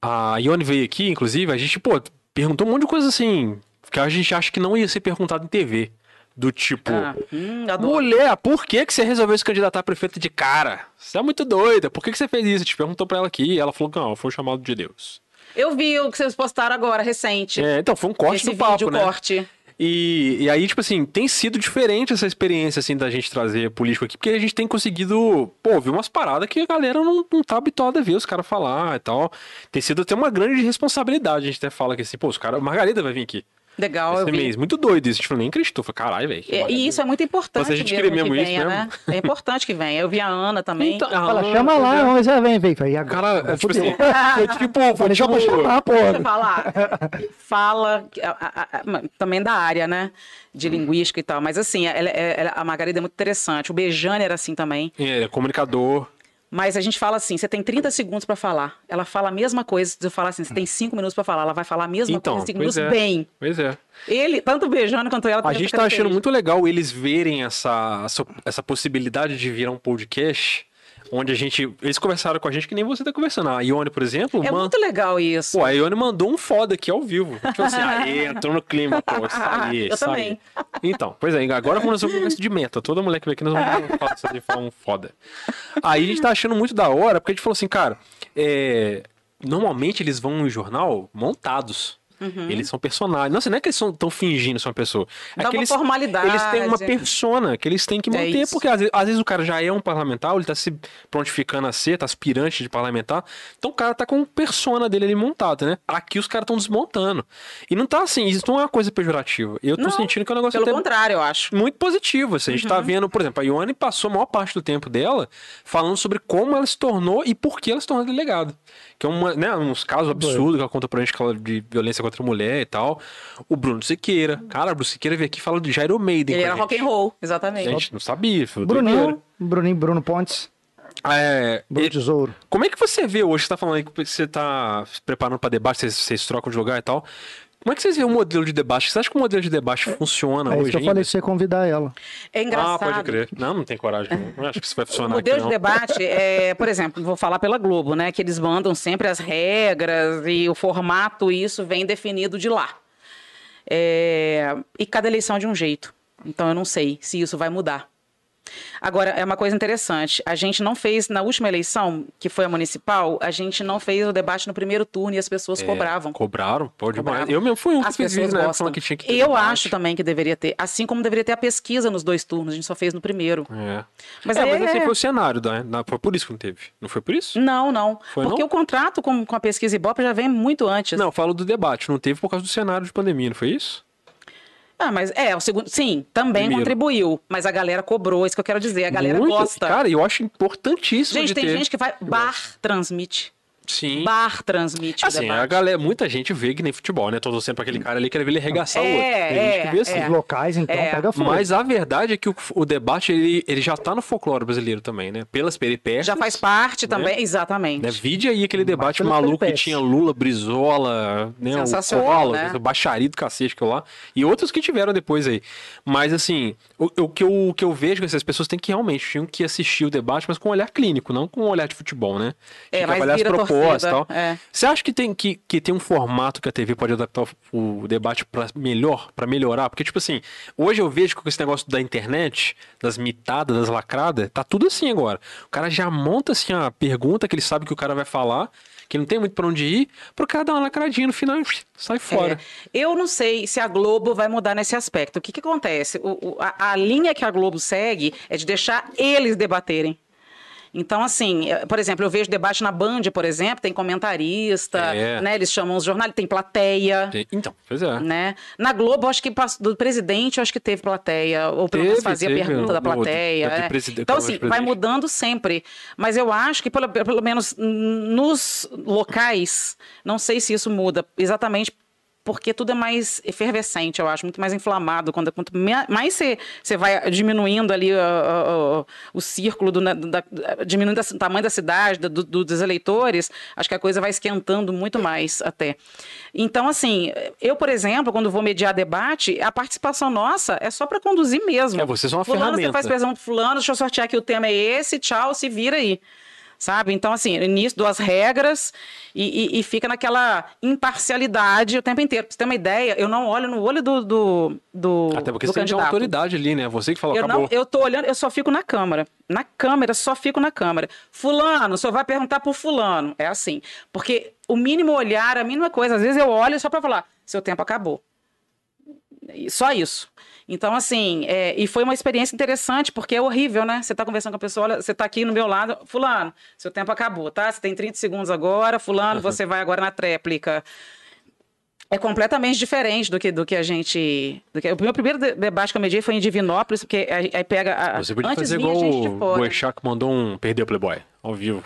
S1: A Ione veio aqui, inclusive, a gente, pô, perguntou um monte de coisa assim, que a gente acha que não ia ser perguntado em TV. Do tipo,
S3: Ah, hum, adoro.
S1: mulher, por que, que você resolveu se candidatar a prefeita de cara? Você é muito doida, por que, que você fez isso? A gente perguntou pra ela aqui, ela falou que não, foi um chamado de Deus.
S3: Eu vi o que vocês postaram agora, recente.
S1: É, então, foi um corte
S3: Esse
S1: do papo,
S3: vídeo,
S1: né?
S3: corte.
S1: E, e aí, tipo assim, tem sido diferente essa experiência, assim, da gente trazer político aqui, porque a gente tem conseguido, pô, ver umas paradas que a galera não, não tá habituada a ver os caras falar e tal. Tem sido até uma grande responsabilidade. A gente até fala que assim, pô, os caras. Margarida vai vir aqui
S3: Legal, eu
S1: esse
S3: vi.
S1: mês. Muito doido isso. A gente falou, nem acreditou. Falei, caralho, velho. que
S3: E,
S1: maneiro.
S3: e isso é muito importante
S1: Mas a gente
S3: mesmo
S1: queria mesmo
S3: que
S1: isso
S3: venha, né? É importante que venha. Eu vi
S1: (laughs)
S3: a Ana também.
S1: Então,
S2: Fala,
S1: ah,
S2: chama lá,
S1: entendeu?
S2: mas já vem, vem. Falei, e agora?
S1: Cara, é, tipo
S2: (laughs)
S1: assim,
S2: Fudeu.
S1: foi tipo. Foi
S2: Falei, já vou
S1: tipo
S2: chamar,
S1: (laughs)
S2: porra.
S3: falar. (laughs) Fala a- a- a- ma- também da área, né?
S1: Uhum.
S3: De linguística e tal. Mas assim, ela- ela- a Margarida é muito interessante. O Bejane era assim também.
S1: é, comunicador.
S3: Mas a gente fala assim: você tem 30 segundos pra falar. Ela fala a mesma coisa. Se eu falar assim, você tem 5 minutos pra falar, ela vai falar a mesma
S1: Então,
S3: coisa em 5
S1: pois
S3: minutos
S1: é.
S3: bem.
S1: Pois é.
S3: Ele, tanto o Bejane quanto ela,
S1: A
S3: tem
S1: gente
S3: essa
S1: tá achando
S3: característica.
S1: muito legal eles verem essa, essa, essa possibilidade de virar um podcast, onde a gente. Eles conversaram com a gente que nem você tá conversando. A Ione, por exemplo,
S3: É
S1: man-
S3: muito legal isso.
S1: pô, a Ione mandou um foda aqui ao vivo. Tipo
S3: (laughs)
S1: assim, aê, entrou no clima, pô, isso aí,
S3: Eu
S1: isso aí.
S3: também.
S1: Então, pois é, agora quando nós vamos conversa de meta, toda mulher que vem aqui nós
S3: (laughs)
S1: vamos falar isso aí, falar um foda. Aí a gente tá achando muito da hora, porque a gente falou assim, cara, é, normalmente eles vão em jornal montados. Eles são personagens. Nossa, não é que eles estão fingindo ser uma pessoa. É
S3: Uhum. Dá
S1: que
S3: uma
S1: eles,
S3: formalidade.
S1: eles têm uma persona que eles têm que
S3: É
S1: manter,
S3: isso.
S1: porque às vezes, às vezes o cara já é um parlamentar, ou ele tá se prontificando a ser, tá aspirante de parlamentar. Então o cara tá com persona dele ali montado, né? Aqui os caras estão desmontando. E não tá assim, isso não é uma coisa pejorativa. Eu tô
S3: Não,
S1: sentindo que é um negócio
S3: Pelo
S1: até
S3: contrário, Uhum. eu acho.
S1: muito positivo. Assim. A gente tá vendo, por exemplo, a Ione passou a maior parte do tempo dela falando sobre como ela se tornou e por que ela se tornou delegada. Que é uma, né, uns casos absurdos que ela conta pra gente que ela- de violência contra a mulher e tal. O Bruno Siqueira. Cara, o Bruno Siqueira veio aqui e falou de Jairo Maiden.
S3: Ele
S1: com a
S3: era
S1: gente.
S3: rock and roll,
S1: A
S3: exatamente.
S1: gente não sabia, foi doideira.
S2: Bruninho, Bruninho, Bruno Pontes,
S1: É,
S2: Bruno
S1: e-
S2: Tesouro.
S1: como é que você vê hoje, você tá falando aí que você tá se preparando pra debate, vocês, vocês trocam de lugar e tal. Como é que vocês veem o modelo de debate? Você acha que o modelo de debate funciona
S2: É isso
S1: hoje
S2: que eu
S1: ainda?
S2: falei pra você convidar ela.
S3: É engraçado.
S1: Ah, pode crer. Não, não tem coragem. Não, não acho que isso vai
S3: O
S1: funcionar aqui,
S3: modelo de
S1: não.
S3: debate é, por exemplo, vou falar pela Globo, né? Que eles mandam sempre as regras e o formato, e isso vem definido de lá. É, e cada eleição é de um jeito. Então eu não sei se isso vai mudar. Agora, é uma coisa interessante. A gente não fez, na última eleição, que foi a municipal, a gente não fez o debate no primeiro turno e as pessoas
S1: É,
S3: cobravam.
S1: Cobraram? Pô, demais.
S3: Cobravam.
S1: Eu mesmo fui um que
S3: As
S1: fez
S3: pessoas
S1: isso, né?
S3: gostam.
S1: Falando que tinha que ter
S3: Eu
S1: debate.
S3: acho também que deveria ter. Assim como deveria ter a pesquisa nos dois turnos, a gente só fez no primeiro.
S1: É.
S3: Mas,
S1: é,
S3: aí
S1: mas esse
S3: é- Hum,
S1: foi o cenário, né? Na- Foi por isso que não teve. Não foi por isso?
S3: Não, não.
S1: Foi
S3: Porque
S1: não?
S3: o contrato com, com a pesquisa Ibope já vem muito antes.
S1: Não, eu falo do debate. Não teve por causa do cenário de pandemia, não foi isso?
S3: Ah, mas é, o segundo. Sim, também
S1: Primeiro.
S3: contribuiu. Mas a galera cobrou, isso que eu quero dizer. A galera
S1: Muito.
S3: gosta.
S1: Cara, eu acho importantíssimo
S3: gente,
S1: de
S3: tem
S1: ter.
S3: gente que vai. Bar transmite.
S1: Sim.
S3: Bar transmite. né?
S1: Assim,
S3: o
S1: a
S3: Tipo, debate. Hum.
S1: galera, muita gente vê que nem futebol, né? Tô torcendo pra aquele cara ali, quer ver ele arregaçar o outro.
S3: É,
S1: Tem gente que vê
S3: é,
S1: assim.
S3: é.
S2: Os locais, então,
S3: É.
S2: pega fogo.
S1: Mas a verdade é que o, o debate, ele, ele já tá no folclore brasileiro também, né? Pelas peripécias.
S3: Já faz parte Hum,
S1: né?
S3: também. Exatamente.
S1: Né? Vide aí aquele debate
S2: pelo
S1: maluco que
S2: peripécia.
S1: tinha Lula, Brizola, né?
S3: Sensacional,
S1: o Collor,
S3: né?
S1: o baixaria do cacete que eu lá, e outros que tiveram depois aí. Mas assim, o, o que, eu, o que eu vejo é que as pessoas têm que realmente tinham que assistir o debate, mas com um olhar clínico, não com um olhar de futebol, né? Tinha
S3: É,
S1: que
S3: mas
S1: avaliar as
S3: vira
S1: propostas e
S3: torcida,
S1: tal.
S3: é.
S1: Você acha que tem, que, que tem um formato que a TV pode adaptar o, o debate para melhor, para melhorar? Porque, tipo assim, hoje eu vejo que com esse negócio da internet, das mitadas, das lacradas, tá tudo assim agora. O cara já monta assim a pergunta que ele sabe que o cara vai falar, que não tem muito pra onde ir, pro cara dar uma lacradinha no final e sai fora.
S3: É. Eu não sei se a Globo vai mudar nesse aspecto. O que, que acontece? O- o- a, a linha que a Globo segue é de deixar eles debaterem. Então, assim, eh, por exemplo, eu vejo debate na Band, por exemplo, tem comentarista,
S1: É.
S3: né? Eles chamam os jornalistas, tem plateia,
S1: Então, pois é.
S3: né? Na Globo, eu acho que pass- do presidente, eu acho que teve plateia, ou pelo menos
S1: Teve,
S3: fazia
S1: teve um
S3: pergunta
S1: no-
S3: da
S1: no-
S3: plateia.
S1: daquele
S3: é.
S1: preside-
S3: Então,
S1: como
S3: assim, vai
S1: presidente.
S3: mudando sempre. Mas eu acho que, pelo, pelo menos n- nos locais, não sei se isso muda exatamente porque tudo é mais efervescente, eu acho, muito mais inflamado. Quando, quanto me- mais você você vai diminuindo ali ó, ó, ó, o círculo, do, na- da- da- diminuindo a ci- o tamanho da cidade, do- do- dos eleitores, acho que a coisa vai esquentando muito mais até. Então, assim, eu, por exemplo, quando vou mediar debate, a participação nossa é só para conduzir mesmo.
S1: É, vocês são uma
S3: Fulano, você
S1: ferramenta.
S3: faz pressão pro um fulano, deixa eu sortear aqui, o tema é esse, tchau, se vira aí. Sabe? Então, assim, nisso, duas regras e, e- e fica naquela imparcialidade o tempo inteiro. Pra você ter uma ideia, eu não olho no olho do, do, do,
S1: Até porque
S3: do
S1: você tem que ter uma
S3: candidato.
S1: autoridade ali, né? Você que falou,
S3: Eu
S1: acabou.
S3: não, eu tô olhando, eu só fico na câmera. Na câmera, só fico na câmera. Fulano, só vai perguntar pro fulano. É assim. Porque o mínimo olhar, a mínima coisa, às vezes eu olho só pra falar, seu tempo acabou. E Só isso. Então, assim, é, e foi uma experiência interessante, porque é horrível, né? Você tá conversando com a pessoa, olha, você tá aqui no meu lado, fulano, seu tempo acabou, tá? Você tem 30 segundos agora, fulano, você vai agora na tréplica. É completamente diferente do que, do que a gente. do que- o meu primeiro de- debate que eu medi foi em Divinópolis, porque aí, aí pega. A,
S1: Você podia
S3: antes
S1: fazer
S3: vinha
S1: igual
S3: gente de
S1: o
S3: fora.
S1: Boechat que mandou um perder o Playboy, ao vivo.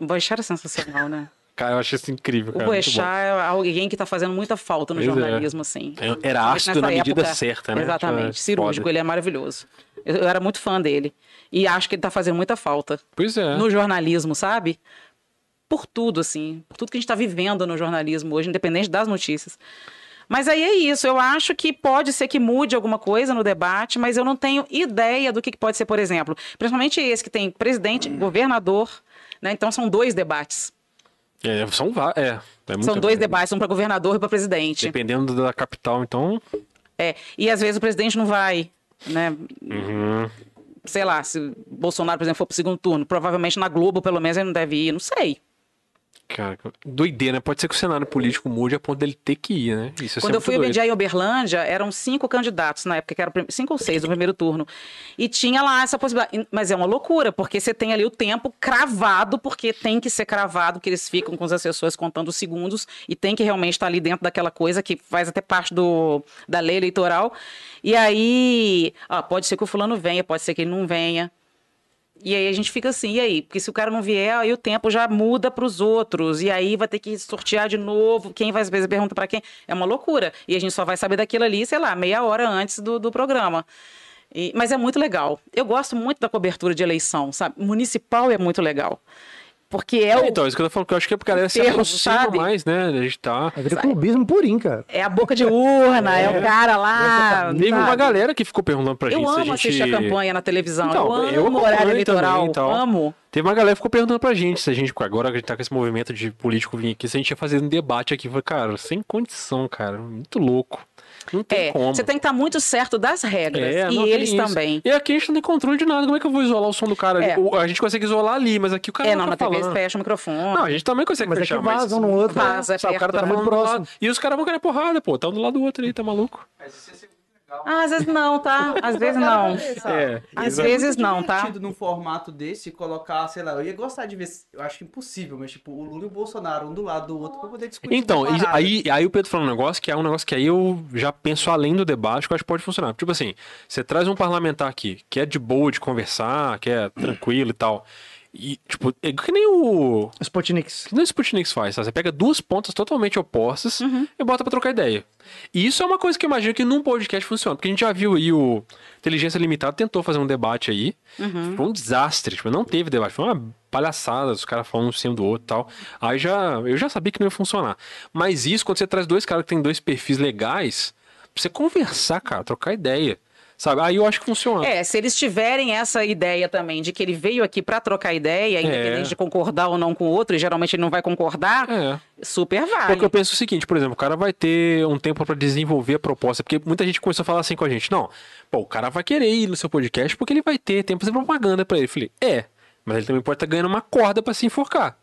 S3: Boechat é sensacional, né?
S1: Cara, eu acho isso incrível,
S3: O
S1: cara. muito bom.
S3: Boechat é alguém que tá fazendo muita falta no
S1: Pois é.
S3: jornalismo, assim.
S1: Era ácido na
S3: Nessa
S1: medida
S3: época,
S1: certa, né? Tipo, é
S3: Exatamente. Cirúrgico,
S1: foda.
S3: ele é maravilhoso. Eu, eu era muito fã dele. E acho que ele tá fazendo muita falta
S1: Pois é.
S3: no jornalismo, sabe? Por tudo, assim. Por tudo que a gente tá vivendo no jornalismo hoje, independente das notícias. Mas aí é isso. Eu acho que pode ser que mude alguma coisa no debate, mas eu não tenho ideia do que que pode ser, por exemplo. Principalmente esse que tem presidente, governador. Né? Então são dois debates.
S1: É, são va- é, é
S3: são
S1: muita
S3: dois
S1: coisa.
S3: debates, um para governador e para presidente.
S1: Dependendo da capital, então.
S3: É, e às vezes o presidente não vai, né?
S1: uhum.
S3: Sei lá, se Bolsonaro, por exemplo, for pro segundo turno, provavelmente na Globo, pelo menos, ele não deve ir, não sei.
S1: Cara, que doideira, né? Pode ser que o cenário político mude a ponto dele ter que ir, né? Isso é
S3: Quando eu fui mediar em Uberlândia, eram cinco candidatos na época, que eram prim- cinco ou seis no primeiro turno. E tinha lá essa possibilidade. Mas é uma loucura, porque você tem ali o tempo cravado, porque tem que ser cravado, que eles ficam com os assessores contando os segundos, e tem que realmente estar ali dentro daquela coisa que faz até parte do, da lei eleitoral. E aí, ah, pode ser que o fulano venha, pode ser que ele não venha. E aí a gente fica assim, e aí? Porque se o cara não vier, aí o tempo já muda para os outros. E aí vai ter que sortear de novo. Quem vai às vezes pergunta para quem? É uma loucura. E a gente só vai saber daquilo ali, sei lá, meia hora antes do, do programa. E- mas é muito legal. Eu gosto muito da cobertura de eleição, sabe? Municipal é muito legal. Porque é, o,
S1: Então, isso que eu tô falando, que eu acho que a galera se
S3: Enterro,
S1: aproxima
S3: sabe?
S1: mais, né? A gente tá.
S2: É clubismo purinho, cara.
S3: é a boca de urna, é, o cara lá.
S1: Teve uma
S3: sabe?
S1: galera que ficou perguntando pra gente
S3: Eu
S1: se
S3: amo
S1: a gente.
S3: assistir a campanha na televisão.
S1: Então,
S3: eu
S1: eu
S3: amo o horário
S1: acompanho também então.
S3: eleitoral.
S1: e tal.
S3: Amo.
S1: Teve uma galera que ficou perguntando pra gente se a gente, agora que a gente tá com esse movimento de político vir aqui, se a gente ia fazer um debate aqui. Eu Falei, cara, sem condição, cara. Muito louco. Não tem
S3: É,
S1: como.
S3: você tem que estar muito certo das regras.
S1: É,
S3: e
S1: não tem
S3: eles
S1: isso.
S3: também.
S1: E aqui a gente não tem controle de nada. Como é que eu vou isolar o som do cara?
S3: É.
S1: O- A gente consegue isolar ali, mas aqui o cara
S3: É,
S1: não,
S3: não,
S1: tá
S3: na TV
S1: falando.
S3: fecha o microfone.
S1: Não, a gente também consegue
S2: Mas é
S1: fechar,
S2: que vazam no outro.
S3: Vaza, é
S1: Sabe, o cara tá
S3: perto,
S2: né?
S1: falando
S2: Muito
S1: do
S2: próximo.
S1: lado. E os caras vão querer porrada, pô. Tá um do lado do outro aí, tá maluco?
S4: Mas isso ia ser muito legal.
S3: Ah, às vezes não, (laughs) tá? Às vezes não.
S1: É.
S3: Às
S1: exato.
S3: vezes não, tá?
S4: divertido num formato desse colocar, sei lá, eu ia gostar de ver, eu acho impossível, mas tipo, o Lula e o Bolsonaro um do lado do outro pra poder discutir.
S1: Então,
S4: uma
S1: e-
S4: parada.
S1: aí, aí o Pedro falou um negócio que é um negócio que aí eu já penso além do debate, que eu acho que pode funcionar. Tipo assim, você traz um parlamentar aqui que é de boa de conversar, que é tranquilo e tal. E, tipo, é que nem o.
S2: Os Spotniks.
S1: Que nem o Sputniks faz, sabe? Você pega duas pontas totalmente opostas e bota pra trocar ideia. E isso é uma coisa que eu imagino que num podcast funciona. Porque a gente já viu aí o Inteligência Limitada tentou fazer um debate aí. Foi um desastre. Tipo, não teve debate. Foi uma palhaçada, os caras falando um em cima do outro e tal. Aí já, eu já sabia que não ia funcionar. Mas isso, quando você traz dois caras que têm dois perfis legais, pra você conversar, cara, trocar ideia. Sabe? Aí eu acho que funciona.
S3: É, se eles tiverem essa ideia também de que ele veio aqui pra trocar ideia, independente
S1: É.
S3: de concordar ou não com o outro, e geralmente ele não vai concordar,
S1: é.
S3: super vale.
S1: Porque eu penso o seguinte, por exemplo, o cara vai ter um tempo pra desenvolver a proposta, porque muita gente começou a falar assim com a gente, não, pô, o cara vai querer ir no seu podcast porque ele tá vai ter tempo de propaganda pra ele. Eu falei, é, mas ele também pode estar ganhando uma corda pra se enforcar.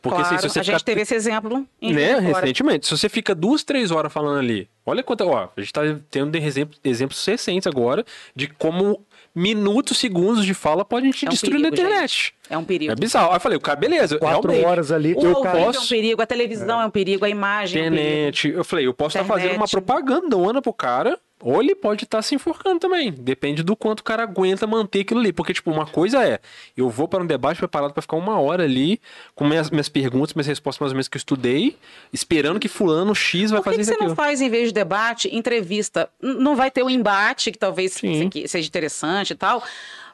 S1: Porque assim,
S3: Claro,
S1: se você
S3: a
S1: ficar
S3: gente teve um esse exemplo em
S1: né,
S3: Juiz de Fora.
S1: recentemente. Se você fica duas, três horas falando ali, olha quanto. Ó, a gente tá tendo de exemplo- exemplos recentes agora de como minutos, segundos de fala podem te
S3: É um
S1: destruir
S3: perigo,
S1: na internet.
S3: É um
S1: É
S3: perigo.
S1: bizarro. Aí eu falei, o cara, beleza,
S2: Quatro
S1: realmente.
S2: horas ali.
S3: O
S2: que
S1: eu
S3: ouvido é um
S1: posso- né?
S3: perigo, a televisão é, um perigo, a imagem é um perigo.
S1: Internet. Eu falei, eu posso estar fazendo uma
S3: Internet.
S1: propagandona pro cara, ou ele pode estar se enforcando também. Depende do quanto o cara aguenta manter aquilo ali. Porque, tipo, uma coisa é, eu vou para um debate preparado para ficar uma hora ali, com minhas, minhas perguntas, minhas respostas mais ou menos que eu estudei, esperando que fulano X vai
S3: Por que,
S1: fazer
S3: que
S1: isso
S3: você
S1: aqui.
S3: não faz, em vez de debate, entrevista? N- Não vai ter o embate, que talvez
S1: Sim.
S3: se- que seja interessante e tal.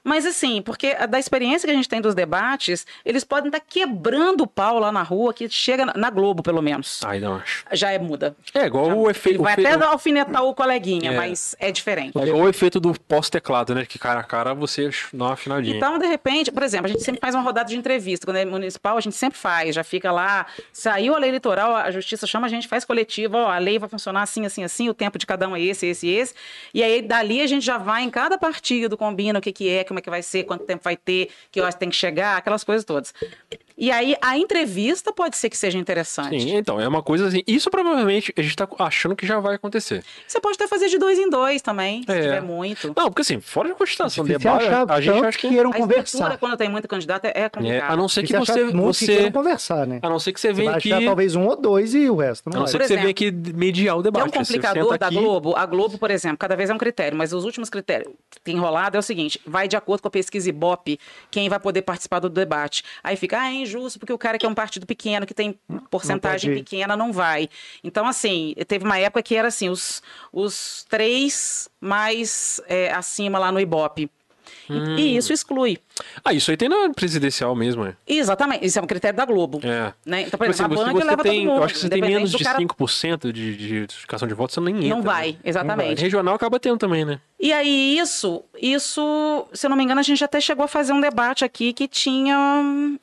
S3: Mas assim, porque a- da experiência que a gente tem dos debates, eles podem estar quebrando o pau lá na rua, que chega na- na Globo, pelo menos.
S1: Ai, não acho.
S3: Já é muda.
S1: É igual o
S3: Ele
S1: efeito.
S3: vai
S1: o fe-
S3: até alfinetar o coleguinha,
S1: É.
S3: mas é diferente.
S1: É igual o efeito do pós-teclado, né? Que cara a cara você dá uma afinadinha.
S3: Então, de repente, por exemplo, a gente sempre faz uma rodada de entrevista. Quando é municipal, a gente sempre faz, já fica lá. Saiu a lei eleitoral, a justiça chama a gente, faz coletiva, ó, a lei vai funcionar assim, assim, assim, o tempo de cada um é esse, esse, esse. E aí, dali, a gente já vai em cada partido, combina o que, que é, como é que vai ser, quanto tempo vai ter, que horas tem que chegar, aquelas coisas todas. E aí, a entrevista pode ser que seja interessante.
S1: Sim, então, é uma coisa assim. Isso provavelmente a gente tá achando que já vai acontecer.
S3: Você pode até fazer de dois em dois também, se
S1: É.
S3: tiver muito.
S1: Não, porque assim, fora de constatação,
S2: Se
S1: debate,
S2: achar então.
S1: a gente
S2: tanto
S1: acha que.
S2: queiram
S3: A estrutura,
S2: um conversar.
S3: quando tem muito candidato, é- é
S1: É,
S3: complicado.
S1: a não ser
S2: Se
S1: que você.
S2: achar muito que queiram
S1: você
S2: conversar, né?
S1: a não ser que você
S2: Você
S1: venha
S2: vai
S1: aqui.
S2: achar talvez um ou dois e o resto
S1: A
S2: não
S1: não
S2: vai.
S1: ser que você
S3: Por
S1: venha aqui mediar o
S3: É
S1: debate.
S3: um
S1: você senta
S3: complicador da
S1: aqui-
S3: Globo. A Globo, por exemplo, cada vez é um critério, mas os últimos critérios que tem enrolado é o seguinte: vai de acordo com a pesquisa Ibope quem vai poder participar do debate. Aí fica, ah, é injusto, porque o cara que é um partido pequeno, que tem porcentagem
S2: pode ir.
S3: pequena, não vai. Então, assim, teve uma época que era assim: os, os três mais é, acima lá no Ibope. E-
S1: Hum.
S3: E isso exclui.
S1: Ah, isso aí tem na presidencial mesmo, é.
S3: Exatamente, isso é um critério da Globo.
S1: É.
S3: Né? Então, por
S1: Por exemplo,
S3: exemplo, a
S1: se
S3: banca
S1: você
S3: leva
S1: tem.
S3: todo mundo.
S1: Eu acho que você tem
S3: independente
S1: menos
S3: do
S1: de
S3: cara,
S1: 5% de, de justificação de voto, você nem entra.
S3: Não
S1: né?
S3: vai, exatamente.
S1: Regional acaba tendo também, né?
S3: E aí, isso, isso, se eu não me engano, a gente até chegou a fazer um debate aqui que tinha.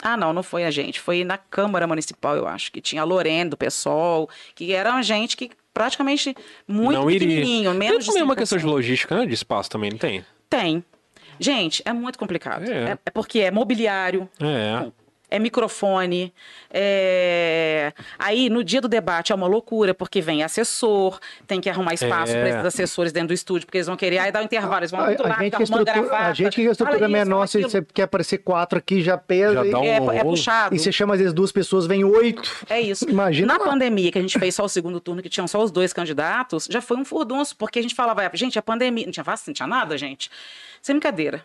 S3: Ah, não, não foi a gente, foi na Câmara Municipal, eu acho, que tinha a Lorena do PSOL, que era gente que praticamente muito
S1: não
S3: pequenininho,
S1: iria. tem
S3: menos
S1: também
S3: de
S1: uma questão de
S3: 5%.
S1: logística, né? De espaço também, não tem?
S3: Tem. Gente, é muito complicado.
S1: É.
S3: É, é porque é mobiliário,
S1: É.
S3: é microfone. é- Aí, no dia do debate, é uma loucura, porque vem assessor, tem que arrumar espaço
S1: É.
S3: para esses assessores dentro do estúdio, porque eles vão querer. Aí dá um intervalo, eles vão
S2: A,
S3: muito
S2: a
S3: rápido,
S2: gente que
S3: arrumando
S2: estrutura,
S3: gravata.
S2: a gente que a estrutura é
S3: fala isso,
S2: menor,
S3: fala
S2: se
S3: aquilo.
S2: você quer aparecer quatro aqui, já pesa.
S1: Já
S2: e,
S1: dá um
S3: É, é
S1: rolo.
S3: puxado.
S2: e você chama às vezes duas pessoas, vem oito.
S3: É isso.
S2: Imagina
S3: Na
S2: lá.
S3: pandemia, que a gente fez só o segundo turno, que tinham só os dois candidatos, já foi um furdunço, porque a gente falava, gente, a pandemia. Não tinha vacina, não tinha nada, gente. Sem brincadeira.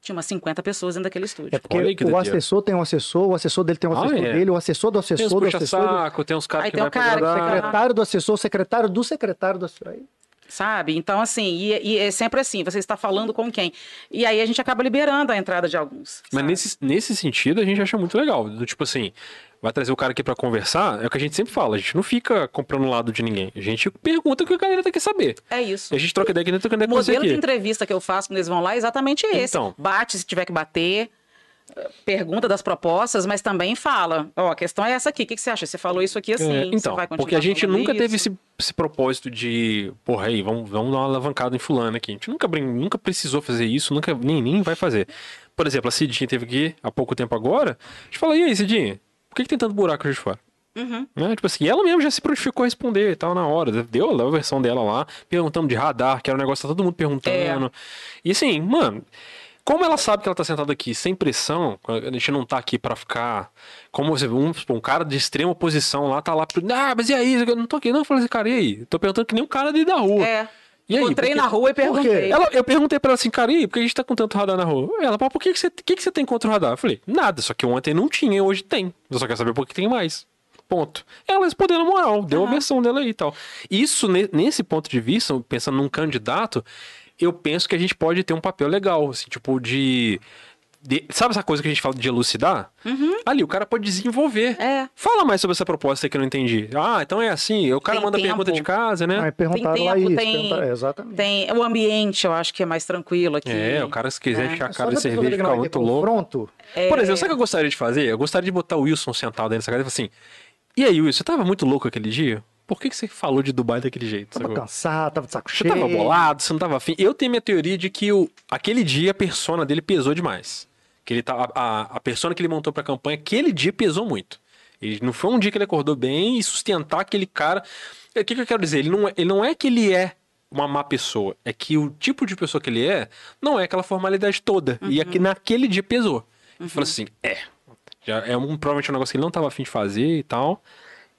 S3: Tinha umas 50 pessoas dentro daquele estúdio.
S2: É
S1: Olha
S2: porque
S1: aí que
S2: o
S1: doideira.
S2: assessor tem um assessor, o assessor dele tem um
S1: Ah,
S2: assessor
S1: é.
S2: dele, o assessor do
S1: Tem
S2: assessor
S1: uns
S2: do assessor. do-
S1: puxa-saco, tem uns caras
S3: Aí
S1: que
S3: tem
S1: vai
S3: um cara que
S1: pra
S3: fica
S1: agradar.
S3: lá.
S2: Secretário do assessor, secretário do secretário do assessor. Aí,
S3: Sabe? Então, assim, e, e é sempre assim, você está falando com quem? E aí a gente acaba liberando a entrada de alguns.
S1: Mas
S3: sabe?
S1: nesse, nesse sentido a gente acha muito legal. Do tipo assim, vai trazer o cara aqui pra conversar, é o que a gente sempre fala, a gente não fica comprando o lado de ninguém. A gente pergunta o que a galera quer saber.
S3: É isso.
S1: A gente troca ideia é que nem troca ideia
S3: O
S1: com você
S3: modelo de
S1: aqui.
S3: entrevista que eu faço quando eles vão lá é exatamente esse.
S1: Então.
S3: Bate se tiver que bater, eh, pergunta das propostas, mas também fala. Ó, a questão é essa aqui. O que, que você acha? Você falou isso aqui assim.
S1: É,
S3: você
S1: então,
S3: vai continuar
S1: porque a gente
S3: falando
S1: nunca teve
S3: isso?
S1: esse, esse propósito de, porra, aí, vamos, vamos dar uma alavancada em fulano aqui. A gente nunca, brin- nunca precisou fazer isso, nunca, nem, nem vai fazer. Por exemplo, a Cidinha teve aqui há pouco tempo agora, a gente fala, e aí, Cidinha, por que, que tem tanto buraco de fora?
S3: Uhum.
S1: Né? Tipo assim, ela mesma já se prontificou a responder e tal na hora. Deu a versão dela lá, perguntando de radar, que era um negócio que tá todo mundo perguntando.
S3: É.
S1: E assim, mano, como ela sabe que ela tá sentada aqui sem pressão, a gente não tá aqui pra ficar. Como você, um, um cara de extrema oposição lá tá lá, ah, mas e aí? Eu não tô aqui. Não, eu falei assim, cara, e aí? Eu tô perguntando que nem um cara ali da rua.
S3: É.
S1: E aí,
S3: Encontrei
S1: por
S3: na
S1: que-
S3: rua e perguntei.
S1: Ela- eu perguntei pra ela assim, cara, e aí, por que a gente tá com tanto radar na rua? Ela, mas por que, que, você, que, que você tem contra o radar? Eu falei, nada, só que ontem não tinha e hoje tem. Eu só quero saber por que tem mais. Ponto. Ela respondeu na moral, deu a versão dela aí e tal. Isso, ne- nesse ponto de vista, pensando num candidato, eu penso que a gente pode ter um papel legal, assim, tipo, de. de- sabe essa coisa que a gente fala de elucidar? Ali, o cara pode desenvolver.
S3: Uhum. É.
S1: Fala mais sobre essa proposta aí que eu não entendi. Ah, então é assim. O cara
S3: Tem
S1: manda
S3: tempo.
S1: pergunta de casa, né?
S2: aí perguntaram lá
S3: tempo,
S2: isso.
S3: tem-
S2: perguntaram- é, exatamente.
S3: Tem o ambiente, eu acho que é mais tranquilo aqui.
S1: É, o cara se quiser
S3: É.
S1: encher a
S2: né, Só
S1: cara de
S2: da pessoa
S1: cerveja e
S2: que não
S1: ficar
S2: vai ter
S1: muito louco.
S2: confronto,
S1: Por exemplo, sabe o que eu gostaria de fazer? Eu gostaria de botar o Wilson sentado aí nessa cadeira e falar assim: E aí, Wilson, você tava muito louco aquele dia? Por que, que você falou de Dubai daquele jeito?
S2: Tava
S1: sacou?
S2: cansado, tava de saco
S1: Você
S2: cheio.
S1: tava bolado, você não tava afim. Eu tenho minha teoria de que o, aquele dia a persona dele pesou demais. Que ele tá, a, a, a persona que ele montou pra campanha, aquele dia pesou muito. Ele não foi um dia que ele acordou bem e sustentar aquele cara. O que, que eu quero dizer? Ele não, é, ele não é que ele é uma má pessoa, é que o tipo de pessoa que ele é não é aquela formalidade toda. E é que naquele dia pesou. Ele falou assim: é. Já é um, provavelmente um negócio que ele não tava afim de fazer e tal.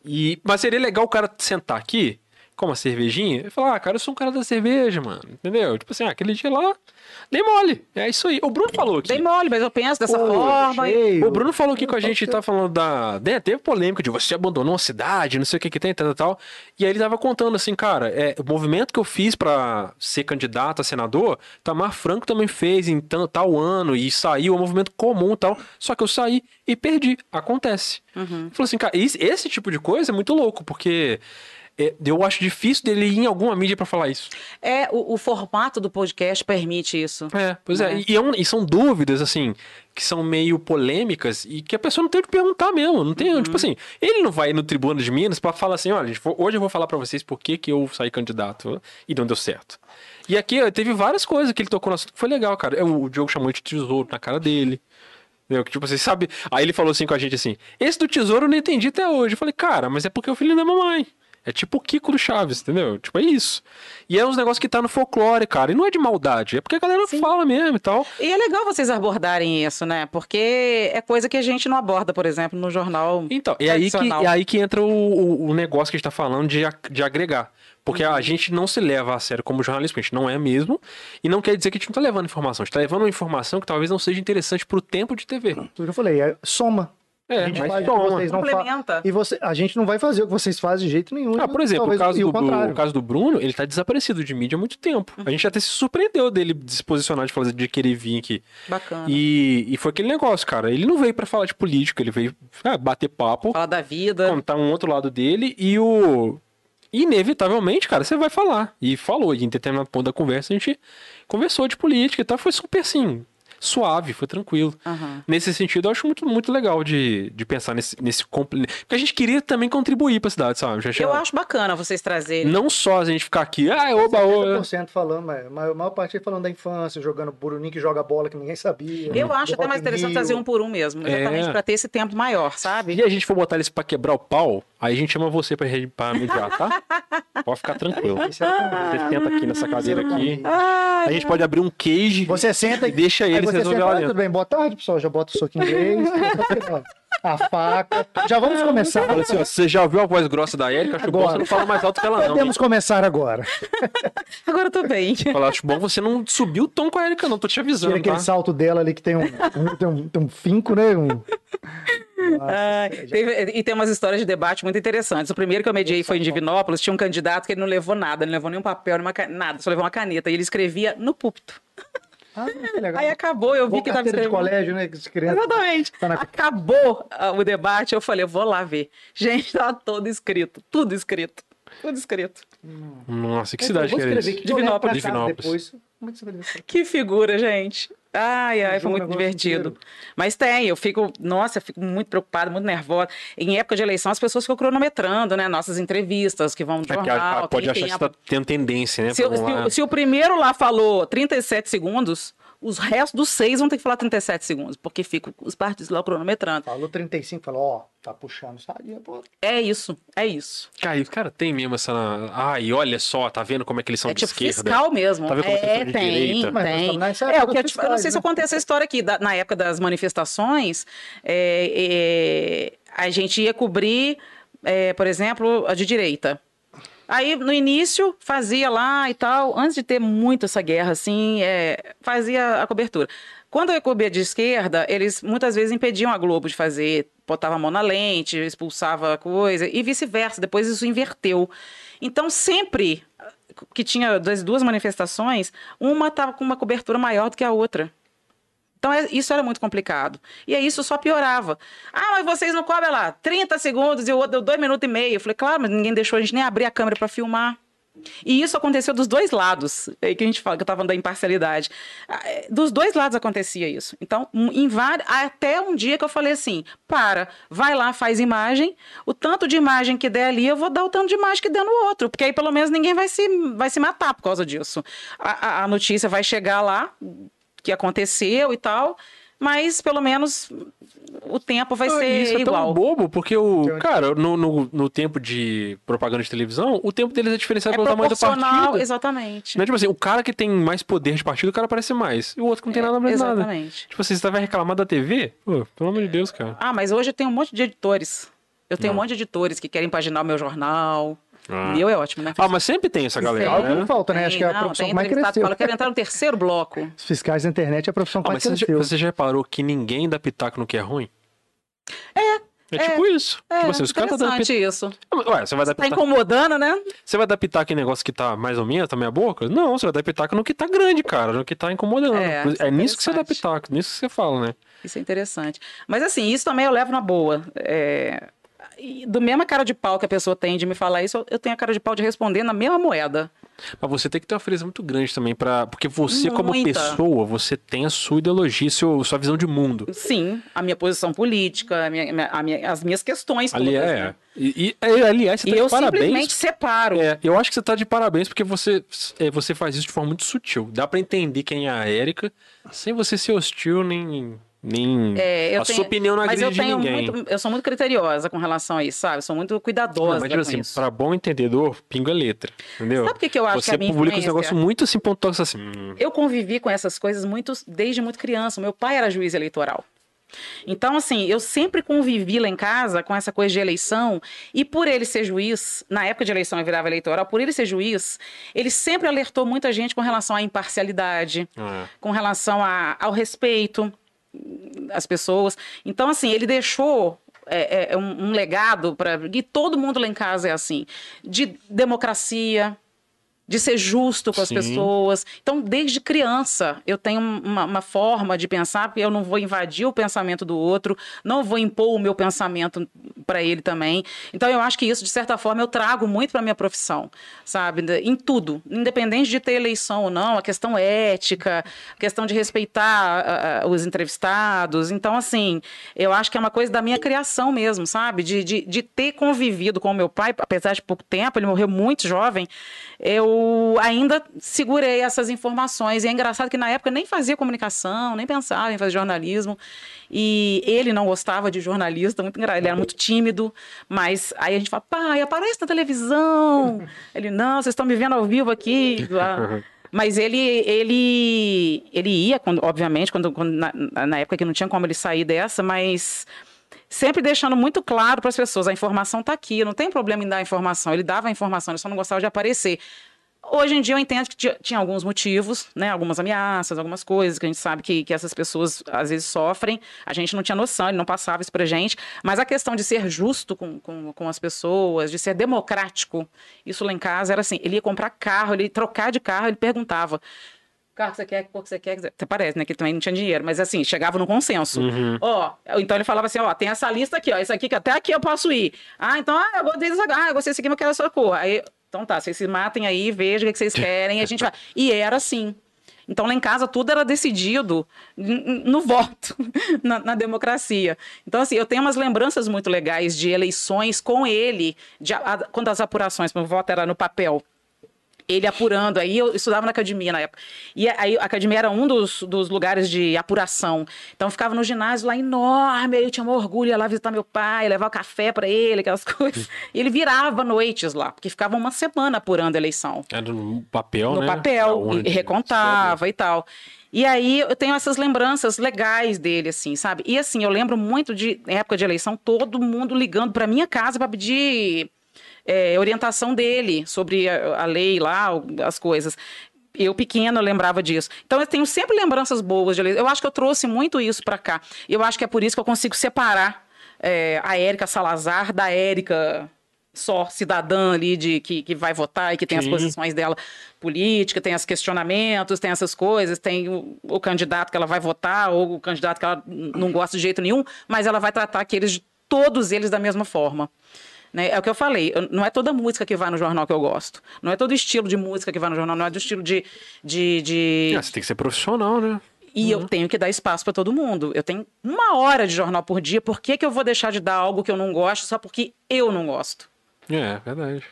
S1: E, mas seria legal o cara sentar aqui, com uma cervejinha, e falar, ah, cara, eu sou um cara da cerveja, mano. Entendeu? Tipo assim, ah, aquele dia lá, dei mole. É isso aí. O Bruno falou aqui.
S3: Bem mole, mas eu penso dessa
S2: Pô,
S3: forma. e-
S2: cheio.
S1: O Bruno falou aqui com a gente, tá falando da. né, teve polêmica de você abandonou a cidade, não sei o que que tem, tal, tal, tal. E aí ele tava contando assim, cara, é, o movimento que eu fiz pra ser candidato a senador, Tamar Franco também fez em tan- tal ano, e saiu, é um movimento comum e tal. Só que eu saí e perdi. Acontece. Ele Falou assim, cara, esse, esse tipo de coisa é muito louco, porque. é, eu acho difícil dele ir em alguma mídia pra falar isso.
S3: É, o, o formato do podcast permite isso.
S1: É, pois é.
S3: Né?
S1: E, é um- e são dúvidas, assim, que são meio polêmicas e que a pessoa não tem o que perguntar mesmo. Não tem, tipo assim, ele não vai no Tribuna de Minas pra falar assim, olha, gente, vou- hoje eu vou falar pra vocês por que que eu saí candidato e não deu certo. E aqui ó, teve várias coisas que ele tocou no assunto que foi legal, cara. É, O Diogo chamou de tesouro na cara dele. Entendeu? Que, tipo, você sabe. Aí ele falou assim com a gente assim: esse do tesouro eu não entendi até hoje. Eu falei, cara, mas é porque é o filho da mamãe. É tipo o Kiko do Chaves, entendeu? Tipo, é isso. E é uns negócios que tá no folclore, cara. E não é de maldade, é porque a galera fala mesmo e tal.
S3: E é legal vocês abordarem isso, né? Porque é coisa que a gente não aborda, por exemplo, no jornal.
S1: Então, é aí, que,
S3: Tradicional.
S1: é aí que entra o, o- o negócio que a gente tá falando de, ag- de agregar. Porque
S2: Uhum.
S1: a gente não se leva a sério como jornalista, porque a gente não é mesmo. E não quer dizer que a gente não tá levando informação. A gente tá levando uma informação que talvez não seja interessante pro tempo de TV.
S2: Tudo que eu falei, é soma.
S1: É,
S2: a gente
S1: mas
S2: faz o que
S1: toma.
S2: vocês não fa...
S3: Complementa.
S2: E você, a gente não vai fazer o que vocês fazem de jeito nenhum.
S1: Ah,
S2: e
S1: por exemplo,
S2: assim, talvez-
S1: o caso,
S2: e
S1: do,
S2: o contrário.
S1: o caso do Bruno, ele tá desaparecido de mídia há muito tempo.
S3: Uhum.
S1: A gente até se surpreendeu dele disposicionar de falar de querer vir aqui.
S3: Bacana.
S1: E, e foi aquele negócio, cara. Ele não veio pra falar de política, ele veio ah, bater papo,
S3: Fala da vida.
S1: contar um outro lado dele e o. Inevitavelmente, cara, você vai falar. E falou, e em determinado ponto da conversa a gente conversou de política e tal. Foi super assim, suave, foi tranquilo.
S3: Aham.
S1: Nesse sentido, eu acho muito, muito legal de, de pensar nesse, nesse. compl- Porque a gente queria também contribuir pra cidade, sabe? Já
S3: Eu
S1: chegou-
S3: acho bacana vocês trazerem.
S1: não só a gente ficar aqui, ah, oba, oba.
S2: 70% falando, mas mas a maior parte é falando da infância, jogando Burunin que joga bola que ninguém sabia.
S3: Eu
S2: do
S3: acho até
S2: Rock
S3: mais
S2: in
S3: interessante
S2: Rio.
S3: trazer um por um mesmo, exatamente
S1: É.
S3: pra ter esse tempo maior, sabe?
S1: E a gente for botar eles pra quebrar o pau, aí a gente chama você pra, re- pra mediar,
S2: (laughs)
S1: tá? Pode ficar tranquilo.
S2: Aí você vai comer.
S1: Você senta aqui nessa cadeira aqui.
S3: Ah,
S1: A gente pode abrir um cage
S2: Você senta
S1: e
S2: e
S1: deixa
S2: aí
S1: eles
S2: você
S1: resolver
S2: senta,
S1: lá
S2: "Ah,
S1: dentro.
S2: tudo bem, boa tarde, pessoal. Já bota o soco em inglês, (laughs) a faca. Já vamos começar.
S1: Fala assim, ó, você já ouviu a voz grossa da Erika? Acho bom
S2: Agora.
S1: você não fala mais alto que ela, não. hein?
S2: Podemos começar agora.
S3: agora eu tô bem.
S1: Fala, acho bom você não subir o tom com a Erika, não. Tô te
S2: Tira
S1: avisando,
S2: aquele
S1: tá?
S2: salto dela ali que tem um, um- tem um, tem um finco, né? Um...
S3: Ah, teve- e tem umas histórias de debate muito interessantes. O primeiro que eu mediei foi em Divinópolis, tinha um candidato que ele não levou nada, não levou nenhum papel, nenhuma ca- nada, só levou uma caneta. E ele escrevia no púlpito.
S2: Ah, que legal.
S3: Aí acabou, eu vi
S2: Igual
S3: que tava
S2: carteira de
S3: escrevendo.
S2: colégio, né? Que as crianças...
S3: Exatamente.
S2: Tá na-
S3: Acabou ah, o debate, eu falei, eu vou lá ver. Gente, tava todo escrito, tudo escrito. Tudo escrito.
S1: Nossa, que cidade
S2: Então, Eu
S1: que
S2: vou
S1: era
S2: escrever
S1: isso?
S2: que eu levo pra casa
S1: Divinópolis.
S2: Depois. Como é que você vai dizer?
S3: Que figura, gente. Ai, ai, foi
S2: Joga o
S3: muito
S2: negócio
S3: divertido.
S2: inteiro.
S3: Mas tem, eu fico, nossa, eu fico muito preocupada, muito nervosa. Em época de eleição, as pessoas ficam cronometrando, né? Nossas entrevistas que vão no
S1: É que a-
S3: jornal.
S1: a- pode
S3: tem
S1: achar que você
S3: tempo.
S1: tá tendo tendência, né?
S3: Se, o-
S1: pra um
S3: se o-
S1: lado.
S3: se o primeiro lá falou 37 segundos, os restos dos seis vão ter que falar 37 segundos, porque ficam os partidos lá cronometrando.
S2: Falou 35, falou, ó, tá puxando, sabe? Pô,
S3: É isso, é isso.
S1: Cara, e o cara tem mesmo essa. Ai, olha só, tá vendo como é que eles são
S3: é
S1: de
S3: tipo
S1: esquerda?
S3: fiscal mesmo.
S1: Tá vendo como
S3: é,
S1: vocês são de
S3: tem,
S1: direita?
S2: Mas nós
S3: tem.
S2: estamos nessa
S3: É,
S2: época
S3: o que eu,
S2: dos
S3: te- eu não sei
S2: fiscais,
S3: se eu
S2: né?
S3: contei essa história aqui. da- na época das manifestações, é, é, a gente ia cobrir, é, por exemplo, a de direita. Aí, no início, fazia lá e tal, antes de ter muito essa guerra, assim, é, fazia a cobertura. Quando eu cobria de esquerda, eles muitas vezes impediam a Globo de fazer, botava a mão na lente, expulsava a coisa, e vice-versa. Depois isso inverteu. Então, sempre que tinha das duas manifestações, uma estava com uma cobertura maior do que a outra. Então, é- isso era muito complicado. E aí, isso só piorava. Ah, mas vocês não cobram lá 30 segundos e o outro deu 2 minutos e meio. Eu falei, claro, mas ninguém deixou a gente nem abrir a câmera para filmar. E isso aconteceu dos dois lados. É aí que a gente fala, que eu estava da imparcialidade. Ah, é, Dos dois lados acontecia isso. Então, um- em vários, até um dia que eu falei assim: para, vai lá, faz imagem. O tanto de imagem que der ali, eu vou dar o tanto de imagem que der no outro. Porque aí pelo menos ninguém vai se, vai se matar por causa disso. A, a- a notícia vai chegar lá, que aconteceu e tal. Mas pelo menos o tempo vai
S1: Ah,
S3: ser
S1: isso é
S3: igual.
S1: tão bobo, porque o.
S2: Tem um-
S1: Cara, no, no, no tempo de propaganda de televisão, o tempo deles é diferenciado
S3: é
S1: pelo tamanho do
S3: proporcional,
S1: partido.
S3: exatamente.
S1: Não é tipo assim, o cara que tem mais poder de partido, o cara aparece mais. E o outro que não tem é nada mais nada.
S3: É, exatamente.
S1: Tipo assim, você vai reclamar da TV? Pô, pelo amor de Deus, cara.
S3: Ah, mas hoje eu tenho um monte de editores. Eu tenho
S1: Não.
S3: um monte de editores que querem paginar o meu jornal. O meu é ótimo, né?
S1: Ah, mas sempre tem essa
S2: Algo
S1: galera,
S2: não
S1: né?
S2: falta, né? Acho que é a
S3: Não,
S2: profissão
S3: tem
S2: que mais
S3: entrevistado que
S2: cresceu.
S3: Fala, eu quero entrar no terceiro bloco.
S2: Os fiscais da internet é a profissão que
S1: Ah,
S2: mais
S1: mas você, já-
S2: cresceu.
S1: você já reparou que ninguém dá pitaco no que é ruim? É. É
S3: é,
S1: tipo isso.
S3: É,
S1: (laughs) tipo assim, os caras dão
S3: interessante
S1: pitaco.
S3: isso.
S1: Ah, Ué, você vai dar
S3: Tá
S1: pitaco.
S3: incomodando, né?
S1: Você vai dar pitaco em negócio que tá mais ou menos, tá meia boca? Não, você vai dar pitaco no que tá grande, cara, no que tá incomodando.
S3: É,
S1: É, nisso que você dá
S3: interessante.
S1: pitaco, nisso que você fala, né?
S3: Isso é interessante. Mas assim, isso também eu levo na boa. É, e Do mesmo cara de pau que a pessoa tem de me falar isso, eu- eu tenho a cara de pau de responder na mesma moeda.
S1: Mas você tem que ter uma frieza muito grande também para, porque você como
S3: Muita.
S1: pessoa, você tem a sua ideologia, seu, sua visão de mundo.
S3: Sim, a minha posição política, a minha- a minha- as minhas questões
S1: Ali
S3: todas,
S1: é.
S3: né?
S1: E, e- aliás, você
S3: E
S1: tá
S3: eu
S1: de parabéns.
S3: simplesmente separo.
S1: É, eu acho que você tá de parabéns porque você, é, você faz isso de forma muito sutil. Dá pra entender quem é a Érica sem você ser hostil nem. nem...
S3: É, eu
S1: a
S3: tenho-
S1: sua opinião não
S3: Mas eu
S1: agride
S3: tenho
S1: ninguém.
S3: muito, eu sou muito criteriosa com relação a isso, sabe? Sou muito cuidadosa
S1: Não, mas, tipo
S3: com
S1: assim,
S3: isso.
S1: pra bom entendedor, pinga a letra. Entendeu?
S3: Sabe o que, que eu acho
S1: você
S3: que é a minha
S1: publica uns
S3: influência?
S1: negócios muito assim, pontosos assim. hum,
S3: Eu convivi com essas coisas muito, desde muito criança. Meu pai era juiz eleitoral. Então, assim, eu sempre convivi lá em casa com essa coisa de eleição. E por ele ser juiz, na época de eleição eu virava eleitoral, por ele ser juiz, ele sempre alertou muita gente com relação à imparcialidade,
S1: ah,
S3: com relação a- ao respeito às pessoas. Então, assim, ele deixou é, é, um, um legado para. E todo mundo lá em casa é assim: de democracia, de ser justo com as
S1: Sim.
S3: pessoas. Então, desde criança, eu tenho uma, uma forma de pensar, porque eu não vou invadir o pensamento do outro, não vou impor o meu pensamento para ele também. Então, eu acho que isso, de certa forma, eu trago muito para minha profissão, sabe? Em tudo, independente de ter eleição ou não, a questão ética, a questão de respeitar ah, ah, os entrevistados. Então, assim, eu acho que é uma coisa da minha criação mesmo, sabe? De, de, de ter convivido com o meu pai, apesar de pouco tempo, ele morreu muito jovem, eu ainda segurei essas informações. E é engraçado que na época eu nem fazia comunicação, nem pensava em fazer jornalismo. E ele não gostava de jornalista, muito engraçado, ele era muito tímido. Mas aí a gente fala, pai, aparece na televisão. Ele, não, vocês estão me vendo ao vivo aqui. Ah, Mas ele, ele, ele ia, quando- obviamente, quando, quando- na, na época que não tinha como ele sair dessa, mas sempre deixando muito claro para as pessoas, a informação está aqui, não tem problema em dar a informação. Ele dava a informação, ele só não gostava de aparecer. Hoje em dia eu entendo que ti- tinha alguns motivos, né? Algumas ameaças, algumas coisas que a gente sabe que, que essas pessoas às vezes sofrem. A gente não tinha noção, ele não passava isso pra gente. Mas a questão de ser justo com, com, com as pessoas, de ser democrático, isso lá em casa era assim, ele ia comprar carro, ele ia trocar de carro, ele perguntava. Carro que você quer, que cor que você quer, que você-" até parece, né? Que ele também não tinha dinheiro, mas assim, chegava no consenso.
S1: uhum.
S3: Ó, então ele falava assim, ó, tem essa lista aqui, ó, isso aqui que até aqui eu posso ir. Ah, então, ah, eu gostei dessa, ah, eu gostei desse aqui, mas eu quero essa cor. Aí, então tá, vocês se matem aí, vejam o que que vocês querem, a gente vai. E era assim. Então lá em casa tudo era decidido n- n- no voto, (laughs) na, na democracia. Então assim, eu tenho umas lembranças muito legais de eleições com ele, de a- a- quando as apurações, meu voto era no papel ele apurando. Aí eu estudava na academia na época. E aí a academia era um dos, dos lugares de apuração. Então eu ficava no ginásio lá enorme, aí eu tinha um orgulho, ia lá visitar meu pai, levar café pra ele, aquelas (laughs) coisas. E ele virava noites lá, porque ficava uma semana apurando a eleição
S1: Era no papel,
S3: no
S1: né?
S3: papel
S1: Aonde?
S3: e recontava e tal. E aí eu tenho essas lembranças legais dele, assim, sabe? E assim, eu lembro muito de na época de eleição, todo mundo ligando pra minha casa pra pedir eh, orientação dele sobre a, a lei lá, o- as coisas. Eu pequena eu lembrava disso. Então eu tenho sempre lembranças boas de eleição. Eu acho que eu trouxe muito isso pra cá. Eu acho que é por isso que eu consigo separar eh, a Érica Salazar da Érica só cidadã ali de que, que vai votar e que tem as
S1: Sim.
S3: posições posições dela política, tem os questionamentos, tem essas coisas, tem o, o candidato que ela vai votar ou o candidato que ela n- não gosta de jeito nenhum, mas ela vai tratar aqueles, todos eles da mesma forma. Né? É o que eu falei, eu- não é toda música que vai no jornal que eu gosto, não é todo estilo de música que vai no jornal, não é do estilo de... de, de-
S1: Ah, você tem que ser profissional, né?
S3: E eu tenho que dar espaço para todo mundo. Eu tenho uma hora de jornal por dia, por que, que eu vou deixar de dar algo que eu não gosto só porque eu não gosto?
S1: É,
S3: (laughs)
S1: verdade.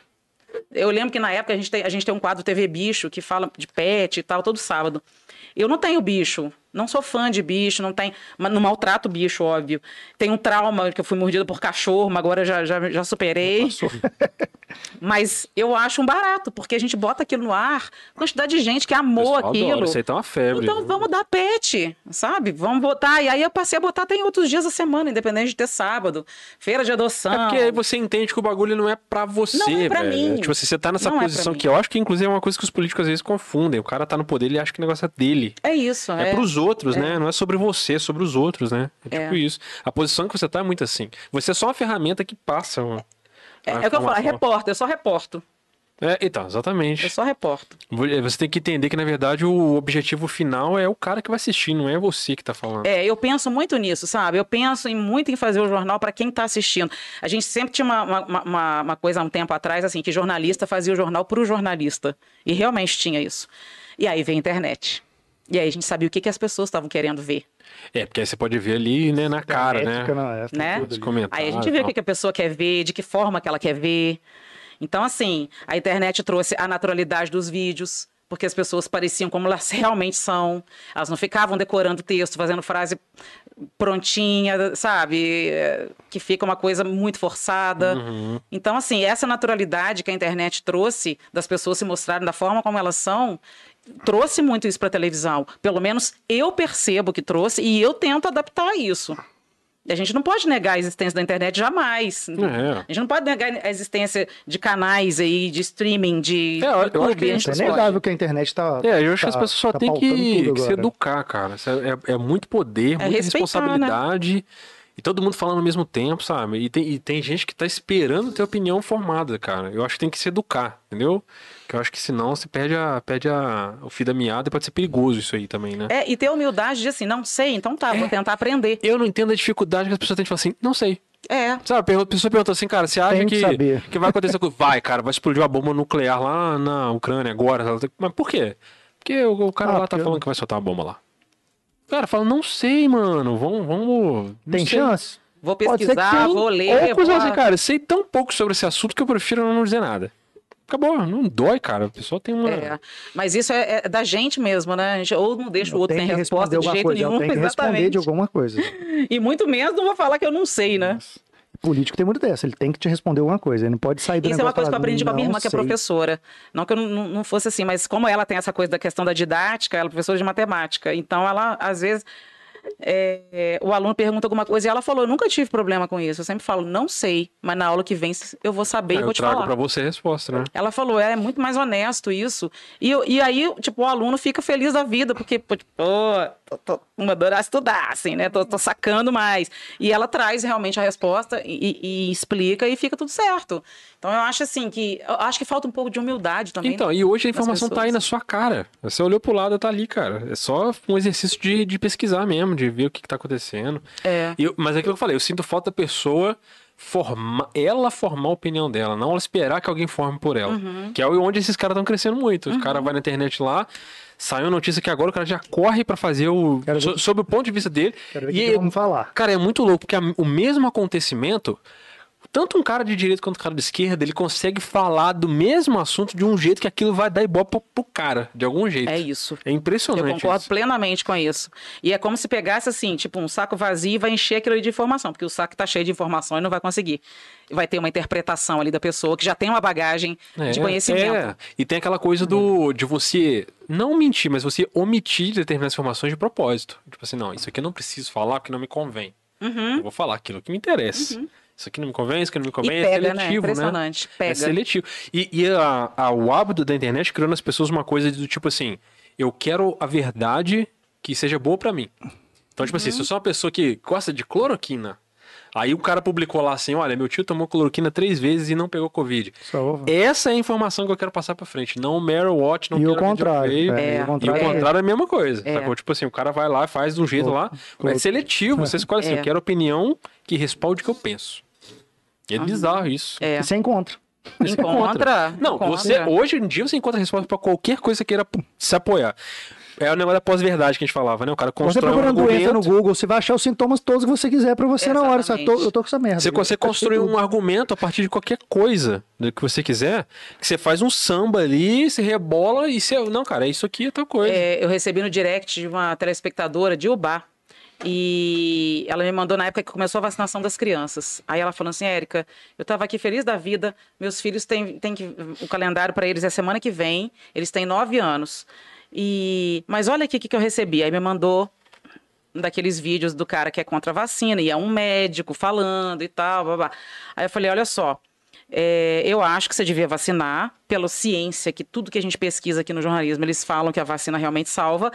S3: Eu lembro que na época a gente tem, a gente tem um quadro TV Bicho que fala de pet e tal, todo sábado. Eu não tenho bicho. Não sou fã de bicho, não tem. mas Não maltrato bicho, óbvio. Tem um trauma que eu fui mordida por cachorro, mas agora eu já, já, já superei. Mas eu acho um barato, porque a gente bota aquilo no ar, quantidade de gente que amou
S1: Pessoal adora,
S3: aquilo.
S1: Isso aí tá uma febre.
S3: Então vamos dar pet, sabe? Vamos botar. E aí eu passei a botar tem outros dias da semana, independente de ter sábado. Feira de adoção.
S1: É porque aí você entende que o bagulho não é pra você,
S3: Não é pra
S1: velho.
S3: mim.
S1: Tipo assim, você tá nessa
S3: Não é pra
S1: posição
S3: mim.
S1: que eu acho que inclusive é uma coisa que os políticos às vezes confundem. O cara tá no poder, ele acha que o negócio é dele.
S3: É isso,
S1: É,
S3: é.
S1: pros outros, né? Não é sobre você, é sobre os outros, né? É tipo
S3: É.
S1: isso. A posição que você tá é muito assim. Você é só uma ferramenta que passa, mano.
S3: É, é o que
S1: ah,
S3: eu falo, é repórter, eu só reporto.
S1: É, então,
S3: Eu
S1: exatamente. é,
S3: só reporto.
S1: Você tem que entender que, na verdade, o objetivo final é o cara que vai assistir, não é você que tá falando.
S3: É, eu penso muito nisso, sabe? Eu penso em muito em fazer o jornal para quem está assistindo. A gente sempre tinha uma, uma, uma- uma coisa há um tempo atrás, assim, que jornalista fazia o jornal para o jornalista. E realmente tinha isso. E aí veio a internet. E aí a gente sabia o que, que as pessoas estavam querendo ver.
S1: É, porque aí você pode ver ali, né, na cara, né?
S2: Ética, não, é, tem
S3: Né?
S2: tudo
S1: Os
S2: ali.
S1: comentários.
S3: Aí a gente vê o
S1: tal.
S3: que que a pessoa quer ver, de que forma que ela quer ver. Então, assim, a internet trouxe a naturalidade dos vídeos, porque as pessoas pareciam como elas (laughs) realmente são. Elas não ficavam decorando texto, fazendo frase prontinha, sabe? É, Que fica uma coisa muito forçada.
S1: Uhum.
S3: Então, assim, essa naturalidade que a internet trouxe, das pessoas se mostrarem da forma como elas são, trouxe muito isso para televisão. Pelo menos eu percebo que trouxe e eu tento adaptar isso. A gente não pode negar a existência da internet jamais.
S1: É.
S3: A gente não pode negar a existência de canais aí, de streaming, de
S1: É, eu- eu acho que
S3: a
S2: Isso
S3: gente
S2: é
S3: não pode.
S2: inegável que a internet tá.
S1: É, eu acho que as
S2: tá-
S1: pessoas só
S2: tá
S1: têm
S2: pautando
S1: que,
S2: tudo
S1: que se
S2: agora.
S1: educar, cara. Isso É, é- é muito poder, muita
S3: respeitar, né?
S1: responsabilidade. E todo mundo falando ao mesmo tempo, sabe? E tem, e tem gente que tá esperando ter opinião formada, cara. Eu acho que tem que se educar, entendeu? Que eu acho que senão você perde, a, perde a, o fio da meada e pode ser perigoso isso aí também, né?
S3: É, e ter humildade de assim, não sei, então tá,
S1: É.
S3: vou tentar aprender.
S1: Eu não entendo a dificuldade que as pessoas têm de falar assim, não sei.
S3: É,
S1: Sabe, pergun- a pessoa perguntou assim, cara, você acha
S2: Tem que
S1: que,
S2: saber.
S1: que vai acontecer com... Vai, cara, vai explodir uma bomba nuclear lá na Ucrânia agora. sabe? Mas por quê? Porque o, o cara
S2: Ah,
S1: lá tá
S2: porque-
S1: falando que vai soltar uma bomba lá. O cara fala, não sei, mano, vamos... vamos não
S2: Tem
S1: sei.
S2: chance?
S3: vou
S2: Pode ser que
S3: pesquisar,
S2: sim,
S3: vou ler.
S1: Ou coisa
S3: vou-
S1: assim, cara, sei tão pouco sobre esse assunto que eu prefiro não dizer nada. Acabou, não dói, cara. A pessoa tem uma...
S3: É, mas isso é, é da gente mesmo, né? A gente, ou não deixa o outro
S2: tem
S3: sem
S2: que responder
S3: resposta de
S2: alguma
S3: jeito
S2: coisa. Tem
S3: nenhum.
S2: que responder
S3: exatamente. É.
S2: de alguma coisa.
S3: E muito menos não vou falar que eu não sei, né?
S2: Político tem muito dessa, ele tem que te responder alguma coisa, ele não pode sair do
S3: Isso é uma
S2: negócio e
S3: coisa que eu
S2: falar,
S3: aprendi com a minha
S2: "Não
S3: irmã, que é
S2: sei".
S3: professora. Não que eu não, não fosse assim, mas como ela tem essa coisa da questão da didática, ela é professora de matemática. Então, ela, às vezes, é, é, o aluno pergunta alguma coisa e ela falou: Eu nunca tive problema com isso. Eu sempre falo: Não sei, mas na aula que vem eu vou saber
S1: Aí
S3: e vou
S1: eu
S3: te
S1: trago
S3: falar.
S1: pra você a resposta, né?
S3: Ela falou, é, é muito mais honesto isso. E, eu- e aí, tipo, o aluno fica feliz da vida, porque, pô, tipo, pô, tô, tô mandando ela estudar, assim, né? Tô, tô sacando mais. E ela traz realmente a resposta e, e- e explica e fica tudo certo. Então, eu acho assim que. Eu acho que falta um pouco de humildade também.
S1: Então, e hoje a
S3: das
S1: informação tá aí
S3: pessoas.
S1: na sua cara. Você olhou pro lado, tá ali, cara. É só um exercício de, de pesquisar mesmo, de ver o que, que tá acontecendo.
S3: É.
S1: E eu- mas é aquilo que eu falei, eu sinto falta da pessoa formar, ela formar a opinião dela, não ela esperar que alguém forme por ela.
S3: Uhum.
S1: Que é onde esses caras estão crescendo muito. O cara vai na internet lá, saiu notícia que agora o cara já corre pra fazer o.
S2: Quero ver-
S1: so- sob o ponto de vista dele.
S2: Quero ver
S1: e
S2: o que um que vamos falar.
S1: Cara, é muito louco, porque a- o mesmo acontecimento, tanto um cara de direita quanto um cara de esquerda, ele consegue falar do mesmo assunto de um jeito que aquilo vai dar ibope pro, pro cara, de algum jeito.
S3: É isso.
S1: É impressionante
S3: Eu concordo
S1: isso.
S3: plenamente com isso. E é como se pegasse assim, tipo, um saco vazio e vai encher aquilo ali de informação, porque o saco tá cheio de informação e não vai conseguir. Vai ter uma interpretação ali da pessoa que já tem uma bagagem de
S1: É,
S3: conhecimento.
S1: é. E tem aquela coisa do de você não mentir, mas você omitir determinadas informações de propósito. Tipo assim, não, isso aqui eu não preciso falar porque não me convém.
S3: Uhum.
S1: Eu vou falar aquilo que me interessa. Isso aqui não me convém, isso aqui não me
S3: E
S1: convém, é
S3: pega, né?
S1: seletivo, né?
S3: Impressionante.
S1: É
S3: Pega.
S1: seletivo. E, e a, a- o hábito da internet criou nas pessoas uma coisa do tipo assim: eu quero a verdade que seja boa pra mim. Então, tipo assim, se eu sou uma pessoa que gosta de cloroquina, aí o cara publicou lá assim: olha, meu tio tomou cloroquina três vezes e não pegou Covid.
S2: Só vou-
S1: Essa é a informação que eu quero passar pra frente. Não o Meryl Watch, não
S2: E
S1: quero
S2: o contrário.
S1: videogame.
S2: é,
S3: É.
S2: E o
S1: E o
S2: contrário.
S1: contrário é a mesma coisa.
S3: É.
S1: sacou? Tipo assim, o cara vai lá, faz de um jeito
S2: Clo-
S1: lá.
S2: clo-
S1: É seletivo. Você escolhe assim,
S3: É.
S1: eu quero opinião que respalde o que eu penso. E é bizarro isso. (laughs)
S3: É.
S2: E Você encontra.
S3: Encontra.
S1: Não,
S2: É
S3: encontra.
S1: você hoje em dia você encontra resposta pra qualquer coisa que queira se apoiar. É o negócio da pós-verdade que a gente falava, né? O cara
S2: Você tá
S1: constrói um
S2: procurando doença no
S1: argumento.
S2: Google, você vai achar os sintomas todos que você quiser pra você na hora. Sabe? Tô-
S3: Exatamente.
S2: Eu tô com essa merda.
S1: Você
S2: Eu- eu-
S1: consegue construir um argumento a partir de qualquer coisa do que você quiser, que você faz um samba ali, você rebola e você. Não, cara, é isso aqui, é tal coisa.
S3: É, eu recebi no direct de uma telespectadora de Ubá. E ela me mandou na época que começou a vacinação das crianças. Aí ela falou assim: Érica, eu estava aqui feliz da vida, meus filhos têm, têm que. O calendário para eles é semana que vem, eles têm nove anos. E, mas olha aqui o que que eu recebi. Aí me mandou um daqueles vídeos do cara que é contra a vacina, e é um médico falando e tal, blá, blá. Aí eu falei, olha só, é, eu acho que você devia vacinar, pela ciência, que tudo que a gente pesquisa aqui no jornalismo, eles falam que a vacina realmente salva,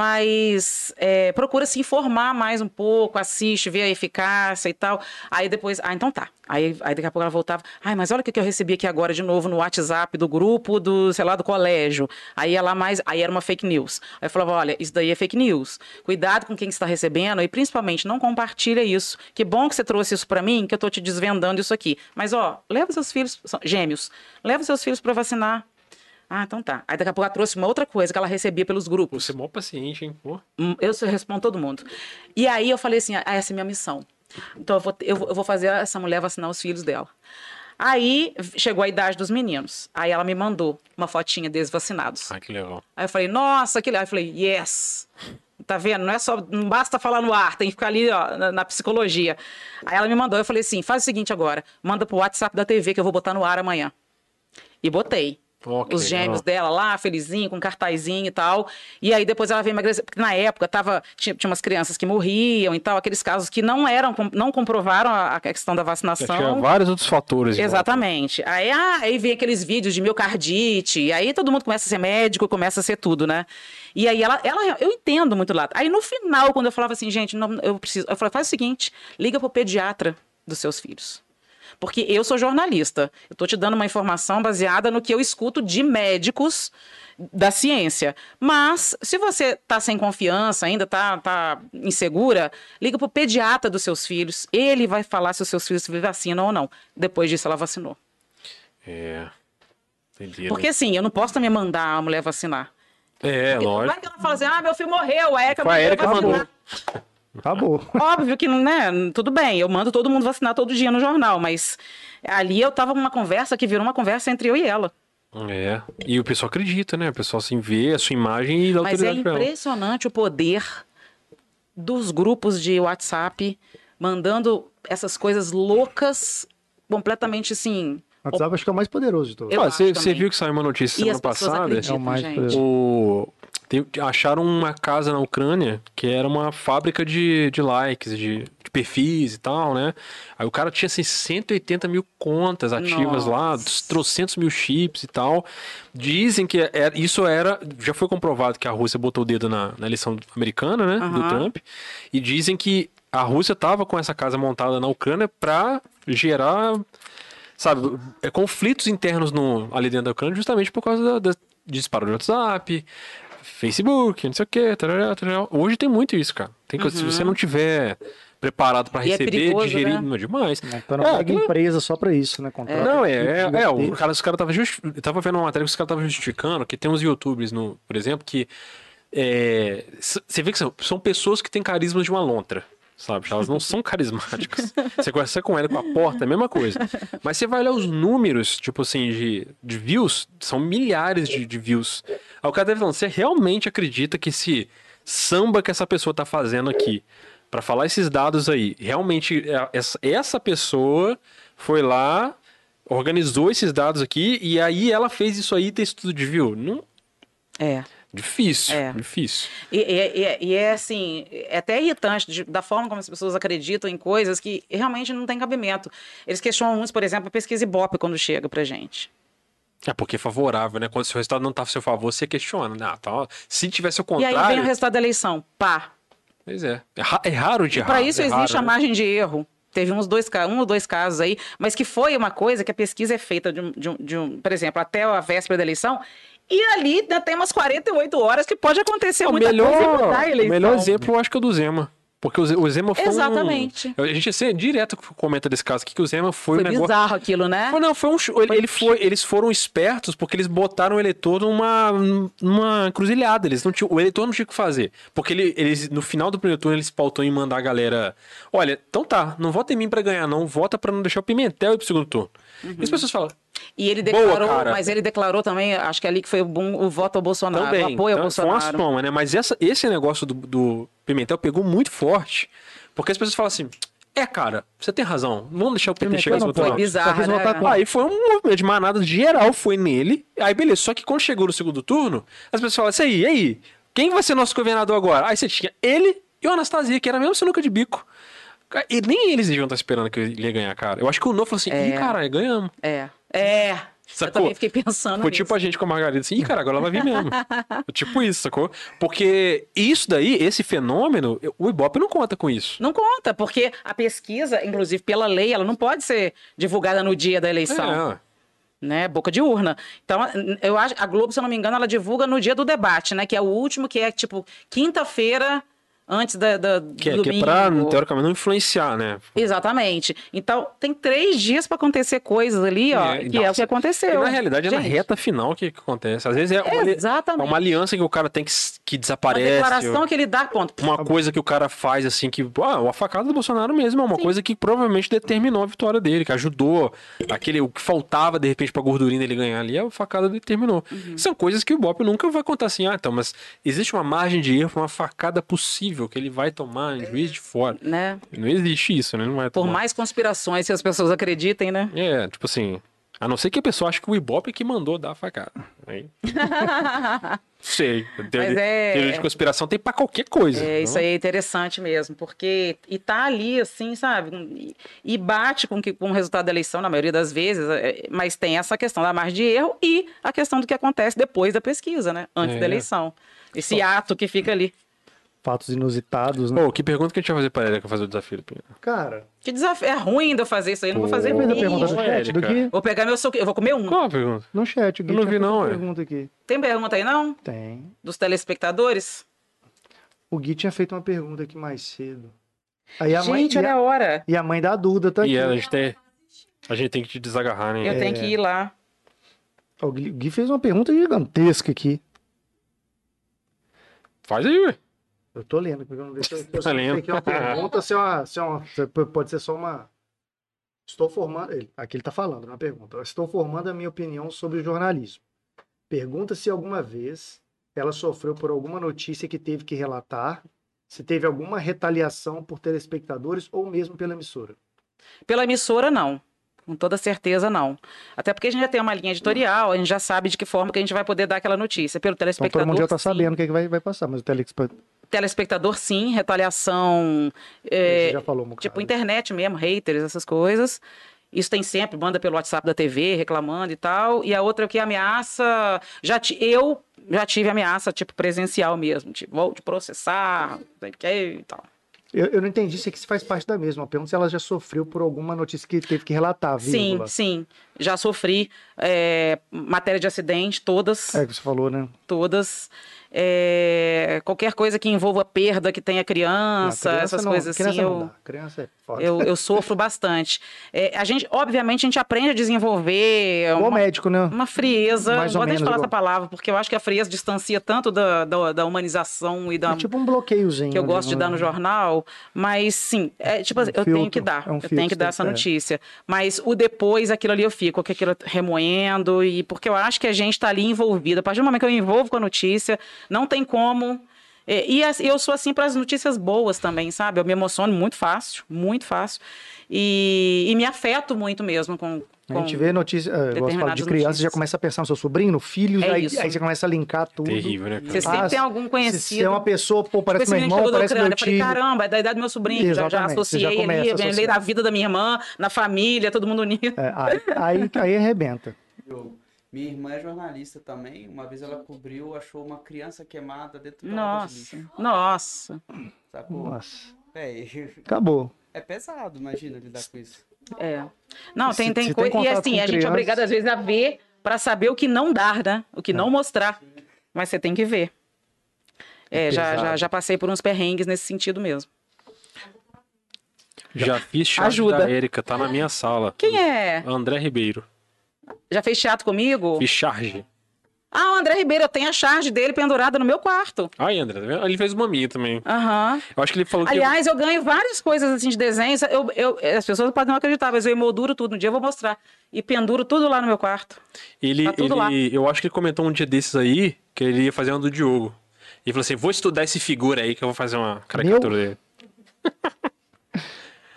S3: mas é, procura se informar mais um pouco, assiste, vê a eficácia e tal. Aí depois, ah, então tá. Aí, aí daqui a pouco ela voltava, "Ah, ai, mas olha o que que eu recebi aqui agora de novo no WhatsApp do grupo do, sei lá, do colégio. Aí ela mais, aí era uma fake news. Aí eu falava, olha, isso daí é fake news. Cuidado com quem está recebendo e principalmente não compartilha isso. Que bom que você trouxe isso para mim, que eu tô te desvendando isso aqui. Mas ó, leva seus filhos, são gêmeos, leva seus filhos para vacinar. Ah, então tá. Aí daqui a pouco ela trouxe uma outra coisa que ela recebia pelos grupos.
S1: Você é mó paciente, hein? Pô.
S3: Hum, Eu só respondo todo mundo. E aí eu falei assim, ah, essa é minha missão. Então eu vou, eu vou- eu vou fazer essa mulher vacinar os filhos dela. Aí chegou a idade dos meninos. Aí ela me mandou uma fotinha deles vacinados.
S1: Ah, que legal.
S3: Aí eu falei, nossa, que legal. Aí eu falei, yes. Tá vendo? Não é só. Não basta falar no ar, tem que ficar ali, ó, na, na psicologia. Aí ela me mandou, eu falei assim: faz o seguinte agora, manda pro WhatsApp da TV que eu vou botar no ar amanhã. E botei.
S1: Ó, que
S3: Os
S1: legal.
S3: gêmeos dela lá, felizinho, com cartazinho e tal. E aí depois ela veio emagrecer. Porque na época tava, tinha, tinha umas crianças que morriam e tal, aqueles casos que não eram, com- não comprovaram a, a questão da
S1: É, Tinha
S3: vacinação.
S1: vários outros fatores. em volta.
S3: Exatamente. Aí, ah, aí vem aqueles vídeos de miocardite, e aí todo mundo começa a ser médico, começa a ser tudo, né? E aí ela, ela eu entendo muito lá. Aí no final, quando eu falava assim, gente, não, eu preciso, eu falava, faz o seguinte, liga pro pediatra dos seus filhos. Porque eu sou jornalista, eu tô te dando uma informação baseada no que eu escuto de médicos da ciência. Mas se você tá sem confiança, ainda tá, tá insegura, liga pro pediatra dos seus filhos. Ele vai falar se os seus filhos se vacinam ou não. Depois disso, ela vacinou.
S1: É. Entendi. né?
S3: Porque assim, eu não posso também mandar a mulher vacinar.
S1: É,
S3: Porque
S1: lógico.
S3: Vai que ela fala assim, ah, meu filho morreu, a Erika
S1: Foi a
S3: mandou
S1: Erika que
S3: vacinar.
S1: mandou.
S2: Acabou.
S3: Óbvio que, né, tudo bem, eu mando todo mundo vacinar todo dia no jornal, mas ali eu tava numa conversa que virou uma conversa entre eu e ela.
S1: É. E o pessoal acredita, né? O pessoal assim vê a sua imagem e dá
S3: Mas é
S1: autoridade pra ela.
S3: impressionante o poder dos grupos de WhatsApp mandando essas coisas loucas, completamente assim.
S2: O WhatsApp acho que é o mais poderoso de todos.
S3: Eu
S1: Ó,
S3: acho
S1: você,
S3: também.
S1: você viu que saiu uma notícia
S3: E
S1: semana
S3: as pessoas
S1: passada?
S3: acreditam,
S2: É o mais
S3: gente.
S2: poderoso.
S1: O... tem- Acharam uma casa na Ucrânia que era uma fábrica de, de likes, de, de perfis e tal, né? Aí o cara tinha assim, 180 mil contas ativas lá,
S3: Nossa.
S1: dos trocentos mil chips e tal. Dizem que é- isso era. Já foi comprovado que a Rússia botou o dedo na, na eleição americana, né? Do
S3: Aham.
S1: Trump. E dizem que a Rússia tava com essa casa montada na Ucrânia pra gerar sabe, é, conflitos internos no- ali dentro da Ucrânia justamente por causa da, da- de disparo de WhatsApp, Facebook, não sei o que, hoje tem muito isso, cara. Tem coisa, se você não tiver preparado pra
S3: Uhum. E é
S1: receber,
S3: perigoso,
S1: digerir,
S3: né?
S1: não é demais.
S2: Então não
S1: É,
S2: pega
S1: aquilo-
S2: empresa só pra isso, né? Contrata
S1: Não, é,
S2: equipe
S1: é, é, o
S2: gigantesca.
S1: cara, os caras tava justi- eu tava vendo uma matéria que os caras estavam justificando que tem uns youtubers, no, por exemplo, que é, s- você vê que são, são pessoas que têm carisma de uma lontra. Sabe, elas não são (laughs) carismáticas. Você conversa com ela com a porta, é a mesma coisa. Mas você vai olhar os números, tipo assim, de, de views, são milhares de, de views. Aí o cara deve falando, você realmente acredita que esse samba que essa pessoa tá fazendo aqui, pra falar esses dados aí, realmente é- essa- essa pessoa foi lá, organizou esses dados aqui e aí ela fez isso aí e tem estudo de view. Não,
S3: É.
S1: difícil,
S3: É.
S1: difícil.
S3: E, e- e- e é assim, é até irritante de- da forma como as pessoas acreditam em coisas que realmente não tem cabimento. Eles questionam uns, por exemplo, a pesquisa Ibope quando chega pra gente.
S1: É porque é favorável, né? Quando o seu resultado não tá a seu favor, você questiona. né? Ah, tá, ó. se tivesse o
S3: E aí vem
S1: contrário,
S3: o resultado da eleição, pá.
S1: pois é. É, ra- é raro de
S3: E
S1: errar.
S3: para isso
S1: é raro,
S3: existe a
S1: né?
S3: margem de erro. Teve uns dois, ca- um ou dois casos aí, mas que foi uma coisa que a pesquisa é feita, de um, de um- de um- por exemplo, até a véspera da eleição, e ali ainda tem umas 48 horas que pode acontecer
S1: É O
S3: muita coisa e mudar
S1: Ah, melhor,
S3: a
S1: o
S3: eleição.
S1: melhor exemplo, eu acho que é o do Zema. Porque o Ze- o Zema foi um-
S3: Exatamente.
S1: A gente assim, direto comenta desse caso aqui que o Zema foi, um
S3: Foi
S1: negócio.
S3: bizarro aquilo, né?
S1: Foi, não, foi um. show. Ele, ele foi, eles foram espertos porque eles botaram o eleitor numa, numa encruzilhada. Eles não tinham, o eleitor não tinha o que fazer. Porque ele, eles, no final do primeiro turno, eles pautou em mandar a galera. Olha, então tá, não vota em mim pra ganhar, não. Vota pra não deixar o Pimentel ir pro segundo turno. E as pessoas falam,
S3: E ele
S1: Boa,
S3: declarou,
S1: cara.
S3: mas ele declarou também, acho que é ali que foi o, bom- o voto ao Bolsonaro,
S1: também.
S3: o apoio ao
S1: então, foi umas
S3: Bolsonaro.
S1: palmas, né? Mas essa- esse negócio do, do Pimentel pegou muito forte. Porque as pessoas falam assim: é, cara, você tem razão. Vamos deixar o PT
S2: Pimentel
S1: chegar no
S2: não
S1: segundo
S2: foi
S1: turno.
S3: Foi
S2: Não, só
S3: bizarro,
S2: quis voltar
S3: né?
S2: com-
S1: Aí foi um movimento de manada geral, foi nele. Aí beleza, só que quando chegou no segundo turno, as pessoas falaram assim: aí, e aí, quem vai ser nosso governador agora? Aí você tinha ele e o Anastasia, que era mesmo sinuca de bico. Ca- E nem eles deviam estar esperando que ele ia ganhar, cara. Eu acho que o Novo falou assim: ih, caralho, ganhamos.
S3: É. É. Eu
S1: Sacou?
S3: também fiquei pensando
S1: Foi
S3: nisso.
S1: tipo a gente com a Margarida assim, ih, cara, agora ela vai vir
S3: (laughs)
S1: mesmo. tipo isso, sacou? Porque isso daí, esse fenômeno, o Ibope não conta com isso.
S3: Não conta, porque a pesquisa, inclusive pela lei, ela não pode ser divulgada no dia da eleição,
S1: É,
S3: né? Boca de urna. Então, eu acho, a Globo, se eu não me engano, ela divulga no dia do debate, né? Que é o último, que é tipo quinta-feira antes da, da
S1: que, é,
S3: do
S1: que é pra,
S3: domingo.
S1: teoricamente, não influenciar, né?
S3: Exatamente. Então, tem três dias para acontecer coisas ali, ó,
S1: É,
S3: que é o que
S1: nossa. E,
S3: aconteceu.
S1: na realidade, é na
S3: Gente,
S1: reta final que, que acontece. Às vezes é uma, ali- é
S3: Exatamente.
S1: uma aliança que o cara tem que, s- que
S3: Uma
S1: desaparece.
S3: declaração
S1: ou-
S3: que ele dá, ponto.
S1: Uma coisa que o cara faz, assim, que. Ah, a facada do Bolsonaro mesmo é uma coisa que provavelmente determinou a vitória dele, que ajudou aquele. O que faltava, de repente, pra gordurinha dele ganhar ali, a facada determinou.
S3: Uhum.
S1: São coisas que o Bop nunca vai contar assim, ah, então, mas existe uma margem de erro pra uma facada possível que ele vai tomar em juiz de fora.
S3: Né?
S1: Não existe isso, né? Não vai
S3: Por
S1: tomar.
S3: mais conspirações que as pessoas acreditem, né?
S1: É, tipo assim. A não ser que a pessoa ache que o Ibope é que mandou dar a facada.
S3: (laughs)
S1: Aí, sei. Teoria,
S3: é-
S1: teoria de conspiração tem pra qualquer coisa. né?
S3: É,
S1: não?
S3: isso aí é interessante mesmo, porque e tá ali assim, sabe? E- E bate com, que, com o resultado da eleição, na maioria das vezes, é, mas tem essa questão da margem de erro e a questão do que acontece depois da pesquisa, né? Antes
S1: É.
S3: da eleição. Esse ato que fica ali.
S2: Fatos inusitados, né?
S1: Pô, que pergunta que a gente vai fazer pra Erika fazer o desafio, Pina?
S2: Cara,
S3: Que desafio. É ruim de eu fazer isso aí, não vou fazer
S2: você fez a pergunta do
S3: mesmo.
S1: Ô,
S2: chat? Do
S1: Érica.
S2: Gui?
S3: Vou pegar meu suco. Eu vou comer um.
S1: Qual a pergunta?
S2: No chat, o Gui
S1: Eu não
S2: tinha
S1: vi
S2: feito
S1: não, é.
S2: uma
S1: ué.
S2: pergunta aqui.
S3: Tem pergunta aí, não?
S2: Tem.
S3: Dos telespectadores?
S2: O Gui tinha feito uma pergunta aqui mais cedo. Aí a mãe,
S3: Gente,
S2: e a-
S3: olha a hora.
S2: E a mãe da Duda tá
S1: E
S2: aqui.
S1: ela, a gente tem. A gente tem que te desagarrar, né?
S3: Eu tenho que ir lá.
S2: Ó, O Gui o Gui fez uma pergunta gigantesca aqui.
S1: Faz aí, ué.
S2: Eu tô lendo, porque eu não vejo.
S1: (laughs) Tá lendo.
S2: Aqui é uma pergunta, se é uma, se é uma- se pode ser só uma. Estou formando. ele- Aqui ele tá falando, não é uma pergunta. Eu Estou formando a minha opinião sobre o jornalismo. Pergunta se alguma vez ela sofreu por alguma notícia que teve que relatar, se teve alguma retaliação por telespectadores ou mesmo pela emissora.
S3: Pela emissora, não. Com toda certeza, não. Até porque a gente já tem uma linha editorial, a gente já sabe de que forma que a gente vai poder dar aquela notícia. Pelo
S2: Então
S3: telespectador,
S2: todo mundo já tá
S3: sim.
S2: sabendo o que, é que vai, vai passar, mas o telespectador
S3: Telespectador, sim. Retaliação, é,
S2: já falou um bocado.
S3: tipo internet mesmo, haters, essas coisas. Isso tem sempre, manda pelo WhatsApp da TV, reclamando e tal. E a outra é que ameaça, já ti- eu já tive ameaça, tipo, presencial mesmo. Tipo, vou te processar, não sei o quê e tal.
S2: Eu, eu não entendi se é que se faz parte da mesma. Pergunta é se ela já sofreu por alguma notícia que teve que relatar,
S3: Sim,
S2: vírgula.
S3: sim. Já sofri é, matéria de acidente, todas.
S2: É o que você falou, né?
S3: todas. É, qualquer coisa que envolva perda que tenha criança,
S2: Não, criança
S3: essas
S2: não-
S3: coisas assim,
S2: criança não
S3: eu,
S2: dá, Criança é foda.
S3: eu, eu sofro bastante. É, a gente, obviamente, a gente aprende a desenvolver
S2: Igual
S3: uma,
S2: médico, né?
S3: uma frieza.
S2: Mais
S3: não
S2: ou
S3: gosto nem de
S2: menos
S3: falar
S2: igual.
S3: essa palavra, porque eu acho que a frieza distancia tanto da, da, da humanização e da.
S2: É tipo um bloqueiozinho.
S3: que eu gosto de
S2: né?
S3: dar no jornal, mas sim, é tipo assim, eu tenho
S2: filtro,
S3: que dar,
S2: é um
S3: eu tenho
S2: filtro,
S3: que dar essa
S2: é.
S3: notícia. Mas o depois, aquilo ali eu fico, com aquilo remoendo, e porque eu acho que a gente está ali envolvida. A partir do momento que eu envolvo com a notícia, não tem como. É, E as- eu sou assim para as notícias boas também, sabe? Eu me emociono muito fácil, muito fácil. E, e me afeto muito mesmo com.
S2: A
S3: com-
S2: gente vê notícia, é, igual você fala de
S3: determinadas
S2: criança,
S3: notícias.
S2: já começa a pensar no seu sobrinho, no filho,
S3: É
S2: aí,
S3: isso.
S2: aí você começa a linkar tudo.
S1: Terrível, né, cara?
S3: Você sempre tem algum
S2: Se-
S3: conhecido.
S2: Se é uma pessoa, pô, parece
S3: Tipo,
S2: meu
S3: esse menino
S2: irmão,
S3: chegou da
S2: parece meu
S3: Ucrânia,
S2: tio.
S3: Eu falei, caramba, é da idade do meu sobrinho, já, já
S2: Exatamente, você já
S3: associei
S2: começa
S3: ali,
S2: a
S3: lembrei
S2: associar.
S3: da vida da minha irmã, na família, todo mundo unido.
S2: É, aí, aí, aí arrebenta.
S4: Eu- Minha irmã é jornalista também. Uma vez ela cobriu, achou uma criança queimada dentro da lata de lixo.
S3: Nossa, (laughs) nossa.
S4: Sacou?
S2: Nossa.
S4: Véi,
S2: Acabou.
S4: (laughs) é pesado, imagina lidar com isso.
S3: É. Não,
S2: Se-
S3: tem, tem
S2: se tem
S3: coisa. E
S2: contato
S3: assim,
S2: com
S3: a gente é
S2: criança-
S3: obrigado às vezes a ver pra saber o que não dar, né? O que não mostrar. Mas você tem que ver.
S2: É
S3: É, já,
S2: pesado.
S3: já, já passei por uns perrengues nesse sentido mesmo.
S1: Já fiz chave
S3: Ajuda.
S1: da Érica, tá na minha sala.
S3: Quem
S2: Hum.
S3: é?
S1: André Ribeiro.
S3: Já fez teatro comigo?
S1: Fiz charge.
S3: Ah, o André Ribeiro, eu tenho a charge dele pendurada no meu quarto.
S1: Aí, André, tá vendo? ele fez uma minha também.
S3: Aham.
S1: Eu acho que ele falou que.
S3: Aliás, eu ganho várias coisas assim de desenhos. Eu, eu- as pessoas podem não acreditar, mas eu emolduro tudo. Um dia eu vou mostrar. E penduro tudo lá no meu quarto.
S1: Ele,
S3: Tá tudo
S1: ele-
S3: lá.
S1: eu acho que ele comentou um dia desses aí que ele ia fazer uma do Diogo. Ele falou assim: vou estudar esse figura aí que eu vou fazer uma caricatura dele.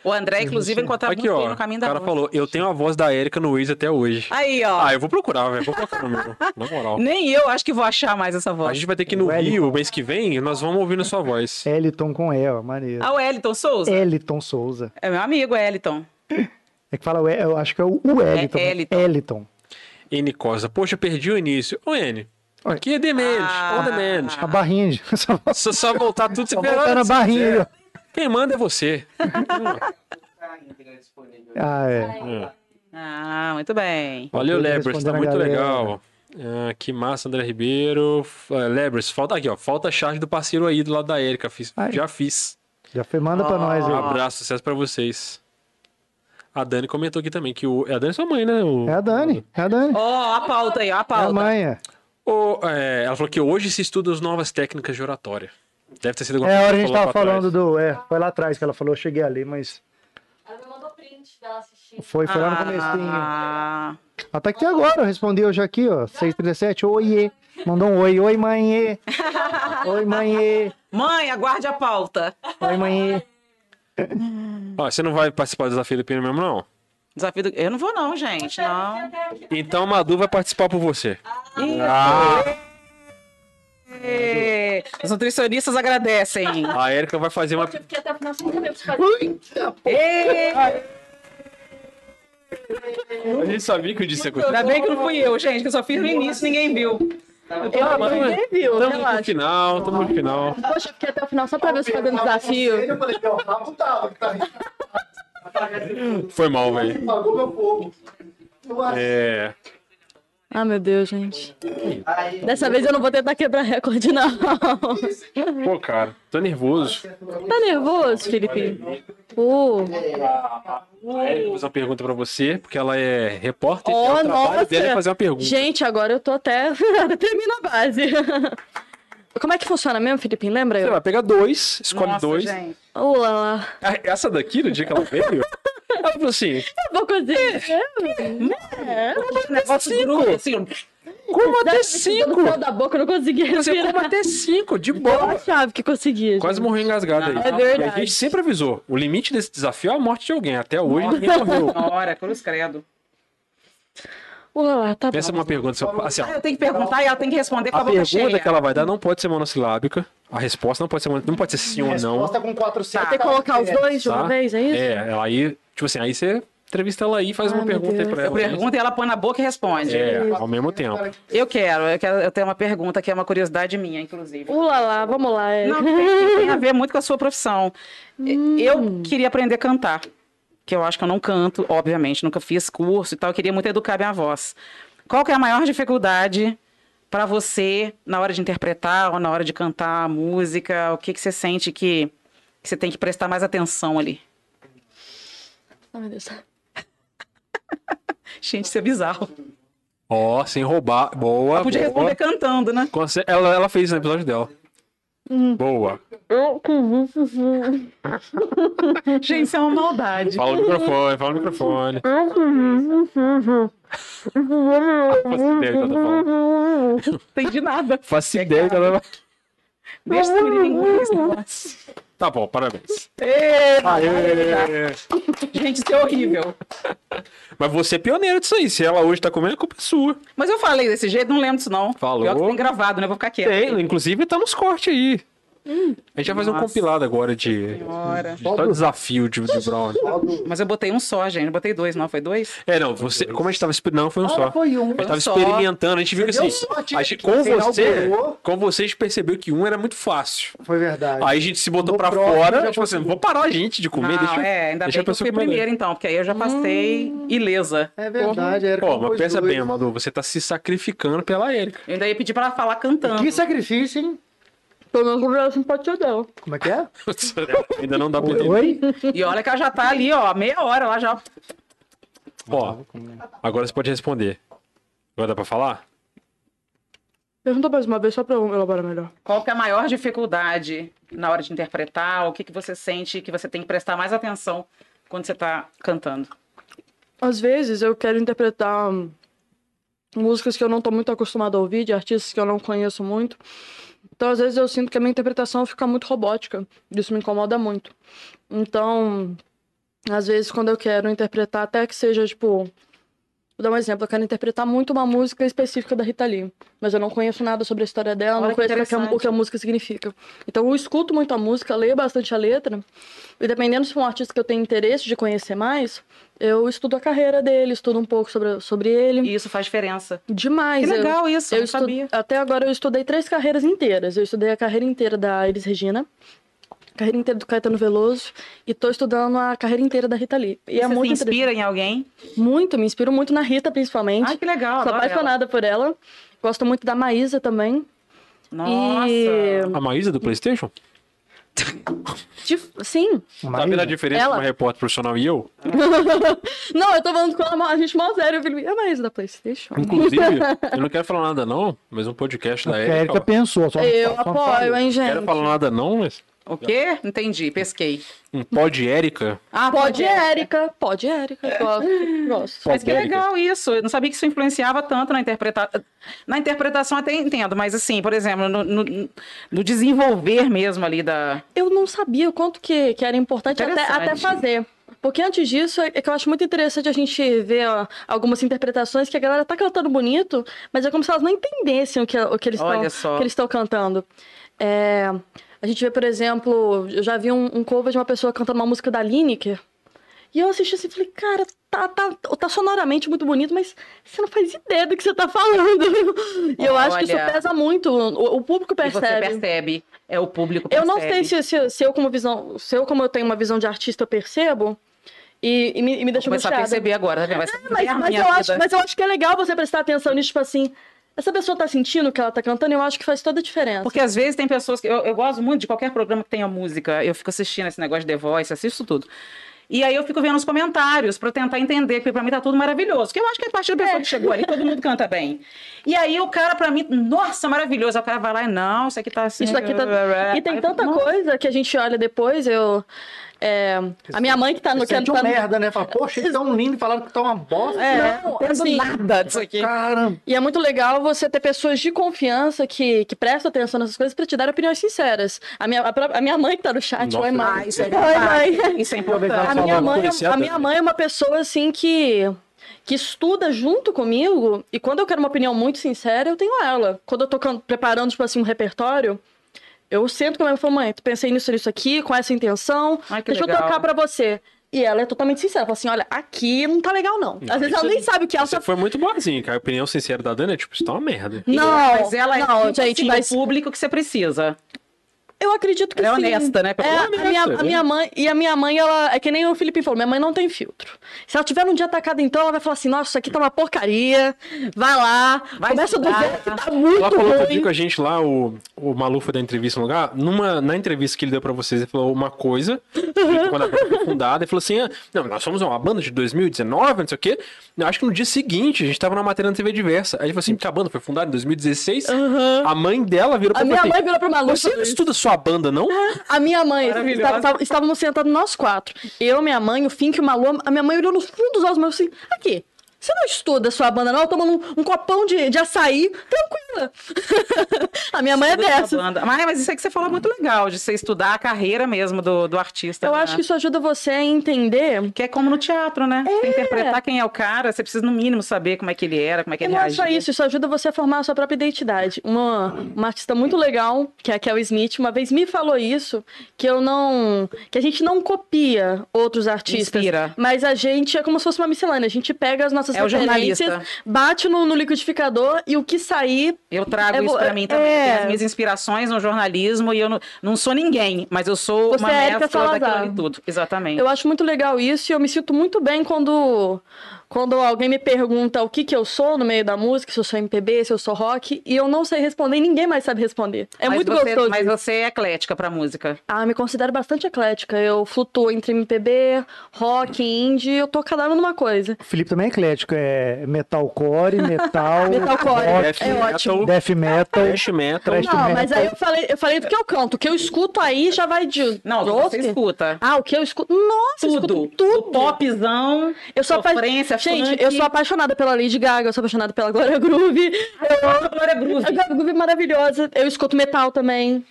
S3: O André, inclusive, eu encontrava
S1: Aqui,
S3: tá muito bem
S1: ó.
S3: no
S1: O
S3: caminho da
S1: cara
S3: rua.
S1: falou: eu tenho a voz da Érica no Waze até hoje.
S3: Aí, ó.
S1: Ah, eu vou procurar, velho. Vou procurar no meu. Na
S3: (laughs)
S1: moral.
S3: Nem eu acho que vou achar mais essa
S1: A
S3: voz.
S1: gente vai ter que ir no
S2: O Wellington.
S1: Rio mês que vem e nós vamos ouvir na sua
S2: É.
S1: voz.
S2: Eliton com E, ó, maneiro.
S3: Ah, o Eliton Souza? É,
S2: Eliton Souza.
S3: meu amigo, Eliton.
S2: É que fala, o E- eu acho que é o o Eliton.
S3: É Eliton.
S2: Eliton.
S1: N Costa. Poxa, perdi o início. Ô, N.
S2: Oi.
S1: Aqui é demand.
S3: Ah.
S1: All demand.
S2: A barrinha. de- (laughs) Só
S1: Só, só voltar tudo se
S2: voltando a barrinha. aí, ó.
S1: Quem manda é você.
S4: Tá íntegra disponível.
S2: Ah, é.
S3: Ah, muito bem.
S1: Valeu,
S2: Pedro
S1: Lebres, tá
S2: respondendo a
S1: muito
S2: galera.
S1: legal. Ah, que massa, André Ribeiro. F- ah, Lebres, falta aqui, ó. Falta a charge do parceiro aí do lado da Erika. Fiz-
S2: Ai.
S1: já fiz.
S2: Já foi, manda
S3: Ah.
S2: pra nós
S1: Um
S2: aí.
S1: abraço, sucesso pra vocês. A Dani comentou aqui também que o. É a Dani sua mãe, né? O-
S2: É a Dani. É a Dani.
S3: Ó, a pauta aí, ó, a
S2: É a
S3: pauta.
S2: manha.
S1: O- é, ela falou que hoje se estuda as novas técnicas de oratória. Deve ter sido alguma
S2: É a
S1: coisa
S2: hora que
S1: que
S2: a gente
S1: falou
S2: tava
S1: pra trás.
S2: falando do. É, foi lá atrás que ela falou, eu cheguei ali, mas
S5: Ela me mandou print dela assistir.
S2: foi, foi lá no comecinho.
S3: ah,
S2: Até aqui agora, eu respondi hoje aqui, ó. 637, oiê. Mandou um oi, oi, manhê. Oi, manhê.
S3: mãe, aguarde a pauta.
S2: Oi, manhê.
S1: Ó, você não vai participar do desafio do Pino mesmo, não?
S3: Desafio do... Eu não vou não, gente, não.
S1: Então a Madu vai participar por você.
S3: Ih,
S1: Ah,
S3: ê, Os nutricionistas agradecem.
S1: a Erika vai fazer uma.
S5: Eu fiquei até o final sem saber o que fazer.
S2: Ui.
S3: Ê,
S1: A gente sabia que é eu disse a coisa.
S3: Ainda bem que não fui eu, gente, que eu só fiz no início e ninguém viu.
S1: Ninguém
S6: viu,
S1: Tamo no final, tamo no final.
S6: Poxa, eu fiquei até o final só pra ver se fazendo Tá desafio.
S2: Eu falei, o Ramon tava, que tá
S1: Foi mal, velho.
S2: pagou meu povo.
S1: É.
S6: Ah, meu Deus, gente.
S4: Aí,
S6: Dessa vez eu não vou tentar quebrar recorde, não. Tá
S1: Pô, cara, tô nervoso.
S6: nervoso, Felipe? Uh,
S1: Eu vou fazer uma pergunta pra você, porque ela é repórter.
S6: Oh,
S1: então o trabalho
S6: nossa.
S1: dela é fazer uma pergunta.
S6: Uh, gente, agora eu tô até. (laughs) Termina a base. Como é que funciona mesmo, Felipe? Lembra
S1: Você
S6: eu?
S1: vai pegar dois, escolhe
S3: Nossa,
S1: dois.
S3: gente.
S6: Uh, lá, lá.
S1: Ah, Essa daqui, no dia que ela veio, ela falou assim:
S6: Eu vou cozinhar.
S3: Negócio duro, assim, ó.
S1: como até
S6: Do
S1: cinco?
S6: céu da boca, eu não conseguia
S1: Você como
S6: respirar.
S1: até cinco, de
S6: Eu
S1: boa.
S6: achava que conseguia.
S1: Quase
S6: gente.
S1: morreu engasgada aí.
S3: É
S1: E a
S6: verdade.
S1: gente sempre avisou: o limite desse desafio é a morte de alguém. Até hoje ninguém morreu.
S3: Ora, cruz credo.
S6: Uh, lá, lá, tá
S1: Pensa
S6: bom.
S1: numa pergunta, seu- assim, ó,
S3: Ah, eu tenho que perguntar e ela tem que responder com a,
S1: A
S3: boca
S1: pergunta
S3: cheia.
S1: que ela vai dar não pode ser monossilábica. A resposta não pode ser, mon- não pode ser sim ou É, não.
S2: Resposta é com 400.
S6: Tem que colocar os dois de
S1: Tá?
S6: uma vez, é isso?
S1: É, ela aí, tipo assim, aí você entrevista ela aí e faz
S6: Ai,
S1: uma
S6: meu
S1: pergunta aí
S6: Deus.
S1: pra
S3: Eu
S1: ela. né?
S3: pergunto e ela põe na boca e responde.
S1: É, ao mesmo tempo.
S3: Eu quero, eu quero, eu tenho uma pergunta que é uma curiosidade minha, inclusive.
S6: Uh, lá, lá, vamos lá. é.
S3: Não, tem, tem a ver muito com a sua profissão. Eu queria aprender a cantar, que eu acho que eu não canto, obviamente, nunca fiz curso e tal, eu queria muito educar minha voz. Qual que é a maior dificuldade para você na hora de interpretar ou na hora de cantar a música? O que, que você sente que, que você tem que prestar mais atenção ali?
S6: Ai, meu Deus.
S3: Gente, isso é bizarro.
S1: Ó, sem roubar. Boa,
S3: Ah, Podia
S1: boa.
S3: responder cantando, né?
S1: Conse- Ela, ela fez no episódio dela. Boa.
S3: Gente, isso é uma maldade.
S1: Fala no microfone, fala no microfone. Faço ideia do que ela tá falando.
S3: Não entendi nada.
S1: Faço ideia do que ela tá falando.
S3: Destruir linguiça.
S1: Tá bom, parabéns.
S3: Gente, isso é horrível.
S1: Mas você é pioneiro disso aí. Se ela hoje tá comendo, a culpa é sua.
S3: Mas eu falei desse jeito, não lembro disso, não.
S1: Falou.
S3: Pior que tem gravado, né? Vou ficar quieta.
S1: Tem, inclusive tá nos cortes aí. A gente vai fazer um
S3: Nossa.
S1: compilado agora de.
S3: Senhora.
S1: de Só desafio de, de Brown.
S3: Mas eu botei um só, gente. Não botei dois, não. Foi dois?
S1: É, não, você. Como a gente tava. exper- Não, foi um só.
S2: Ah, foi um.
S1: A gente tava
S3: só.
S1: experimentando, a gente viu que
S2: Deu
S1: assim.
S2: sorte,
S1: a gente- com
S2: você
S1: você,
S2: inaugurou.
S1: com você, a gente percebeu que um era muito fácil.
S2: Foi verdade.
S1: Aí a gente se botou
S2: No
S1: pra
S2: próximo,
S1: fora,
S2: já
S1: tipo assim, não vou parar a gente de comer,
S3: não,
S1: deixa eu.
S3: é.
S1: deixa a
S3: Ainda bem que eu
S1: pessoa
S3: fui
S1: comer.
S3: primeiro, então. Porque aí eu já passei
S6: Hum.
S3: ilesa.
S2: É verdade, Érica.
S1: Pô, mas
S2: foi
S1: pensa
S2: dois.
S1: bem, Madu, você tá se sacrificando pela Erika. (laughs)
S3: Eu ainda ia pedir pra ela falar cantando.
S2: Que sacrifício, hein?
S6: Pelo menos eu simpatia dela.
S2: Como é que é?
S1: Ainda não dá pra (laughs) entender.
S2: Oi?
S3: E olha que ela já tá ali, ó, meia hora, ela já.
S1: Ó, agora você pode responder. Agora dá pra falar?
S6: Pergunta mais uma vez só pra eu elaborar melhor.
S3: Qual que é a maior dificuldade na hora de interpretar? O que, que você sente que você tem que prestar mais atenção quando você tá cantando?
S6: Às vezes eu quero interpretar hum, músicas que eu não tô muito acostumado a ouvir, de artistas que eu não conheço muito. Então, às vezes eu sinto que a minha interpretação fica muito robótica. Isso me incomoda muito. Então, às vezes quando eu quero interpretar, até que seja tipo. Vou dar um exemplo, eu quero interpretar muito uma música específica da Rita Lee, mas eu não conheço nada sobre a história dela,
S3: Olha que
S6: não conheço o que a- o que a
S3: interessante.
S6: música significa. Então eu escuto muito a música, leio bastante a letra, e dependendo se for um artista que eu tenho interesse de conhecer mais, eu estudo a carreira dele, estudo um pouco sobre, sobre ele.
S3: E isso faz diferença.
S6: Demais.
S3: Que
S6: eu-
S3: legal isso, eu,
S6: eu
S3: não
S6: estu-
S3: sabia.
S6: Até agora eu estudei três carreiras inteiras. Eu estudei a carreira inteira da Iris Regina, a carreira inteira do Caetano Veloso e tô estudando a carreira inteira da Rita Lee. E é
S3: você
S6: muito
S3: se inspira em alguém?
S6: interessante. Muito, me inspiro muito na Rita principalmente.
S3: Ai, que legal.
S6: Sou
S3: adoro ela.
S6: apaixonada por ela. Gosto muito da Maísa também.
S3: Nossa.
S6: E-
S1: A Maísa do PlayStation?
S6: De- Sim.
S1: Tá vendo a
S2: Maísa?
S1: diferença
S6: Ela?
S1: de uma repórter profissional e eu?
S6: Não, eu tô falando com ela, mó- a gente mal sério. Eu falei, é a Maísa da Playstation?
S2: (laughs)
S1: Inclusive, eu não quero falar nada não, mas um podcast da
S2: Porque a Erika
S1: Erika.
S2: pensou, só
S6: Eu
S2: é, só- um só não falou.
S6: apoio, um hein,
S1: Não
S6: gente?
S1: quero falar nada não, mas
S3: O quê? Entendi, pesquei.
S1: um pod Erika.
S3: Ah,
S6: Pode,
S3: é.
S6: Érica. Pode, Érica. Gosto. Gosto.
S3: Mas que
S1: Pode,
S3: legal isso. Eu não sabia que isso influenciava tanto na interpretação. Na interpretação até entendo, mas assim, por exemplo, no, no- no desenvolver mesmo ali da.
S6: Eu não sabia o quanto que, que era importante até,
S3: Interessante.
S6: até fazer. Porque antes disso, é que eu acho muito interessante a gente ver ó, algumas interpretações que a galera tá cantando bonito, mas é como se elas não entendessem o que, o que eles estão
S3: Olha só.
S6: que eles estão cantando. É, a gente vê, por exemplo, eu já vi um, um cover de uma pessoa cantando uma música da Lineker. E eu assisti assim e falei, cara, tá, tá, tá sonoramente muito bonito, mas você não faz ideia do que você tá falando. E eu acho que isso
S3: Olha.
S6: pesa muito. O, o público
S3: E você percebe. É o público percebe.
S6: eu não sei se, se- se eu como visão, se eu como eu tenho uma visão de artista eu percebo e, e me, e me deixa
S3: Começar a
S6: angustiada.
S3: perceber agora, tá vendo? Vai ser
S6: É, Mas,
S3: a
S6: mas
S3: minha
S6: eu
S3: vida.
S6: acho, mas eu acho que é legal você prestar atenção nisso, tipo assim, essa pessoa tá sentindo o que ela tá cantando, eu acho que faz toda a diferença.
S3: Porque às vezes tem pessoas que. Eu, eu gosto muito de qualquer programa que tenha música. Eu fico assistindo esse negócio de The Voice, assisto tudo. E aí eu fico vendo os comentários pra eu tentar entender, porque pra mim tá tudo maravilhoso. Porque eu acho que a partir
S6: É.
S3: da pessoa que chegou ali, todo mundo canta bem. E aí o cara, pra mim, nossa, maravilhoso. Aí O cara vai lá e não, isso aqui tá assim. (laughs)
S6: Isso aqui tá- E
S3: Aí
S6: tem
S3: eu
S6: tanta
S3: falo,
S6: coisa que a gente olha depois, eu é, a minha mãe que tá no
S2: Você sente
S3: um
S6: canto
S2: uma
S6: tá no-
S2: merda, né? Fala, poxa, eles tão lindo e falaram que tá uma bosta.
S6: É,
S3: Não entendo
S6: assim,
S3: nada disso aqui.
S2: Caramba.
S6: E é muito legal você ter pessoas de confiança que, que prestam atenção nessas coisas pra te dar opiniões sinceras. A minha, a, pró- a minha mãe que tá no chat,
S1: Nossa.
S6: oi
S3: Ah,
S6: mãe.
S3: isso é
S6: Oi mãe.
S3: verdade. Isso é
S6: A
S3: importante.
S1: Só
S6: minha,
S1: não
S6: mãe,
S1: conhecia
S6: a
S1: tanto.
S6: minha mãe é uma pessoa assim que que estuda junto comigo e quando eu quero uma opinião muito sincera, eu tenho ela. Quando eu tô can- preparando tipo assim um repertório, eu sento com ela e falo: "Mãe, tu pensei nisso nisso aqui, com essa intenção,
S3: Ai, que
S6: deixa eu
S3: legal.
S6: tocar pra você". E ela é totalmente sincera, fala assim: "Olha, aqui não tá legal não".
S1: Não,
S6: Às vezes
S1: isso
S6: ela nem sabe o que é ela
S1: Você
S6: só
S1: foi muito boazinha, cara. A opinião sincera da Dani é tipo, isso tá uma merda.
S6: Não,
S3: mas ela é
S6: não,
S3: tipo
S6: gente,
S3: assim,
S6: mas-
S3: o público que você precisa.
S6: eu acredito que
S3: Ela é
S6: sim.
S3: honesta, né? Pelo
S6: É, a
S3: menos.
S6: minha, a
S1: né?
S6: minha mãe, e a minha mãe, ela é que nem o Felipe falou, minha mãe não tem filtro. Se ela tiver um dia atacada, então, ela vai falar assim, nossa, isso aqui tá uma porcaria, vai lá,
S3: Vai
S6: começa do
S3: estudar.
S6: zero, que tá muito
S1: Ela falou outro dia
S6: ruim.
S1: com a gente lá, o, o Malu foi da entrevista no lugar. Numa, na entrevista que ele deu pra vocês, ele falou uma coisa, quando a banda foi fundada, ele falou assim: "Ah, Não, nós somos uma banda de 2019, não sei o quê. Eu acho que no dia seguinte, a gente tava na matéria na TV Diversa. Aí ele falou assim: porque a banda foi fundada em 2016, a mãe dela virou
S6: A
S1: pra mim e
S6: minha
S1: falou
S6: mãe
S1: assim,
S6: virou pra Malu.
S1: Você não estuda sua banda,
S6: (laughs)
S1: não?
S6: A minha mãe, assim,
S3: Maravilhosa.
S6: estava- estava- estávamos sentados nós quatro. Eu, minha mãe, o Fink, o Malu. A minha mãe olhou no fundo dos olhos meus assim: aqui, você não estuda sua banda, não? Tomando um, um copão de, de açaí, tranquila. (laughs) a minha mãe é
S3: Toda essa
S6: dessa.
S3: banda. Mas, mas isso aí que você falou é muito legal, de você estudar a carreira mesmo do, do artista.
S6: Eu
S3: né?
S6: acho que isso ajuda você a entender
S3: Que é como no teatro, né? Você interpretar quem é o cara, você precisa no mínimo saber como é que ele era, como é que
S6: E
S3: ele
S6: não é
S3: reagia.
S6: só isso, isso ajuda você a formar a sua própria identidade. Uma, uma artista muito legal, que é a Kel Smith, uma vez me falou isso, que eu não. que a gente não copia outros artistas.
S3: Inspira.
S6: Mas a gente é como se fosse uma miscelânea. A gente pega as nossas
S3: É o jornalista.
S6: referências, bate no, no liquidificador e o que sair.
S3: Eu trago
S6: Eu
S3: isso
S6: vou-
S3: pra mim também.
S6: é.
S3: Tem as minhas inspirações no jornalismo e eu não, não sou ninguém, mas eu sou
S6: Você
S3: uma
S6: é Érica
S3: mestra
S6: Salazar.
S3: daquilo ali tudo. Exatamente.
S6: Eu acho muito legal isso e eu me sinto muito bem quando. Quando alguém me pergunta o que que eu sou no meio da música, se eu sou MPB, se eu sou rock, e eu não sei responder, e ninguém mais sabe responder. É
S3: mas
S6: muito
S3: você,
S6: gostoso.
S3: Mas
S6: isso.
S3: você é eclética pra música.
S6: Ah, me considero bastante eclética. Eu flutuo entre MPB, rock, indie, eu tô cada um numa coisa.
S2: O Felipe também é eclético, é metalcore, metal,
S6: Metalcore,
S2: rock,
S6: é ótimo.
S2: death metal,
S1: Trash metal.
S2: Trash
S6: Não, mas
S2: metal.
S6: aí eu falei, eu falei do que eu canto. O que eu escuto aí já vai de.
S3: Não,
S6: de
S3: você
S6: outro que-
S3: escuta.
S6: Ah, o que eu escuto? Nossa, eu
S3: Tudo.
S6: escuto tudo.
S3: O popzão.
S6: Eu sou apa-
S3: sofrência,
S6: Gente,
S3: funk.
S6: eu sou apaixonada pela Lady Gaga, eu sou apaixonada pela Glória Groove. Eu amo
S3: a Glória Groove.
S6: A Glória Groove é maravilhosa. Eu escuto metal também.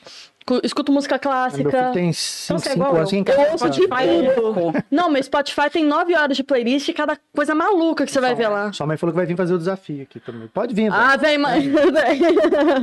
S6: cu- Escuto música
S2: Meu filho
S6: clássica.
S2: tem 5
S3: você é igual
S2: anos.
S3: eu.
S2: em
S6: Eu
S2: casa.
S6: ouço de tudo. Não, meu Spotify tem 9 horas de playlist e cada coisa maluca que você vai ver lá.
S2: Ah, Sua mãe falou que vai vir fazer o desafio aqui também. Pode vir,
S6: Ah, vem, (laughs) mãe.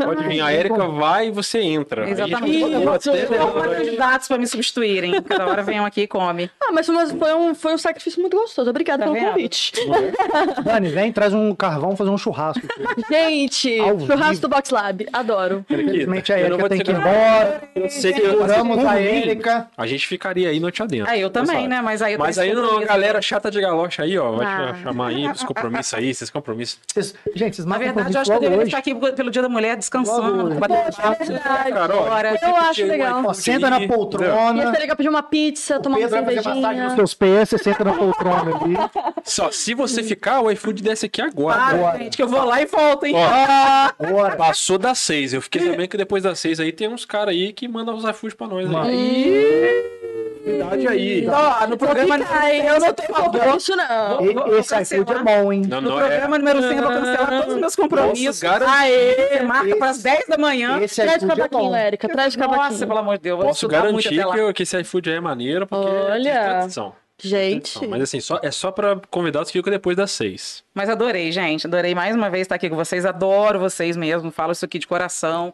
S1: Pode vir, a Erika vai e você entra. Aí a gente
S3: Exatamente.
S1: continua até
S6: Isso.
S3: Eu arrumo
S6: um
S1: meia-noite.
S3: candidatos pra me substituírem. Cada hora venham aqui e come.
S6: ah, mas mas foi um, foi um sacrifício muito gostoso. Obrigada
S3: Tá
S6: pelo
S3: vendo?
S6: convite.
S2: velho. Dani, vem, traz um carvão, fazer um churrasco.
S6: Gente,
S2: Ao vivo.
S6: churrasco do Box Lab. Adoro.
S2: Infelizmente
S1: Eu
S2: a
S1: não
S2: é Erika
S1: vou
S2: tem
S1: te
S2: que ir
S1: segurar.
S2: embora.
S1: Eu sei que eu
S2: Seguramos
S1: assim, por
S2: a
S1: mim,
S2: Erika.
S1: A gente ficaria aí noite adentro.
S3: Aí eu também,
S1: sabe?
S3: né? Mas aí eu
S1: Mas
S3: tenho
S1: aí
S3: esse
S1: não, a
S3: compromisso.
S1: galera chata de galocha aí, ó. Vai
S6: Ah.
S1: te chamar aí, esses compromissos aí, esses compromissos.
S2: Vocês- Gente, vocês
S3: Na
S2: marcam
S3: verdade, eu
S2: convite
S3: acho que eu
S2: logo
S3: deveria
S2: hoje.
S3: estar aqui pelo Dia da Mulher
S2: Logo
S3: descansando.
S2: hoje.
S3: batendo
S6: Poxa,
S3: papo.
S6: é verdade.
S1: Cara, ó,
S3: Bora.
S1: tipo,
S6: Eu acho
S1: tinha um
S6: legal.
S1: iPhone
S2: Ó, senta na
S1: aí, entendeu?
S6: Ia
S2: poltrona.
S6: ser legal pedir uma pizza, tomar uma
S2: Pedro vai fazer massagem nos
S6: cervejinha.
S2: teus pés, você senta na poltrona ali.
S1: Só, se você ficar, o iFood desce aqui agora.
S3: Hum. Para,
S2: Bora.
S3: gente, que eu vou lá e volto, hein? Ah,
S2: Bora.
S1: Passou das seis. Eu
S3: Hum.
S1: fiquei sabendo que depois das seis aí tem uns caras aí que mandam os iFood pra nós.
S2: Mano.
S1: Aí. Verdade aí.
S2: Tá
S3: Ó, no programa.
S6: Ai, eu não tenho compromisso, não.
S2: E-
S3: Vou- vou
S2: Esse iFood é
S3: cancelar.
S2: bom, hein?
S1: Não,
S3: No
S1: não,
S3: programa número 100, eu vou cancelar todos os meus compromissos.
S1: Nossa, garan-
S3: Aê! Marca
S2: Esse-
S3: para as 10 da manhã.
S2: Esse
S6: Traz o
S2: iFood é
S6: cavaquinho,
S2: bom.
S6: Érica. Traz o
S3: Nossa,
S6: cavaquinho.
S3: pelo amor de Deus. eu vou
S1: Posso
S3: estudar muito
S1: garantir
S3: até lá.
S1: que, que esse iFood aí é maneiro, porque
S6: Olha.
S1: tem tradição.
S6: Gente.
S1: Mas assim, só, é só pra convidados que ficam depois das seis.
S3: Mas adorei, gente. Adorei mais uma vez estar aqui com vocês. Adoro vocês mesmo. Falo isso aqui de coração.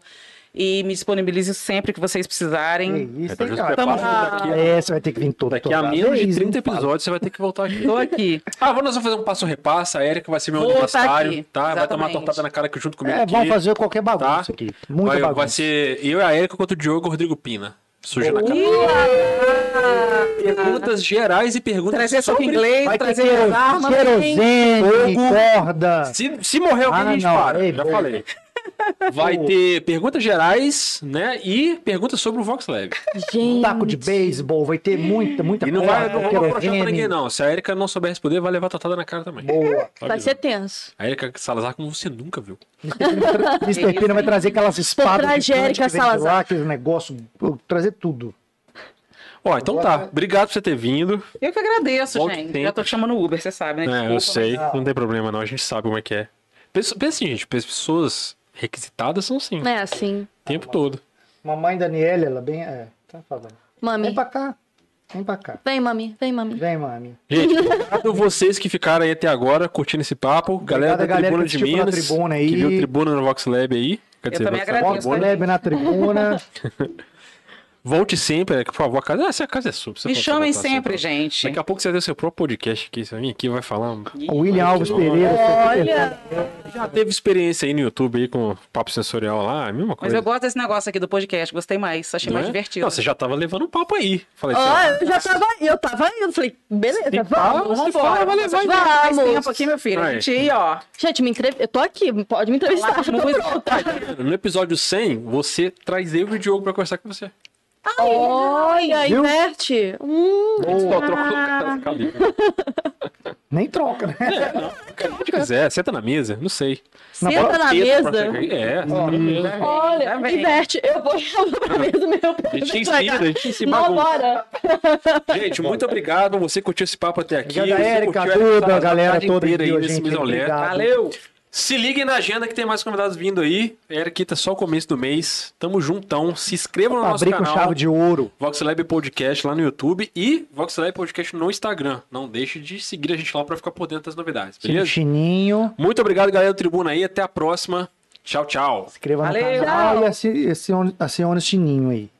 S3: E me disponibilizo sempre que vocês precisarem.
S2: Que É, isso,
S1: Então,
S2: hein,
S1: já se
S2: cara?
S1: prepara,
S3: Tamo-
S1: daqui,
S2: É, você vai ter que vir todo.
S1: daqui a
S2: todo-
S1: menos de
S2: Isso,
S1: 30
S2: não fala.
S1: episódios você vai ter que voltar aqui.
S3: Estou aqui.
S1: Ah, vamos nós vamos fazer um passo repassa. A Erika vai ser meu
S3: Vou
S1: aniversário,
S3: tá aqui,
S1: tá? Vai tomar
S3: exatamente.
S1: tortada na cara que junto comigo
S2: É,
S1: aqui.
S2: vamos fazer qualquer
S1: Tá?
S2: bagunça aqui. Muita
S1: vai,
S2: bagunça.
S1: vai ser eu e a Erika contra o Diogo e o Rodrigo Pina. Surge na cara. Perguntas gerais e perguntas
S3: Trazer soco
S1: sobre...
S3: inglês,
S2: Vai ter
S3: trazer as armas.
S2: querosene,
S1: Fogo.
S2: corda.
S1: Se, se morrer alguém,
S2: Ah,
S1: a gente
S2: não,
S1: para.
S2: ei,
S1: já
S2: boa.
S1: falei. Vai ter perguntas gerais, né? E perguntas sobre o Vox Lab.
S6: Gente.
S2: Taco de beisebol, vai ter muita, muita
S1: E não
S2: corda,
S1: vai não vou afrouxar pra ninguém,
S2: querosene.
S1: não. Se a Erika não souber responder, vai levar tortada na cara também.
S2: Boa.
S1: Tá
S6: Vai
S1: avisando.
S6: ser tenso.
S1: A Erika Salazar, como você nunca viu.
S2: Mr. Pina vai trazer aquelas espadas
S6: Traz
S2: gigantes
S6: Érica
S2: que vem de lá,
S6: Salazar.
S2: aquele negócio, eu- trazer tudo.
S1: Ó, então tá. Obrigado por você ter vindo.
S3: Eu que agradeço,
S1: Volte
S3: gente.
S1: sempre.
S3: Já tô te chamando Uber, você sabe, né?
S1: É, eu sei.
S2: mas não.
S1: Não tem problema, não. A gente sabe como é que é. Pensa pensa assim, gente. Pessoas requisitadas são
S3: Né?
S1: sim. O
S6: É assim.
S1: tempo todo.
S2: Mamãe Daniela, ela bem, é, tá falando. Vem
S6: Mami.
S2: pra cá, vem pra cá.
S6: Vem, mami. Vem, mami.
S2: Vem, mami.
S1: Gente, obrigado vocês que ficaram aí até agora curtindo esse papo. Galera
S2: Obrigado,
S1: da
S2: galera
S1: Tribuna
S2: que
S1: de
S2: assistiu pela
S1: Minas.
S2: Tribuna aí.
S1: Que viu Tribuna no Vox Lab aí. Quer
S3: Eu também
S1: Vox
S3: agradeço,
S1: Lab
S2: Bota o
S1: Tribuna.
S3: tá?
S2: Leb na tribuna.
S1: Volte sempre, Erika, por favor. A casa, essa casa é sua. você
S3: Me
S1: pode
S3: chamem
S1: voltar
S3: sempre, gente.
S1: Daqui a pouco você vai ter o seu próprio podcast aqui. Você vem aqui e vai falar. um-
S2: O William Alves Pereira.
S6: Olha.
S1: Já teve experiência aí no YouTube aí com papo sensorial lá, é a mesma
S3: Mas
S1: coisa.
S3: eu gosto desse negócio aqui do podcast, gostei mais, achei
S1: Não
S3: mais
S1: é?
S3: divertido.
S1: Não, você já tava levando um papo aí. Falei assim, ó,
S6: Ó, eu já tava aí. Eu tava indo. Falei, beleza, vamos.
S3: Vamos
S1: fala,
S3: embora,
S1: vai
S3: vamos
S1: levar em
S3: faz
S6: vamos.
S3: tempo aqui, meu filho. A
S1: Vai.
S3: gente aí, ó.
S6: Gente, me entrev... eu tô aqui. Pode me entrevistar.
S3: Falar
S6: Eu tô
S3: muito.
S6: pronta.
S1: No episódio 100, você traz eu e o Diogo pra conversar com você.
S6: Olha,
S2: Viu?
S6: inverte. Hum.
S1: Só troca o cara, fica ali.
S2: Nem troca, né?
S1: Se quiser, senta na mesa, não sei.
S6: Senta
S1: Teta
S6: na
S1: pra
S6: mesa.
S1: você- É, senta na
S2: né?
S1: mesa.
S6: Olha,
S3: Tá bem.
S6: inverte. Eu vou (laughs) pra mesa meu.
S1: A gente ensina, a gente ensina
S6: Não,
S1: bagunça.
S6: bora.
S1: Gente, muito obrigado. Você curtiu esse papo até aqui.
S2: Obrigado,
S1: Você
S2: Érica,
S1: curtiu
S2: Duda,
S1: essa
S2: a galera
S1: tarde
S2: toda
S1: inteira
S2: que viu a
S1: aí nesse
S2: gente,
S1: Mesa Olé.
S2: obrigado.
S1: Valeu! Se liguem na agenda que tem mais convidados vindo aí. Eric, tá só o começo do mês. Tamo juntão. Se inscrevam no
S2: Pra
S1: nosso
S2: abrir com
S1: canal.
S2: um chave de ouro.
S1: VoxLab Podcast lá no YouTube e VoxLab Podcast no Instagram. Não deixe de seguir a gente lá pra ficar por dentro das novidades, beleza?
S2: Chininho.
S1: Muito obrigado, galera do Tribuna aí. Até a próxima. Tchau, tchau.
S2: Inscreva no
S3: Valeu.
S2: canal e acione, acione o sininho aí.